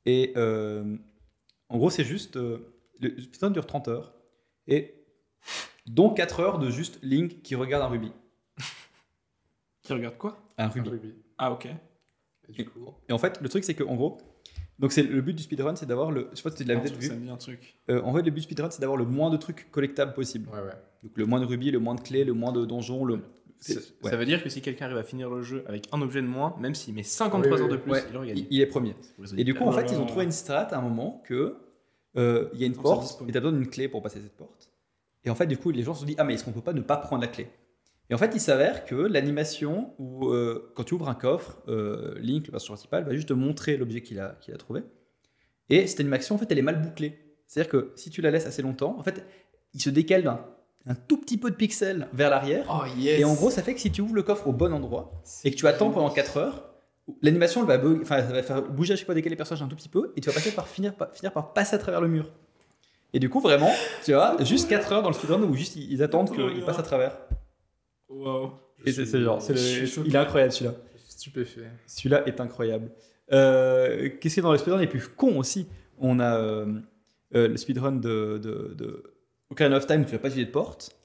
Et euh, en gros, c'est juste... euh, le speedrun dure 30 heures, et dont 4 heures de juste Link qui regarde un rubis.
Qui regarde quoi
Un
Un
rubis.
rubis.
Ah ok.
Et du coup,
Et en fait, le truc, c'est que en gros, donc c'est le but du speedrun, c'est d'avoir le... Je sais pas si tu l'avais
Attends,
peut-être vu.
Ça me dit un truc.
Euh, en fait, le but du speedrun, c'est d'avoir le moins de trucs collectables possible.
ouais, ouais.
Donc le moins de rubis, le moins de clés, le moins de donjons, le. c'est-
Ça,
ouais.
ça veut dire que si quelqu'un arrive à finir le jeu avec un objet de moins, même s'il met 53
Oui,
heures
oui,
de plus,
ouais.
il aurait
Il,
gagné.
il est premier.
C'est pour les
Et du coup, en fait,
Ah,
ils ont trouvé une strat à un moment que euh, il y a une
Quand ça
porte
disponible.
et t'as besoin d'une clé pour passer cette porte. Et en fait, du coup, les gens se sont dit ah mais est-ce qu'on peut pas ne pas prendre la clé Et en fait, il s'avère que l'animation où euh, quand tu ouvres un coffre, euh, Link, le personnage principal, va juste te montrer l'objet qu'il a qu'il a trouvé. Et cette animation, en fait, elle est mal bouclée. C'est-à-dire que si tu la laisses assez longtemps, en fait, il se décale d'un un tout petit peu de pixels vers l'arrière.
Oh yes.
Et en gros, ça fait que si tu ouvres le coffre au bon endroit et que tu attends pendant 4 heures, l'animation elle va, bug- enfin, ça va faire bouger, je sais pas, décaler les personnages un tout petit peu et tu vas passer par finir, par, finir par passer à travers le mur. Et du coup, vraiment, tu vois, juste 4 heures dans le speedrun où juste ils, ils
Oh
attendent
Trop
qu'ils
bien.
passent à travers.
Wow.
Et c'est c'est genre, c'est le-
Je suis
il est incroyable celui-là.
stupéfait.
Celui-là est incroyable. Euh, Qu'est-ce qu'il y a dans les speedruns les plus cons aussi On a euh, euh, le speedrun de, de, de Ocarina of Time où tu n'as pas utilisé de porte.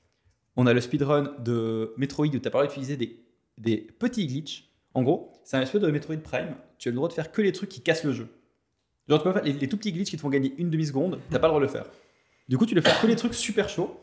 On a le speedrun de Metroid où tu as parlé d'utiliser des, des petits glitches. En gros, c'est un speedrun de Metroid Prime. Tu as le droit de faire que les trucs qui cassent le jeu. Genre, tu peux pas faire les, les tout petits glitches qui te font gagner une demi-seconde, tu pas le droit de le faire. Du coup, tu le fais que les trucs super chauds.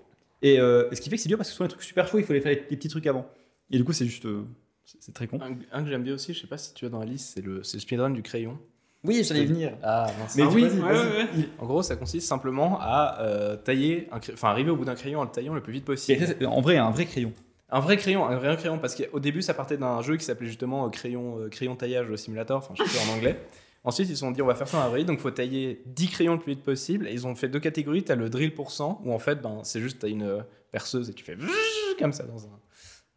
Et euh, ce qui fait que c'est dur parce que ce sont les trucs super chauds, il faut les faire les, les petits trucs avant. Et du coup, c'est juste. euh, c'est c'est très con.
Un, un que j'aime bien aussi, je sais pas si tu as dans la liste, c'est le, c'est le speedrun du crayon.
Oui, j'allais venir.
Ah, mince.
Mais
Ah
oui,
oui, ouais, ouais, ouais.
En gros, ça consiste simplement à euh, tailler, un cra- enfin arriver au bout d'un crayon en le taillant le plus vite possible.
en vrai, un vrai crayon.
Un vrai crayon, un vrai crayon, parce qu'au début, ça partait d'un jeu qui s'appelait justement euh, crayon, euh, crayon taillage simulator, enfin je sais plus en anglais. Ensuite, ils se sont dit, on va faire ça en avril, donc faut tailler 10 crayons le plus vite possible. Et ils ont fait deux catégories. T'as le drill pour 100, où en fait, ben, c'est juste, t'as une euh, perceuse et tu fais comme ça dans un,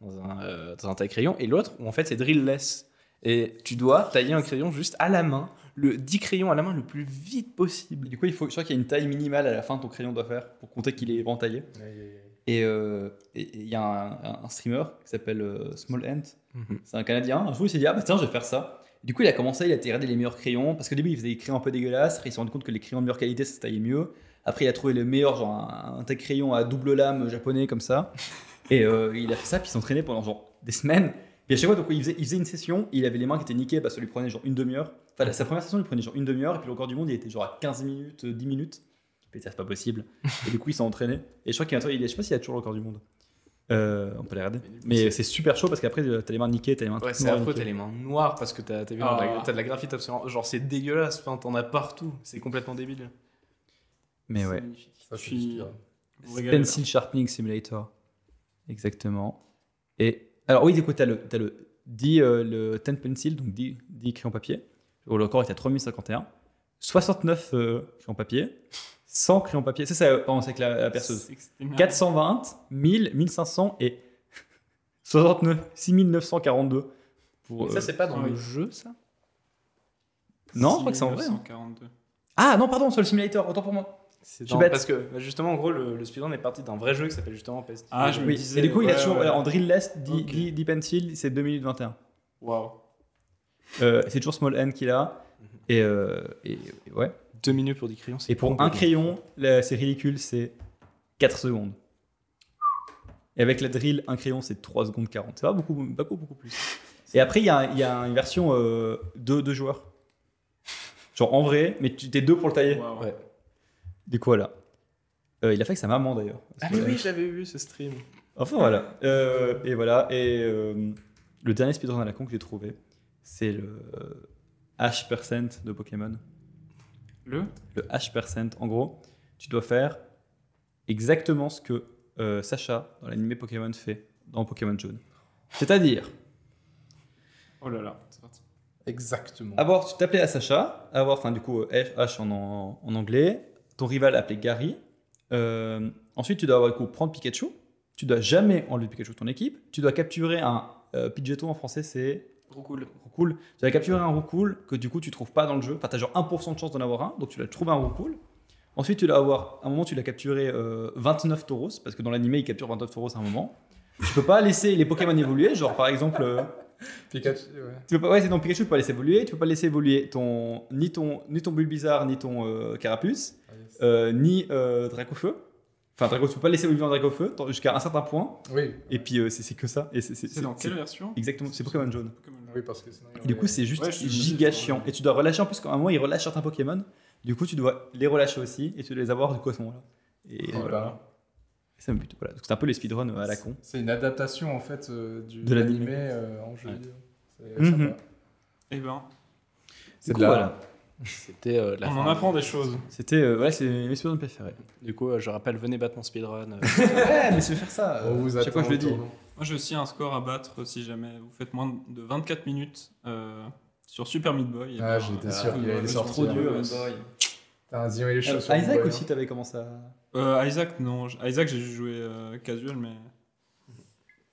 dans un, euh, dans un taille-crayon. Et l'autre, où en fait, c'est drillless. Et tu dois tailler un crayon juste à la main, le 10 crayons à la main le plus vite possible.
Du coup, il faut, je crois qu'il y a une taille minimale à la fin que ton crayon doit faire pour compter qu'il est vraiment taillé. Et euh, et- et il y a un, un- un streamer qui s'appelle euh, Small Ant.
Mhm.
C'est un Canadien. Un jour, il s'est dit Ah, bah tiens, je vais faire ça. Du coup, il a commencé, il a été regarder les meilleurs crayons. Parce qu'au début, il faisait des crayons un peu dégueulasses. Après, il s'est rendu compte que les crayons de meilleure qualité, ça se taillait mieux. Après, il a trouvé le meilleur, genre un, un tas de crayons à double lame japonais, comme ça. Et euh, il a fait ça, puis il s'entraînait pendant genre des semaines. Puis à chaque fois, donc, il, faisait, il faisait une session, il avait les mains qui étaient niquées, parce que ça lui prenait genre une demi-heure. Enfin, la- sa première session, il prenait genre une demi-heure, et puis le record du monde, il était genre à 15 minutes, euh, 10 minutes. Putain, c'est pas possible. et du coup, ils sont entraînés. Et je crois qu'il y a un truc- il est- je sais pas s'il y a toujours le record du monde. Euh, on peut les regarder. Mais c'est super chaud parce qu'après, euh, t'as les mains niquées, t'as les mains
Ouais,
toutes
c'est
noires
affreux, t'as
niquées.
les mains noires parce que t'as t'as vu,
Ah.
t'as de la- t'as de la graphite absolument. Genre, c'est dégueulasse, enfin, t'en as partout, c'est complètement débile.
Mais ouais.
magnifique.
Ça, je
Je
suis
suis.
inspiré.
vous régalez, là.
Pencil Sharpening Simulator. Exactement. Et alors oui, du coup, t'as le, t'as le, 10, euh, le 10 pencil, donc 10, 10 crayons papier. Où le record était à 3051. 69 euh, crayons papier. 100 crayons papier. C'est ça, euh, pardon, c'est avec la, la perceuse. 420, 1000, 1500 et 69, 6942. Pour, euh,
pas
dans le
jeu, ça
Non, je crois que c'est en vrai, hein. Ah non, pardon, sur le simulator, autant pour moi.
C'est
Je suis
dans-
bête.
Parce que bah, justement, en gros, le, le speedrun est parti d'un vrai jeu qui s'appelle justement Pest.
Ah, je me
Oui.
disais.
Et du coup, il a
ouais,
toujours,
ouais.
voilà, en drill last, 10,
Ok.
10 pencil, c'est 2 minutes 21.
Waouh. Mhm.
Euh, c'est toujours Small N qu'il a. Et, euh, et- et ouais.
Deux minutes pour 10 crayons.
Et pour un crayon, la- c'est ridicule, c'est 4 secondes. Et avec la drill, un crayon, c'est 3 secondes 40. C'est pas beaucoup, pas beaucoup, beaucoup plus. Et après, il y, a un- il y a une version euh, 2 deux joueurs. Genre en vrai, mais tu t'es deux pour le tailler.
Waouh.
Ouais.
Du coup, voilà. Euh, il a fait avec sa maman d'ailleurs.
Ah, mais oui, j'avais vu ce stream.
Enfin voilà. Euh, et voilà. Et euh, le dernier speedrun à la con que j'ai trouvé, c'est le euh, H% de Pokémon.
Le
Le H%, en gros, tu dois faire exactement ce que euh, Sacha dans l'animé Pokémon fait dans Pokémon Jaune. C'est-à-dire,
Oh là là, c'est parti.
Exactement.
avoir, tu t'appelais à Sacha, avoir, enfin du coup, euh, H, H en, en- en anglais, ton rival appelé Gary. Euh, ensuite, tu dois avoir, du coup, prendre Pikachu. Tu dois jamais enlever Pikachu de ton équipe. Tu dois capturer un euh, Pidgeotto en français, c'est
Roucoule.
Roucoule. Tu vas capturer un Roucoule que du coup tu trouves pas dans le jeu. Enfin, tu as genre 1% de chance d'en avoir un, donc tu vas trouver un Roucoule. Ensuite, tu vas avoir, à un moment, tu l'as capturé euh, 29 tauros, parce que dans l'animé, il capture 29 tauros à un moment. Tu peux pas laisser les Pokémon évoluer, genre par exemple. euh,
Pikachu, ouais.
tu peux pas, ouais, c'est dans Pikachu, tu peux pas laisser évoluer, tu peux pas laisser évoluer ton, ni, ton, ni ton Bulbizarre, ni ton euh, Carapuce.
Ah, yes.
Euh, ni euh, Dracofeu. Enfin, Draco, tu peux pas laisser Olivier en Dracofeu tant- jusqu'à un certain point.
Oui.
Et puis, euh, c'est c'est que ça. Et c'est- c'est-
C'est dans quelle version
Exactement, c'est Pokémon jaune.
Pokémon
Oui, parce que sinon. il y
Et du
aurait-
coup, c'est juste
Ouais, je suis-
giga
je suis-
chiant. Et tu dois relâcher en plus, quand à un moment, ils relâchent certains Pokémon. Du coup, tu dois les relâcher aussi et tu dois les avoir du coup à ce moment-là. Et
Oh là
voilà.
là.
C'est un but. Voilà. Donc, C'est un peu les speedruns euh, à la con.
C'est une adaptation en fait euh, du,
De
de
l'animé.
l'animé euh, en jeu
Ouais.
vidéo. C'est
Mhm.
sympa.
Eh ben,
Du
C'est
coup,
de la-
voilà.
C'était euh, la
on
fin.
en apprend des choses.
C'était euh, voilà, c'est mes speedruns préférés.
Du coup, euh, je rappelle, venez battre mon speedrun. euh,
ouais, mais je vais faire ça.
On vous
Euh, chaque
attend.
fois, je le
au
dis.
tournant.
Moi, j'ai aussi un score à battre euh, si jamais vous faites moins de 24 minutes euh, sur Super Meat Boy. Eh ben,
Ah,
euh,
j'étais sûr qu'il allait sortir.
trop dur.
T'as un Zero et les chaussures.
Euh, Isaac
ouais,
aussi, t'avais commencé à.
Euh, Isaac, non. J- Isaac, j'ai joué euh, casual, mais.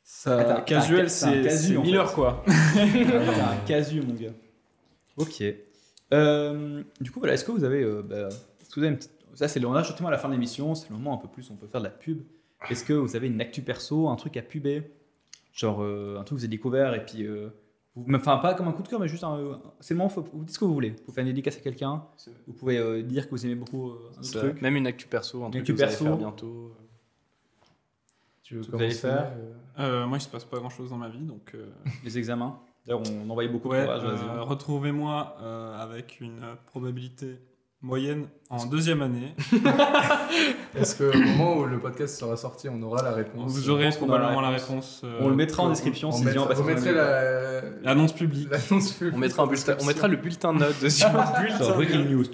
Ça,
Attends, t'as un-
casual,
t'as un
c'est
casu,
c'est
en
1000
fait.
heures, quoi.
T'es un casu, mon gars. Ok. Euh, du coup, voilà, est-ce que vous avez. euh, bah, est-ce que vous avez une petite- Ça, c'est le, on a gentiment à la fin de l'émission, c'est le moment un peu plus, où on peut faire de la pub. Est-ce que vous avez une actu perso, un truc à puber Genre, euh, un truc que vous avez découvert et puis. euh, vous- mais, Enfin, pas comme un coup de cœur, mais juste un. euh, C'est le moment, où vous dites ce que vous voulez. Vous faites une dédicace à quelqu'un, vous pouvez euh, dire que vous aimez beaucoup euh, un
ça.
truc.
Même une actu perso, un truc
actu
que vous allez
perso.
faire bientôt.
Tu veux
Vous allez
commencer
faire
euh,
Euh, moi, il se passe pas grand chose dans ma vie, donc. euh,
Les examens. D'ailleurs, on envoyait beaucoup
ouais,
de courage.
euh,
vas-y.
retrouvez-moi euh, avec une euh, probabilité moyenne en deuxième année.
Est-ce qu'au moment où le podcast sera sorti, on aura la réponse
Vous aurez
pense qu'on a la
probablement la réponse. euh,
on le mettra en
on-
description
On,
si
mettra-
on passe
vous mettrez la...
L'annonce publique.
l'annonce publique.
On mettra, un bulletin, on mettra le bulletin de notes dessus.
Genre, breaking news.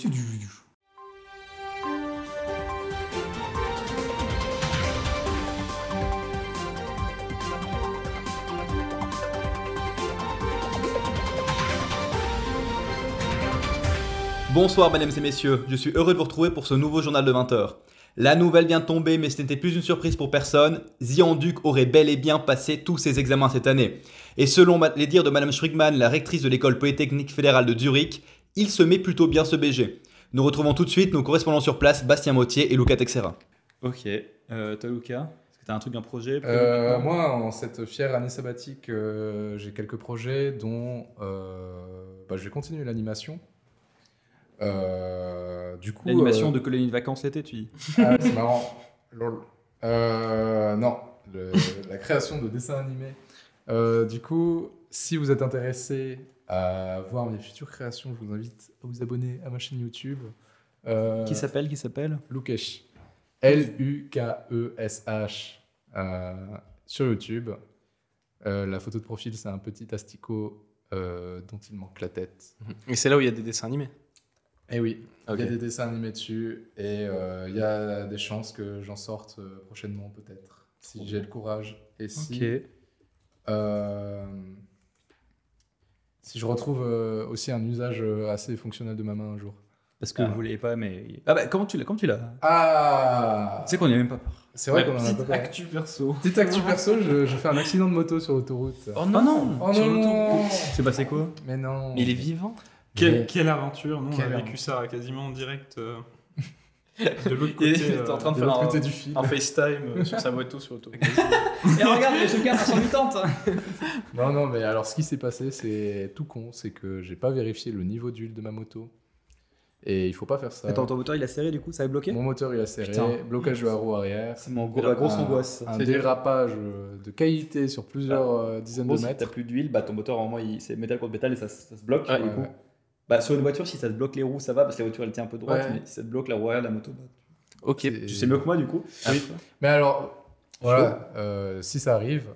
Bonsoir mesdames et messieurs, je suis heureux de vous retrouver pour ce nouveau journal de 20h. La nouvelle vient de tomber mais ce n'était plus une surprise pour personne, Zian Duc aurait bel et bien passé tous ses examens cette année. Et selon ma- les dires de madame Schrigmann, la rectrice de l'école polytechnique fédérale de Zurich, il se met plutôt bien ce BG. Nous retrouvons tout de suite nos correspondants sur place, Bastien Mottier et Luca Texera. Ok, Euh, toi Luca, est-ce que t'as un truc, un projet
Euh, moi, en cette fière année sabbatique, euh, j'ai quelques projets dont euh, bah, je vais continuer l'animation. Euh, du coup,
L'animation
euh,
de colonie de vacances l'été, tu dis
Ah, c'est marrant. Lol. Euh, non, Le- la création de dessins animés. Euh, du coup, si vous êtes intéressé à voir mes futures créations, je vous invite à vous abonner à ma chaîne YouTube. Euh,
Qui s'appelle Qui s'appelle
Lukesh. L-U-K-E-S-H. E euh, sur YouTube. Euh, la photo de profil, c'est un petit asticot euh, dont il manque la tête.
Et c'est là où il y a des dessins animés.
Eh oui,
Ok.
il y a des dessins animés dessus et euh, il y a des chances que j'en sorte euh, prochainement, peut-être. Si j'ai le courage et si. Euh, si je retrouve euh, aussi un usage euh, assez fonctionnel de ma main un jour.
Parce que
Ah.
vous voulez pas, mais. Ah bah, comment tu l'as Comment tu l'as
Ah
Tu sais qu'on n'y a même pas peur.
C'est vrai qu'on en a pas parlé.
actu perso.
Petite actu perso, je, je fais un accident de moto sur l'autoroute.
Oh non,
Oh
Sur
non
l'autoroute. C'est passé quoi
Mais non
Mais il est vivant.
Quelle,
Mais-
quelle aventure, nous on a
Quelle
vécu ça quasiment en direct euh, de l'autre côté.
Il est
euh,
en train de
de
faire
l'autre
un,
côté du fil.
un FaceTime euh, sur sa moto sur auto.
Et regarde, je garde à 180
Non, non, mais alors ce qui s'est passé, c'est tout con, c'est que j'ai pas vérifié le niveau d'huile de ma moto. Et il faut pas faire ça.
Attends, ton moteur il a serré du coup, ça a bloqué
Mon moteur il a serré,
Putain.
blocage de haro arrière.
C'est mon gros, ma grosse
Un-
angoisse.
Un
C'est-
dérapage euh, de qualité sur plusieurs
Ah.
euh, dizaines
gros,
de
si
mètres. Ah,
t'as plus d'huile, bah ton moteur en moins il- c'est métal contre métal et ça, se- ça se bloque.
Ouais,
du coup.
ouais.
Bah, sur une voiture, si ça te bloque les roues, ça va parce que la voiture elle tient un peu droite,
Ouais.
mais si ça te bloque la roue arrière de la moto, bah,
Ok.
Et-
tu sais mieux que moi du coup.
Ah, Mais alors, voilà, euh, si ça arrive,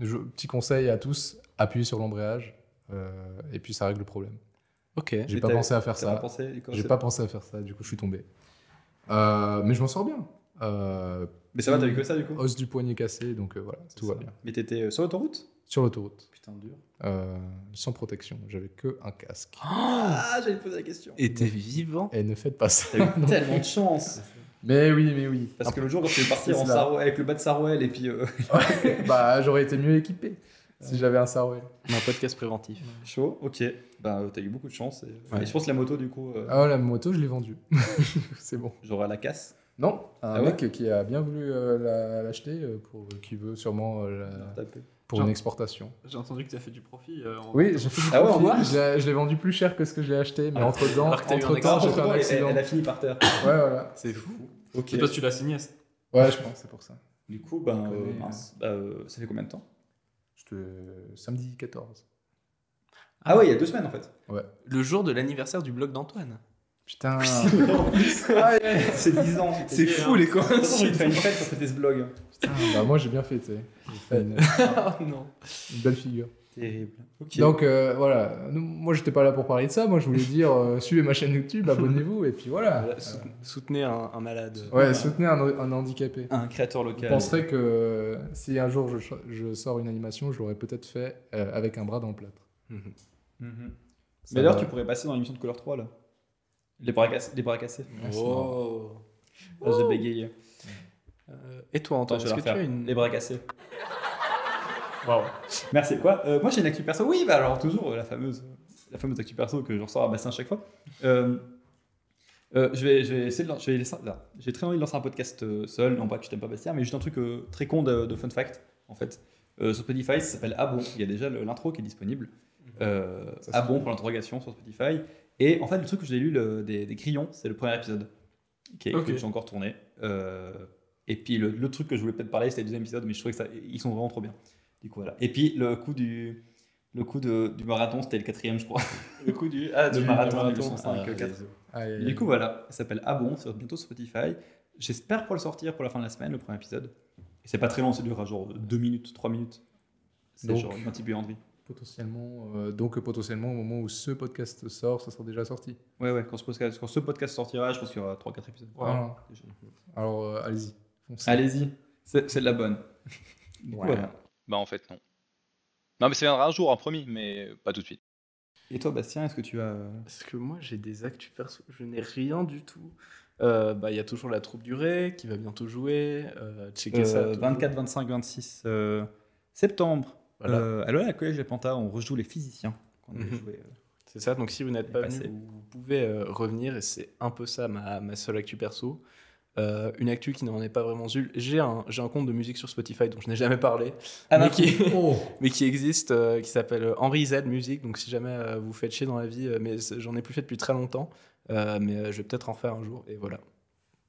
je- petit conseil à tous, appuyez sur l'embrayage euh, et puis ça règle le problème.
Ok.
J'ai
Mais
pas
t'as-
pensé à faire
T'as pas
ça.
pensé du coup,
J'ai
c'est-
pas pensé à faire ça, du coup je suis tombé. Euh, mais je m'en sors bien. Euh,
Mais ça va, t'as vu que ça du coup
os du poignet cassé, donc euh, voilà, tout va
C'est ça.
bien.
Mais t'étais euh, sur l'autoroute
Sur l'autoroute,
Putain, dur.
euh, sans protection, j'avais que un casque.
Ah, j'allais te poser la question.
Et t'es vivant.
Et ne faites pas ça.
T'as eu
non.
tellement de chance.
Mais oui, mais oui.
Parce que le jour, quand tu es parti
C'est
en
cela.
Sarou- avec le bas de Sarouel et puis. euh,
bah, j'aurais été mieux équipé si j'avais un sarouel.
Un podcast préventif.
Chaud, ok. Ben, euh, t'as eu beaucoup de chance. Et,
Ouais.
et je pense que la moto, du coup, euh,
Ah, la moto, je l'ai vendue. C'est bon.
genre à la casse.
Non, un
Ah ouais
mec qui a bien voulu euh, la- l'acheter, euh, pour, qui veut sûrement euh, la-
t'as tapé.
pour
Genre-
une exportation.
J'ai entendu que t'as fait du profit. euh, en-
Oui, j'ai fait
Ah ouais, en bois
je l'ai- je l'ai vendu plus cher que ce que je l'ai acheté, mais entre temps,
alors que t'as eu un
entre temps, j'ai fait
Entre-temps,
un
elle-
accident.
Elle, elle a fini par terre.
Ouais, voilà.
C'est fou.
Ok.
C'est parce que tu l'as signé. c'est-
Ouais, je pense, c'est pour ça.
Du coup, ben,
Je connais,
euh, mince. Bah, euh, ça fait combien de temps
C'était euh, samedi 14.
Ah ouais, il y a deux semaines en fait.
Le jour de l'anniversaire du blog d'Antoine.
Putain. Ah,
c'est 10 ans.
C'est
hein.
fou, les coïncidences.
J'ai fait une fête pour fêter ce blog.
Putain, bah, moi, j'ai bien fêté. J'ai fait une,
Oh non.
une belle figure.
Terrible. Ok.
Donc euh, voilà, Nous, moi j'étais pas là pour parler de ça, moi je voulais dire euh, suivez ma chaîne YouTube, abonnez-vous et puis voilà.
Voilà, Ah, sou- Soutenez un, un malade.
Ouais, soutenez un, un handicapé.
un créateur
Je
local.
penserais que euh, si un jour je, cho- je sors une animation, je l'aurais peut-être fait euh, avec un bras dans le plâtre.
Mhm.
Mhm.
Ça
Mais d'ailleurs,
va.
tu pourrais passer dans l'émission de Color 3 là. Les bras cassés. Les bras cassés.
Ouais, c'est marrant.
Oh.
Ah, J'ai bégayé.
Euh, et toi,
Attends,
Antoine,
je
est-ce
vais
que
la
tu as
refaire.
une...
Les bras cassés.
Waouh.
Merci. Quoi Euh, Moi, j'ai une actu perso. Oui, bah alors toujours euh, la fameuse, la fameuse actu perso que je ressors à bassin à chaque fois. Euh, euh, je vais, je vais essayer de, lan- je vais laisser- là, j'ai très envie de lancer un podcast euh, seul, non pas que je t'aime pas Bastien, mais juste un truc euh, très con de, de fun fact en fait. Euh, sur Spotify, ça s'appelle Ah bon. Il y a déjà le- l'intro qui est disponible.
Mhm.
Euh,
Ça, c'est
ah bon pour l'interrogation sur Spotify. Et en fait, le truc que j'ai lu le- des, des grillons, c'est le premier épisode qui est,
Ok.
que j'ai encore tourné. Euh, et puis le, le truc que je voulais peut-être parler, c'était le deuxième épisode, mais je trouvais que ça, ils sont vraiment trop bien. Du coup, voilà. Et puis le coup du, le coup de, du marathon, c'était le quatrième, je crois. le coup du, ah, du,
Du-
marathon,
du marathon,
1905,
ah,
euh, quatre.
Aïe, aïe,
Du
aïe.
coup, voilà, ça s'appelle Ah bon, c'est bientôt sur Spotify. J'espère pour le sortir pour la fin de la semaine, le premier épisode. Et c'est pas très long, c'est dur, genre 2 minutes, 3 minutes. C'est
Donc-
genre une petite buée de vie.
potentiellement, euh, donc euh, potentiellement au moment où ce podcast sort, ça sera déjà sorti.
Ouais, ouais, quand ce podcast, quand ce podcast sortira, je pense qu'il y aura 3-4 épisodes.
Voilà. Alors euh, allez-y. foncez.
Allez-y, c'est c'est de la bonne. Du coup,
Ouais.
voilà.
Bah en fait non. Non mais ça viendra un jour, hein, promis, mais pas tout de suite.
Et toi, Bastien, est-ce que tu as.
Parce que moi, j'ai des actus perso. Je n'ai rien du tout. Euh, bah, Il y a toujours la troupe du Ré qui va bientôt jouer. Euh, checker ça.
Euh,
toujours.
24, 25, 26 euh, septembre.
Voilà.
Euh, à la Collège des Panta, on rejoue les physiciens. qu'on avait
Mhm.
joué, euh.
C'est ça, donc si vous n'êtes
est
pas
passé.
venu, vous pouvez euh, revenir, et c'est un peu ça ma, ma seule actu perso. Euh, une actu qui n'en est pas vraiment une. J'ai un, j'ai un compte de musique sur Spotify dont je n'ai jamais parlé,
Ah,
mais qui,
Oh,
mais qui existe, euh, qui s'appelle euh, Henri Z Music. Donc si jamais euh, vous faites chier dans la vie, euh, mais c'est- j'en ai plus fait depuis très longtemps, euh, mais euh, je vais peut-être en faire un jour, et voilà,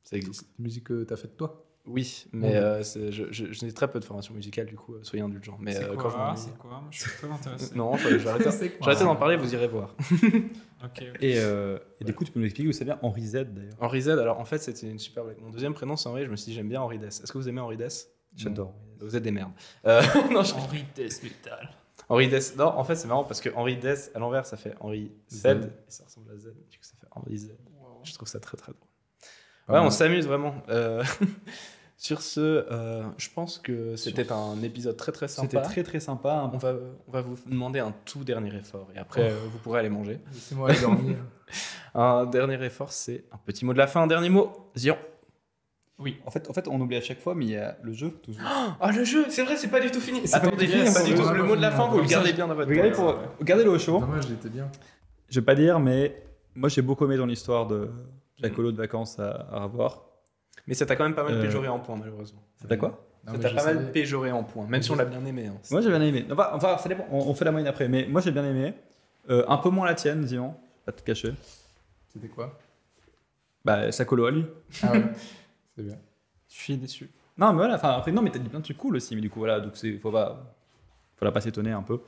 ça existe.
la musique euh, que t'as faite toi.
Oui, mais
Ouais.
euh, c'est- je, je- je n'ai très peu de formation musicale, du coup, euh, soyez indulgents. Mais
C'est
euh,
quoi,
quand je m'ennuie-
C'est quoi Ah. Moi, Je suis très intéressé.
Non, je- j'arrêtais
C'est quoi
j'arrêtais d'en parler, vous irez voir.
Ok. ok.
Et, euh, et du coup, tu peux nous expliquer où ça vient Henri Z d'ailleurs.
Henri Z, alors en fait, c'était une super blague. Mon deuxième prénom, c'est Henri. Je me suis dit, j'aime bien Henri Dess. Est-ce que vous aimez Henri Dess
J'adore.
Vous êtes des merdes. Euh, non, je-
Henri Desmetal.
Henri Dess. Non, en fait, c'est marrant parce que Henri Dess, à l'envers, ça fait Henri Z.
Z.
Et ça ressemble à Z. Du coup, ça fait Henri Z. Je trouve ça très, très drôle.
Pas
Ouais, on
mal.
s'amuse vraiment. Euh, sur ce, euh, je pense que c'était un épisode très, très sympa.
C'était très très sympa. un
On va, on va vous demander un tout dernier effort et après, euh, vous pourrez aller manger.
Laissez-moi aller dormir.
Un dernier effort, c'est un petit mot de la fin, un dernier mot. Zion.
En fait, en fait, on oublie à chaque fois, mais il y a le jeu toujours.
Ah, le jeu, c'est vrai, c'est pas du tout fini.
C'est pas
Attendez,
du tout fini,
c'est pas
on
du
veut
tout.
pas
Le mot de la
finir.
fin, vous le
Comme ça,
gardez bien dans votre
Regardez,
tête.
pour, regardez le Oh, au chaud.
Dommage, j'étais bien.
Je vais pas dire, mais moi j'ai beaucoup aimé dans l'histoire de la colo de vacances à, à revoir.
Mais ça t'a quand même pas mal
Euh,
péjoré en points, malheureusement.
C'était quoi
Non,
Ça
mais
t'a
je
pas mal
savais.
péjoré en points, même si on l'a bien aimé. hein.
Moi j'ai bien aimé. Enfin, enfin, ça dépend, on, on fait la moyenne après, mais moi j'ai bien aimé. Euh, un peu moins la tienne, Zion, pas te cacher.
C'était quoi
Bah, sa colo à lui.
Ah ouais. C'est bien.
Je suis déçu.
Non, mais voilà, enfin après, non, mais t'as dit plein de trucs cool aussi, mais du coup, voilà, donc c'est, faut pas, faut là pas s'étonner un peu.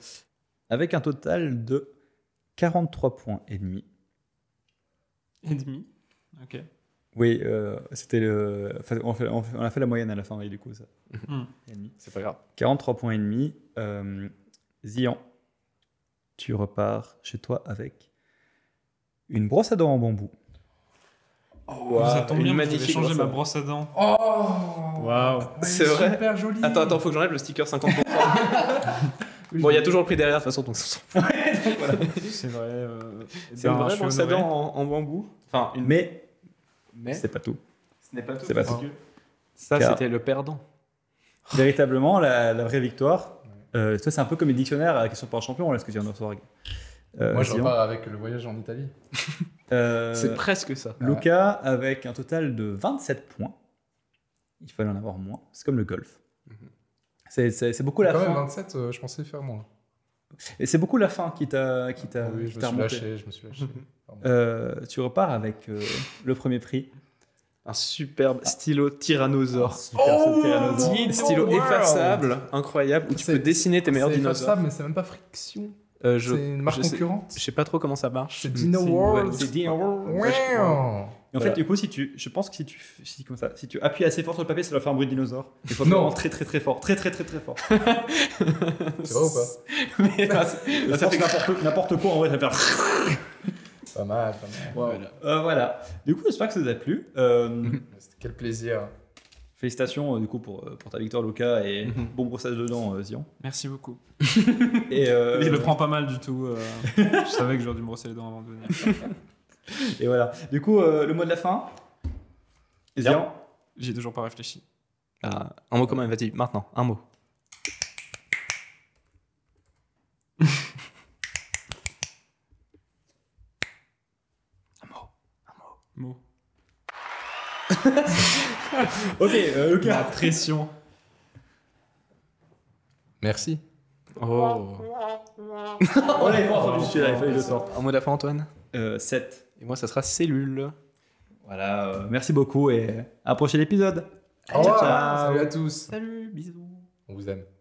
Avec un total de 43 points et demi.
Et demi. Ok.
Oui, euh, c'était le. enfin, on, fait- on fait- on a fait la moyenne à la fin, et du coup, ça.
Hmm.
Et demi.
Mhm. C'est pas grave.
43 points et demi. Euh, Zian, tu repars chez toi avec une brosse à dents en bambou.
ça tombe
une
bien, parce que
magnifique
j'ai changé
brosse à
ma
dents.
brosse à dents.
Oh
Waouh.
Ouais,
C'est vrai
Super joli.
Attends, attends, faut que j'enlève le sticker 50%. bon, il y a toujours le prix derrière, de toute façon, donc ça s'en fout.
C'est vrai. euh,
C'est
ben,
une
je
vraie
suis
brosse à
honoré.
dents en, en bambou. Enfin, une.
Mais
Mais
c'est pas tout.
ce n'est pas tout.
c'est pas
parce
tout.
que Ça,
Car-
c'était le perdant.
Véritablement, la, la vraie victoire. euh, ça, c'est un peu comme les dictionnaires à la question par champion, là, ce que tu viens de recevoir. Euh,
Moi, je
Zian.
repars avec le voyage en Italie.
Euh,
C'est presque ça.
Ah
Luca, avec un total de 27 points. Il fallait en avoir moins. C'est comme le golf. C'est- C'est c'est beaucoup la
Mhm. Quand même,
fin.
27, euh, je pensais faire moins.
Et c'est beaucoup la fin qui t'a qui t'a
oui, je
qui
me
t'a
suis
remonté.
lâché, je me suis lâché. Pardon.
Euh, tu repars avec euh, le premier prix.
Un superbe stylo tyrannosaure.
Super,
Oh,
ce tyrannosaure.
Dit, stylo
world.
effaçable, incroyable, où tu
C'est-
peux dessiner tes meilleurs
C'est
dinosaures.
effaçable, mais c'est même pas friction.
Euh, je,
C'est une marque
je sais-
concurrente.
je sais pas trop comment ça marche.
C'est Dino
une-
World.
ouais, c'est Dino-
Wow.
Et en fait,
Voilà.
du coup, si tu, je pense que si tu, si, comme ça, si tu appuies assez fort sur le papier, ça doit faire un bruit de dinosaure. Il faut
Non.
vraiment très très très fort, très très très très fort.
C'est vrai ou pas
Mais là, c'est-
Là, ça fait n'importe- n'importe quoi en vrai, ça va faire.
Pas mal, pas mal.
Voilà.
Euh, voilà. Du coup, j'espère que ça vous a plu. Euh,
Mais c'était- Quel plaisir.
félicitations euh, du coup pour, euh, pour ta victoire, Luca, et
Mhm.
bon brossage de dents, euh, Zion.
Merci beaucoup.
Et, euh,
Je le prends pas mal du tout. euh, je savais que j'aurais dû me brosser les dents avant de venir.
et voilà. Du coup, euh, le mot de la fin. Zion.
J'y ai toujours pas réfléchi.
Ah, un mot commun, vas-y, maintenant, un mot.
Mot.
Ok, euh, Luca.
La pression.
Merci.
Oh.
On l'avait pas entendu celui-là, il fallait que je le sorte.
Un mot d'après Antoine.
Euh, 7.
Et moi, ça sera cellule.
Voilà, euh, merci beaucoup et à un prochain épisode.
Au revoir.
Ciao.
Salut à tous.
Salut, bisous.
On vous aime.